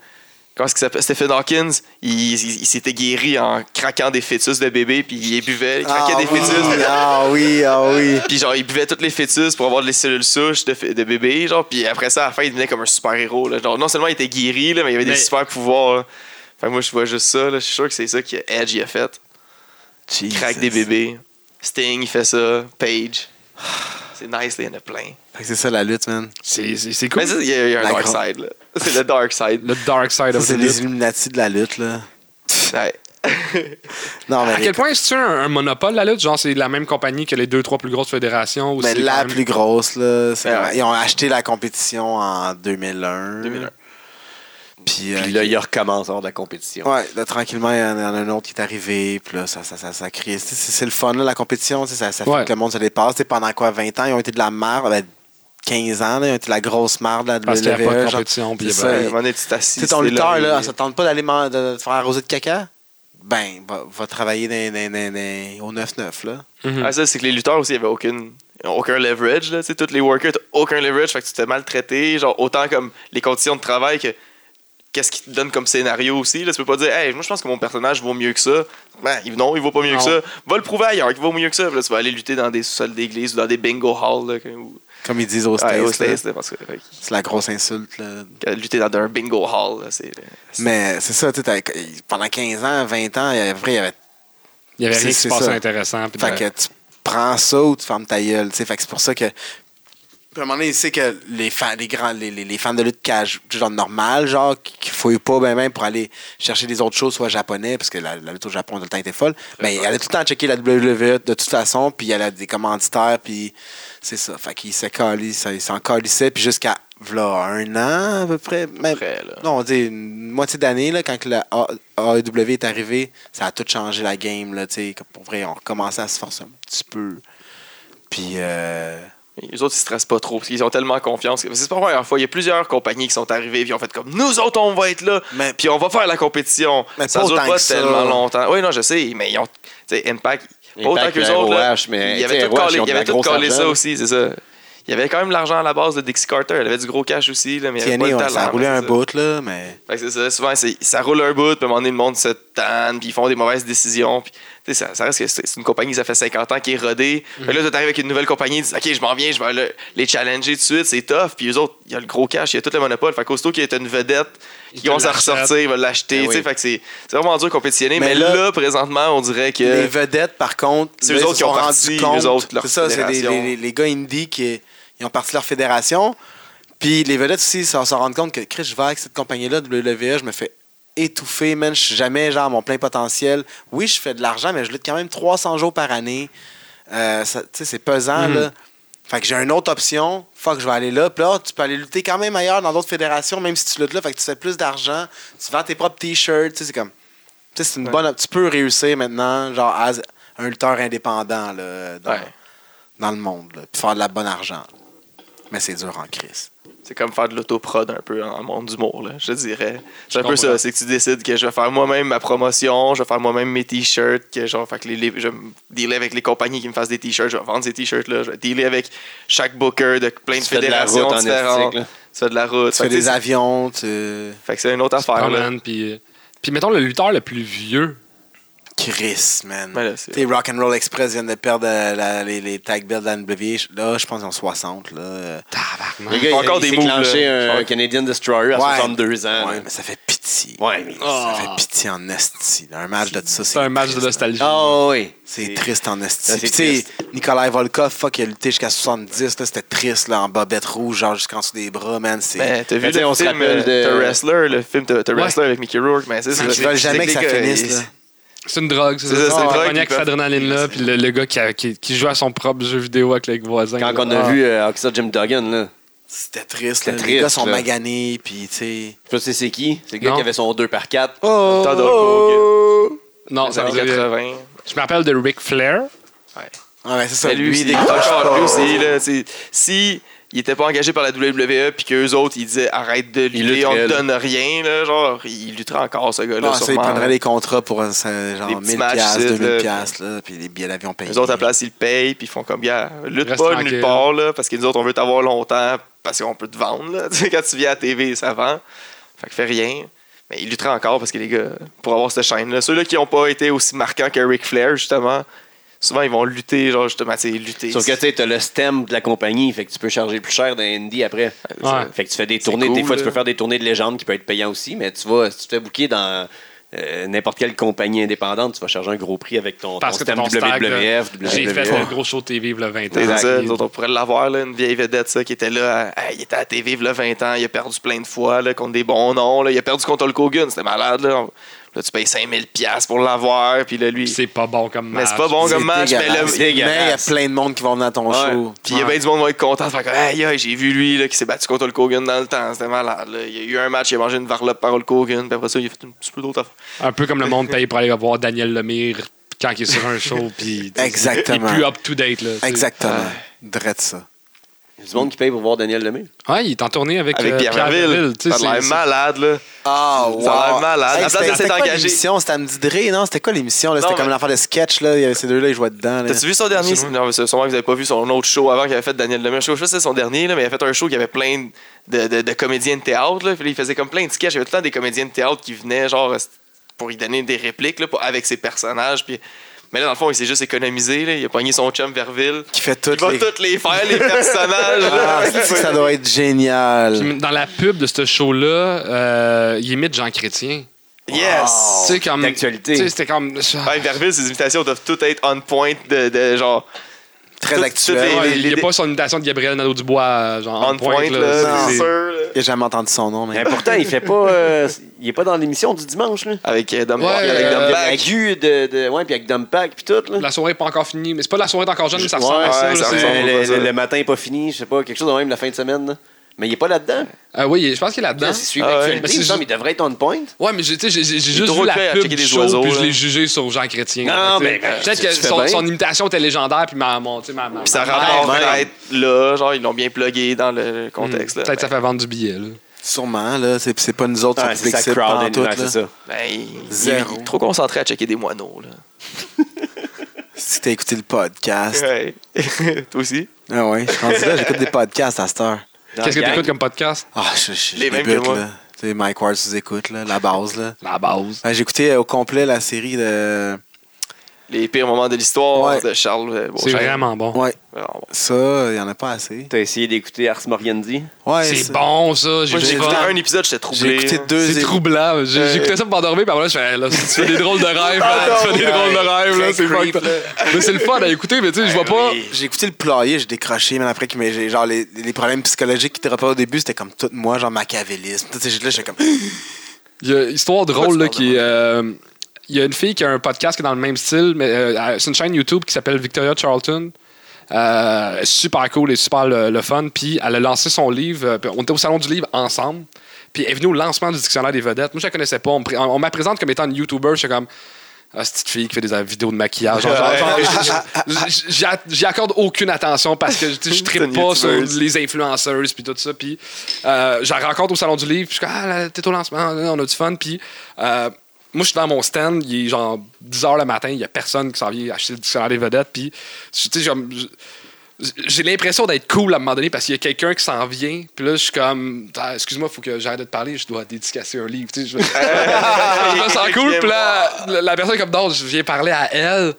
[SPEAKER 2] Comment est-ce qu'il s'appelle? Stephen Hawkins, il, il- il s'était guéri en craquant des fœtus de bébé, puis il les buvait, il craquait des
[SPEAKER 3] oui,
[SPEAKER 2] fœtus.
[SPEAKER 3] euh, Ah oui, ah oui.
[SPEAKER 2] Puis genre, il buvait toutes les fœtus pour avoir des cellules souches de, fé- de bébé, genre. Puis après ça, à la fin, il devenait comme un super-héros, là. Genre, non seulement il était guéri, là, mais il avait
[SPEAKER 4] Mais-
[SPEAKER 2] des super-pouvoirs, là. Fait que moi, je vois juste ça, là. Je suis sûr que c'est ça que Edge, il a fait. Il craque des bébés. Sting, il fait ça. Page. C'est nice, là, il y en a plein.
[SPEAKER 3] Fait que C'est ça la lutte, man.
[SPEAKER 4] c'est c'est c'est cool.
[SPEAKER 2] Mais ça, il y a, il y a un
[SPEAKER 3] La
[SPEAKER 2] dark
[SPEAKER 3] grande-
[SPEAKER 2] side, là. C'est le dark side.
[SPEAKER 4] Le dark side
[SPEAKER 3] Ça,
[SPEAKER 4] of the
[SPEAKER 3] c'est les
[SPEAKER 4] lutte.
[SPEAKER 3] Illuminati de la lutte, là.
[SPEAKER 2] Ouais.
[SPEAKER 3] Non, mais,
[SPEAKER 4] À quel point est-ce un, un monopole la lutte genre c'est la même compagnie que les deux trois plus grosses fédérations ou
[SPEAKER 3] mais
[SPEAKER 4] c'est
[SPEAKER 3] la
[SPEAKER 4] quand même-
[SPEAKER 3] plus grosse, là. c'est-
[SPEAKER 2] Ouais, ouais.
[SPEAKER 3] Ils ont acheté la compétition en 2001.
[SPEAKER 2] 2001.
[SPEAKER 3] Puis, euh,
[SPEAKER 1] Puis là, ils recommencent hors de la compétition.
[SPEAKER 3] Ouais, là, tranquillement, il y, en a il y en a un autre qui est arrivé, puis là, ça, ça, ça, ça crée. C'est, c'est- c'est le fun, là, la compétition, tu sais, ça, ça fait
[SPEAKER 4] Ouais.
[SPEAKER 3] que le monde se dépasse. Tu sais, pendant quoi, 20 ans, ils ont été de la merde, ben, 15 ans, là, ils ont été de la grosse merde, là, de
[SPEAKER 4] Parce qu'il y a
[SPEAKER 3] WWE,
[SPEAKER 4] pas de
[SPEAKER 3] genre.
[SPEAKER 4] compétition, puis il y
[SPEAKER 3] C'est
[SPEAKER 4] avait-
[SPEAKER 3] ça, il-
[SPEAKER 2] Ouais, à un moment donné, tu t'assis,
[SPEAKER 3] C'est ton
[SPEAKER 2] là,
[SPEAKER 3] lutteur,
[SPEAKER 2] il-
[SPEAKER 3] là, ça te tente pas d'aller man- de, de te faire arroser de caca? Ben, va, va travailler dans, dans- dans- dans- au 9-9, là.
[SPEAKER 4] Mhm.
[SPEAKER 2] Ah, ça, c'est que les lutteurs aussi, il n'y avait aucune, aucun leverage. Là. Tu sais, Tous les workers, t'as aucun leverage, fait que tu t'es maltraité. Genre, autant comme les conditions de travail que qu'est-ce qui te donne comme scénario aussi. Là. Tu peux pas dire, hey, moi, je pense que mon personnage vaut mieux que ça. Ben, il- non, il vaut pas mieux
[SPEAKER 4] Non.
[SPEAKER 2] que ça. Va le prouver ailleurs qu'il vaut mieux que ça. Puis là, tu vas aller lutter dans des sous-sols d'église ou dans des bingo halls. Là, que- ou-
[SPEAKER 3] Comme ils disent au States,
[SPEAKER 2] Ouais, au
[SPEAKER 3] là.
[SPEAKER 2] States, là, parce que fait que-
[SPEAKER 3] C'est la grosse insulte, là.
[SPEAKER 2] que lutter dans un bingo hall, là, c'est.
[SPEAKER 3] Mais c'est ça, tu sais, t'as- pendant 15 ans, 20 ans, il y avait- il y avait
[SPEAKER 4] Il y avait rien
[SPEAKER 3] c'est-
[SPEAKER 4] qui se
[SPEAKER 3] c'est
[SPEAKER 4] passait
[SPEAKER 3] ça.
[SPEAKER 4] intéressant puis
[SPEAKER 3] Fait
[SPEAKER 4] de-
[SPEAKER 3] que tu prends ça ou tu fermes ta gueule. tu sais. Fait que c'est pour ça que. Puis à un moment donné, il sait que les fans, les grands, les, les- les fans de lutte cage, du genre normal, genre, qu'il fouillent pas ben ben pour aller chercher des autres choses, soit japonais, parce que la, la lutte au Japon, tout le temps, était folle. Mais il allait tout le temps checker la WWE de toute façon, puis il allait à des commanditaires, puis c'est ça. Fait qu'il s'est calé, ça- il s'en calissait, puis jusqu'à, voilà, un an, à peu près. Même,
[SPEAKER 2] Après, là.
[SPEAKER 3] non, on dit une moitié d'année, là, quand que la A- AEW est arrivé, ça a tout changé la game. Là, tu sais, comme pour vrai, on recommençait à se forcer un petit peu. Puis, euh,
[SPEAKER 2] Mais Les autres, ils se stressent pas trop parce qu'ils ont tellement confiance. que- C'est pas la première fois. Il y a plusieurs compagnies qui sont arrivées et ont fait comme nous autres, on va être là.
[SPEAKER 3] Mais-
[SPEAKER 2] Puis on va faire la compétition.
[SPEAKER 3] Mais
[SPEAKER 2] ça
[SPEAKER 3] pas
[SPEAKER 2] dure
[SPEAKER 3] autant
[SPEAKER 2] pas
[SPEAKER 3] que ça.
[SPEAKER 2] tellement longtemps. Oui, non, je sais, mais ils ont. Tu sais, Impact, pas autant
[SPEAKER 1] Impact,
[SPEAKER 2] qu'eux
[SPEAKER 1] ROH,
[SPEAKER 2] autres. Là,
[SPEAKER 1] mais,
[SPEAKER 2] il y
[SPEAKER 1] tu sais,
[SPEAKER 2] avait tout
[SPEAKER 1] ROH,
[SPEAKER 2] collé,
[SPEAKER 1] ils ont
[SPEAKER 2] il y avait
[SPEAKER 1] de la
[SPEAKER 2] tout
[SPEAKER 1] grosse
[SPEAKER 2] collé ça
[SPEAKER 1] argent.
[SPEAKER 2] aussi, c'est ça. Il y avait quand même l'argent à la base de Dixie Carter. Elle avait du gros cash aussi. Là, mais il y avait
[SPEAKER 3] Tiani,
[SPEAKER 2] pas
[SPEAKER 3] on
[SPEAKER 2] le talent,
[SPEAKER 3] ça a roulé
[SPEAKER 2] mais
[SPEAKER 3] un
[SPEAKER 2] c'est ça.
[SPEAKER 3] bout, là, mais
[SPEAKER 2] Fait que c'est ça, souvent, c'est- ça roule un bout, puis à un moment donné, le monde se tanne, puis ils font des mauvaises décisions, puis Tu sais, Ça, ça reste que c'est c'est une compagnie, ça fait 50 ans qui est rodée. Fait Là, tu arrives avec une nouvelle compagnie, tu dis Ok, je m'en viens, je vais le- les challenger tout de suite, c'est tough. Puis eux autres, il y a le gros cash, il y a tout le monopole. Fait qu'aussitôt qu'il y a une vedette
[SPEAKER 4] Ils
[SPEAKER 2] qui
[SPEAKER 4] te
[SPEAKER 2] commence à
[SPEAKER 4] l'achètent.
[SPEAKER 2] ressortir, ils veulent l'acheter.
[SPEAKER 1] Ben
[SPEAKER 2] tu sais,
[SPEAKER 1] oui.
[SPEAKER 2] Fait que c'est c'est vraiment dur de compétitionner.
[SPEAKER 3] Mais
[SPEAKER 2] Mais,
[SPEAKER 3] là-
[SPEAKER 2] là, présentement, on dirait que.
[SPEAKER 3] Les vedettes, par contre,
[SPEAKER 2] C'est
[SPEAKER 3] là,
[SPEAKER 2] eux
[SPEAKER 3] ils
[SPEAKER 2] autres
[SPEAKER 3] se
[SPEAKER 2] qui
[SPEAKER 3] sont
[SPEAKER 2] ont parti,
[SPEAKER 3] rendus compte.
[SPEAKER 2] eux autres, leur
[SPEAKER 3] c'est ça, c'est les,
[SPEAKER 2] fédération.
[SPEAKER 3] les- les gars indie qui ils ont parti leur fédération. Puis les vedettes aussi s'en s'en rendent compte que Chris, je vais avec cette compagnie-là, WWE, je me fais étouffer, man. Je suis jamais genre à mon plein potentiel. Oui, je fais de l'argent, mais je lutte quand même 300 jours par année. Euh, ça- tu sais, c'est pesant,
[SPEAKER 2] Mhm.
[SPEAKER 3] là. Fait que j'ai une autre option. Fuck, je vais aller là. Puis là, tu peux aller lutter quand même ailleurs dans d'autres fédérations, même si tu luttes là. Fait que tu fais plus d'argent. Tu vends tes propres t-shirts. Tu sais, c'est comme. Tu sais, c'est une
[SPEAKER 2] Ouais.
[SPEAKER 3] bonne. op- Tu peux réussir maintenant, genre, as un lutteur indépendant, là, dans,
[SPEAKER 2] Ouais.
[SPEAKER 3] dans le monde, là. Puis faire de la bonne argent. Mais c'est dur en crise.
[SPEAKER 2] C'est comme faire de l'autoprod un peu dans le monde du mot, là, je dirais. C'est un peu
[SPEAKER 4] comprends.
[SPEAKER 2] ça, c'est que tu décides que je vais faire moi-même ma promotion, je vais faire moi-même mes t-shirts, que genre, fait que les, les- je vais me dealer avec les compagnies qui me fassent des t-shirts, je vais vendre ces t-shirts-là, je vais dealer avec chaque booker de plein de
[SPEAKER 1] fais de la route
[SPEAKER 2] fédérations
[SPEAKER 1] en
[SPEAKER 2] différentes.
[SPEAKER 1] esthétique, là.
[SPEAKER 2] Bah, Tu fais de la route.
[SPEAKER 3] Tu
[SPEAKER 2] Fait
[SPEAKER 3] fais
[SPEAKER 2] que
[SPEAKER 3] des
[SPEAKER 2] c'est-
[SPEAKER 3] avions, tu.
[SPEAKER 2] fait que c'est une autre affaire, là.
[SPEAKER 4] Superman, puis euh, puis mettons le lutteur le plus vieux.
[SPEAKER 3] Chris, man.
[SPEAKER 2] Ouais, là, c'est-
[SPEAKER 3] T'sais, Rock and Roll Express viennent de perdre euh, la- les, les tag belts de la NBA. Là, je pense qu'ils ont 60, là. Euh,
[SPEAKER 4] Tabarnak.
[SPEAKER 1] Le gars, il,
[SPEAKER 2] Encore
[SPEAKER 1] il
[SPEAKER 2] des
[SPEAKER 1] s'est
[SPEAKER 2] moves,
[SPEAKER 1] clenché
[SPEAKER 2] là.
[SPEAKER 1] un
[SPEAKER 2] Ouais.
[SPEAKER 1] Canadian Destroyer à
[SPEAKER 3] Ouais.
[SPEAKER 1] 62
[SPEAKER 2] Ah,
[SPEAKER 1] ans.
[SPEAKER 3] Ouais,
[SPEAKER 1] là.
[SPEAKER 3] mais ça fait pitié.
[SPEAKER 1] Ouais, mais...
[SPEAKER 3] Ça
[SPEAKER 4] Ah.
[SPEAKER 3] fait pitié en esti. là. Un match de ça,
[SPEAKER 4] C'est un match
[SPEAKER 3] triste,
[SPEAKER 4] de
[SPEAKER 3] là.
[SPEAKER 4] nostalgie.
[SPEAKER 1] Ah oui.
[SPEAKER 3] C'est triste en esti.
[SPEAKER 1] Ça, c'est
[SPEAKER 3] Puis, tu sais, Nikolai Volkov, fuck, il a lutté jusqu'à 70, là, c'était triste, là, en bobette rouge, genre jusqu'en dessous des bras, man. C'est...
[SPEAKER 2] Mais t'as vu
[SPEAKER 1] Mais tu sais,
[SPEAKER 2] le
[SPEAKER 1] on se
[SPEAKER 2] film
[SPEAKER 1] rappelle
[SPEAKER 2] euh,
[SPEAKER 1] de-
[SPEAKER 2] The Wrestler, le film The The
[SPEAKER 4] Ouais.
[SPEAKER 2] Wrestler avec Mickey Rourke, mais c'est ça.
[SPEAKER 3] Ils veulent jamais que ça
[SPEAKER 2] les gars,
[SPEAKER 3] finisse,
[SPEAKER 2] ils-
[SPEAKER 3] là.
[SPEAKER 4] C'est une drogue, c'est
[SPEAKER 2] C'est
[SPEAKER 4] ça.
[SPEAKER 2] ça, c'est une
[SPEAKER 4] On
[SPEAKER 2] drogue,
[SPEAKER 4] cognac
[SPEAKER 2] ils
[SPEAKER 4] avec cette
[SPEAKER 2] peuvent-
[SPEAKER 4] adrénaline-là, puis le, le gars qui, a- qui- qui joue à son propre jeu vidéo avec les voisins.
[SPEAKER 1] Quand
[SPEAKER 4] là.
[SPEAKER 1] on a
[SPEAKER 4] Ah.
[SPEAKER 1] vu euh, Oxa Jim Duggan, là.
[SPEAKER 3] C'était triste,
[SPEAKER 1] C'était
[SPEAKER 3] là. Les
[SPEAKER 1] triste,
[SPEAKER 3] gars sont
[SPEAKER 1] là.
[SPEAKER 3] maganés, puis, tu sais...
[SPEAKER 1] Je sais c'est qui. C'est le gars
[SPEAKER 4] Non.
[SPEAKER 1] qui avait son 2x4.
[SPEAKER 3] Oh!
[SPEAKER 2] Todd Hulk
[SPEAKER 4] Non,
[SPEAKER 2] les
[SPEAKER 4] ça
[SPEAKER 2] années
[SPEAKER 4] veut dire-
[SPEAKER 2] 80.
[SPEAKER 4] Je me rappelle de Ric Flair.
[SPEAKER 3] Ah, Ouais, mais c'est ça,
[SPEAKER 2] Mais lui,
[SPEAKER 3] lui,
[SPEAKER 2] c'est
[SPEAKER 3] il décroche
[SPEAKER 2] encore
[SPEAKER 3] pas.
[SPEAKER 2] lui aussi, là, tu sais, si il était pas engagé par la WWE puis qu'eux autres ils disaient arrête de
[SPEAKER 1] Il
[SPEAKER 2] lutter, on
[SPEAKER 1] lutterait,
[SPEAKER 2] te
[SPEAKER 1] là.
[SPEAKER 2] donne rien là, genre il lutterait encore ce gars-là
[SPEAKER 3] Ah, ça, il
[SPEAKER 2] sûrement.
[SPEAKER 3] prendrait les contrats pour euh, ça, genre
[SPEAKER 2] Des
[SPEAKER 3] 1000
[SPEAKER 2] petits matchs,
[SPEAKER 3] piastres,
[SPEAKER 2] c'est,
[SPEAKER 3] 2000
[SPEAKER 2] là.
[SPEAKER 3] piastres, là, puis les billets d'avion payés.
[SPEAKER 2] Eux autres à la place ils le payent puis ils font comme gars lutte
[SPEAKER 4] Reste
[SPEAKER 2] pas
[SPEAKER 4] tranquille.
[SPEAKER 2] nulle part là parce que nous autres on veut t'avoir longtemps parce qu'on peut te vendre là. Tu sais, quand tu viens à la TV ça vend. Fait que fais rien. Mais il lutteraient encore parce que les gars pour avoir cette chaîne là, ceux là qui ont pas été aussi marquants que Ric Flair justement, souvent ils vont lutter genre justement tu sais, lutter.
[SPEAKER 1] Sauf que tu sais, t'as le stem de la compagnie, fait que tu peux charger plus cher d'un indie après.
[SPEAKER 4] Ouais.
[SPEAKER 1] Fait que tu fais des
[SPEAKER 2] C'est
[SPEAKER 1] tournées, des
[SPEAKER 2] cool,
[SPEAKER 1] fois tu peux
[SPEAKER 2] là.
[SPEAKER 1] faire des tournées de légende qui peuvent être payantes aussi, mais tu vas, si tu te fais booker dans euh, n'importe quelle compagnie indépendante, tu vas charger un gros prix avec ton, ton
[SPEAKER 4] Parce que
[SPEAKER 1] stem
[SPEAKER 4] ton stag, là,
[SPEAKER 1] WWF, WWF.
[SPEAKER 4] J'ai fait le gros show TV il y a 20
[SPEAKER 2] C'est
[SPEAKER 4] ans.
[SPEAKER 2] ça, nous autres, on pourrait l'avoir, là, une vieille vedette ça, qui était là, à- hey, il était à la TV il y a 20 ans, il a perdu plein de fois là, contre des bons noms, là, il a perdu contre Hulk Hogan, c'était malade. Là, On- là, tu payes 5000$ pour l'avoir, puis là, lui.
[SPEAKER 4] C'est pas bon comme match.
[SPEAKER 2] Mais c'est pas bon comme match, mais là,
[SPEAKER 3] mais il y a plein de monde qui vont venir à ton
[SPEAKER 2] Ouais.
[SPEAKER 3] show.
[SPEAKER 2] Puis il y a bien du monde qui va être content. Fait que, aïe, aïe, j'ai vu lui là, qui s'est battu contre Hulk Hogan dans le temps. C'était malade. là. Il y a eu un match, il a mangé une varlope par Hulk Hogan. Puis après ça, il a fait un petit peu d'autres affaires.
[SPEAKER 4] Un peu comme le monde paye pour aller voir Daniel Lemire quand il est sur un show, puis
[SPEAKER 3] Exactement.
[SPEAKER 4] il est plus up-to-date. là, tu sais.
[SPEAKER 3] Exactement. Drette ça.
[SPEAKER 1] Il y a du monde qui paye pour voir Daniel Lemay.
[SPEAKER 4] Ouais, il est en tournée avec,
[SPEAKER 2] Avec
[SPEAKER 4] euh,
[SPEAKER 2] Pierre Merville.
[SPEAKER 4] tu sais,
[SPEAKER 2] Ça a l'air
[SPEAKER 4] c'est-
[SPEAKER 2] malade. Là.
[SPEAKER 3] Ah,
[SPEAKER 2] Ça a l'air malade. À la place de
[SPEAKER 3] c'était
[SPEAKER 2] s'être
[SPEAKER 3] quoi
[SPEAKER 2] engagé-
[SPEAKER 3] l'émission? C'était à me didrer, non? C'était quoi l'émission? là? C'était
[SPEAKER 2] Non,
[SPEAKER 3] comme
[SPEAKER 2] mais-
[SPEAKER 3] une affaire de sketch, là. Il y avait ces deux-là, ils jouaient dedans. là.
[SPEAKER 2] T'as-tu vu son dernier? Non, mais c'est- sûrement que vous avez pas vu son autre show avant qu'il avait fait Daniel Lemire. Je sais pas si c'est son dernier, là, mais il a fait un show qui avait plein de, de- de comédiens de théâtre. Là. Puis là, il faisait comme plein de sketchs. Il y avait tout le temps des comédiens de théâtre qui venaient genre euh, pour y donner des répliques là, pour- avec ses personnages. Puis... Mais là, dans le fond, il s'est juste économisé. là. Il a pogné son chum Verville.
[SPEAKER 3] Qui fait
[SPEAKER 2] Il
[SPEAKER 3] toutes
[SPEAKER 2] va
[SPEAKER 3] les...
[SPEAKER 2] toutes les faire, les personnages. là.
[SPEAKER 3] Ah, c'est-tu que ça doit être génial.
[SPEAKER 4] Puis Dans la pub de ce show-là, euh, il imite Jean Chrétien.
[SPEAKER 2] Yes!
[SPEAKER 4] Tu sais, comme.
[SPEAKER 1] d'actualité.
[SPEAKER 4] Tu sais, c'était comme.
[SPEAKER 2] Oh, Ouais, Verville, ses imitations doivent toutes être on point de, de genre.
[SPEAKER 3] Très
[SPEAKER 2] tout-
[SPEAKER 3] actuel.
[SPEAKER 2] toutes
[SPEAKER 4] Ouais,
[SPEAKER 2] les-
[SPEAKER 4] il n'y a
[SPEAKER 2] les-
[SPEAKER 4] pas son imitation de Gabriel Nadeau-Dubois, euh, genre
[SPEAKER 2] On,
[SPEAKER 4] en
[SPEAKER 2] point,
[SPEAKER 4] pointe.
[SPEAKER 2] là.
[SPEAKER 4] là,
[SPEAKER 3] Non.
[SPEAKER 2] c'est
[SPEAKER 4] c'est-
[SPEAKER 2] sûr, là.
[SPEAKER 3] J'ai jamais entendu son nom, mais...
[SPEAKER 1] Mais pourtant, il fait pas. euh, il est pas dans l'émission du dimanche, là.
[SPEAKER 2] Avec euh, Dom
[SPEAKER 4] Ouais,
[SPEAKER 2] avec
[SPEAKER 4] euh,
[SPEAKER 1] Il
[SPEAKER 2] Dom
[SPEAKER 1] y a
[SPEAKER 2] Bach.
[SPEAKER 1] la gue de, de. Ouais, puis avec Dumpack, puis tout, là.
[SPEAKER 4] La soirée n'est pas encore finie. Mais c'est pas la soirée est encore jeune, mais ça
[SPEAKER 1] Ouais,
[SPEAKER 4] ressemble à ça.
[SPEAKER 1] ouais,
[SPEAKER 4] là,
[SPEAKER 1] ça
[SPEAKER 4] c'est-
[SPEAKER 2] ressemble.
[SPEAKER 1] ressemble,
[SPEAKER 2] pas
[SPEAKER 1] le,
[SPEAKER 2] ça.
[SPEAKER 1] le- le matin est pas fini, je sais pas, quelque chose de même la fin de semaine, là. Mais il est pas là-dedans.
[SPEAKER 4] Euh, oui, je pense qu'il est là-dedans.
[SPEAKER 1] Là, C'est suivre
[SPEAKER 2] Ah ouais.
[SPEAKER 1] l'actualité,
[SPEAKER 4] Mais c'est
[SPEAKER 1] il me semble,
[SPEAKER 4] ju-
[SPEAKER 1] il devrait être on point.
[SPEAKER 4] Ouais, mais j'ai- tu sais, j'ai j'ai- j'ai juste
[SPEAKER 2] trop
[SPEAKER 4] vu la
[SPEAKER 2] occupé à
[SPEAKER 4] pub
[SPEAKER 2] checker
[SPEAKER 4] du
[SPEAKER 2] des
[SPEAKER 4] show,
[SPEAKER 2] oiseaux,
[SPEAKER 4] puis je
[SPEAKER 2] là.
[SPEAKER 4] l'ai jugé sur Jean Chrétien.
[SPEAKER 1] Non,
[SPEAKER 4] là, tu sais.
[SPEAKER 1] mais, ben,
[SPEAKER 4] Peut-être
[SPEAKER 1] tu-
[SPEAKER 4] que
[SPEAKER 1] tu fais
[SPEAKER 4] son,
[SPEAKER 1] bien.
[SPEAKER 4] son imitation était légendaire, puis ma, mon, tu sais, ma, ma,
[SPEAKER 2] Puis ça
[SPEAKER 4] ma
[SPEAKER 2] rapporte
[SPEAKER 4] mère,
[SPEAKER 2] à être là, genre ils l'ont bien plugué dans le
[SPEAKER 4] ben,
[SPEAKER 2] contexte. là.
[SPEAKER 4] Peut-être que ça fait vendre du billet. là.
[SPEAKER 3] Sûrement, là. C'est c'est pas nous autres,
[SPEAKER 1] Ouais,
[SPEAKER 3] qui
[SPEAKER 1] c'est
[SPEAKER 3] public
[SPEAKER 1] ça,
[SPEAKER 3] cible,
[SPEAKER 1] crowd
[SPEAKER 3] pantoute,
[SPEAKER 1] and- ouais,
[SPEAKER 3] là.
[SPEAKER 1] c'est ça.
[SPEAKER 2] Ben, il-
[SPEAKER 3] Zéro.
[SPEAKER 2] il est trop concentré à checker des moineaux. Là.
[SPEAKER 3] Si t'as écouté le podcast...
[SPEAKER 2] Ouais. Toi aussi?
[SPEAKER 3] Ah ouais, je suis rendu là, j'écoute des podcasts à cette heure.
[SPEAKER 4] Qu'est-ce que tu écoutes comme podcast?
[SPEAKER 3] Ah, je, je, je
[SPEAKER 2] Les mêmes
[SPEAKER 3] débute,
[SPEAKER 2] que moi.
[SPEAKER 3] là. Tu sais, Mike Ward sous écoute, là, la base, là.
[SPEAKER 4] La base.
[SPEAKER 3] Ah, J'ai écouté euh, au complet la série de
[SPEAKER 2] les pires moments de l'histoire
[SPEAKER 3] Ouais.
[SPEAKER 2] de Charles. euh,
[SPEAKER 4] C'est
[SPEAKER 2] Beauchamp.
[SPEAKER 4] vraiment bon.
[SPEAKER 3] Ouais,
[SPEAKER 2] Alors, bon.
[SPEAKER 3] ça, il n'y en a pas assez.
[SPEAKER 1] T'as essayé d'écouter Ars Moriendi?
[SPEAKER 3] Ouais,
[SPEAKER 4] C'est bon, ça.
[SPEAKER 2] Moi, j'ai
[SPEAKER 4] J'ai
[SPEAKER 2] écouté
[SPEAKER 4] pas-
[SPEAKER 2] un épisode, j'étais troublé.
[SPEAKER 3] J'ai écouté deux
[SPEAKER 4] C'est
[SPEAKER 3] épisodes.
[SPEAKER 4] troublant. J'ai
[SPEAKER 2] Euh,
[SPEAKER 4] j'ai écouté ça pour m'endormir, puis après, je fais, là, tu fais des drôles de rêves, là, tu fais des
[SPEAKER 3] Ouais.
[SPEAKER 4] drôles de rêves, là,
[SPEAKER 3] Très
[SPEAKER 4] c'est
[SPEAKER 3] creep,
[SPEAKER 4] fucked. Mais c'est le fun à écouter, mais tu sais, je vois pas.
[SPEAKER 2] oui.
[SPEAKER 3] J'ai écouté le ployer, j'ai décroché, mais après, qui m'est- j'ai- genre, les, les problèmes psychologiques qui étaient pas au début, c'était comme tout moi, genre machiavélisme. Toutes ces choses-là, j'étais comme.
[SPEAKER 4] Il y a une histoire drôle, là, qui est. euh, Il y a une fille qui a un podcast qui est dans le même style, mais euh, c'est une chaîne YouTube qui s'appelle Victoria Charlton. Euh, super cool et super le, le fun. Puis elle a lancé son livre. euh, puis on était au salon du livre ensemble. Puis elle est venue au lancement du dictionnaire des vedettes. Moi, je la connaissais pas. On, me pré- on- on me la présente comme étant une YouTuber. Je suis comme. Ah, cette petite fille qui fait des euh, vidéos de maquillage. Genre, genre, genre, je- je- je- j'y a- J'y accorde aucune attention parce que tu sais, je
[SPEAKER 2] C'est une
[SPEAKER 4] tripe pas sur
[SPEAKER 2] YouTubeuse.
[SPEAKER 4] les influenceuses puis tout ça. Puis euh, je la rencontre au salon du livre. Puis je suis comme, ah, là, t'es au lancement, on a du fun. Puis euh, moi, je suis dans mon stand, il est genre 10 h le matin, il y a personne qui s'en vient acheter le dictionnaire des vedettes. Puis tu sais, comme, je- j'ai l'impression d'être cool à un moment donné parce qu'il y a quelqu'un qui s'en vient. Puis là, je suis comme, Ah, excuse-moi, faut que j'arrête de te parler, je dois dédicacer un livre. tu sais, Je, je me sens cool. Puis là, la, la personne comme d'autres, je viens parler à elle.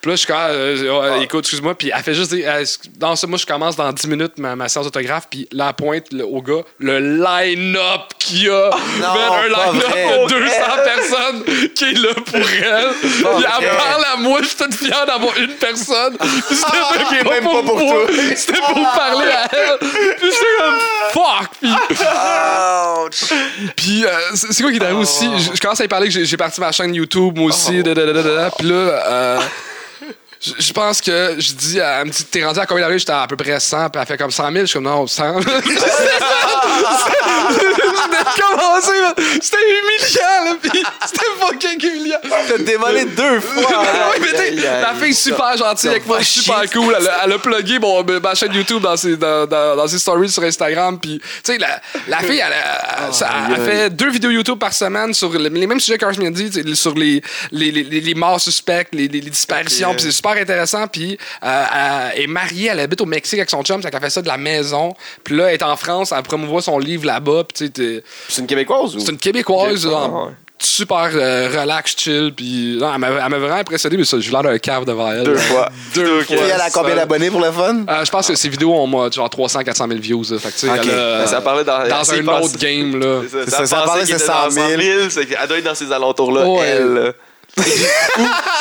[SPEAKER 4] Puis là, je suis comme, Ah, euh, ouais, écoute, excuse-moi. Puis elle fait juste dire, Ah, exc- dans ça, moi, je commence dans 10 minutes ma, ma séance d'autographe. Puis là, elle pointe le- au gars le line-up qu'il y a.
[SPEAKER 3] non,
[SPEAKER 4] Man, un
[SPEAKER 3] pas vrai.
[SPEAKER 4] line-up de 200 personnes qui est là pour elle. Puis elle
[SPEAKER 3] vrai.
[SPEAKER 4] parle à moi, je suis toute fière d'avoir une personne. Puis C'était
[SPEAKER 3] Ah, qui est
[SPEAKER 4] pas
[SPEAKER 3] même
[SPEAKER 4] pour
[SPEAKER 3] pas pour
[SPEAKER 4] moi,
[SPEAKER 3] toi.
[SPEAKER 4] C'était pour parler à elle. Puis j'étais comme fuck. Puis, puis euh, c'est c'est quoi qui est arrivé aussi? Je, je commence à y parler que j'ai- j'ai parti ma chaîne YouTube, moi aussi. da, da, da, da, da. Puis là, euh, je- je pense que je dis, à- elle me dit, t'es rendu à combien d'arrives? J'étais à peu près 100, puis elle fait comme 100 000. Je suis comme, non, 100. J'étais commencé, là. C'était humiliant, là, puis c'était fucking humiliant.
[SPEAKER 3] T'as démolé deux fois!
[SPEAKER 4] oui, mais t'sais, la fille est super gentille avec moi, super cool. Elle, a- elle a plugué mon, ma chaîne YouTube dans ses, dans, dans- dans ses stories sur Instagram. Puis, tu sais, la, la fille, elle, a- ça- elle fait deux vidéos YouTube par semaine sur le- les mêmes sujets qu'Ars Mindy, tu sais, sur les, les, les, les- les morts suspectes, les, les- les disparitions.
[SPEAKER 2] Ok.
[SPEAKER 4] Puis c'est super intéressant. Puis, euh, elle est mariée, elle habite au Mexique avec son chum, ça qu'elle fait ça de la maison. Puis là, elle est en France, elle promouvoit son livre là-bas. Puis, tu sais, t'es-
[SPEAKER 1] C'est une Québécoise ou?
[SPEAKER 4] c'est une Québécoise,
[SPEAKER 2] Ok.
[SPEAKER 4] là,
[SPEAKER 2] Ah ouais.
[SPEAKER 4] super euh, relax, chill. Puis, non, elle m'a elle m'a vraiment impressionné, mais ça, je l'air d'un cave devant elle.
[SPEAKER 2] Deux fois. Deux
[SPEAKER 3] Puis
[SPEAKER 2] fois.
[SPEAKER 3] elle a combien d'abonnés pour le fun?
[SPEAKER 4] Euh, je pense que ses vidéos ont moi, genre 300 400 000 views. là. Fait que, tu sais,
[SPEAKER 3] Ok.
[SPEAKER 4] elle a-
[SPEAKER 2] Ben, ça parlait dans-
[SPEAKER 4] dans
[SPEAKER 2] c'est
[SPEAKER 4] un
[SPEAKER 2] pas-
[SPEAKER 4] autre game. Là.
[SPEAKER 3] C'est ça, ça
[SPEAKER 2] pensait
[SPEAKER 3] parlait,
[SPEAKER 2] qu'il
[SPEAKER 3] c'est
[SPEAKER 2] était dans
[SPEAKER 3] 100 000.
[SPEAKER 2] 100 000, elle doit être dans ces alentours-là.
[SPEAKER 4] Ouais.
[SPEAKER 2] Elle. là.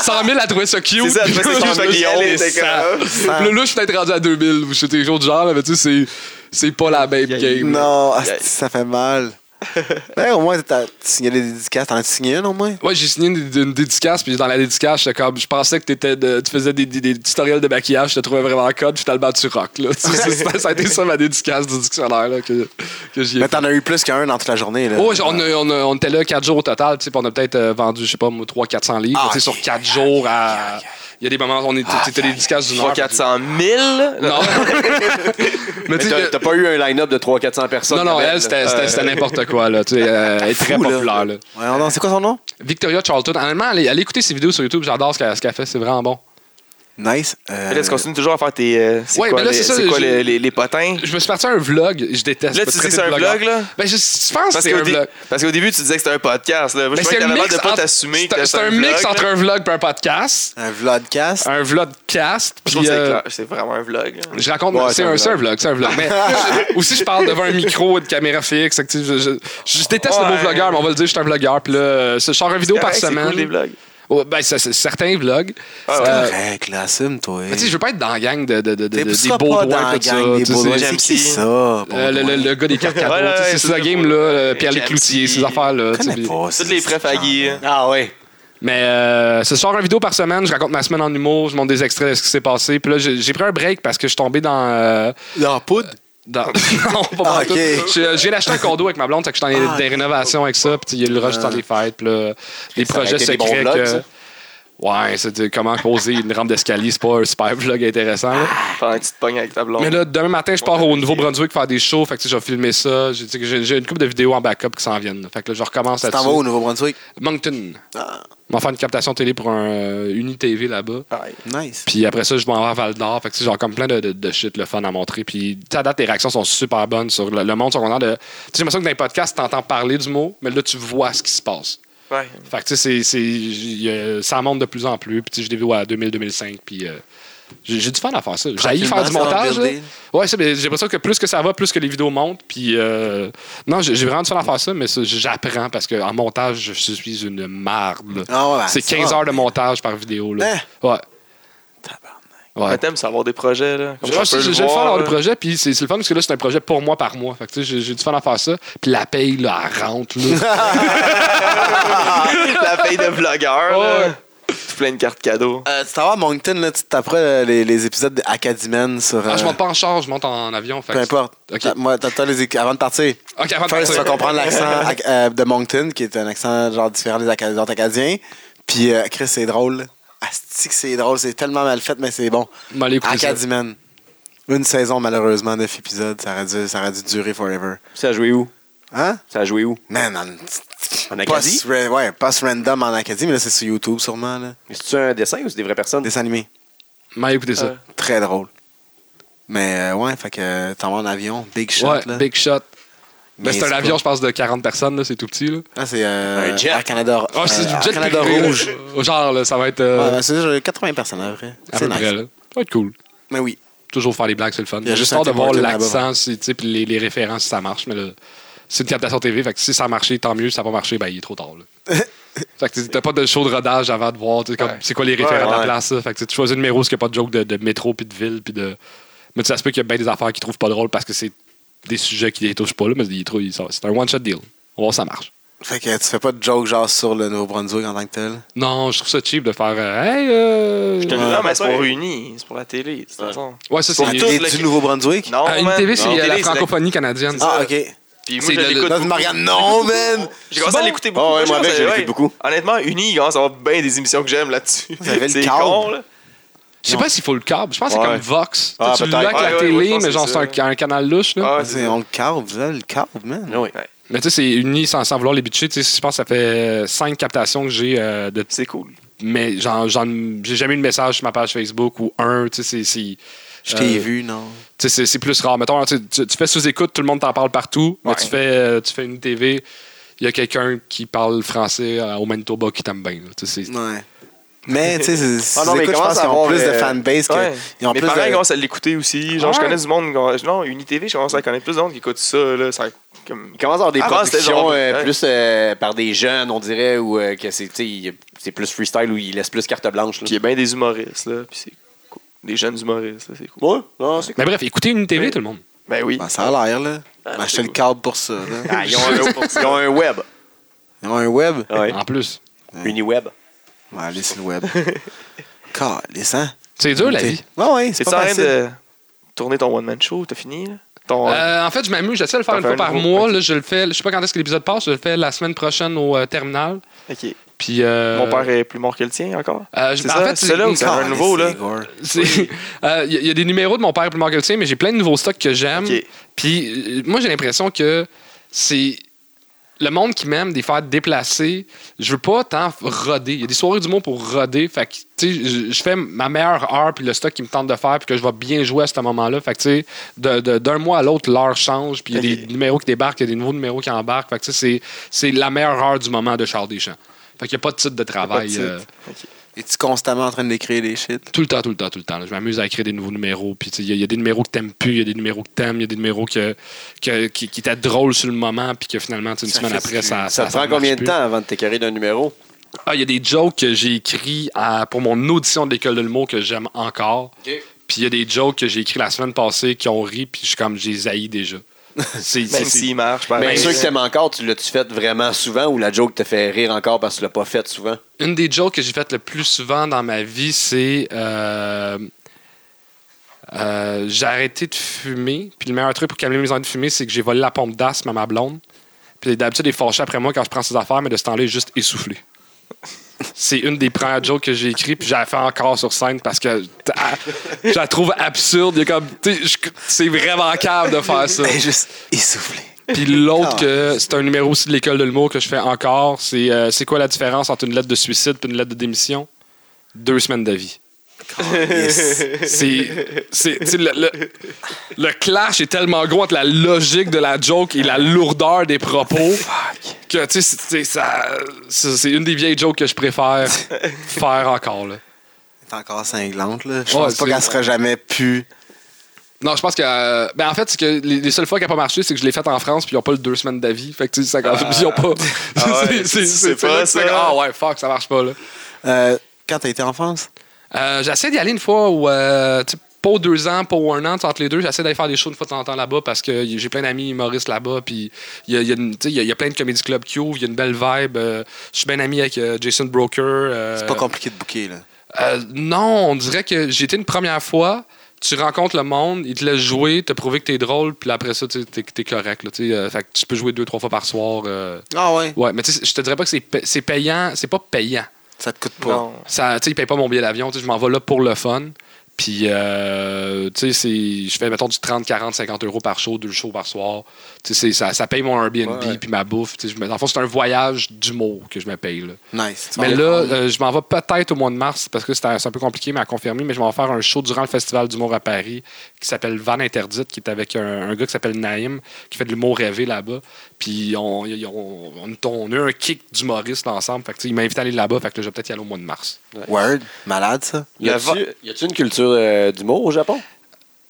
[SPEAKER 4] 100 000 à trouver ça cute.
[SPEAKER 2] C'est ça, elle trouvait ça cute, fait que Guillaume
[SPEAKER 4] Elle est
[SPEAKER 2] était comme- oh.
[SPEAKER 4] cent. Puis Là, là, je suis peut-être rendu à 2000 ou je sais des choses du genre, là, mais tu sais, c'est- c'est pas la même game. là.
[SPEAKER 3] Non,
[SPEAKER 2] Yeah.
[SPEAKER 3] asti, ça fait mal. Ben, au moins, t'as signé des dédicaces. T'en as signé une au moins?
[SPEAKER 4] Ouais, j'ai signé une, une dédicace, puis dans la dédicace, j'étais comme, je pensais que t'étais de- tu faisais des, des- des tutoriels de maquillage, je te trouvais vraiment code, puis finalement tu rock. Là. Tu sais, c'est- ça a été ça ma dédicace du dictionnaire là, que, que j'y ai.
[SPEAKER 3] Mais Ben, t'en as eu plus qu'un dans toute la journée. Là.
[SPEAKER 4] Oh, on, a- on a- on était là 4 jours au total, tu sais, puis on a peut-être euh, vendu, je sais pas, 300-400 livres,
[SPEAKER 3] Ah,
[SPEAKER 4] tu sais,
[SPEAKER 3] ok.
[SPEAKER 4] sur 4 jours à. Il y a des moments où on était c'était des dédicaces d'une heure.
[SPEAKER 2] 300 400 000.
[SPEAKER 4] Non. Mais tu
[SPEAKER 1] Mais
[SPEAKER 4] sais,
[SPEAKER 1] t'as- T'as pas eu un line-up de 300-400 personnes?
[SPEAKER 4] non, non,
[SPEAKER 1] Gabriel,
[SPEAKER 4] elle,
[SPEAKER 1] là?
[SPEAKER 4] c'était c'était- c'était n'importe quoi, là. Tu sais, euh, elle est très
[SPEAKER 3] Fou, là.
[SPEAKER 4] populaire, là.
[SPEAKER 3] Ouais, non, c'est quoi son nom?
[SPEAKER 4] Victoria Charlton, honnêtement, allez, allez écouter ses vidéos sur YouTube, j'adore ce qu'elle ce qu'elle fait, c'est vraiment bon.
[SPEAKER 3] Nice. Euh,
[SPEAKER 2] Mais là, tu continues toujours à faire tes. euh, c'est
[SPEAKER 4] Ouais,
[SPEAKER 2] quoi,
[SPEAKER 4] mais là,
[SPEAKER 2] les,
[SPEAKER 4] c'est ça,
[SPEAKER 2] c'est quoi
[SPEAKER 4] je-
[SPEAKER 2] les, les, les potins?
[SPEAKER 4] Je me suis parti un vlog, je déteste.
[SPEAKER 2] Là,
[SPEAKER 4] pas
[SPEAKER 2] tu
[SPEAKER 4] traiter
[SPEAKER 2] dis
[SPEAKER 4] de
[SPEAKER 2] c'est un
[SPEAKER 4] blogueur.
[SPEAKER 2] vlog, là?
[SPEAKER 4] Ben, je, je pense que
[SPEAKER 2] Parce
[SPEAKER 4] c'est
[SPEAKER 2] qu'au
[SPEAKER 4] un
[SPEAKER 2] dé-
[SPEAKER 4] vlog.
[SPEAKER 2] parce qu'au début, tu disais que c'était un podcast. Là.
[SPEAKER 4] Mais
[SPEAKER 2] Moi, je
[SPEAKER 4] c'est
[SPEAKER 2] trouvais que
[SPEAKER 4] un
[SPEAKER 2] t'avais l'air
[SPEAKER 4] mix,
[SPEAKER 2] de pas
[SPEAKER 4] entre-
[SPEAKER 2] t'assumer.
[SPEAKER 4] c'est un-
[SPEAKER 2] que
[SPEAKER 4] c'est un
[SPEAKER 2] vlog,
[SPEAKER 4] mix
[SPEAKER 2] là.
[SPEAKER 4] entre un vlog et un podcast,
[SPEAKER 3] Un vlogcast.
[SPEAKER 4] un vlogcast.
[SPEAKER 2] Je trouve
[SPEAKER 4] puis,
[SPEAKER 2] que c'est
[SPEAKER 4] euh,
[SPEAKER 2] clair, c'est vraiment un vlog. là.
[SPEAKER 4] Je raconte,
[SPEAKER 3] Ouais,
[SPEAKER 4] c'est
[SPEAKER 3] c'est un
[SPEAKER 4] un,
[SPEAKER 3] vlog.
[SPEAKER 4] c'est un vlog, c'est un vlog. Mais aussi, je parle devant un micro, une caméra fixe. fait que, tu sais, Je, je- je déteste le
[SPEAKER 2] Ouais.
[SPEAKER 4] mot vlogueur, mais on va le dire, je suis un vlogueur. Puis là, euh, je sors une vidéo par
[SPEAKER 2] Correct, C'est cool, les
[SPEAKER 4] semaine.
[SPEAKER 2] vlogs.
[SPEAKER 4] Oh, ben, c'est c'est certains vlogs.
[SPEAKER 2] Ah, ouais.
[SPEAKER 4] Euh,
[SPEAKER 3] Correct, là, assume-toi.
[SPEAKER 4] mais tu sais, je veux pas être dans la gang de, de, de, de-
[SPEAKER 3] T'es
[SPEAKER 4] des
[SPEAKER 3] pas
[SPEAKER 4] beaux
[SPEAKER 3] dans
[SPEAKER 4] doigts,
[SPEAKER 3] la
[SPEAKER 4] tout ça.
[SPEAKER 3] gang des
[SPEAKER 4] tu sais.
[SPEAKER 3] beaux doigts.
[SPEAKER 2] j'aime
[SPEAKER 3] C'est qui
[SPEAKER 2] si.
[SPEAKER 3] ça? Bon,
[SPEAKER 4] Euh, le, le- le gars des cartes cadeaux,
[SPEAKER 2] Ouais,
[SPEAKER 4] tu sais,
[SPEAKER 2] ouais,
[SPEAKER 4] c'est
[SPEAKER 2] c'est
[SPEAKER 4] ça
[SPEAKER 2] ça.
[SPEAKER 4] game là, euh, Pierre
[SPEAKER 2] J'aime
[SPEAKER 4] Lécloutier,
[SPEAKER 2] si.
[SPEAKER 4] ces affaires là.
[SPEAKER 3] Je connais pas ça,
[SPEAKER 2] Toutes les
[SPEAKER 3] ce
[SPEAKER 2] prefs à
[SPEAKER 3] genre.
[SPEAKER 2] Guy. hein.
[SPEAKER 1] Ah ouais.
[SPEAKER 4] Mais euh, ce soir, une vidéo par semaine, je raconte ma semaine en humour, je montre des extraits de ce qui s'est passé. Puis là, j'ai j'ai pris un break parce que je suis tombé dans. euh,
[SPEAKER 3] Dans poudre?
[SPEAKER 4] dans- non,
[SPEAKER 3] Ah,
[SPEAKER 4] pas partout.
[SPEAKER 3] ok.
[SPEAKER 4] Je, je viens d'acheter un condo avec ma blonde, fait que je suis dans
[SPEAKER 3] Ah,
[SPEAKER 4] des rénovations avec ça, puis il y a le rush dans les fêtes, puis là, des
[SPEAKER 1] Ça aurait
[SPEAKER 4] projets
[SPEAKER 1] été des bons
[SPEAKER 4] secrets.
[SPEAKER 1] vlogs,
[SPEAKER 4] que-
[SPEAKER 1] ça.
[SPEAKER 4] Ouais, c'est de- comment poser une rampe d'escalier, c'est pas un super vlog intéressant. là.
[SPEAKER 2] Faire une petite pogne avec ta blonde.
[SPEAKER 4] Mais là, demain matin, je pars au Nouveau-Brunswick faire des shows, fait que tu sais, je vais filmer ça. J'ai tu sais, que j'ai- j'ai une couple de vidéos en backup qui s'en viennent. là. Fait que là, je recommence
[SPEAKER 3] Tu t'en vas
[SPEAKER 4] là-dessus.
[SPEAKER 3] au Nouveau-Brunswick?
[SPEAKER 4] Moncton.
[SPEAKER 3] Ah,
[SPEAKER 4] On va faire une captation télé pour un euh, UniTV là-bas.
[SPEAKER 2] Ouais.
[SPEAKER 3] nice.
[SPEAKER 4] Puis après ça, je m'en vais à Val d'Or. Fait que c'est genre comme plein de, de, de shit le fun à montrer. Puis tu sais, à date, les réactions sont super bonnes sur le, le monde. sont contents de. Tu sais, j'ai l'impression que dans les podcasts, t'entends parler du mot, mais là, tu vois ce qui se passe.
[SPEAKER 2] Ouais.
[SPEAKER 4] Fait que tu sais, c'est- c'est- j- y a- ça monte de plus en plus. Puis tu sais, je l'ai vu ouais, à 2000-2005. Puis euh, j'ai j'ai du fun à faire ça. J'ai faire du
[SPEAKER 3] Tranquillement, ça va
[SPEAKER 4] montage. là.
[SPEAKER 3] builder.
[SPEAKER 4] Ouais, ça, mais j'ai l'impression que plus que ça va, plus que les vidéos montent. Puis euh, non, j'ai j'ai vraiment du fun à faire ça, mais ça, j'apprends parce qu'en montage, je suis une marde. là.
[SPEAKER 3] Ah ouais, ben,
[SPEAKER 4] c'est
[SPEAKER 3] ça, Hein?
[SPEAKER 4] 15 heures de montage par vidéo. Là. Ouais.
[SPEAKER 2] Le
[SPEAKER 4] Ouais.
[SPEAKER 2] thème, c'est avoir des projets. Là. Comme
[SPEAKER 4] Je
[SPEAKER 2] ça, on
[SPEAKER 4] pense que
[SPEAKER 2] peut
[SPEAKER 4] J'ai
[SPEAKER 2] le
[SPEAKER 4] j'ai le fun
[SPEAKER 2] voir,
[SPEAKER 4] d'avoir le
[SPEAKER 2] là.
[SPEAKER 4] projet, puis c'est c'est le fun parce que là, c'est un projet pour moi par mois. Fait que tu sais, j'ai j'ai du fun à faire ça. Puis la paye, là, elle rentre. Là.
[SPEAKER 2] la paye de vlogueur. là. Tout plein de cartes cadeaux.
[SPEAKER 3] Euh, tu t'en vas à Moncton, là, tu t'apprends euh, les, les épisodes de Acadimen sur.
[SPEAKER 4] Ah, je
[SPEAKER 3] euh,
[SPEAKER 4] monte pas en charge, je monte en avion. Fait
[SPEAKER 3] Peu
[SPEAKER 4] que-
[SPEAKER 3] importe.
[SPEAKER 4] Ok.
[SPEAKER 3] T'as- Moi, t'attends les éc- avant de partir.
[SPEAKER 4] Ok, avant de
[SPEAKER 3] First, tu vas
[SPEAKER 4] partir.
[SPEAKER 3] comprendre l'accent ac- euh, de Moncton, qui est un accent genre différent des, Aca- des autres Acadiens. Puis, euh, Chris, c'est drôle. Asti que c'est drôle. C'est tellement mal fait, mais c'est bon.
[SPEAKER 4] M'en aller écouter ça.
[SPEAKER 3] Acadimen. Une saison, malheureusement, neuf épisodes. Ça aurait dû, ça aurait dû durer forever.
[SPEAKER 2] Ça a joué où?
[SPEAKER 3] Hein?
[SPEAKER 2] Ça a joué où?
[SPEAKER 3] Man, en,
[SPEAKER 1] En Acadie?
[SPEAKER 3] post, ra- ouais, post random en Acadie, mais là, c'est sur YouTube sûrement. Là.
[SPEAKER 1] C'est-tu un dessin ou c'est des vraies personnes?
[SPEAKER 3] Dessin animé.
[SPEAKER 4] M'en aller écouter ça.
[SPEAKER 2] Euh,
[SPEAKER 3] Très drôle. Mais euh, ouais, fait que euh, t'en vas en avion. Big shot.
[SPEAKER 4] ouais,
[SPEAKER 3] là.
[SPEAKER 4] Big Shot. Mais c'est un
[SPEAKER 3] pas-
[SPEAKER 4] avion, je pense, de 40 personnes, là, c'est tout petit. Là.
[SPEAKER 3] Ah, c'est euh,
[SPEAKER 1] Un jet.
[SPEAKER 3] Air Canada,
[SPEAKER 4] Ah, c'est
[SPEAKER 3] euh,
[SPEAKER 4] du
[SPEAKER 3] Air
[SPEAKER 4] jet
[SPEAKER 3] Canada
[SPEAKER 4] privé, là.
[SPEAKER 3] rouge.
[SPEAKER 4] Genre, là, ça va être
[SPEAKER 3] Ouais,
[SPEAKER 4] euh,
[SPEAKER 3] ben, c'est déjà 80 personnes à peu près.
[SPEAKER 4] à
[SPEAKER 3] C'est
[SPEAKER 4] peu
[SPEAKER 3] nice.
[SPEAKER 4] près. Là. Ça va être cool.
[SPEAKER 3] Mais oui.
[SPEAKER 4] Toujours faire les blagues, c'est le fun.
[SPEAKER 3] Il y a juste
[SPEAKER 4] Juste
[SPEAKER 3] un
[SPEAKER 4] hâte de
[SPEAKER 3] Tim
[SPEAKER 4] voir
[SPEAKER 3] Hortons
[SPEAKER 4] l'accent, si, tu sais, puis les, les références, si ça marche. Mais là, c'est une captation TV, fait que si ça a marché, tant mieux. Si ça n'a pas marché, ben, il est trop tard. Là. fait que t'as pas de show de rodage avant de voir tu sais, comme,
[SPEAKER 2] Ouais.
[SPEAKER 4] c'est quoi les référents de la
[SPEAKER 1] ouais.
[SPEAKER 4] place. là. Fait que tu sais, tu choisis un numéro, ce qui a pas de joke de, de métro puis de ville. Puis de... Mais tu sais, ça se peut qu'il y a bien des affaires qu'ils trouvent pas drôles parce que c'est des sujets qui les touchent pas. Là, mais ils trouvent- ils sont- c'est un one-shot deal. On va voir si ça marche.
[SPEAKER 3] Fait que tu fais pas de joke genre sur le Nouveau-Brunswick en tant que tel.
[SPEAKER 4] Non, je trouve ça cheap de faire. euh, hey, euh,
[SPEAKER 2] Je te le dis,
[SPEAKER 3] Ouais.
[SPEAKER 2] non, mais c'est pour Uni, c'est pour la télé, de toute façon.
[SPEAKER 4] Ouais, ça, c'est.
[SPEAKER 2] Pour
[SPEAKER 3] Il
[SPEAKER 2] tout
[SPEAKER 3] est
[SPEAKER 2] le-
[SPEAKER 3] du Nouveau-Brunswick?
[SPEAKER 2] Non,
[SPEAKER 4] À une
[SPEAKER 2] Ah, man.
[SPEAKER 4] TV, c'est
[SPEAKER 2] Non,
[SPEAKER 4] euh, la
[SPEAKER 2] télé, c'est
[SPEAKER 4] francophonie canadienne.
[SPEAKER 3] Ah, ok.
[SPEAKER 2] Puis moi,
[SPEAKER 4] C'est
[SPEAKER 2] je
[SPEAKER 4] le-
[SPEAKER 2] l'écoute
[SPEAKER 3] Là, tu me regardes, non, man!
[SPEAKER 2] J'ai commencé à
[SPEAKER 4] bon?
[SPEAKER 2] l'écouter beaucoup.
[SPEAKER 1] Ah ouais, moi,
[SPEAKER 2] je
[SPEAKER 1] avec,
[SPEAKER 2] pense
[SPEAKER 1] je
[SPEAKER 2] que-
[SPEAKER 1] l'écoute beaucoup.
[SPEAKER 2] Honnêtement, Uni, il commence à avoir bien des émissions que j'aime là-dessus.
[SPEAKER 3] Ça fait le
[SPEAKER 2] C'est
[SPEAKER 3] câble.
[SPEAKER 2] con, là.
[SPEAKER 4] Je sais pas s'il faut le câble. Je pense que c'est
[SPEAKER 1] Ouais.
[SPEAKER 4] comme Vox.
[SPEAKER 1] Ah,
[SPEAKER 4] tu l'as
[SPEAKER 1] peut-être.
[SPEAKER 4] avec la
[SPEAKER 2] Ouais, ouais,
[SPEAKER 4] télé,
[SPEAKER 2] ouais, je pense
[SPEAKER 4] mais
[SPEAKER 2] que
[SPEAKER 4] genre, c'est
[SPEAKER 2] c'est
[SPEAKER 4] un, un canal louche, là.
[SPEAKER 2] Ah,
[SPEAKER 3] C'est- On le carve, vous avez le carve, man.
[SPEAKER 1] Ah oui.
[SPEAKER 4] Mais tu sais, c'est uni sans, sans vouloir les bitcher. Tu sais, je pense que ça fait euh, cinq captations que j'ai euh, de.
[SPEAKER 2] C'est cool.
[SPEAKER 4] Mais genre, genre, j'ai jamais eu de message sur ma page Facebook ou un. Tu sais, c'est- c'est.
[SPEAKER 3] Je t'ai
[SPEAKER 4] Euh,
[SPEAKER 3] vu, non.
[SPEAKER 4] tu sais, c'est c'est plus rare. Mettons, tu, tu- tu fais sous-écoute, tout le monde t'en parle partout, mais
[SPEAKER 2] Ouais.
[SPEAKER 4] tu fais, euh, tu fais une TV, il y a quelqu'un qui parle français euh, au Manitoba qui t'aime bien. là. Tu sais, c'est-
[SPEAKER 3] Ouais. Mais, tu sais, c'est-
[SPEAKER 1] Ah
[SPEAKER 3] c'est-
[SPEAKER 1] non, mais
[SPEAKER 3] écoute, je
[SPEAKER 1] comment
[SPEAKER 3] pense
[SPEAKER 1] ça
[SPEAKER 3] qu'ils ont
[SPEAKER 1] va,
[SPEAKER 3] plus de
[SPEAKER 1] euh,
[SPEAKER 3] fanbase que.
[SPEAKER 2] Ouais.
[SPEAKER 3] Ils ont
[SPEAKER 2] Mes
[SPEAKER 3] plus
[SPEAKER 2] parents ils
[SPEAKER 3] de.
[SPEAKER 2] commencent à l'écouter aussi. Genre, je
[SPEAKER 4] Ouais.
[SPEAKER 2] connais du monde. qui ont- Non, Uni TV, je commence à connaître plus de monde qui écoute ça. Là. Ça, comme...
[SPEAKER 1] Il commence à avoir des
[SPEAKER 2] Ah, c'était
[SPEAKER 1] productions
[SPEAKER 2] genre-
[SPEAKER 1] euh,
[SPEAKER 2] ouais.
[SPEAKER 1] plus euh, par des jeunes, on dirait, ou euh, que c'est tu sais, il- c'est plus freestyle où ils laissent plus carte blanche. là.
[SPEAKER 2] Puis il y a bien des humoristes. Là. Puis c'est cool. Des jeunes humoristes. là, C'est cool.
[SPEAKER 1] Ouais, non, c'est
[SPEAKER 4] Mais bref, écoutez une TV,
[SPEAKER 2] Oui.
[SPEAKER 4] tout le monde.
[SPEAKER 2] Ben oui.
[SPEAKER 3] Ben, ça a l'air, là.
[SPEAKER 2] Ah,
[SPEAKER 3] Ben, je te
[SPEAKER 2] c'est
[SPEAKER 3] le
[SPEAKER 2] cool.
[SPEAKER 3] carve pour ça. là.
[SPEAKER 1] Ah, ils, ont un, ils ont un web.
[SPEAKER 3] Ils ont un web.
[SPEAKER 1] Ouais.
[SPEAKER 4] En plus.
[SPEAKER 1] Uniweb.
[SPEAKER 3] Ben, allez sur le web. Calisse, hein?
[SPEAKER 4] C'est dur, la
[SPEAKER 3] T'es-
[SPEAKER 4] vie.
[SPEAKER 3] Ouais, ouais, c'est
[SPEAKER 2] C'est en
[SPEAKER 3] pas
[SPEAKER 2] train
[SPEAKER 3] facile.
[SPEAKER 2] de tourner ton one-man show. T'as fini? Là? Ton...
[SPEAKER 4] Euh, en fait, je m'amuse, j'essaie de le faire
[SPEAKER 2] T'en
[SPEAKER 4] une
[SPEAKER 2] fais
[SPEAKER 4] fois
[SPEAKER 2] un
[SPEAKER 4] par
[SPEAKER 2] nouveau,
[SPEAKER 4] mois.
[SPEAKER 2] ok.
[SPEAKER 4] Là, je le fais, je sais pas quand est-ce que l'épisode passe, je le fais la semaine prochaine au euh, terminal.
[SPEAKER 2] OK.
[SPEAKER 4] Puis, euh,
[SPEAKER 2] Mon père est plus mort que le tien encore.
[SPEAKER 4] euh, je-
[SPEAKER 2] C'est
[SPEAKER 4] en
[SPEAKER 2] ça,
[SPEAKER 4] fait,
[SPEAKER 2] c'est là où
[SPEAKER 4] c'est-
[SPEAKER 2] ça va? un nouveau, là.
[SPEAKER 3] C'est gore.
[SPEAKER 4] c'est- euh, Il y, a- il y a des numéros de mon père plus mort que le tien, mais j'ai plein de nouveaux stocks que j'aime.
[SPEAKER 2] OK.
[SPEAKER 4] Puis euh, moi, j'ai l'impression que c'est le monde qui m'aime, des faire déplacer. Je veux pas tant roder. Il y a des soirées du monde pour roder. Fait que, tu sais, je- je fais ma meilleure heure, puis le stock qui me tente de faire, puis que je vais bien jouer à ce moment-là. Fait que, tu sais, de- de- d'un mois à l'autre, l'heure change, puis il y a des numéros qui débarquent, il y a des nouveaux numéros qui embarquent. Fait que, tu sais, c'est- c'est la meilleure heure du moment de Charles Deschamps. Fait qu'il n'y a pas de titre de travail.
[SPEAKER 2] titre.
[SPEAKER 4] euh,
[SPEAKER 3] Es-tu constamment en train d'écrire des shit?
[SPEAKER 4] tout le temps, tout le temps, tout le temps. là. Je m'amuse à écrire des nouveaux numéros. Puis tu sais, il y, a- il y a des numéros que t'aimes plus, il y a des numéros que t'aimes, il y a des numéros que, que- qui, qui étaient drôles sur le moment, puis que finalement, tu sais, une
[SPEAKER 3] Ça
[SPEAKER 4] semaine
[SPEAKER 3] fait
[SPEAKER 4] après,
[SPEAKER 3] plus.
[SPEAKER 4] ça.
[SPEAKER 1] Ça te prend
[SPEAKER 4] marche
[SPEAKER 1] combien de
[SPEAKER 4] plus.
[SPEAKER 1] temps avant de t'écarrer d'un numéro?
[SPEAKER 4] Ah, il y a des jokes que j'ai écrits à- pour mon audition de l'école de l'humour que j'aime encore. Puis il y a des jokes que j'ai écrits la semaine passée qui ont ri, puis je suis comme, j'ai zaï déjà. C'est- c'est-
[SPEAKER 2] Même
[SPEAKER 4] c'est-
[SPEAKER 2] s'il marche. par
[SPEAKER 1] Bien
[SPEAKER 2] exemple.
[SPEAKER 4] euh,
[SPEAKER 1] sûr que t'aimes encore, tu l'as-tu fait vraiment souvent ou la joke te fait rire encore parce que tu l'as pas fait souvent?
[SPEAKER 4] une des jokes que j'ai faites le plus souvent dans ma vie, c'est euh, euh, j'ai arrêté de fumer. Puis le meilleur truc pour calmer mes envies de fumer, c'est que j'ai volé la pompe d'asthme à ma blonde. Puis d'habitude, il est fâché après moi quand je prends ses affaires, mais de ce temps-là, il est juste essoufflé. C'est une des premières jokes que j'ai écrites, puis je la fais encore sur scène parce que t- ah, je la trouve absurde. Il y a comme, tu sais, je- c'est vraiment cave de faire ça.
[SPEAKER 3] Et juste essoufflé.
[SPEAKER 4] Puis l'autre, que c'est un numéro aussi de l'école de l'humour que je fais encore, c'est euh, c'est quoi la différence entre une lettre de suicide et une lettre de démission? Deux semaines de vie.
[SPEAKER 3] Yes.
[SPEAKER 4] C'est. c'est- tu sais, le, le- le clash est tellement gros entre la logique de la joke et la lourdeur des propos que, tu sais, c'est- c'est- ça- c'est c'est une des vieilles jokes que je préfère faire encore. là.
[SPEAKER 3] Elle est encore cinglante, là. Je
[SPEAKER 4] Ouais,
[SPEAKER 3] pense pas
[SPEAKER 4] c'est-
[SPEAKER 3] qu'elle serait jamais pu.
[SPEAKER 4] Non, je pense que. euh, ben, en fait, c'est que les, les seules fois qu'elle n'a pas marché, c'est que je l'ai faite en France, puis ils n'ont pas le deux semaines d'avis. Fait que, tu sais, ça, ils ont pas.
[SPEAKER 2] Ah
[SPEAKER 4] c'est-
[SPEAKER 2] ouais,
[SPEAKER 4] c'est-
[SPEAKER 2] tu sais
[SPEAKER 4] c'est
[SPEAKER 2] pas,
[SPEAKER 4] là que tu fais
[SPEAKER 2] ça.
[SPEAKER 4] comme, Ah ouais, fuck, ça marche pas, là.
[SPEAKER 3] Euh, quand t'as été en France?
[SPEAKER 4] Euh, j'essaie d'y aller une fois où, euh, tu sais, pas deux ans, pas un an, tu sais, entre les deux. J'essaie d'aller faire des shows une fois de temps en temps là-bas parce que y- j'ai plein d'amis humoristes là-bas. Puis il y a, il y a une- tu sais, il y a- il y a plein de comédie club qui ouvrent, il y a une belle vibe. euh, je suis bien ami avec euh, Jason Broker. euh,
[SPEAKER 3] C'est pas compliqué de bouquer, là.
[SPEAKER 4] euh, non, on dirait que j'ai été une première fois. Tu rencontres le monde, ils te laissent jouer, te prouver que t'es drôle, puis après ça, tu sais, t'es t'es correct. Là, tu sais, euh, fait que tu peux jouer deux, trois fois par soir. euh.
[SPEAKER 3] Ah ouais?
[SPEAKER 4] Ouais, mais tu sais, je te dirais pas que c'est pa- c'est payant, c'est pas payant
[SPEAKER 3] Ça te coûte pas.
[SPEAKER 2] Non.
[SPEAKER 4] ça tu sais, ils payent pas mon billet d'avion tu sais, je m'en vais là pour le fun puis euh, tu sais c'est je fais mettons du 30 40 50 euros par show deux shows par soir tu sais c'est- ça, ça paye mon Airbnb
[SPEAKER 3] Ouais.
[SPEAKER 4] puis ma bouffe tu sais, je me- dans le fond c'est un voyage d'humour que je me paye là.
[SPEAKER 3] Nice. Tu
[SPEAKER 4] mais
[SPEAKER 3] vas
[SPEAKER 4] là
[SPEAKER 3] prendre.
[SPEAKER 4] euh, je m'en vais peut-être au mois de mars parce que c'est un c'est un peu compliqué mais à confirmer mais je m'en vais faire un show durant le festival d'humour à Paris qui s'appelle Van Interdite qui est avec un, un gars qui s'appelle Naïm qui fait de l'humour rêvé là-bas puis on, ils ont- on, on a eu un kick d'humoriste ensemble fait que, tu sais, il m'a invité à aller là-bas fait que là, je vais peut-être y aller au mois de mars
[SPEAKER 3] Word. Malade, ça.
[SPEAKER 1] Y
[SPEAKER 2] Le va-
[SPEAKER 1] a-tu y a-tu une culture euh, d'humour au Japon?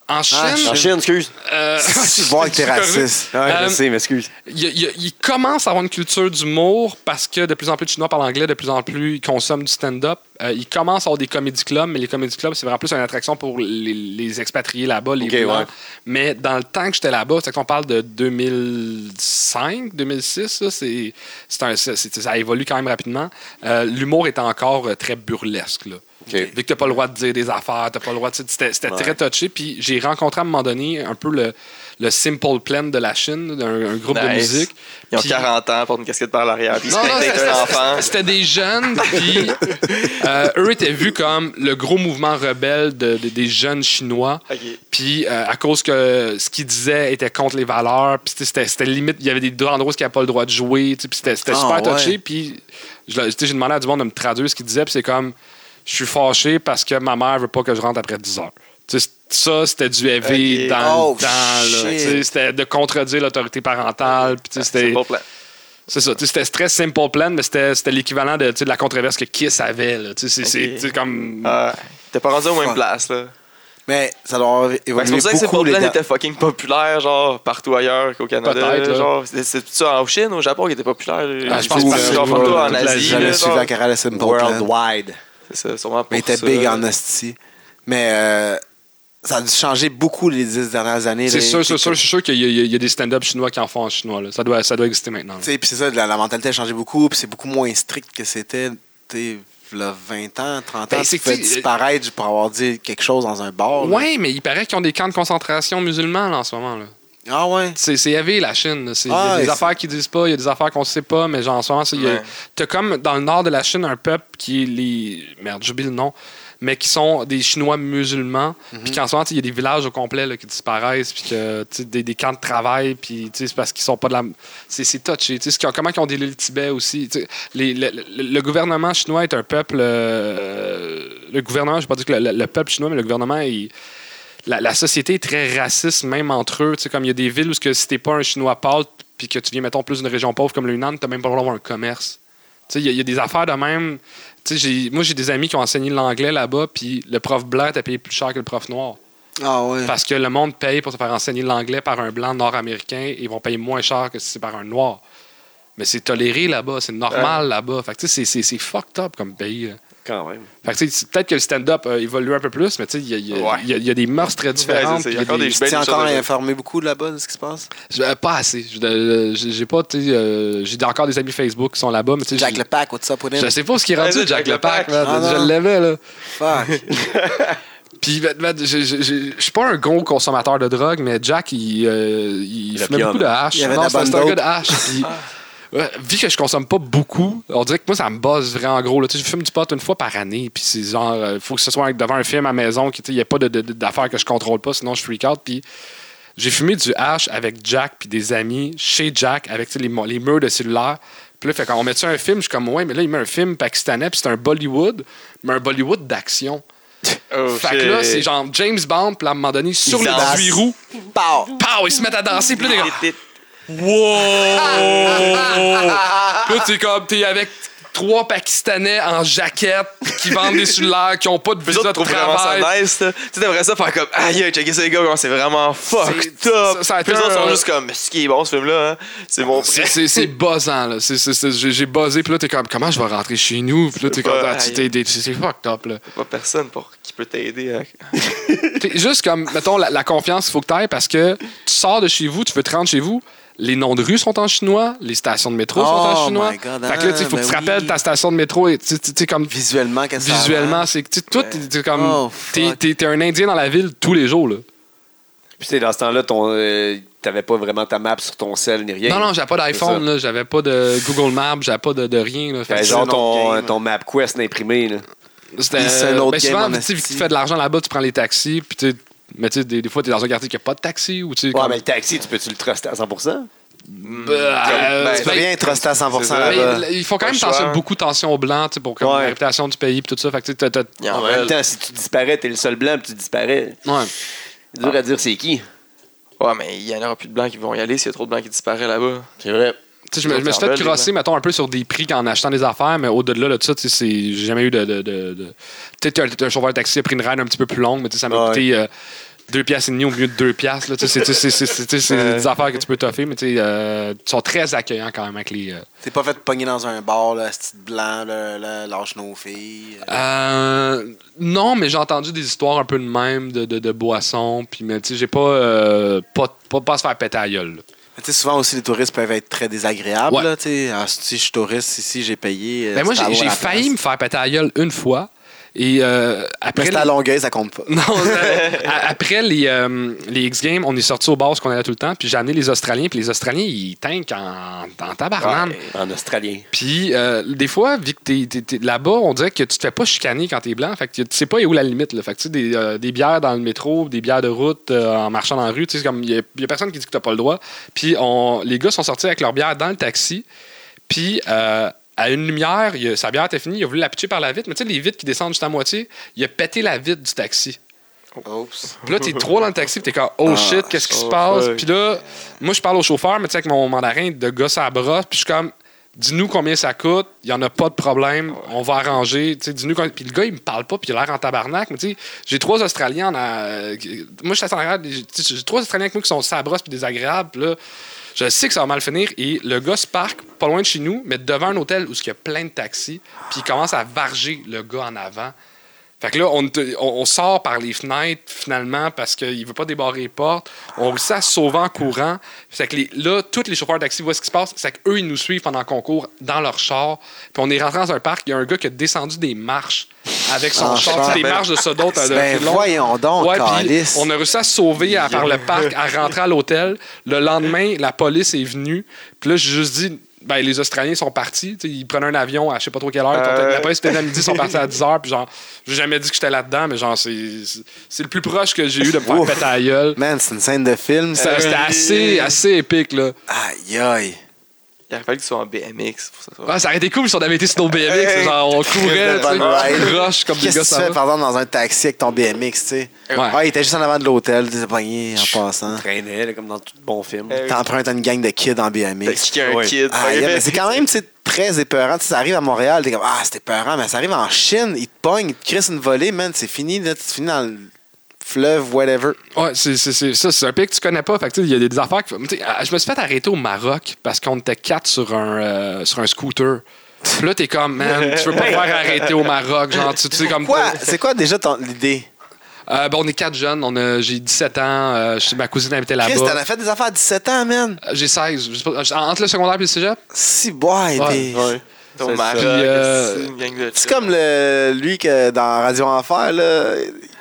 [SPEAKER 3] Ah,
[SPEAKER 4] En Chine,
[SPEAKER 1] En Chine, excuse.
[SPEAKER 4] euh,
[SPEAKER 3] Tu vois que t'es raciste.
[SPEAKER 1] Ouais, je
[SPEAKER 4] Euh,
[SPEAKER 1] sais, m'excuse.
[SPEAKER 4] il, il- il commence à avoir une culture d'humour parce que de plus en plus de Chinois parlent anglais, de plus en plus ils consomment du stand-up. Euh, il commence à avoir des comédie clubs, mais les comédie clubs, c'est vraiment plus une attraction pour les, les expatriés là-bas, les
[SPEAKER 1] Ok,
[SPEAKER 4] Blancs.
[SPEAKER 1] ouais.
[SPEAKER 4] Mais dans le temps que j'étais là-bas, c'est qu'on parle de 2005, 2006, là, c'est, c'est un- c'est- c'est- ça évolue quand même rapidement. Euh, l'humour était encore euh, très burlesque. Là.
[SPEAKER 1] Ok.
[SPEAKER 4] Vu que t'as pas le droit de dire des affaires, t'as pas le droit de. C'était, c'était
[SPEAKER 1] Ouais.
[SPEAKER 4] très touché. Puis j'ai rencontré à un moment donné un peu le, le Simple Plan de la Chine, un, un groupe de
[SPEAKER 2] Nice.
[SPEAKER 4] musique.
[SPEAKER 2] Ils ont
[SPEAKER 4] Puis-
[SPEAKER 2] 40 ans, portent une casquette par l'arrière, puis ils se
[SPEAKER 4] Non, non,
[SPEAKER 2] prennent
[SPEAKER 4] c'était-
[SPEAKER 2] avec un enfant.
[SPEAKER 4] C'était des jeunes, puis euh, eux étaient vus comme le gros mouvement rebelle de- de- des jeunes chinois.
[SPEAKER 2] Ok.
[SPEAKER 4] Puis euh, à cause que ce qu'ils disaient était contre les valeurs, puis c'était- c'était c'était limite, il y avait des droits endroits qui n'avaient pas le droit de jouer, tu sais, puis c'était c'était
[SPEAKER 3] Ah,
[SPEAKER 4] super
[SPEAKER 3] ouais.
[SPEAKER 4] touché. Puis je leur- tu sais, j'ai demandé à du monde de me traduire ce qu'ils disaient, puis c'est comme je suis fâché parce que ma mère veut pas que je rentre après 10 heures. Tu sais, ça, c'était du heavy
[SPEAKER 2] Ok.
[SPEAKER 4] dans
[SPEAKER 3] Oh,
[SPEAKER 4] le temps. là.
[SPEAKER 3] shit.
[SPEAKER 4] Tu sais, C'était de contredire l'autorité parentale. puis tu sais,
[SPEAKER 2] C'est
[SPEAKER 4] c'était-
[SPEAKER 2] un bon plan.
[SPEAKER 4] c'est ça. tu sais, C'était très simple plan, mais c'était c'était l'équivalent de, tu sais, de la controverse que Kiss avait. là. Tu sais, C'est c'est-
[SPEAKER 2] Ok.
[SPEAKER 4] tu sais, comme.
[SPEAKER 2] Ah, T'es pas rendu aux mêmes
[SPEAKER 3] Fuck.
[SPEAKER 2] places, là.
[SPEAKER 3] Mais ça doit avoir
[SPEAKER 2] Fait que
[SPEAKER 3] évolué
[SPEAKER 2] C'est pour ça que
[SPEAKER 3] beaucoup,
[SPEAKER 2] Simple
[SPEAKER 3] les
[SPEAKER 2] Plan
[SPEAKER 3] dents.
[SPEAKER 2] était fucking populaire, genre, partout ailleurs qu'au Canada.
[SPEAKER 4] Peut-être, là.
[SPEAKER 2] genre, c'est- C'est ça en Chine, au Japon, qui était populaire.
[SPEAKER 4] Ah,
[SPEAKER 2] les
[SPEAKER 4] je pense
[SPEAKER 2] films,
[SPEAKER 4] que c'est
[SPEAKER 2] genre,
[SPEAKER 4] partout,
[SPEAKER 2] partout en
[SPEAKER 4] toute la-
[SPEAKER 2] Asie.
[SPEAKER 4] j'avais
[SPEAKER 2] là,
[SPEAKER 3] J'avais suivi
[SPEAKER 2] genre.
[SPEAKER 3] la carrière de Simple Plan.
[SPEAKER 1] Worldwide.
[SPEAKER 2] C'est ça, sûrement pour
[SPEAKER 3] Mais il était
[SPEAKER 2] ça.
[SPEAKER 3] big en hostie. Mais euh, ça a dû changer beaucoup les dix dernières années.
[SPEAKER 4] C'est
[SPEAKER 3] là.
[SPEAKER 4] sûr, c'est
[SPEAKER 3] T'es-
[SPEAKER 4] sûr. Je suis sûr qu'il y, a- il y a des stand-up chinois qui en font en chinois. là. Ça, doit, ça doit exister maintenant. là.
[SPEAKER 3] Tu sais, puis c'est ça, la, la mentalité a changé beaucoup, puis c'est beaucoup moins strict que c'était, tu sais, v'là 20 ans, 30 ans.
[SPEAKER 4] Ben,
[SPEAKER 3] tu
[SPEAKER 4] c'est que
[SPEAKER 3] fais
[SPEAKER 4] tu-
[SPEAKER 3] disparaître pour avoir dit quelque chose dans un bar. là.
[SPEAKER 4] Ouais, mais il paraît qu'ils ont des camps de concentration musulmans là, en ce moment. là.
[SPEAKER 3] Ah ouais.
[SPEAKER 4] C'est c'est heavy, la Chine. là. C'est- Il y
[SPEAKER 3] Ah,
[SPEAKER 4] a des
[SPEAKER 3] c'est-
[SPEAKER 4] affaires qu'ils disent pas, il y a des affaires qu'on sait pas, mais genre en ce moment, c'est- il y a-
[SPEAKER 2] Ouais.
[SPEAKER 4] t'as comme dans le nord de la Chine un peuple qui est les. Merde, j'oublie le nom. Mais qui sont des Chinois musulmans, puis qu'en ce moment, tu sais, il y a des villages au complet là, qui disparaissent, puis que tu sais, des, des camps de travail, puis tu sais, c'est parce qu'ils sont pas de la. C'est c'est touché. tu sais, ce qu'ils ont- Comment ils ont délai le Tibet aussi. tu sais. Les- le, le- le gouvernement chinois est un peuple. euh, le gouvernement, je vais pas dire que le, le- le peuple chinois, mais le gouvernement, il- la, la société est très raciste, même entre eux. Tu sais, comme il y a des villes où ce que si t'es pas un Chinois pâle, puis que tu viens, mettons, plus d'une région pauvre comme le Yunnan, t'as même pas le droit d'avoir un commerce. Tu sais, il y, a- il y a des affaires de même. Tu sais, j'ai- moi, j'ai des amis qui ont enseigné l'anglais là-bas, puis le prof blanc t'a payé plus cher que le prof noir.
[SPEAKER 2] Mm.
[SPEAKER 3] Ah ouais.
[SPEAKER 4] Parce que le monde paye pour se faire enseigner l'anglais par un blanc nord-américain et ils vont payer moins cher que si c'est par un noir. Mais c'est toléré là-bas, c'est normal là-bas. Fait que tu sais, c'est- c'est c'est fucked up comme pays. là.
[SPEAKER 1] Quand même.
[SPEAKER 4] Fait que tu sais, c'est- peut-être que le stand-up euh, évolue un peu plus, mais tu sais, il y, a- il y a-
[SPEAKER 2] Ouais.
[SPEAKER 4] il y a- il y a des mœurs très différentes.
[SPEAKER 2] c'est ça. Il
[SPEAKER 4] puis il
[SPEAKER 2] y a
[SPEAKER 4] y a
[SPEAKER 2] encore
[SPEAKER 4] des-
[SPEAKER 2] des-
[SPEAKER 3] Tu t'es
[SPEAKER 2] Ben,
[SPEAKER 3] encore
[SPEAKER 2] ça, déjà.
[SPEAKER 3] informé beaucoup de là-bas de ce qui se passe?
[SPEAKER 4] Je- euh, pas assez. Je- euh, J'ai j'ai pas, tu sais, euh, j'ai encore des amis Facebook qui sont là-bas, mais tu sais,
[SPEAKER 3] Jack
[SPEAKER 4] je-
[SPEAKER 3] Lepac, what's up with
[SPEAKER 4] je
[SPEAKER 3] him?
[SPEAKER 4] sais pas ce qui est rendu,
[SPEAKER 2] Ouais, là,
[SPEAKER 4] Jack
[SPEAKER 2] Jack
[SPEAKER 4] Lepac. là.
[SPEAKER 2] Lepac.
[SPEAKER 3] Ah, non.
[SPEAKER 4] je l'avais, là.
[SPEAKER 3] Fuck.
[SPEAKER 4] Puis, ben, ben, je je- je- je suis pas un gros consommateur de drogue, mais Jack, il, euh, il
[SPEAKER 1] Le
[SPEAKER 4] fumait
[SPEAKER 1] pion,
[SPEAKER 4] beaucoup de hash.
[SPEAKER 3] Il y avait
[SPEAKER 4] Non,
[SPEAKER 3] de la
[SPEAKER 4] c'est un-
[SPEAKER 3] bonne
[SPEAKER 4] c'est un gars
[SPEAKER 3] dope. Ah.
[SPEAKER 4] de hash. Puis, ouais, vu que je consomme pas beaucoup, on dirait que moi, ça me bosse vraiment gros. Là. Tu sais, Je fume du pot une fois par année. Puis, c'est genre, euh, faut que ce soit devant un film à la maison, qu'il n'y ait pas de- de- de- d'affaires que je contrôle pas, sinon je freak out. Puis, j'ai fumé du hash avec Jack puis des amis chez Jack avec tu sais, les, mo- les murs de cellulaire. Puis là, fait, quand on met ça un film, je suis comme, ouais, mais là, il met un film pakistanais, puis c'est un Bollywood, mais un Bollywood d'action.
[SPEAKER 2] Oh,
[SPEAKER 4] fait que
[SPEAKER 2] shit.
[SPEAKER 4] là, c'est genre James Bond, puis là, à un moment donné, sur
[SPEAKER 2] Ils
[SPEAKER 4] le
[SPEAKER 2] dansent.
[SPEAKER 4] 18 roues,
[SPEAKER 3] Pow!
[SPEAKER 4] pow, ils se mettent à danser, puis là, t'es comme,
[SPEAKER 2] Tit, tit.
[SPEAKER 4] Wow! Puis là, t'es comme, t'es avec trois Pakistanais en jaquette qui vendent des cellulaires, qui ont pas de
[SPEAKER 2] Eux
[SPEAKER 4] visa
[SPEAKER 2] autres
[SPEAKER 4] de
[SPEAKER 2] trouvent vraiment ça
[SPEAKER 4] travail.
[SPEAKER 2] nice. là. Tu sais, t'aimerais ça faire comme Aïe, checker ces gars, comment c'est vraiment fucked
[SPEAKER 4] C'est-
[SPEAKER 2] up.
[SPEAKER 4] ça- ça a
[SPEAKER 2] Puis eux
[SPEAKER 4] été
[SPEAKER 2] autres sont
[SPEAKER 4] un-
[SPEAKER 2] juste comme Ce qui est bon, ce film-là, hein, c'est mon
[SPEAKER 4] C'est- C'est c'est buzzant, là. C'est- c'est- c'est- J'ai j'ai buzzé, puis là, t'es comme, comment je vais rentrer chez nous? Puis là, t'es comme,
[SPEAKER 2] Ouais.
[SPEAKER 4] Ah, t'es- t'es- t'es- c'est fucked up, là.
[SPEAKER 2] pas personne pour qui peut t'aider. hein.
[SPEAKER 4] Bah, T'es juste comme, mettons, la, la confiance, il faut que t'ailles parce que tu sors de chez vous, tu veux te rendre chez vous, les noms de rue sont en chinois, les stations de métro sont en
[SPEAKER 3] Oh
[SPEAKER 4] chinois.
[SPEAKER 3] my God,
[SPEAKER 4] fait que là, il
[SPEAKER 3] ah,
[SPEAKER 4] faut que tu te
[SPEAKER 3] ben
[SPEAKER 4] rappelles
[SPEAKER 3] oui.
[SPEAKER 4] ta station de métro et tu sais comme
[SPEAKER 3] Visuellement, qu'est-ce que ça
[SPEAKER 4] visuellement,
[SPEAKER 3] rend?
[SPEAKER 4] c'est que tu- tout, t'es- t'es comme.
[SPEAKER 3] Oh, fuck.
[SPEAKER 4] t'es- t'es t'es un Indien dans la ville tous les jours, là.
[SPEAKER 1] Puis, tu sais, dans ce temps-là, ton, euh, t'avais pas vraiment ta map sur ton sel ni rien.
[SPEAKER 4] Non, non, j'avais pas d'iPhone, là, j'avais pas de Google Maps, j'avais pas de, de rien, là. Fait
[SPEAKER 1] T'avais
[SPEAKER 4] que
[SPEAKER 1] genre
[SPEAKER 3] c'est notre
[SPEAKER 1] ton,
[SPEAKER 3] game.
[SPEAKER 1] ton map quest imprimé. Là.
[SPEAKER 4] c'était-
[SPEAKER 3] c'est un autre
[SPEAKER 4] ben,
[SPEAKER 3] game
[SPEAKER 4] souvent,
[SPEAKER 3] en
[SPEAKER 4] tu sais, vu que
[SPEAKER 3] esti.
[SPEAKER 4] tu fais de l'argent là-bas, tu prends les taxis, puis tu sais, mais tu sais, des, des fois, t'es dans un quartier qui a pas de taxi ou tu sais.
[SPEAKER 1] Ouais,
[SPEAKER 4] comme-
[SPEAKER 1] mais le taxi, tu peux-tu le truster à 100
[SPEAKER 4] Bah, euh,
[SPEAKER 2] ben,
[SPEAKER 3] Tu peux
[SPEAKER 4] ben,
[SPEAKER 3] rien truster à 100%
[SPEAKER 2] C'est ça.
[SPEAKER 4] Mais
[SPEAKER 3] là-bas.
[SPEAKER 4] il- il faut quand
[SPEAKER 2] bah, Pas
[SPEAKER 4] même
[SPEAKER 2] le choix.
[SPEAKER 4] tension, beaucoup de tension blanc tu sais, pour comme,
[SPEAKER 1] Ouais.
[SPEAKER 4] la réputation du pays et tout ça. Fait que, tu sais, t'as- t'as-
[SPEAKER 2] Il y en
[SPEAKER 1] En
[SPEAKER 2] a.
[SPEAKER 1] même temps, si tu disparais, t'es le seul blanc puis tu disparais.
[SPEAKER 4] ouais.
[SPEAKER 1] C'est dur à dire c'est qui.
[SPEAKER 2] Ouais, mais il y en aura plus de blancs qui vont y aller s'il y a trop de blancs qui disparaissent là-bas.
[SPEAKER 1] C'est vrai.
[SPEAKER 4] Tu sais, Je me je me suis fait crosser, mettons, un peu sur des prix en achetant des affaires, mais au-delà de ça, tu sais, c'est- j'ai jamais eu de. de, de, de- Tu sais, un, un chauffeur de taxi a pris une ride un petit peu plus longue, mais tu sais, ça m'a
[SPEAKER 1] Ouais.
[SPEAKER 4] coûté. euh, deux piastres et demi au milieu de deux piastres. là. Tu sais, C'est tu sais, c'est- c'est- tu sais, c'est des affaires que tu peux t'offrir, mais tu sais, euh, ils sont très accueillants quand même avec les. euh,
[SPEAKER 3] T'es pas fait pogner dans un bar, là, ce petit blanc, là, là, lâche nos filles.
[SPEAKER 4] Euh, non, mais j'ai entendu des histoires un peu de même, de, de, de boissons, puis mais tu sais, j'ai pas, euh, pas, pas, pas à se faire péter à la gueule. là.
[SPEAKER 3] Mais tu sais, souvent aussi, les touristes peuvent être très désagréables.
[SPEAKER 4] Ouais.
[SPEAKER 3] Là, tu sais. Ah, si je suis touriste ici, j'ai payé. euh,
[SPEAKER 4] Ben moi,
[SPEAKER 3] c'est à
[SPEAKER 4] j'ai
[SPEAKER 3] voir
[SPEAKER 4] j'ai
[SPEAKER 3] la
[SPEAKER 4] failli
[SPEAKER 3] place.
[SPEAKER 4] me faire péter à la gueule une fois. Et euh,
[SPEAKER 3] Mais
[SPEAKER 4] après.
[SPEAKER 3] c'est à
[SPEAKER 4] les-
[SPEAKER 3] Longueuil, ça compte pas.
[SPEAKER 4] Non, c'est- à- après les, euh, les X-Games, on est sorti au bar, ce qu'on allait tout le temps, puis j'ai amené les Australiens, puis les Australiens, ils tinquent en, en tabarnane.
[SPEAKER 1] En Australien.
[SPEAKER 4] Puis, euh, des fois, vu que t'es, t'es- t'es- là-bas, on dirait que tu te fais pas chicaner quand t'es blanc. Fait que tu sais pas où la limite. Là. Fait que tu sais, des, euh, des bières dans le métro, des bières de route euh, en marchant dans la rue, tu sais, c'est comme, il y, a- y a personne qui dit que t'as pas le droit. Puis, on, les gars sont sortis avec leur bière dans le taxi. Puis, euh, à une lumière, il a- sa bière était finie, il a voulu la pitcher par la vitre. Mais tu sais, les vitres qui descendent juste à moitié, il a pété la vitre du taxi.
[SPEAKER 3] Oups.
[SPEAKER 4] Puis là, t'es trois dans le taxi, puis t'es comme, oh shit, qu'est-ce qui se passe?
[SPEAKER 2] fuck.
[SPEAKER 4] Puis là, moi, je parle au chauffeur, mais tu sais, avec mon mandarin de gosse à la brosse, puis je suis comme, dis-nous combien ça coûte, il n'y en a pas de problème, on va arranger, tu sais, dis-nous combien. Puis le gars, il me parle pas, puis il a l'air en tabarnak, mais tu sais, j'ai trois Australiens, en, euh, qui- moi, je suis assis en arrière, j'ai tu sais, j'ai trois Australiens avec moi qui sont sur la brosse, puis désagréables, puis là, je sais que ça va mal finir, et le gars se parque pas loin de chez nous, mais devant un hôtel où il y a plein de taxis, puis il commence à varger le gars en avant. Fait que là, on, te- on- on sort par les fenêtres, finalement, parce qu'il veut pas débarrer les portes. On réussit à se sauver en courant. Fait que les- là, tous les chauffeurs de taxi voient ce qui se passe. C'est qu'eux, ils nous suivent pendant le concours dans leur char. Puis on est rentré dans un parc. Il y a un gars qui a descendu des marches avec son
[SPEAKER 3] Ah,
[SPEAKER 4] char. Tu sais, des
[SPEAKER 2] ben-
[SPEAKER 4] marches de Sodome. t'as de-
[SPEAKER 3] Ben
[SPEAKER 4] de long.
[SPEAKER 3] voyons donc,
[SPEAKER 4] Ouais, puis
[SPEAKER 3] calice.
[SPEAKER 4] on a réussi à se sauver à- par le parc, à rentrer à l'hôtel. Le lendemain, la police est venue. Puis là, j'ai juste dit, ben, les Australiens sont partis. Tu sais, Ils prenaient un avion à je sais pas trop quelle heure.
[SPEAKER 2] Euh.
[SPEAKER 4] La police était à midi, ils sont partis à 10 h Puis genre, j'ai jamais dit que j'étais là-dedans, mais genre, c'est c'est- c'est le plus proche que j'ai eu de me faire
[SPEAKER 3] Ouf. Euh.
[SPEAKER 4] péter à la gueule.
[SPEAKER 3] Man, c'est une scène de film.
[SPEAKER 4] Ça,
[SPEAKER 3] ça.
[SPEAKER 4] C'était assez, assez épique, là.
[SPEAKER 3] Aïe, aïe.
[SPEAKER 2] Il aurait fallu qu'ils soient en BMX pour ça.
[SPEAKER 4] Ah, ça aurait été cool si on avait été sur nos BMX.
[SPEAKER 2] Hey.
[SPEAKER 4] genre, on courait,
[SPEAKER 3] Euh. Très
[SPEAKER 4] tu sais,
[SPEAKER 3] bonne ride.
[SPEAKER 4] rush comme des
[SPEAKER 3] Qu'est-ce
[SPEAKER 4] gars,
[SPEAKER 3] que tu
[SPEAKER 4] ça
[SPEAKER 3] fais,
[SPEAKER 4] va.
[SPEAKER 3] par exemple, dans un taxi avec ton BMX, tu sais?
[SPEAKER 4] Ouais.
[SPEAKER 3] Ah, il était juste en avant de l'hôtel, il s'est pogné en passant.
[SPEAKER 1] Traînait, là, comme dans tout bon film.
[SPEAKER 2] Euh,
[SPEAKER 3] T'empruntes à une gang de kids en
[SPEAKER 2] T'as
[SPEAKER 3] BMX.
[SPEAKER 2] kické un
[SPEAKER 1] Ouais.
[SPEAKER 2] kid.
[SPEAKER 3] Ah, yeah, mais c'est quand même tu sais, très épeurant. Tu sais, ça arrive à Montréal, t'es comme Ah, c'est épeurant, mais ça arrive en Chine, ils te pognent, ils te crissent une volée, man, c'est fini, là, tu finis dans le fleuve, whatever.
[SPEAKER 4] Ouais, c'est, c'est, c'est- ça, c'est un pays que tu connais pas. Fait que, tu sais, il y a des, des affaires. que- tu sais, ah, je me suis fait arrêter au Maroc parce qu'on était quatre sur un, euh, sur un scooter. Puis là, t'es comme, man, tu veux pas te faire arrêter au Maroc. Genre, tu, tu sais, comme.
[SPEAKER 3] Quoi? C'est quoi déjà ton idée?
[SPEAKER 4] Euh, ben, on est quatre jeunes. On a, j'ai 17 ans. euh, je sais- ma cousine habitait
[SPEAKER 3] Chris, t'en
[SPEAKER 4] là-bas.
[SPEAKER 3] as fait des affaires à 17 ans, man!
[SPEAKER 4] Euh, J'ai 16. je sais pas, euh, entre le secondaire et le cégep.
[SPEAKER 3] Si boy,
[SPEAKER 4] Ouais,
[SPEAKER 3] t'es-
[SPEAKER 2] Ton
[SPEAKER 1] C'est
[SPEAKER 2] mari,
[SPEAKER 4] ça. Puis, euh,
[SPEAKER 2] c'est une gang de
[SPEAKER 3] C'est comme le, lui que dans Radio Enfer, là.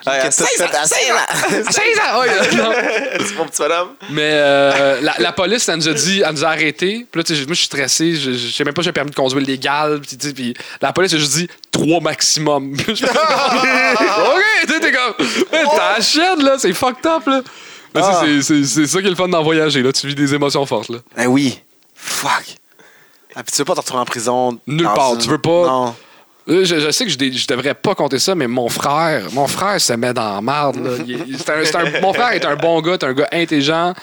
[SPEAKER 2] à
[SPEAKER 3] tout
[SPEAKER 2] 16
[SPEAKER 3] fait à 16 ans.
[SPEAKER 4] Ah, 16 ans! ouais, non.
[SPEAKER 2] C'est mon petit madame.
[SPEAKER 4] Mais euh, la, la police, elle nous a dit, elle nous a arrêtés. Puis là, tu sais, moi, je suis stressé. Je, je sais même pas si j'ai un permis de conduire légal. Puis, tu sais, puis la police, elle a juste dit trois maximum. Je fais, OK, tu sais, t'es comme, hey, t'achètes, là, c'est fucked up, là. Mais tu sais,
[SPEAKER 3] Ah.
[SPEAKER 4] c'est- c'est c'est ça qui est le fun d'en voyager, là. Tu vis des émotions fortes, là.
[SPEAKER 3] Ben oui. Fuck. Ah, puis tu veux pas te retrouver en prison.
[SPEAKER 4] Nulle
[SPEAKER 3] dans
[SPEAKER 4] part,
[SPEAKER 3] une-
[SPEAKER 4] tu veux pas-
[SPEAKER 3] Non.
[SPEAKER 4] Euh, Je, je sais que je, dé- je devrais pas compter ça, mais mon frère, mon frère se met dans la marde. là. Il est- c'est un- c'est un- mon frère est un bon gars, est un gars intelligent,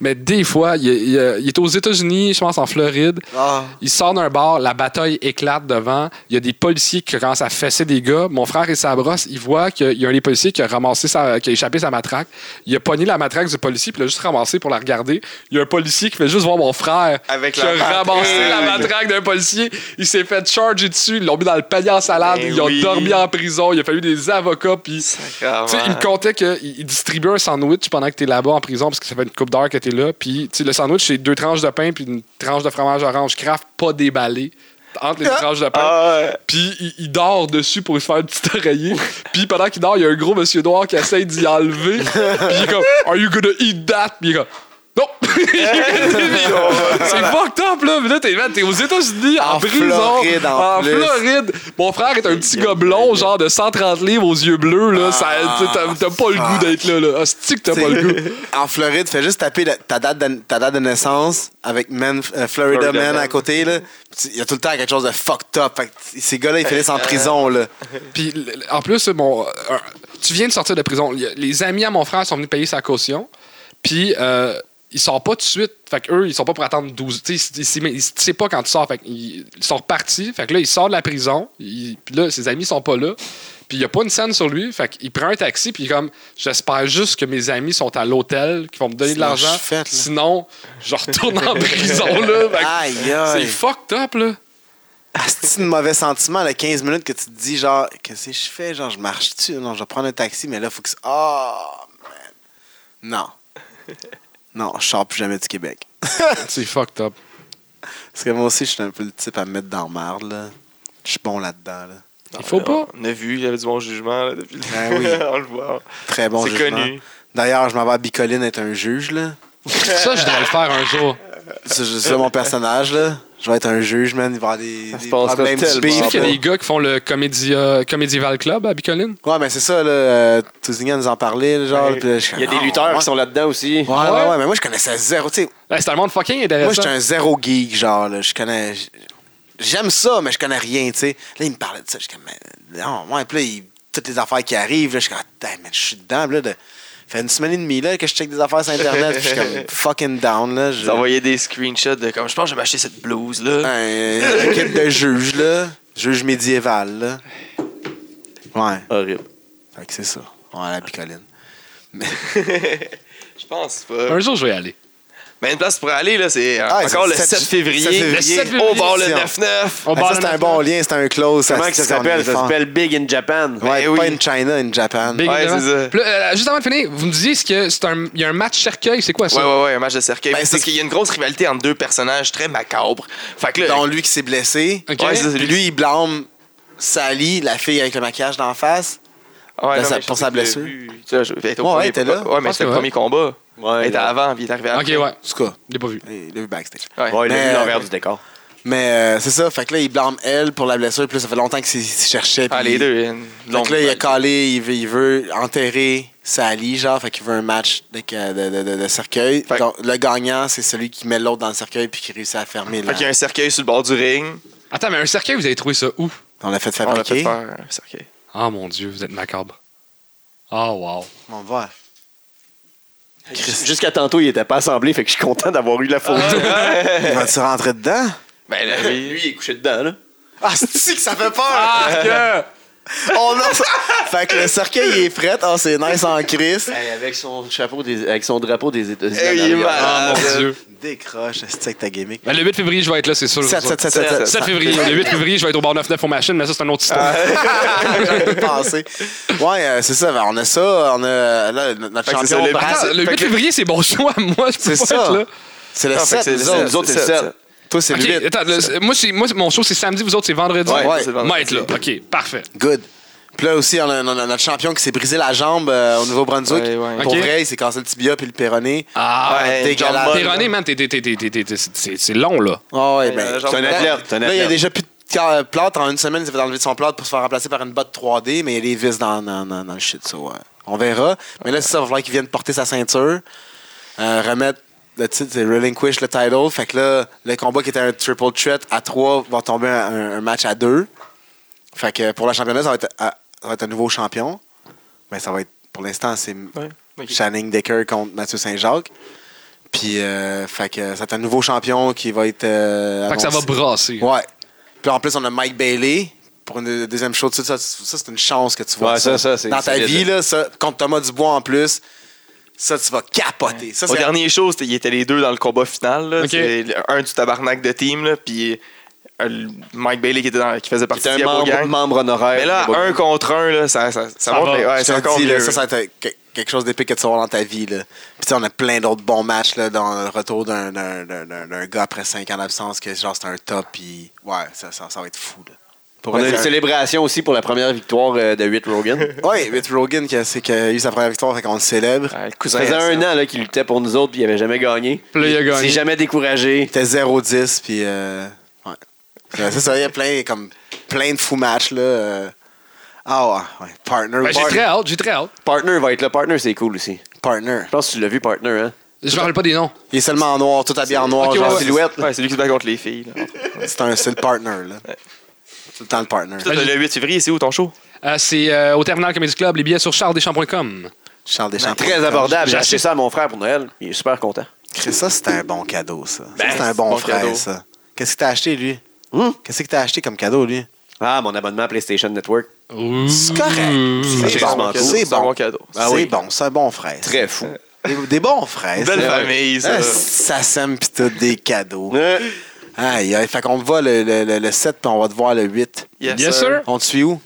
[SPEAKER 4] mais des fois, il, est- il est- il est aux États-Unis, je pense en Floride.
[SPEAKER 3] Ah.
[SPEAKER 4] Il sort d'un bar, la bataille éclate devant. Il y a des policiers qui commencent à fesser des gars. Mon frère et sa brosse, il voit qu'il y a un des policiers qui a ramassé sa- qui a échappé sa matraque. Il a pogné la matraque du policier puis il l'a juste ramassé pour la regarder. Il y a un policier qui fait juste voir mon frère
[SPEAKER 2] Avec
[SPEAKER 4] qui
[SPEAKER 2] la
[SPEAKER 4] a ramassé la
[SPEAKER 2] matraque.
[SPEAKER 4] matraque d'un policier. Il s'est fait charger dessus. Ils l'ont mis dans le panier en salade.
[SPEAKER 2] Ben
[SPEAKER 4] ils ont
[SPEAKER 2] oui.
[SPEAKER 4] dormi en prison. Il a fallu des avocats puis tu sais, il me
[SPEAKER 2] Sacrément.
[SPEAKER 4] contait qu'il distribuait un sandwich pendant que t'es là-bas en prison parce que ça fait une coupe d'heure que t'es là. Puis, tu sais, le sandwich, c'est deux tranches de pain puis une tranche de fromage orange craft pas déballée entre les tranches de pain.
[SPEAKER 2] Ah, ouais.
[SPEAKER 4] Puis, il, il dort dessus pour se faire un petit oreiller. Puis, pendant qu'il dort, il y a un gros monsieur noir qui essaye d'y enlever. Puis, il est comme, Are you gonna eat that? Puis, il est comme, non! c'est fucked up, là! Mais là, t'es, man, t'es aux États-Unis, en,
[SPEAKER 3] En
[SPEAKER 4] prison,
[SPEAKER 3] Floride, en
[SPEAKER 4] en
[SPEAKER 3] plus.
[SPEAKER 4] Floride. Mon frère est un petit gobelon, genre de 130 livres aux yeux bleus, là. ça, t'as, t'as- t'as pas le goût
[SPEAKER 3] fuck.
[SPEAKER 4] d'être là, là. Hostie que t'as pas le goût.
[SPEAKER 3] En Floride, fais juste taper la- ta, date de, ta date de naissance avec man, euh, Florida,
[SPEAKER 2] Florida
[SPEAKER 3] Man
[SPEAKER 2] Man.
[SPEAKER 3] à côté. là. Puis Il y a tout le temps quelque chose de fucked up. Fait que t- ces gars-là, ils finissent en prison. Là.
[SPEAKER 4] Puis l- l- en plus, mon, euh, tu viens de sortir de prison. Il y a- Les amis à mon frère sont venus payer sa caution. Puis euh, ils sortent pas tout de suite. Fait que eux, ils sont pas pour attendre 12. Tu sais, ils- ils- ils- ils- tu sais pas quand tu sors. Fait qu'ils ils sont repartis. Fait que là, il sort de la prison. Il- Puis là, ses amis sont pas là. Puis il y a pas une scène sur lui. Fait qu'il prend un taxi. Puis il est comme J'espère juste que mes amis sont à l'hôtel, qu'ils vont me donner de
[SPEAKER 3] Sinon,
[SPEAKER 4] l'argent.
[SPEAKER 3] je suis faite, là.
[SPEAKER 4] Sinon, je retourne en prison. Là. Fait que
[SPEAKER 3] Aïe,
[SPEAKER 4] c'est
[SPEAKER 3] aïe.
[SPEAKER 4] fucked up, là.
[SPEAKER 3] C'est un mauvais sentiment, là, 15 minutes que tu te dis, genre, qu'est-ce que je fais? Genre, je marche-tu? Non, je vais prendre un taxi, mais là, faut que. ça- Oh, man. Non. Non, je sors plus jamais du Québec.
[SPEAKER 4] C'est fucked up.
[SPEAKER 3] Parce que moi aussi, je suis un peu le type à me mettre dans la marde, là. Je suis bon là-dedans, là.
[SPEAKER 4] Il faut pas.
[SPEAKER 2] On a vu, il y avait du bon jugement là, depuis le
[SPEAKER 3] Ah oui.
[SPEAKER 2] On le voit.
[SPEAKER 3] Très bon
[SPEAKER 2] C'est
[SPEAKER 3] jugement.
[SPEAKER 2] connu.
[SPEAKER 3] D'ailleurs, je m'en vais à Bicoline être un juge, là.
[SPEAKER 4] Ça, je devrais le faire un jour.
[SPEAKER 3] C'est juste ça, mon personnage, là. Je vais être un juge, man. Il va y avoir des,
[SPEAKER 2] Ça se
[SPEAKER 3] des
[SPEAKER 2] passera
[SPEAKER 3] problèmes du
[SPEAKER 2] tellement
[SPEAKER 3] beef,
[SPEAKER 4] Tu sais qu'il y a
[SPEAKER 3] là.
[SPEAKER 4] des gars qui font le Comédia, Comédival Club à Bicoline?
[SPEAKER 3] Ouais, mais c'est ça, là. Euh, Tousignan nous en parlait, là, genre.
[SPEAKER 2] Ouais.
[SPEAKER 3] puis là, je suis
[SPEAKER 1] Il y a
[SPEAKER 3] comme,
[SPEAKER 1] des lutteurs
[SPEAKER 3] non,
[SPEAKER 1] qui sont là-dedans aussi.
[SPEAKER 3] ah, Ouais, ouais,
[SPEAKER 4] Ouais.
[SPEAKER 3] ouais, mais moi, je connaissais zéro. Tu sais,
[SPEAKER 4] Hey, Eh, c'est un monde fucking
[SPEAKER 3] moi,
[SPEAKER 4] intéressant.
[SPEAKER 3] j'étais un zéro geek, genre, là. Je connais. j- J'aime ça, mais je connais rien, tu sais. Là, il me parlait de ça. Je suis comme, mais non, ouais, puis là, il- toutes les affaires qui arrivent, là, je suis comme, ah, damn, man, je suis dedans, puis là. de- fait une semaine et demie, là, que je check des affaires sur Internet, puis je suis comme, fucking down, là. Je-
[SPEAKER 2] Ils envoyaient des screenshots de comme je pense que je vais m'acheter cette blouse là.
[SPEAKER 3] un, un kit Ben, euh, de juge, là. Juge médiéval, là. Ouais.
[SPEAKER 1] Horrible.
[SPEAKER 3] Fait que c'est ça. On va à la picoline.
[SPEAKER 2] je pense pas.
[SPEAKER 4] Un jour, je vais y aller.
[SPEAKER 2] Mais une place pour aller là, c'est euh,
[SPEAKER 3] Ah,
[SPEAKER 2] encore
[SPEAKER 3] c'est
[SPEAKER 2] le
[SPEAKER 3] le
[SPEAKER 2] 7
[SPEAKER 3] 7
[SPEAKER 2] février.
[SPEAKER 3] février.
[SPEAKER 2] Le 7
[SPEAKER 4] février.
[SPEAKER 2] Au bord le
[SPEAKER 3] Si on-
[SPEAKER 2] 9-9.
[SPEAKER 4] On
[SPEAKER 3] Ah,
[SPEAKER 4] parle
[SPEAKER 3] ça,
[SPEAKER 4] de
[SPEAKER 3] c'est un
[SPEAKER 4] notre-
[SPEAKER 3] bon lien, c'est un close.
[SPEAKER 1] Comment que ça
[SPEAKER 3] c'est- on est
[SPEAKER 1] s'appelle? Ça
[SPEAKER 3] fort.
[SPEAKER 1] s'appelle Eh Big in Japan.
[SPEAKER 3] Ouais,
[SPEAKER 2] Ben oui.
[SPEAKER 3] pas une China, une Japan.
[SPEAKER 4] Big
[SPEAKER 2] Ouais,
[SPEAKER 4] événement.
[SPEAKER 2] c'est ça.
[SPEAKER 4] Puis là, euh, juste avant de finir, vous me disiez que c'est un, il y a un match cercueil, c'est quoi ça?
[SPEAKER 2] Ouais, ouais, ouais, un match de cercueil.
[SPEAKER 3] Ben,
[SPEAKER 2] c'est
[SPEAKER 3] c'est-
[SPEAKER 2] parce qu'il y a une grosse rivalité entre deux personnages très macabres. Fait que là,
[SPEAKER 3] Dont lui qui s'est blessé.
[SPEAKER 4] Ok.
[SPEAKER 2] Ouais, c'est ça,
[SPEAKER 3] Puis lui, il blâme Sally, la fille avec le maquillage d'en face.
[SPEAKER 2] Ouais,
[SPEAKER 3] Là,
[SPEAKER 2] non,
[SPEAKER 3] ça-
[SPEAKER 2] mais je
[SPEAKER 3] pour
[SPEAKER 2] sais
[SPEAKER 3] sa
[SPEAKER 2] que le
[SPEAKER 3] blessure.
[SPEAKER 2] but- Tu sais, je- elle était au
[SPEAKER 3] Ouais,
[SPEAKER 2] premier-
[SPEAKER 3] elle était là.
[SPEAKER 2] Ouais, mais
[SPEAKER 4] pense
[SPEAKER 2] c'était le
[SPEAKER 4] que
[SPEAKER 2] premier combat.
[SPEAKER 1] Ouais,
[SPEAKER 2] Elle était
[SPEAKER 1] là.
[SPEAKER 2] avant, puis il est arrivé
[SPEAKER 4] Ok,
[SPEAKER 2] après.
[SPEAKER 4] ouais.
[SPEAKER 3] En tout cas,
[SPEAKER 4] Je l'ai pas vu.
[SPEAKER 3] il l'a vu backstage.
[SPEAKER 2] Ouais.
[SPEAKER 1] Ouais, il a
[SPEAKER 3] Mais-
[SPEAKER 1] vu l'envers du décor.
[SPEAKER 3] Mais euh, c'est ça, fait que là, il blâme elle pour la blessure. Puis là, ça fait longtemps qu'il s'y cherchait.
[SPEAKER 2] Ah,
[SPEAKER 3] puis
[SPEAKER 2] les
[SPEAKER 3] il-
[SPEAKER 2] deux. il y a une
[SPEAKER 3] Donc
[SPEAKER 2] longue
[SPEAKER 3] là, il a
[SPEAKER 2] balle.
[SPEAKER 3] calé, il veut, il veut enterrer Sally, genre, fait qu'il veut un match de, de, de- de- de cercueil.
[SPEAKER 2] Fait-
[SPEAKER 3] Donc, le gagnant, c'est celui qui met l'autre dans le cercueil puis qui réussit à fermer.
[SPEAKER 2] Fait
[SPEAKER 3] Là.
[SPEAKER 2] qu'il y a un cercueil sur le bord du ring.
[SPEAKER 4] Attends, mais un cercueil, vous avez trouvé ça où?
[SPEAKER 3] On l'a fait
[SPEAKER 2] On a fait
[SPEAKER 3] fabriquer.
[SPEAKER 2] faire un cercueil.
[SPEAKER 4] Ah mon dieu, vous êtes macabre. Ah wow.
[SPEAKER 3] On va.
[SPEAKER 1] Jusqu'à tantôt, il était pas assemblé, fait que je suis content d'avoir eu la photo.
[SPEAKER 3] Il va-tu rentrer dedans?
[SPEAKER 2] Ben
[SPEAKER 1] Ah,
[SPEAKER 2] là, oui.
[SPEAKER 1] Lui, il est couché dedans, là.
[SPEAKER 3] Ah, c'est que ça fait peur!
[SPEAKER 4] Ah,
[SPEAKER 3] On a... fait que le cercueil il est prêt. Ah, c'est nice en crise.
[SPEAKER 1] avec son chapeau, des, avec son drapeau des États-Unis.
[SPEAKER 2] Eh, il est
[SPEAKER 1] en arrière.
[SPEAKER 4] Ah,
[SPEAKER 2] malade.
[SPEAKER 4] mon dieu.
[SPEAKER 3] Décroche, c'est avec ta gimmick.
[SPEAKER 4] Ben, le 8 février, je vais être là, c'est sûr.
[SPEAKER 3] 7,
[SPEAKER 4] c'est sûr.
[SPEAKER 3] 7, 7, 7, 7.
[SPEAKER 4] 7 février. Le 8 février, je vais être au bar 9-9 aux machines, mais ça, c'est une autre histoire.
[SPEAKER 3] Pensé. Ouais, euh, c'est ça. On a ça. On a euh, là, notre
[SPEAKER 2] Fait que
[SPEAKER 3] champion.
[SPEAKER 2] c'est ça, le-
[SPEAKER 3] Brad,
[SPEAKER 4] Attends,
[SPEAKER 2] c'est-
[SPEAKER 4] le
[SPEAKER 2] fait
[SPEAKER 4] 8
[SPEAKER 2] que-
[SPEAKER 4] février, c'est bon choix. Moi, je peux
[SPEAKER 3] C'est
[SPEAKER 4] pas
[SPEAKER 3] ça.
[SPEAKER 4] être là.
[SPEAKER 3] C'est le
[SPEAKER 2] Ah, fait
[SPEAKER 3] 7.
[SPEAKER 2] que c'est le
[SPEAKER 3] nous
[SPEAKER 1] Nous autres, nous
[SPEAKER 3] autres.
[SPEAKER 2] sept.
[SPEAKER 1] autres, c'est
[SPEAKER 2] C'est
[SPEAKER 1] le
[SPEAKER 2] ça,
[SPEAKER 1] 7.
[SPEAKER 3] Toi, c'est
[SPEAKER 4] Ok,
[SPEAKER 3] le 8.
[SPEAKER 4] attends, le- moi, c'est- moi, mon show, c'est samedi, vous autres, c'est vendredi.
[SPEAKER 2] Ouais,
[SPEAKER 3] Ouais.
[SPEAKER 2] c'est le
[SPEAKER 4] Moi, être là.
[SPEAKER 2] vendredi.
[SPEAKER 4] OK, parfait.
[SPEAKER 3] Good. Puis là aussi, on a, on a notre champion qui s'est brisé la jambe euh, au Nouveau-Brunswick.
[SPEAKER 2] Ouais, ouais.
[SPEAKER 3] Pour
[SPEAKER 4] Ok.
[SPEAKER 3] vrai, il s'est cassé le tibia puis le péroné.
[SPEAKER 4] Ah,
[SPEAKER 2] Ouais,
[SPEAKER 3] dégueulasse.
[SPEAKER 2] John
[SPEAKER 4] T'es
[SPEAKER 2] Bonne.
[SPEAKER 4] runné, man, t'es- t'es- t'es- t'es- t'es- t'es- c'est c'est long, là.
[SPEAKER 3] Ah ouais, ben,
[SPEAKER 2] la jambe-
[SPEAKER 1] C'est un
[SPEAKER 2] Là,
[SPEAKER 1] athlète, c'est un
[SPEAKER 3] là, il y a
[SPEAKER 1] athlète.
[SPEAKER 3] déjà plus de ca- euh, plâtre. En une semaine, il s'est fait enlever de son plâtre pour se faire remplacer par une botte 3D, mais il y a des vis dans, dans- dans- dans le shit, ça, ouais. On verra. Mais là, c'est ça, il va falloir qu'il vienne porter sa ceinture, euh, remettre le titre, c'est relinquish le title. Fait que là, le combat qui était un triple threat à 3 va tomber un, un match à 2. Fait que pour la championnat, ça va être, à- ça va être un nouveau champion. Mais ça va être, pour l'instant, c'est
[SPEAKER 2] Ouais. Ok.
[SPEAKER 3] Shanning Decker contre Mathieu Saint-Jacques. Puis, euh, fait que c'est un nouveau champion qui va être. euh,
[SPEAKER 4] Fait que ça va
[SPEAKER 3] annoncé.
[SPEAKER 4] brasser.
[SPEAKER 3] Ouais. Puis en plus, on a Mike Bailey pour une deuxième show. Ça, ça, ça, c'est une chance que tu vois
[SPEAKER 1] Ouais, ça, ça, c'est-
[SPEAKER 3] Dans ta
[SPEAKER 1] c'est-
[SPEAKER 3] vie, là, ça, contre Thomas Dubois en plus, ça, tu vas capoter. Ça,
[SPEAKER 2] Au
[SPEAKER 3] c'est-
[SPEAKER 2] dernier show, c'était- ils étaient les deux dans le combat final. là.
[SPEAKER 4] Ok.
[SPEAKER 2] C'est le- un du tabarnak de team, là, puis euh, Mike Bailey qui, était dans- qui faisait partie
[SPEAKER 1] C'était un
[SPEAKER 2] de la
[SPEAKER 1] membre,
[SPEAKER 2] gang.
[SPEAKER 1] membre honoraire.
[SPEAKER 2] Mais là,
[SPEAKER 1] de la
[SPEAKER 2] un contre un, là, ça, ça, ça, montre.
[SPEAKER 4] va.
[SPEAKER 2] les- ouais,
[SPEAKER 3] Je
[SPEAKER 2] c'est
[SPEAKER 3] te le
[SPEAKER 2] encore
[SPEAKER 3] dis, là,
[SPEAKER 2] mieux.
[SPEAKER 3] ça, ça va être que- quelque chose d'épique que tu vas avoir dans ta vie. Là. Puis tu sais, on a plein d'autres bons matchs là, dans le retour d'un- d'un d'un- d'un- d'un gars après 5 ans d'absence que genre c'est un top. Puis ouais, ça, ça, ça va être fou. Là. Pour
[SPEAKER 1] On a
[SPEAKER 3] vrai,
[SPEAKER 1] une
[SPEAKER 3] c'est un-
[SPEAKER 1] célébration aussi pour la première victoire euh, de Whit Rogan.
[SPEAKER 3] Ouais, Mitt Rogan qui a, c'est qu'il a eu sa première victoire, fait qu'on le célèbre.
[SPEAKER 2] Ouais, le
[SPEAKER 1] Ça
[SPEAKER 2] cousin,
[SPEAKER 1] faisait un
[SPEAKER 2] ça.
[SPEAKER 1] an là, qu'il luttait pour nous autres puis il avait jamais gagné.
[SPEAKER 4] Puis là, il a
[SPEAKER 1] Il s'est
[SPEAKER 4] gagné.
[SPEAKER 1] jamais découragé.
[SPEAKER 3] Il était 0-10, puis euh, ouais. C'est c'est ça, il y a plein, comme, plein de fous matchs, là. euh. Ah ouais, ouais. Partner,
[SPEAKER 4] Ben, j'ai
[SPEAKER 3] par-
[SPEAKER 4] très hâte, j'ai très hâte.
[SPEAKER 1] Partner va être là. Partner, c'est cool aussi.
[SPEAKER 3] partner.
[SPEAKER 1] Je pense que tu l'as vu, Partner. Hein?
[SPEAKER 4] Je me rappelle pas des noms.
[SPEAKER 3] Il est seulement en noir, tout habillé en noir,
[SPEAKER 4] Ok,
[SPEAKER 3] genre
[SPEAKER 4] ouais, ouais.
[SPEAKER 3] silhouette. là.
[SPEAKER 2] Ouais, c'est lui qui se bat contre les filles. là.
[SPEAKER 3] C'est un- c'est le partner, là. Tout le temps le partner.
[SPEAKER 2] Toi, Le 8 février, c'est où ton show?
[SPEAKER 4] Euh, c'est euh, au Terminal Comedy Club, les billets sur charledeschamps.com.
[SPEAKER 3] Charles Deschamps.
[SPEAKER 1] Très abordable. J'ai acheté ça à mon frère pour Noël. Il est super content.
[SPEAKER 3] Chris, ça, c'est un bon cadeau, ça. Ça,
[SPEAKER 2] Ben,
[SPEAKER 3] c'est un
[SPEAKER 2] c'est
[SPEAKER 3] bon,
[SPEAKER 2] bon
[SPEAKER 3] frère,
[SPEAKER 2] cadeau.
[SPEAKER 3] ça. Qu'est-ce que t'as acheté, lui?
[SPEAKER 1] Hum?
[SPEAKER 3] Qu'est-ce que t'as acheté comme cadeau, lui?
[SPEAKER 1] Ah, mon abonnement à PlayStation Network.
[SPEAKER 3] C'est correct. C'est
[SPEAKER 1] C'est
[SPEAKER 3] bon.
[SPEAKER 1] vraiment cool.
[SPEAKER 3] C'est
[SPEAKER 2] C'est un
[SPEAKER 3] bon.
[SPEAKER 2] bon cadeau.
[SPEAKER 1] Ah
[SPEAKER 3] c'est
[SPEAKER 1] oui.
[SPEAKER 3] bon, c'est un bon frère. ça.
[SPEAKER 1] Très fou.
[SPEAKER 3] Des, des bons frères.
[SPEAKER 2] Belle
[SPEAKER 3] ça.
[SPEAKER 2] famille, ça.
[SPEAKER 3] Ah, ça sème pis tout des cadeaux.
[SPEAKER 1] Euh,
[SPEAKER 3] Aïe, aïe, fait qu'on te voit le, le, le, le 7 puis on va te voir le 8.
[SPEAKER 4] Yes, sir.
[SPEAKER 3] On te suit où?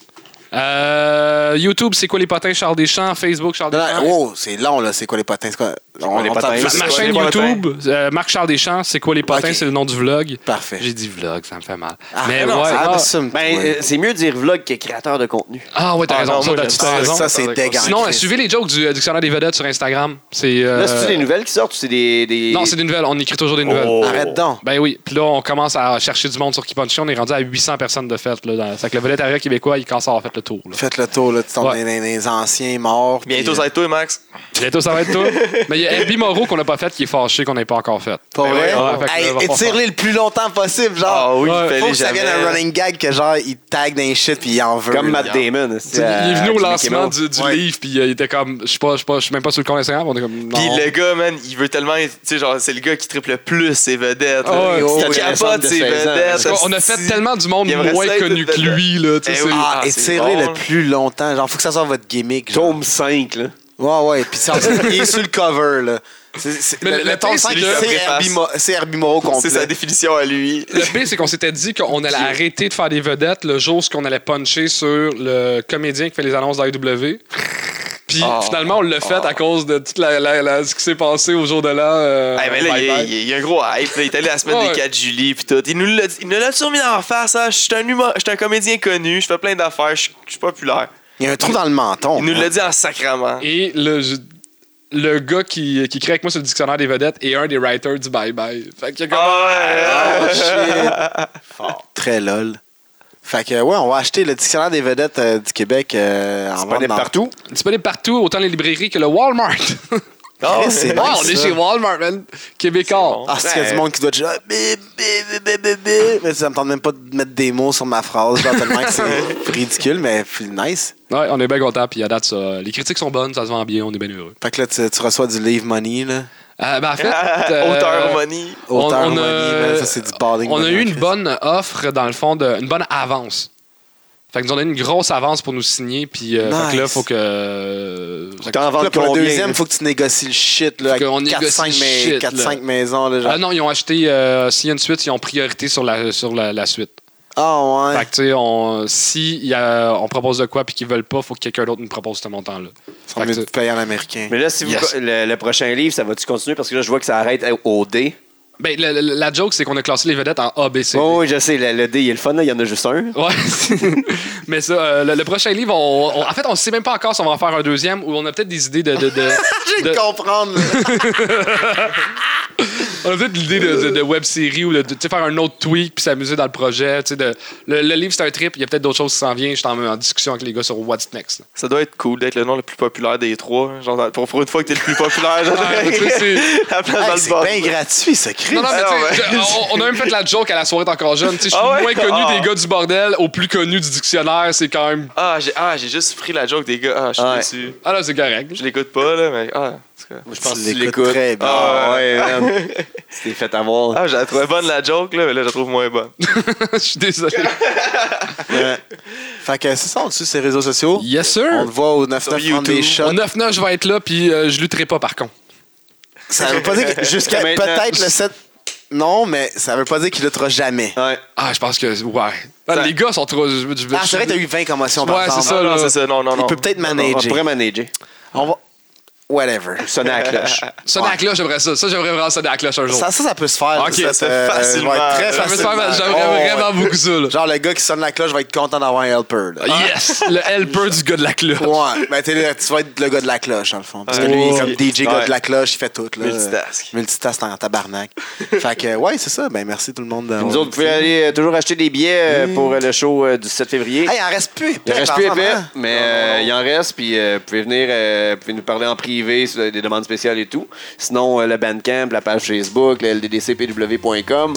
[SPEAKER 4] Euh, YouTube, c'est quoi les potins Charles Deschamps? Facebook, Charles
[SPEAKER 3] Non, non,
[SPEAKER 4] Deschamps.
[SPEAKER 3] oh, c'est long, là. C'est quoi les potins? C'est quoi?
[SPEAKER 1] les
[SPEAKER 3] tape
[SPEAKER 1] potins?
[SPEAKER 4] Ma,
[SPEAKER 3] juste-
[SPEAKER 4] ma
[SPEAKER 2] C'est quoi
[SPEAKER 4] chaîne
[SPEAKER 2] les potins?
[SPEAKER 4] YouTube, euh, Marc Charles Deschamps, c'est quoi les potins?
[SPEAKER 3] Ok.
[SPEAKER 4] C'est le nom du vlog.
[SPEAKER 3] Parfait.
[SPEAKER 4] J'ai dit vlog, ça me fait mal.
[SPEAKER 3] Ah,
[SPEAKER 4] mais
[SPEAKER 3] non,
[SPEAKER 4] ouais,
[SPEAKER 3] ça
[SPEAKER 4] ah,
[SPEAKER 3] assume.
[SPEAKER 1] ben,
[SPEAKER 3] Ouais.
[SPEAKER 1] euh, c'est mieux de dire vlog que créateur de contenu.
[SPEAKER 4] ah ouais, t'as
[SPEAKER 2] Ah,
[SPEAKER 4] raison.
[SPEAKER 2] non,
[SPEAKER 4] ça,
[SPEAKER 2] moi,
[SPEAKER 4] t'as
[SPEAKER 2] j'aime
[SPEAKER 4] tout à
[SPEAKER 2] ça.
[SPEAKER 4] raison.
[SPEAKER 3] ça, c'est dégueulasse.
[SPEAKER 4] Sinon, euh, suivez les jokes du euh, dictionnaire des vedettes sur Instagram. C'est. euh,
[SPEAKER 1] Là, c'est-tu des nouvelles qui sortent ou c'est des, des-
[SPEAKER 4] Non, c'est des nouvelles. On écrit toujours des nouvelles.
[SPEAKER 1] Oh.
[SPEAKER 3] Arrête donc.
[SPEAKER 4] Ben oui, puis là, on commence à chercher du monde sur Kipanchi. On est rendu à 800 personnes de fête. Là, dans... Fait que le vedettariat québécois, il commence à avoir fait le tour. là.
[SPEAKER 3] Faites le tour, là. Tu tombes
[SPEAKER 4] Ouais.
[SPEAKER 3] dans les, les anciens morts. puis,
[SPEAKER 2] Bientôt,
[SPEAKER 3] euh,
[SPEAKER 2] ça va être toi, Max.
[SPEAKER 4] Bientôt, ça va être tout. Mais il y a Abby Moreau qu'on n'a pas fait qui est fâché qu'on n'ait pas encore fait.
[SPEAKER 3] Pour
[SPEAKER 2] Ben
[SPEAKER 3] vrai?
[SPEAKER 2] ouais,
[SPEAKER 4] ouais, fait que là,
[SPEAKER 3] Hey,
[SPEAKER 4] va pas
[SPEAKER 3] Étire-les le plus longtemps possible, genre.
[SPEAKER 2] Ah oui,
[SPEAKER 4] Ouais.
[SPEAKER 2] il
[SPEAKER 3] Faut
[SPEAKER 2] fallait
[SPEAKER 3] que ça
[SPEAKER 2] jamais.
[SPEAKER 3] vienne un running gag que genre, il tag dans les shit puis il en veut. Ah,
[SPEAKER 1] Comme Matt
[SPEAKER 3] là.
[SPEAKER 1] Damon. euh,
[SPEAKER 4] Il
[SPEAKER 2] euh,
[SPEAKER 4] est venu au lancement du, du
[SPEAKER 3] Ouais.
[SPEAKER 4] livre, puis euh, il était comme, je suis pas, je suis pas- je suis même pas sur le compte Instagram, on est comme, non.
[SPEAKER 2] Puis le gars, man, il veut tellement. Tu sais, genre, c'est le gars qui triple le plus ses vedettes.
[SPEAKER 4] Ah
[SPEAKER 2] là.
[SPEAKER 4] ouais.
[SPEAKER 2] Il
[SPEAKER 1] Oh, oui,
[SPEAKER 2] capote
[SPEAKER 1] Alexandre
[SPEAKER 2] ses
[SPEAKER 1] de 16 ans.
[SPEAKER 2] vedettes.
[SPEAKER 4] Parce qu'on- on a fait
[SPEAKER 2] hostie.
[SPEAKER 4] tellement du monde
[SPEAKER 2] Il aimerait
[SPEAKER 4] moins
[SPEAKER 2] ça être
[SPEAKER 4] connu
[SPEAKER 2] une
[SPEAKER 4] que
[SPEAKER 2] vedette.
[SPEAKER 4] lui, là, tu
[SPEAKER 2] Eh
[SPEAKER 4] sais.
[SPEAKER 2] oui.
[SPEAKER 4] c'est-
[SPEAKER 3] Ah,
[SPEAKER 2] Ah, c'est
[SPEAKER 3] étirez
[SPEAKER 2] bon,
[SPEAKER 3] le
[SPEAKER 2] là.
[SPEAKER 3] plus longtemps. Genre, faut que ça soit votre gimmick. Genre.
[SPEAKER 1] Tome 5, là.
[SPEAKER 3] Ouais, ouais. Puis ça, il est sur le cover, là. C'est- c'est-
[SPEAKER 4] Mais le- le
[SPEAKER 3] tome
[SPEAKER 4] pire,
[SPEAKER 3] cinq,
[SPEAKER 4] c'est
[SPEAKER 2] que-
[SPEAKER 3] c'est Herbie Mo- c'est Herbie Moreau
[SPEAKER 2] C'est sa
[SPEAKER 3] complet.
[SPEAKER 2] définition à lui.
[SPEAKER 4] Le pire, c'est qu'on s'était dit qu'on allait arrêter de faire des vedettes le jour où on allait puncher sur le comédien qui fait les annonces d'AEW. Puis
[SPEAKER 2] Ah.
[SPEAKER 4] finalement, on l'a fait à cause de tout ce qui s'est passé au jour de l'an. euh,
[SPEAKER 2] Hey, Eh, mais là,
[SPEAKER 4] bye
[SPEAKER 2] il y a-
[SPEAKER 4] bye.
[SPEAKER 2] il y a- il y a un gros hype. là. Il est allé à la semaine
[SPEAKER 4] Ouais.
[SPEAKER 2] des 4 juillet puis tout. Il nous l'a il nous l'a toujours mis en face. hein. Je suis un, humo- je suis un comédien connu. Je fais plein d'affaires. Je je suis populaire.
[SPEAKER 3] Il y a un trou dans le menton.
[SPEAKER 2] Il nous
[SPEAKER 3] hein.
[SPEAKER 2] l'a dit en sacrament.
[SPEAKER 4] Et le, je- le gars qui, qui crée avec moi sur le dictionnaire des vedettes est un des writers du Bye Bye. Fait que, comme,
[SPEAKER 2] Ah ouais,
[SPEAKER 3] Oh, shit. Très lol. Fait que, ouais, on va acheter le dictionnaire des vedettes euh, du Québec euh, en vente dans-
[SPEAKER 1] partout.
[SPEAKER 4] disponible partout, autant les librairies que le Walmart.
[SPEAKER 2] Ah ouais.
[SPEAKER 3] Chris, c'est
[SPEAKER 4] Ouais,
[SPEAKER 3] nice,
[SPEAKER 4] on est
[SPEAKER 3] ça.
[SPEAKER 4] chez Walmart, man. Québécois.
[SPEAKER 2] bon.
[SPEAKER 3] Ah, c'est qu'il y a du monde qui doit dire ah, bip, bip, bip, bip, bip. Mais ça me tente même pas de mettre des mots sur ma phrase, genre, tellement que c'est ridicule, mais c'est nice.
[SPEAKER 4] Ouais, on est bien content. Puis à date, ça, les critiques sont bonnes, ça se vend bien, on est bien heureux.
[SPEAKER 3] Fait que là, tu, tu reçois du Leave Money, là.
[SPEAKER 4] Euh, ben, en fait, euh,
[SPEAKER 2] Auteur money.
[SPEAKER 3] Auteur
[SPEAKER 4] on, on
[SPEAKER 3] Money,
[SPEAKER 4] a-
[SPEAKER 3] man, ça, c'est du barding.
[SPEAKER 4] On a
[SPEAKER 3] money,
[SPEAKER 4] eu une
[SPEAKER 3] Chris.
[SPEAKER 4] bonne offre, dans le fond, de- une bonne avance. Fait qu'ils nous ont donné une grosse avance pour nous signer, puis euh, fait que là,
[SPEAKER 3] Nice.
[SPEAKER 4] faut que. euh, fait que-
[SPEAKER 1] T'en vends
[SPEAKER 3] Là, pour le
[SPEAKER 1] combien,
[SPEAKER 3] deuxième,
[SPEAKER 1] là?
[SPEAKER 3] faut que tu négocies le shit, là.
[SPEAKER 4] Faut qu'on
[SPEAKER 3] avec
[SPEAKER 4] négocie
[SPEAKER 3] 4-5
[SPEAKER 4] le shit, là.
[SPEAKER 3] maisons, là.
[SPEAKER 4] Ah
[SPEAKER 3] Genre.
[SPEAKER 4] non, ils ont acheté, euh, s'il y a une suite, ils ont priorité sur la, sur la, la suite.
[SPEAKER 3] Ah, ouais.
[SPEAKER 4] Fait que, tu sais, on, si il y a- on propose de quoi puis qu'ils veulent pas, faut que quelqu'un d'autre nous propose ce montant-là.
[SPEAKER 3] Ils sont
[SPEAKER 4] Fait que
[SPEAKER 3] mieux de
[SPEAKER 4] tu-
[SPEAKER 3] payer en américain.
[SPEAKER 1] Mais là, si vous-
[SPEAKER 4] Yes.
[SPEAKER 1] le, le prochain livre, ça va-tu continuer? Parce que là, je vois que ça arrête au D.
[SPEAKER 4] Ben, la, la- la joke, c'est qu'on a classé les vedettes en A, B, C. D.
[SPEAKER 1] Oh, oui, je sais, le, le D, il est le fun, là, il y en a juste un.
[SPEAKER 4] Ouais. Mais ça, euh, le, le prochain livre, on- on- en fait, on sait même pas encore si on va en faire un deuxième ou on a peut-être des idées de. de- de-
[SPEAKER 3] J'ai
[SPEAKER 4] de-
[SPEAKER 3] de comprendre, là.
[SPEAKER 4] on a peut-être l'idée de, de- de web série ou de, de- tu sais, faire un autre tweak puis s'amuser dans le projet. tu sais, De, le, le livre, c'est un trip. Il y a peut-être d'autres choses qui s'en viennent. Je suis en, en discussion avec les gars sur What's Next. là.
[SPEAKER 2] Ça doit être cool d'être le nom le plus populaire des trois. Genre, pour, pour une fois que t'es le plus populaire, genre,
[SPEAKER 4] Ah, tu sais, c'est-
[SPEAKER 2] la place
[SPEAKER 3] Hey,
[SPEAKER 2] dans le
[SPEAKER 3] c'est
[SPEAKER 2] bord.
[SPEAKER 3] bien gratuit, ce Chris. Christ.
[SPEAKER 4] Non, non, mais
[SPEAKER 2] Ah,
[SPEAKER 4] tu sais,
[SPEAKER 2] ouais.
[SPEAKER 4] je- on- on a même fait la joke à la soirée encore jeune. Tu sais, Je suis
[SPEAKER 2] Ah ouais?
[SPEAKER 4] moins connu
[SPEAKER 2] Ah.
[SPEAKER 4] des gars du bordel au plus connu du dictionnaire. C'est quand même.
[SPEAKER 2] Ah, j'ai ah, j'ai juste pris la joke des gars. Ah, je suis
[SPEAKER 1] Ouais.
[SPEAKER 2] déçu.
[SPEAKER 4] Ah là, c'est correct.
[SPEAKER 2] Je l'écoute pas, là, mais. Ah, en tout cas.
[SPEAKER 1] Moi, je pense
[SPEAKER 3] Tu
[SPEAKER 1] que tu
[SPEAKER 3] l'écoutes
[SPEAKER 1] l'écoutes.
[SPEAKER 3] très bien.
[SPEAKER 1] Ah, ouais, man. Tu t'es fait avoir.
[SPEAKER 2] Ah, je la trouvais bonne la joke, là, mais là, je la trouve moins bonne.
[SPEAKER 4] Je suis désolé.
[SPEAKER 3] Ouais. fait que c'est ça, on le suit sur les réseaux sociaux.
[SPEAKER 4] Yes,
[SPEAKER 3] On
[SPEAKER 4] sir.
[SPEAKER 3] le voit au 99 prendre des
[SPEAKER 2] YouTube.
[SPEAKER 3] shots.
[SPEAKER 4] Au 9-9, je vais être là, puis euh, je lutterai pas, par contre.
[SPEAKER 3] Ça veut pas dire que jusqu'à
[SPEAKER 1] Maintenant.
[SPEAKER 3] peut-être le 7. Non, mais ça veut pas dire qu'il luttera jamais.
[SPEAKER 1] Ouais.
[SPEAKER 4] Ah, je pense que. Ouais. Ah,
[SPEAKER 2] Ça-
[SPEAKER 4] Les gars sont trop. je- je-
[SPEAKER 3] Ah, c'est vrai, t'as eu 20 commotions par
[SPEAKER 4] Ouais,
[SPEAKER 3] exemple.
[SPEAKER 4] c'est ça,
[SPEAKER 2] Ah, non,
[SPEAKER 4] là.
[SPEAKER 2] c'est ça. Non, non,
[SPEAKER 3] Il
[SPEAKER 2] non.
[SPEAKER 3] peut peut-être
[SPEAKER 1] On
[SPEAKER 3] manager.
[SPEAKER 1] pourrait manager.
[SPEAKER 3] On va. Whatever.
[SPEAKER 1] Sonner à la cloche.
[SPEAKER 4] Sonner à la
[SPEAKER 3] Ouais.
[SPEAKER 4] cloche, j'aimerais ça. Ça, j'aimerais vraiment sonner à la cloche un jour.
[SPEAKER 3] Ça, ça, ça peut se faire.
[SPEAKER 4] Ok,
[SPEAKER 3] ça,
[SPEAKER 2] ça
[SPEAKER 3] euh,
[SPEAKER 2] facilement.
[SPEAKER 3] va être très
[SPEAKER 2] Ça
[SPEAKER 4] Ça me fait
[SPEAKER 3] facilement.
[SPEAKER 4] mal, J'aimerais
[SPEAKER 3] Oh, ouais.
[SPEAKER 4] vraiment Ah, beaucoup ça. là.
[SPEAKER 3] Genre, le gars qui sonne la cloche va être content d'avoir un helper. là.
[SPEAKER 4] Yes! Le helper du gars de la cloche.
[SPEAKER 3] Ouais, mais t'es là, tu vas être le gars de la cloche, dans le fond. Parce que lui, il est comme DJ gars de la cloche, il fait tout. Là.
[SPEAKER 2] Multitask.
[SPEAKER 3] Multitask en tabarnak. fait que, ouais, c'est ça. Ben, merci tout le monde. d'avoir
[SPEAKER 1] Nous autres, vous pouvez
[SPEAKER 4] Ah,
[SPEAKER 3] écouté.
[SPEAKER 1] aller euh, toujours acheter des billets euh, pour euh, le show euh, du 7 février.
[SPEAKER 3] Hey, il en reste plus.
[SPEAKER 1] Il en reste
[SPEAKER 3] par
[SPEAKER 1] plus
[SPEAKER 3] exemple,
[SPEAKER 1] épais,
[SPEAKER 3] hein?
[SPEAKER 1] mais euh, il en reste. Puis euh, vous pouvez venir, euh, vous pouvez nous parler en privé si vous avez des demandes spéciales et tout. Sinon, euh, le Bandcamp, la page Facebook, le lddcpw.com.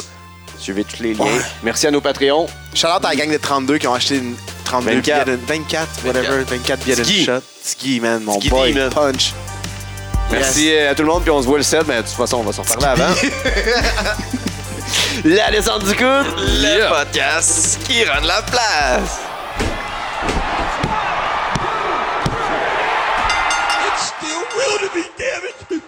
[SPEAKER 1] Suivez tous les liens.
[SPEAKER 3] Ouais.
[SPEAKER 1] Merci à nos Patreons.
[SPEAKER 3] Shout out à la gang de 32 qui ont acheté une 32
[SPEAKER 1] 24.
[SPEAKER 3] billets de 24, whatever, 24 billets de
[SPEAKER 1] Ski.
[SPEAKER 3] shot. Ski, man, mon
[SPEAKER 1] Ski
[SPEAKER 3] boy,
[SPEAKER 1] D, man.
[SPEAKER 3] punch.
[SPEAKER 1] Merci euh, à tout le monde. Puis on se voit le 7. Mais de toute façon, on va s'en parler avant. la descente du coude.
[SPEAKER 2] Le podcast qui rend la place.
[SPEAKER 5] It's still real to me, damn it!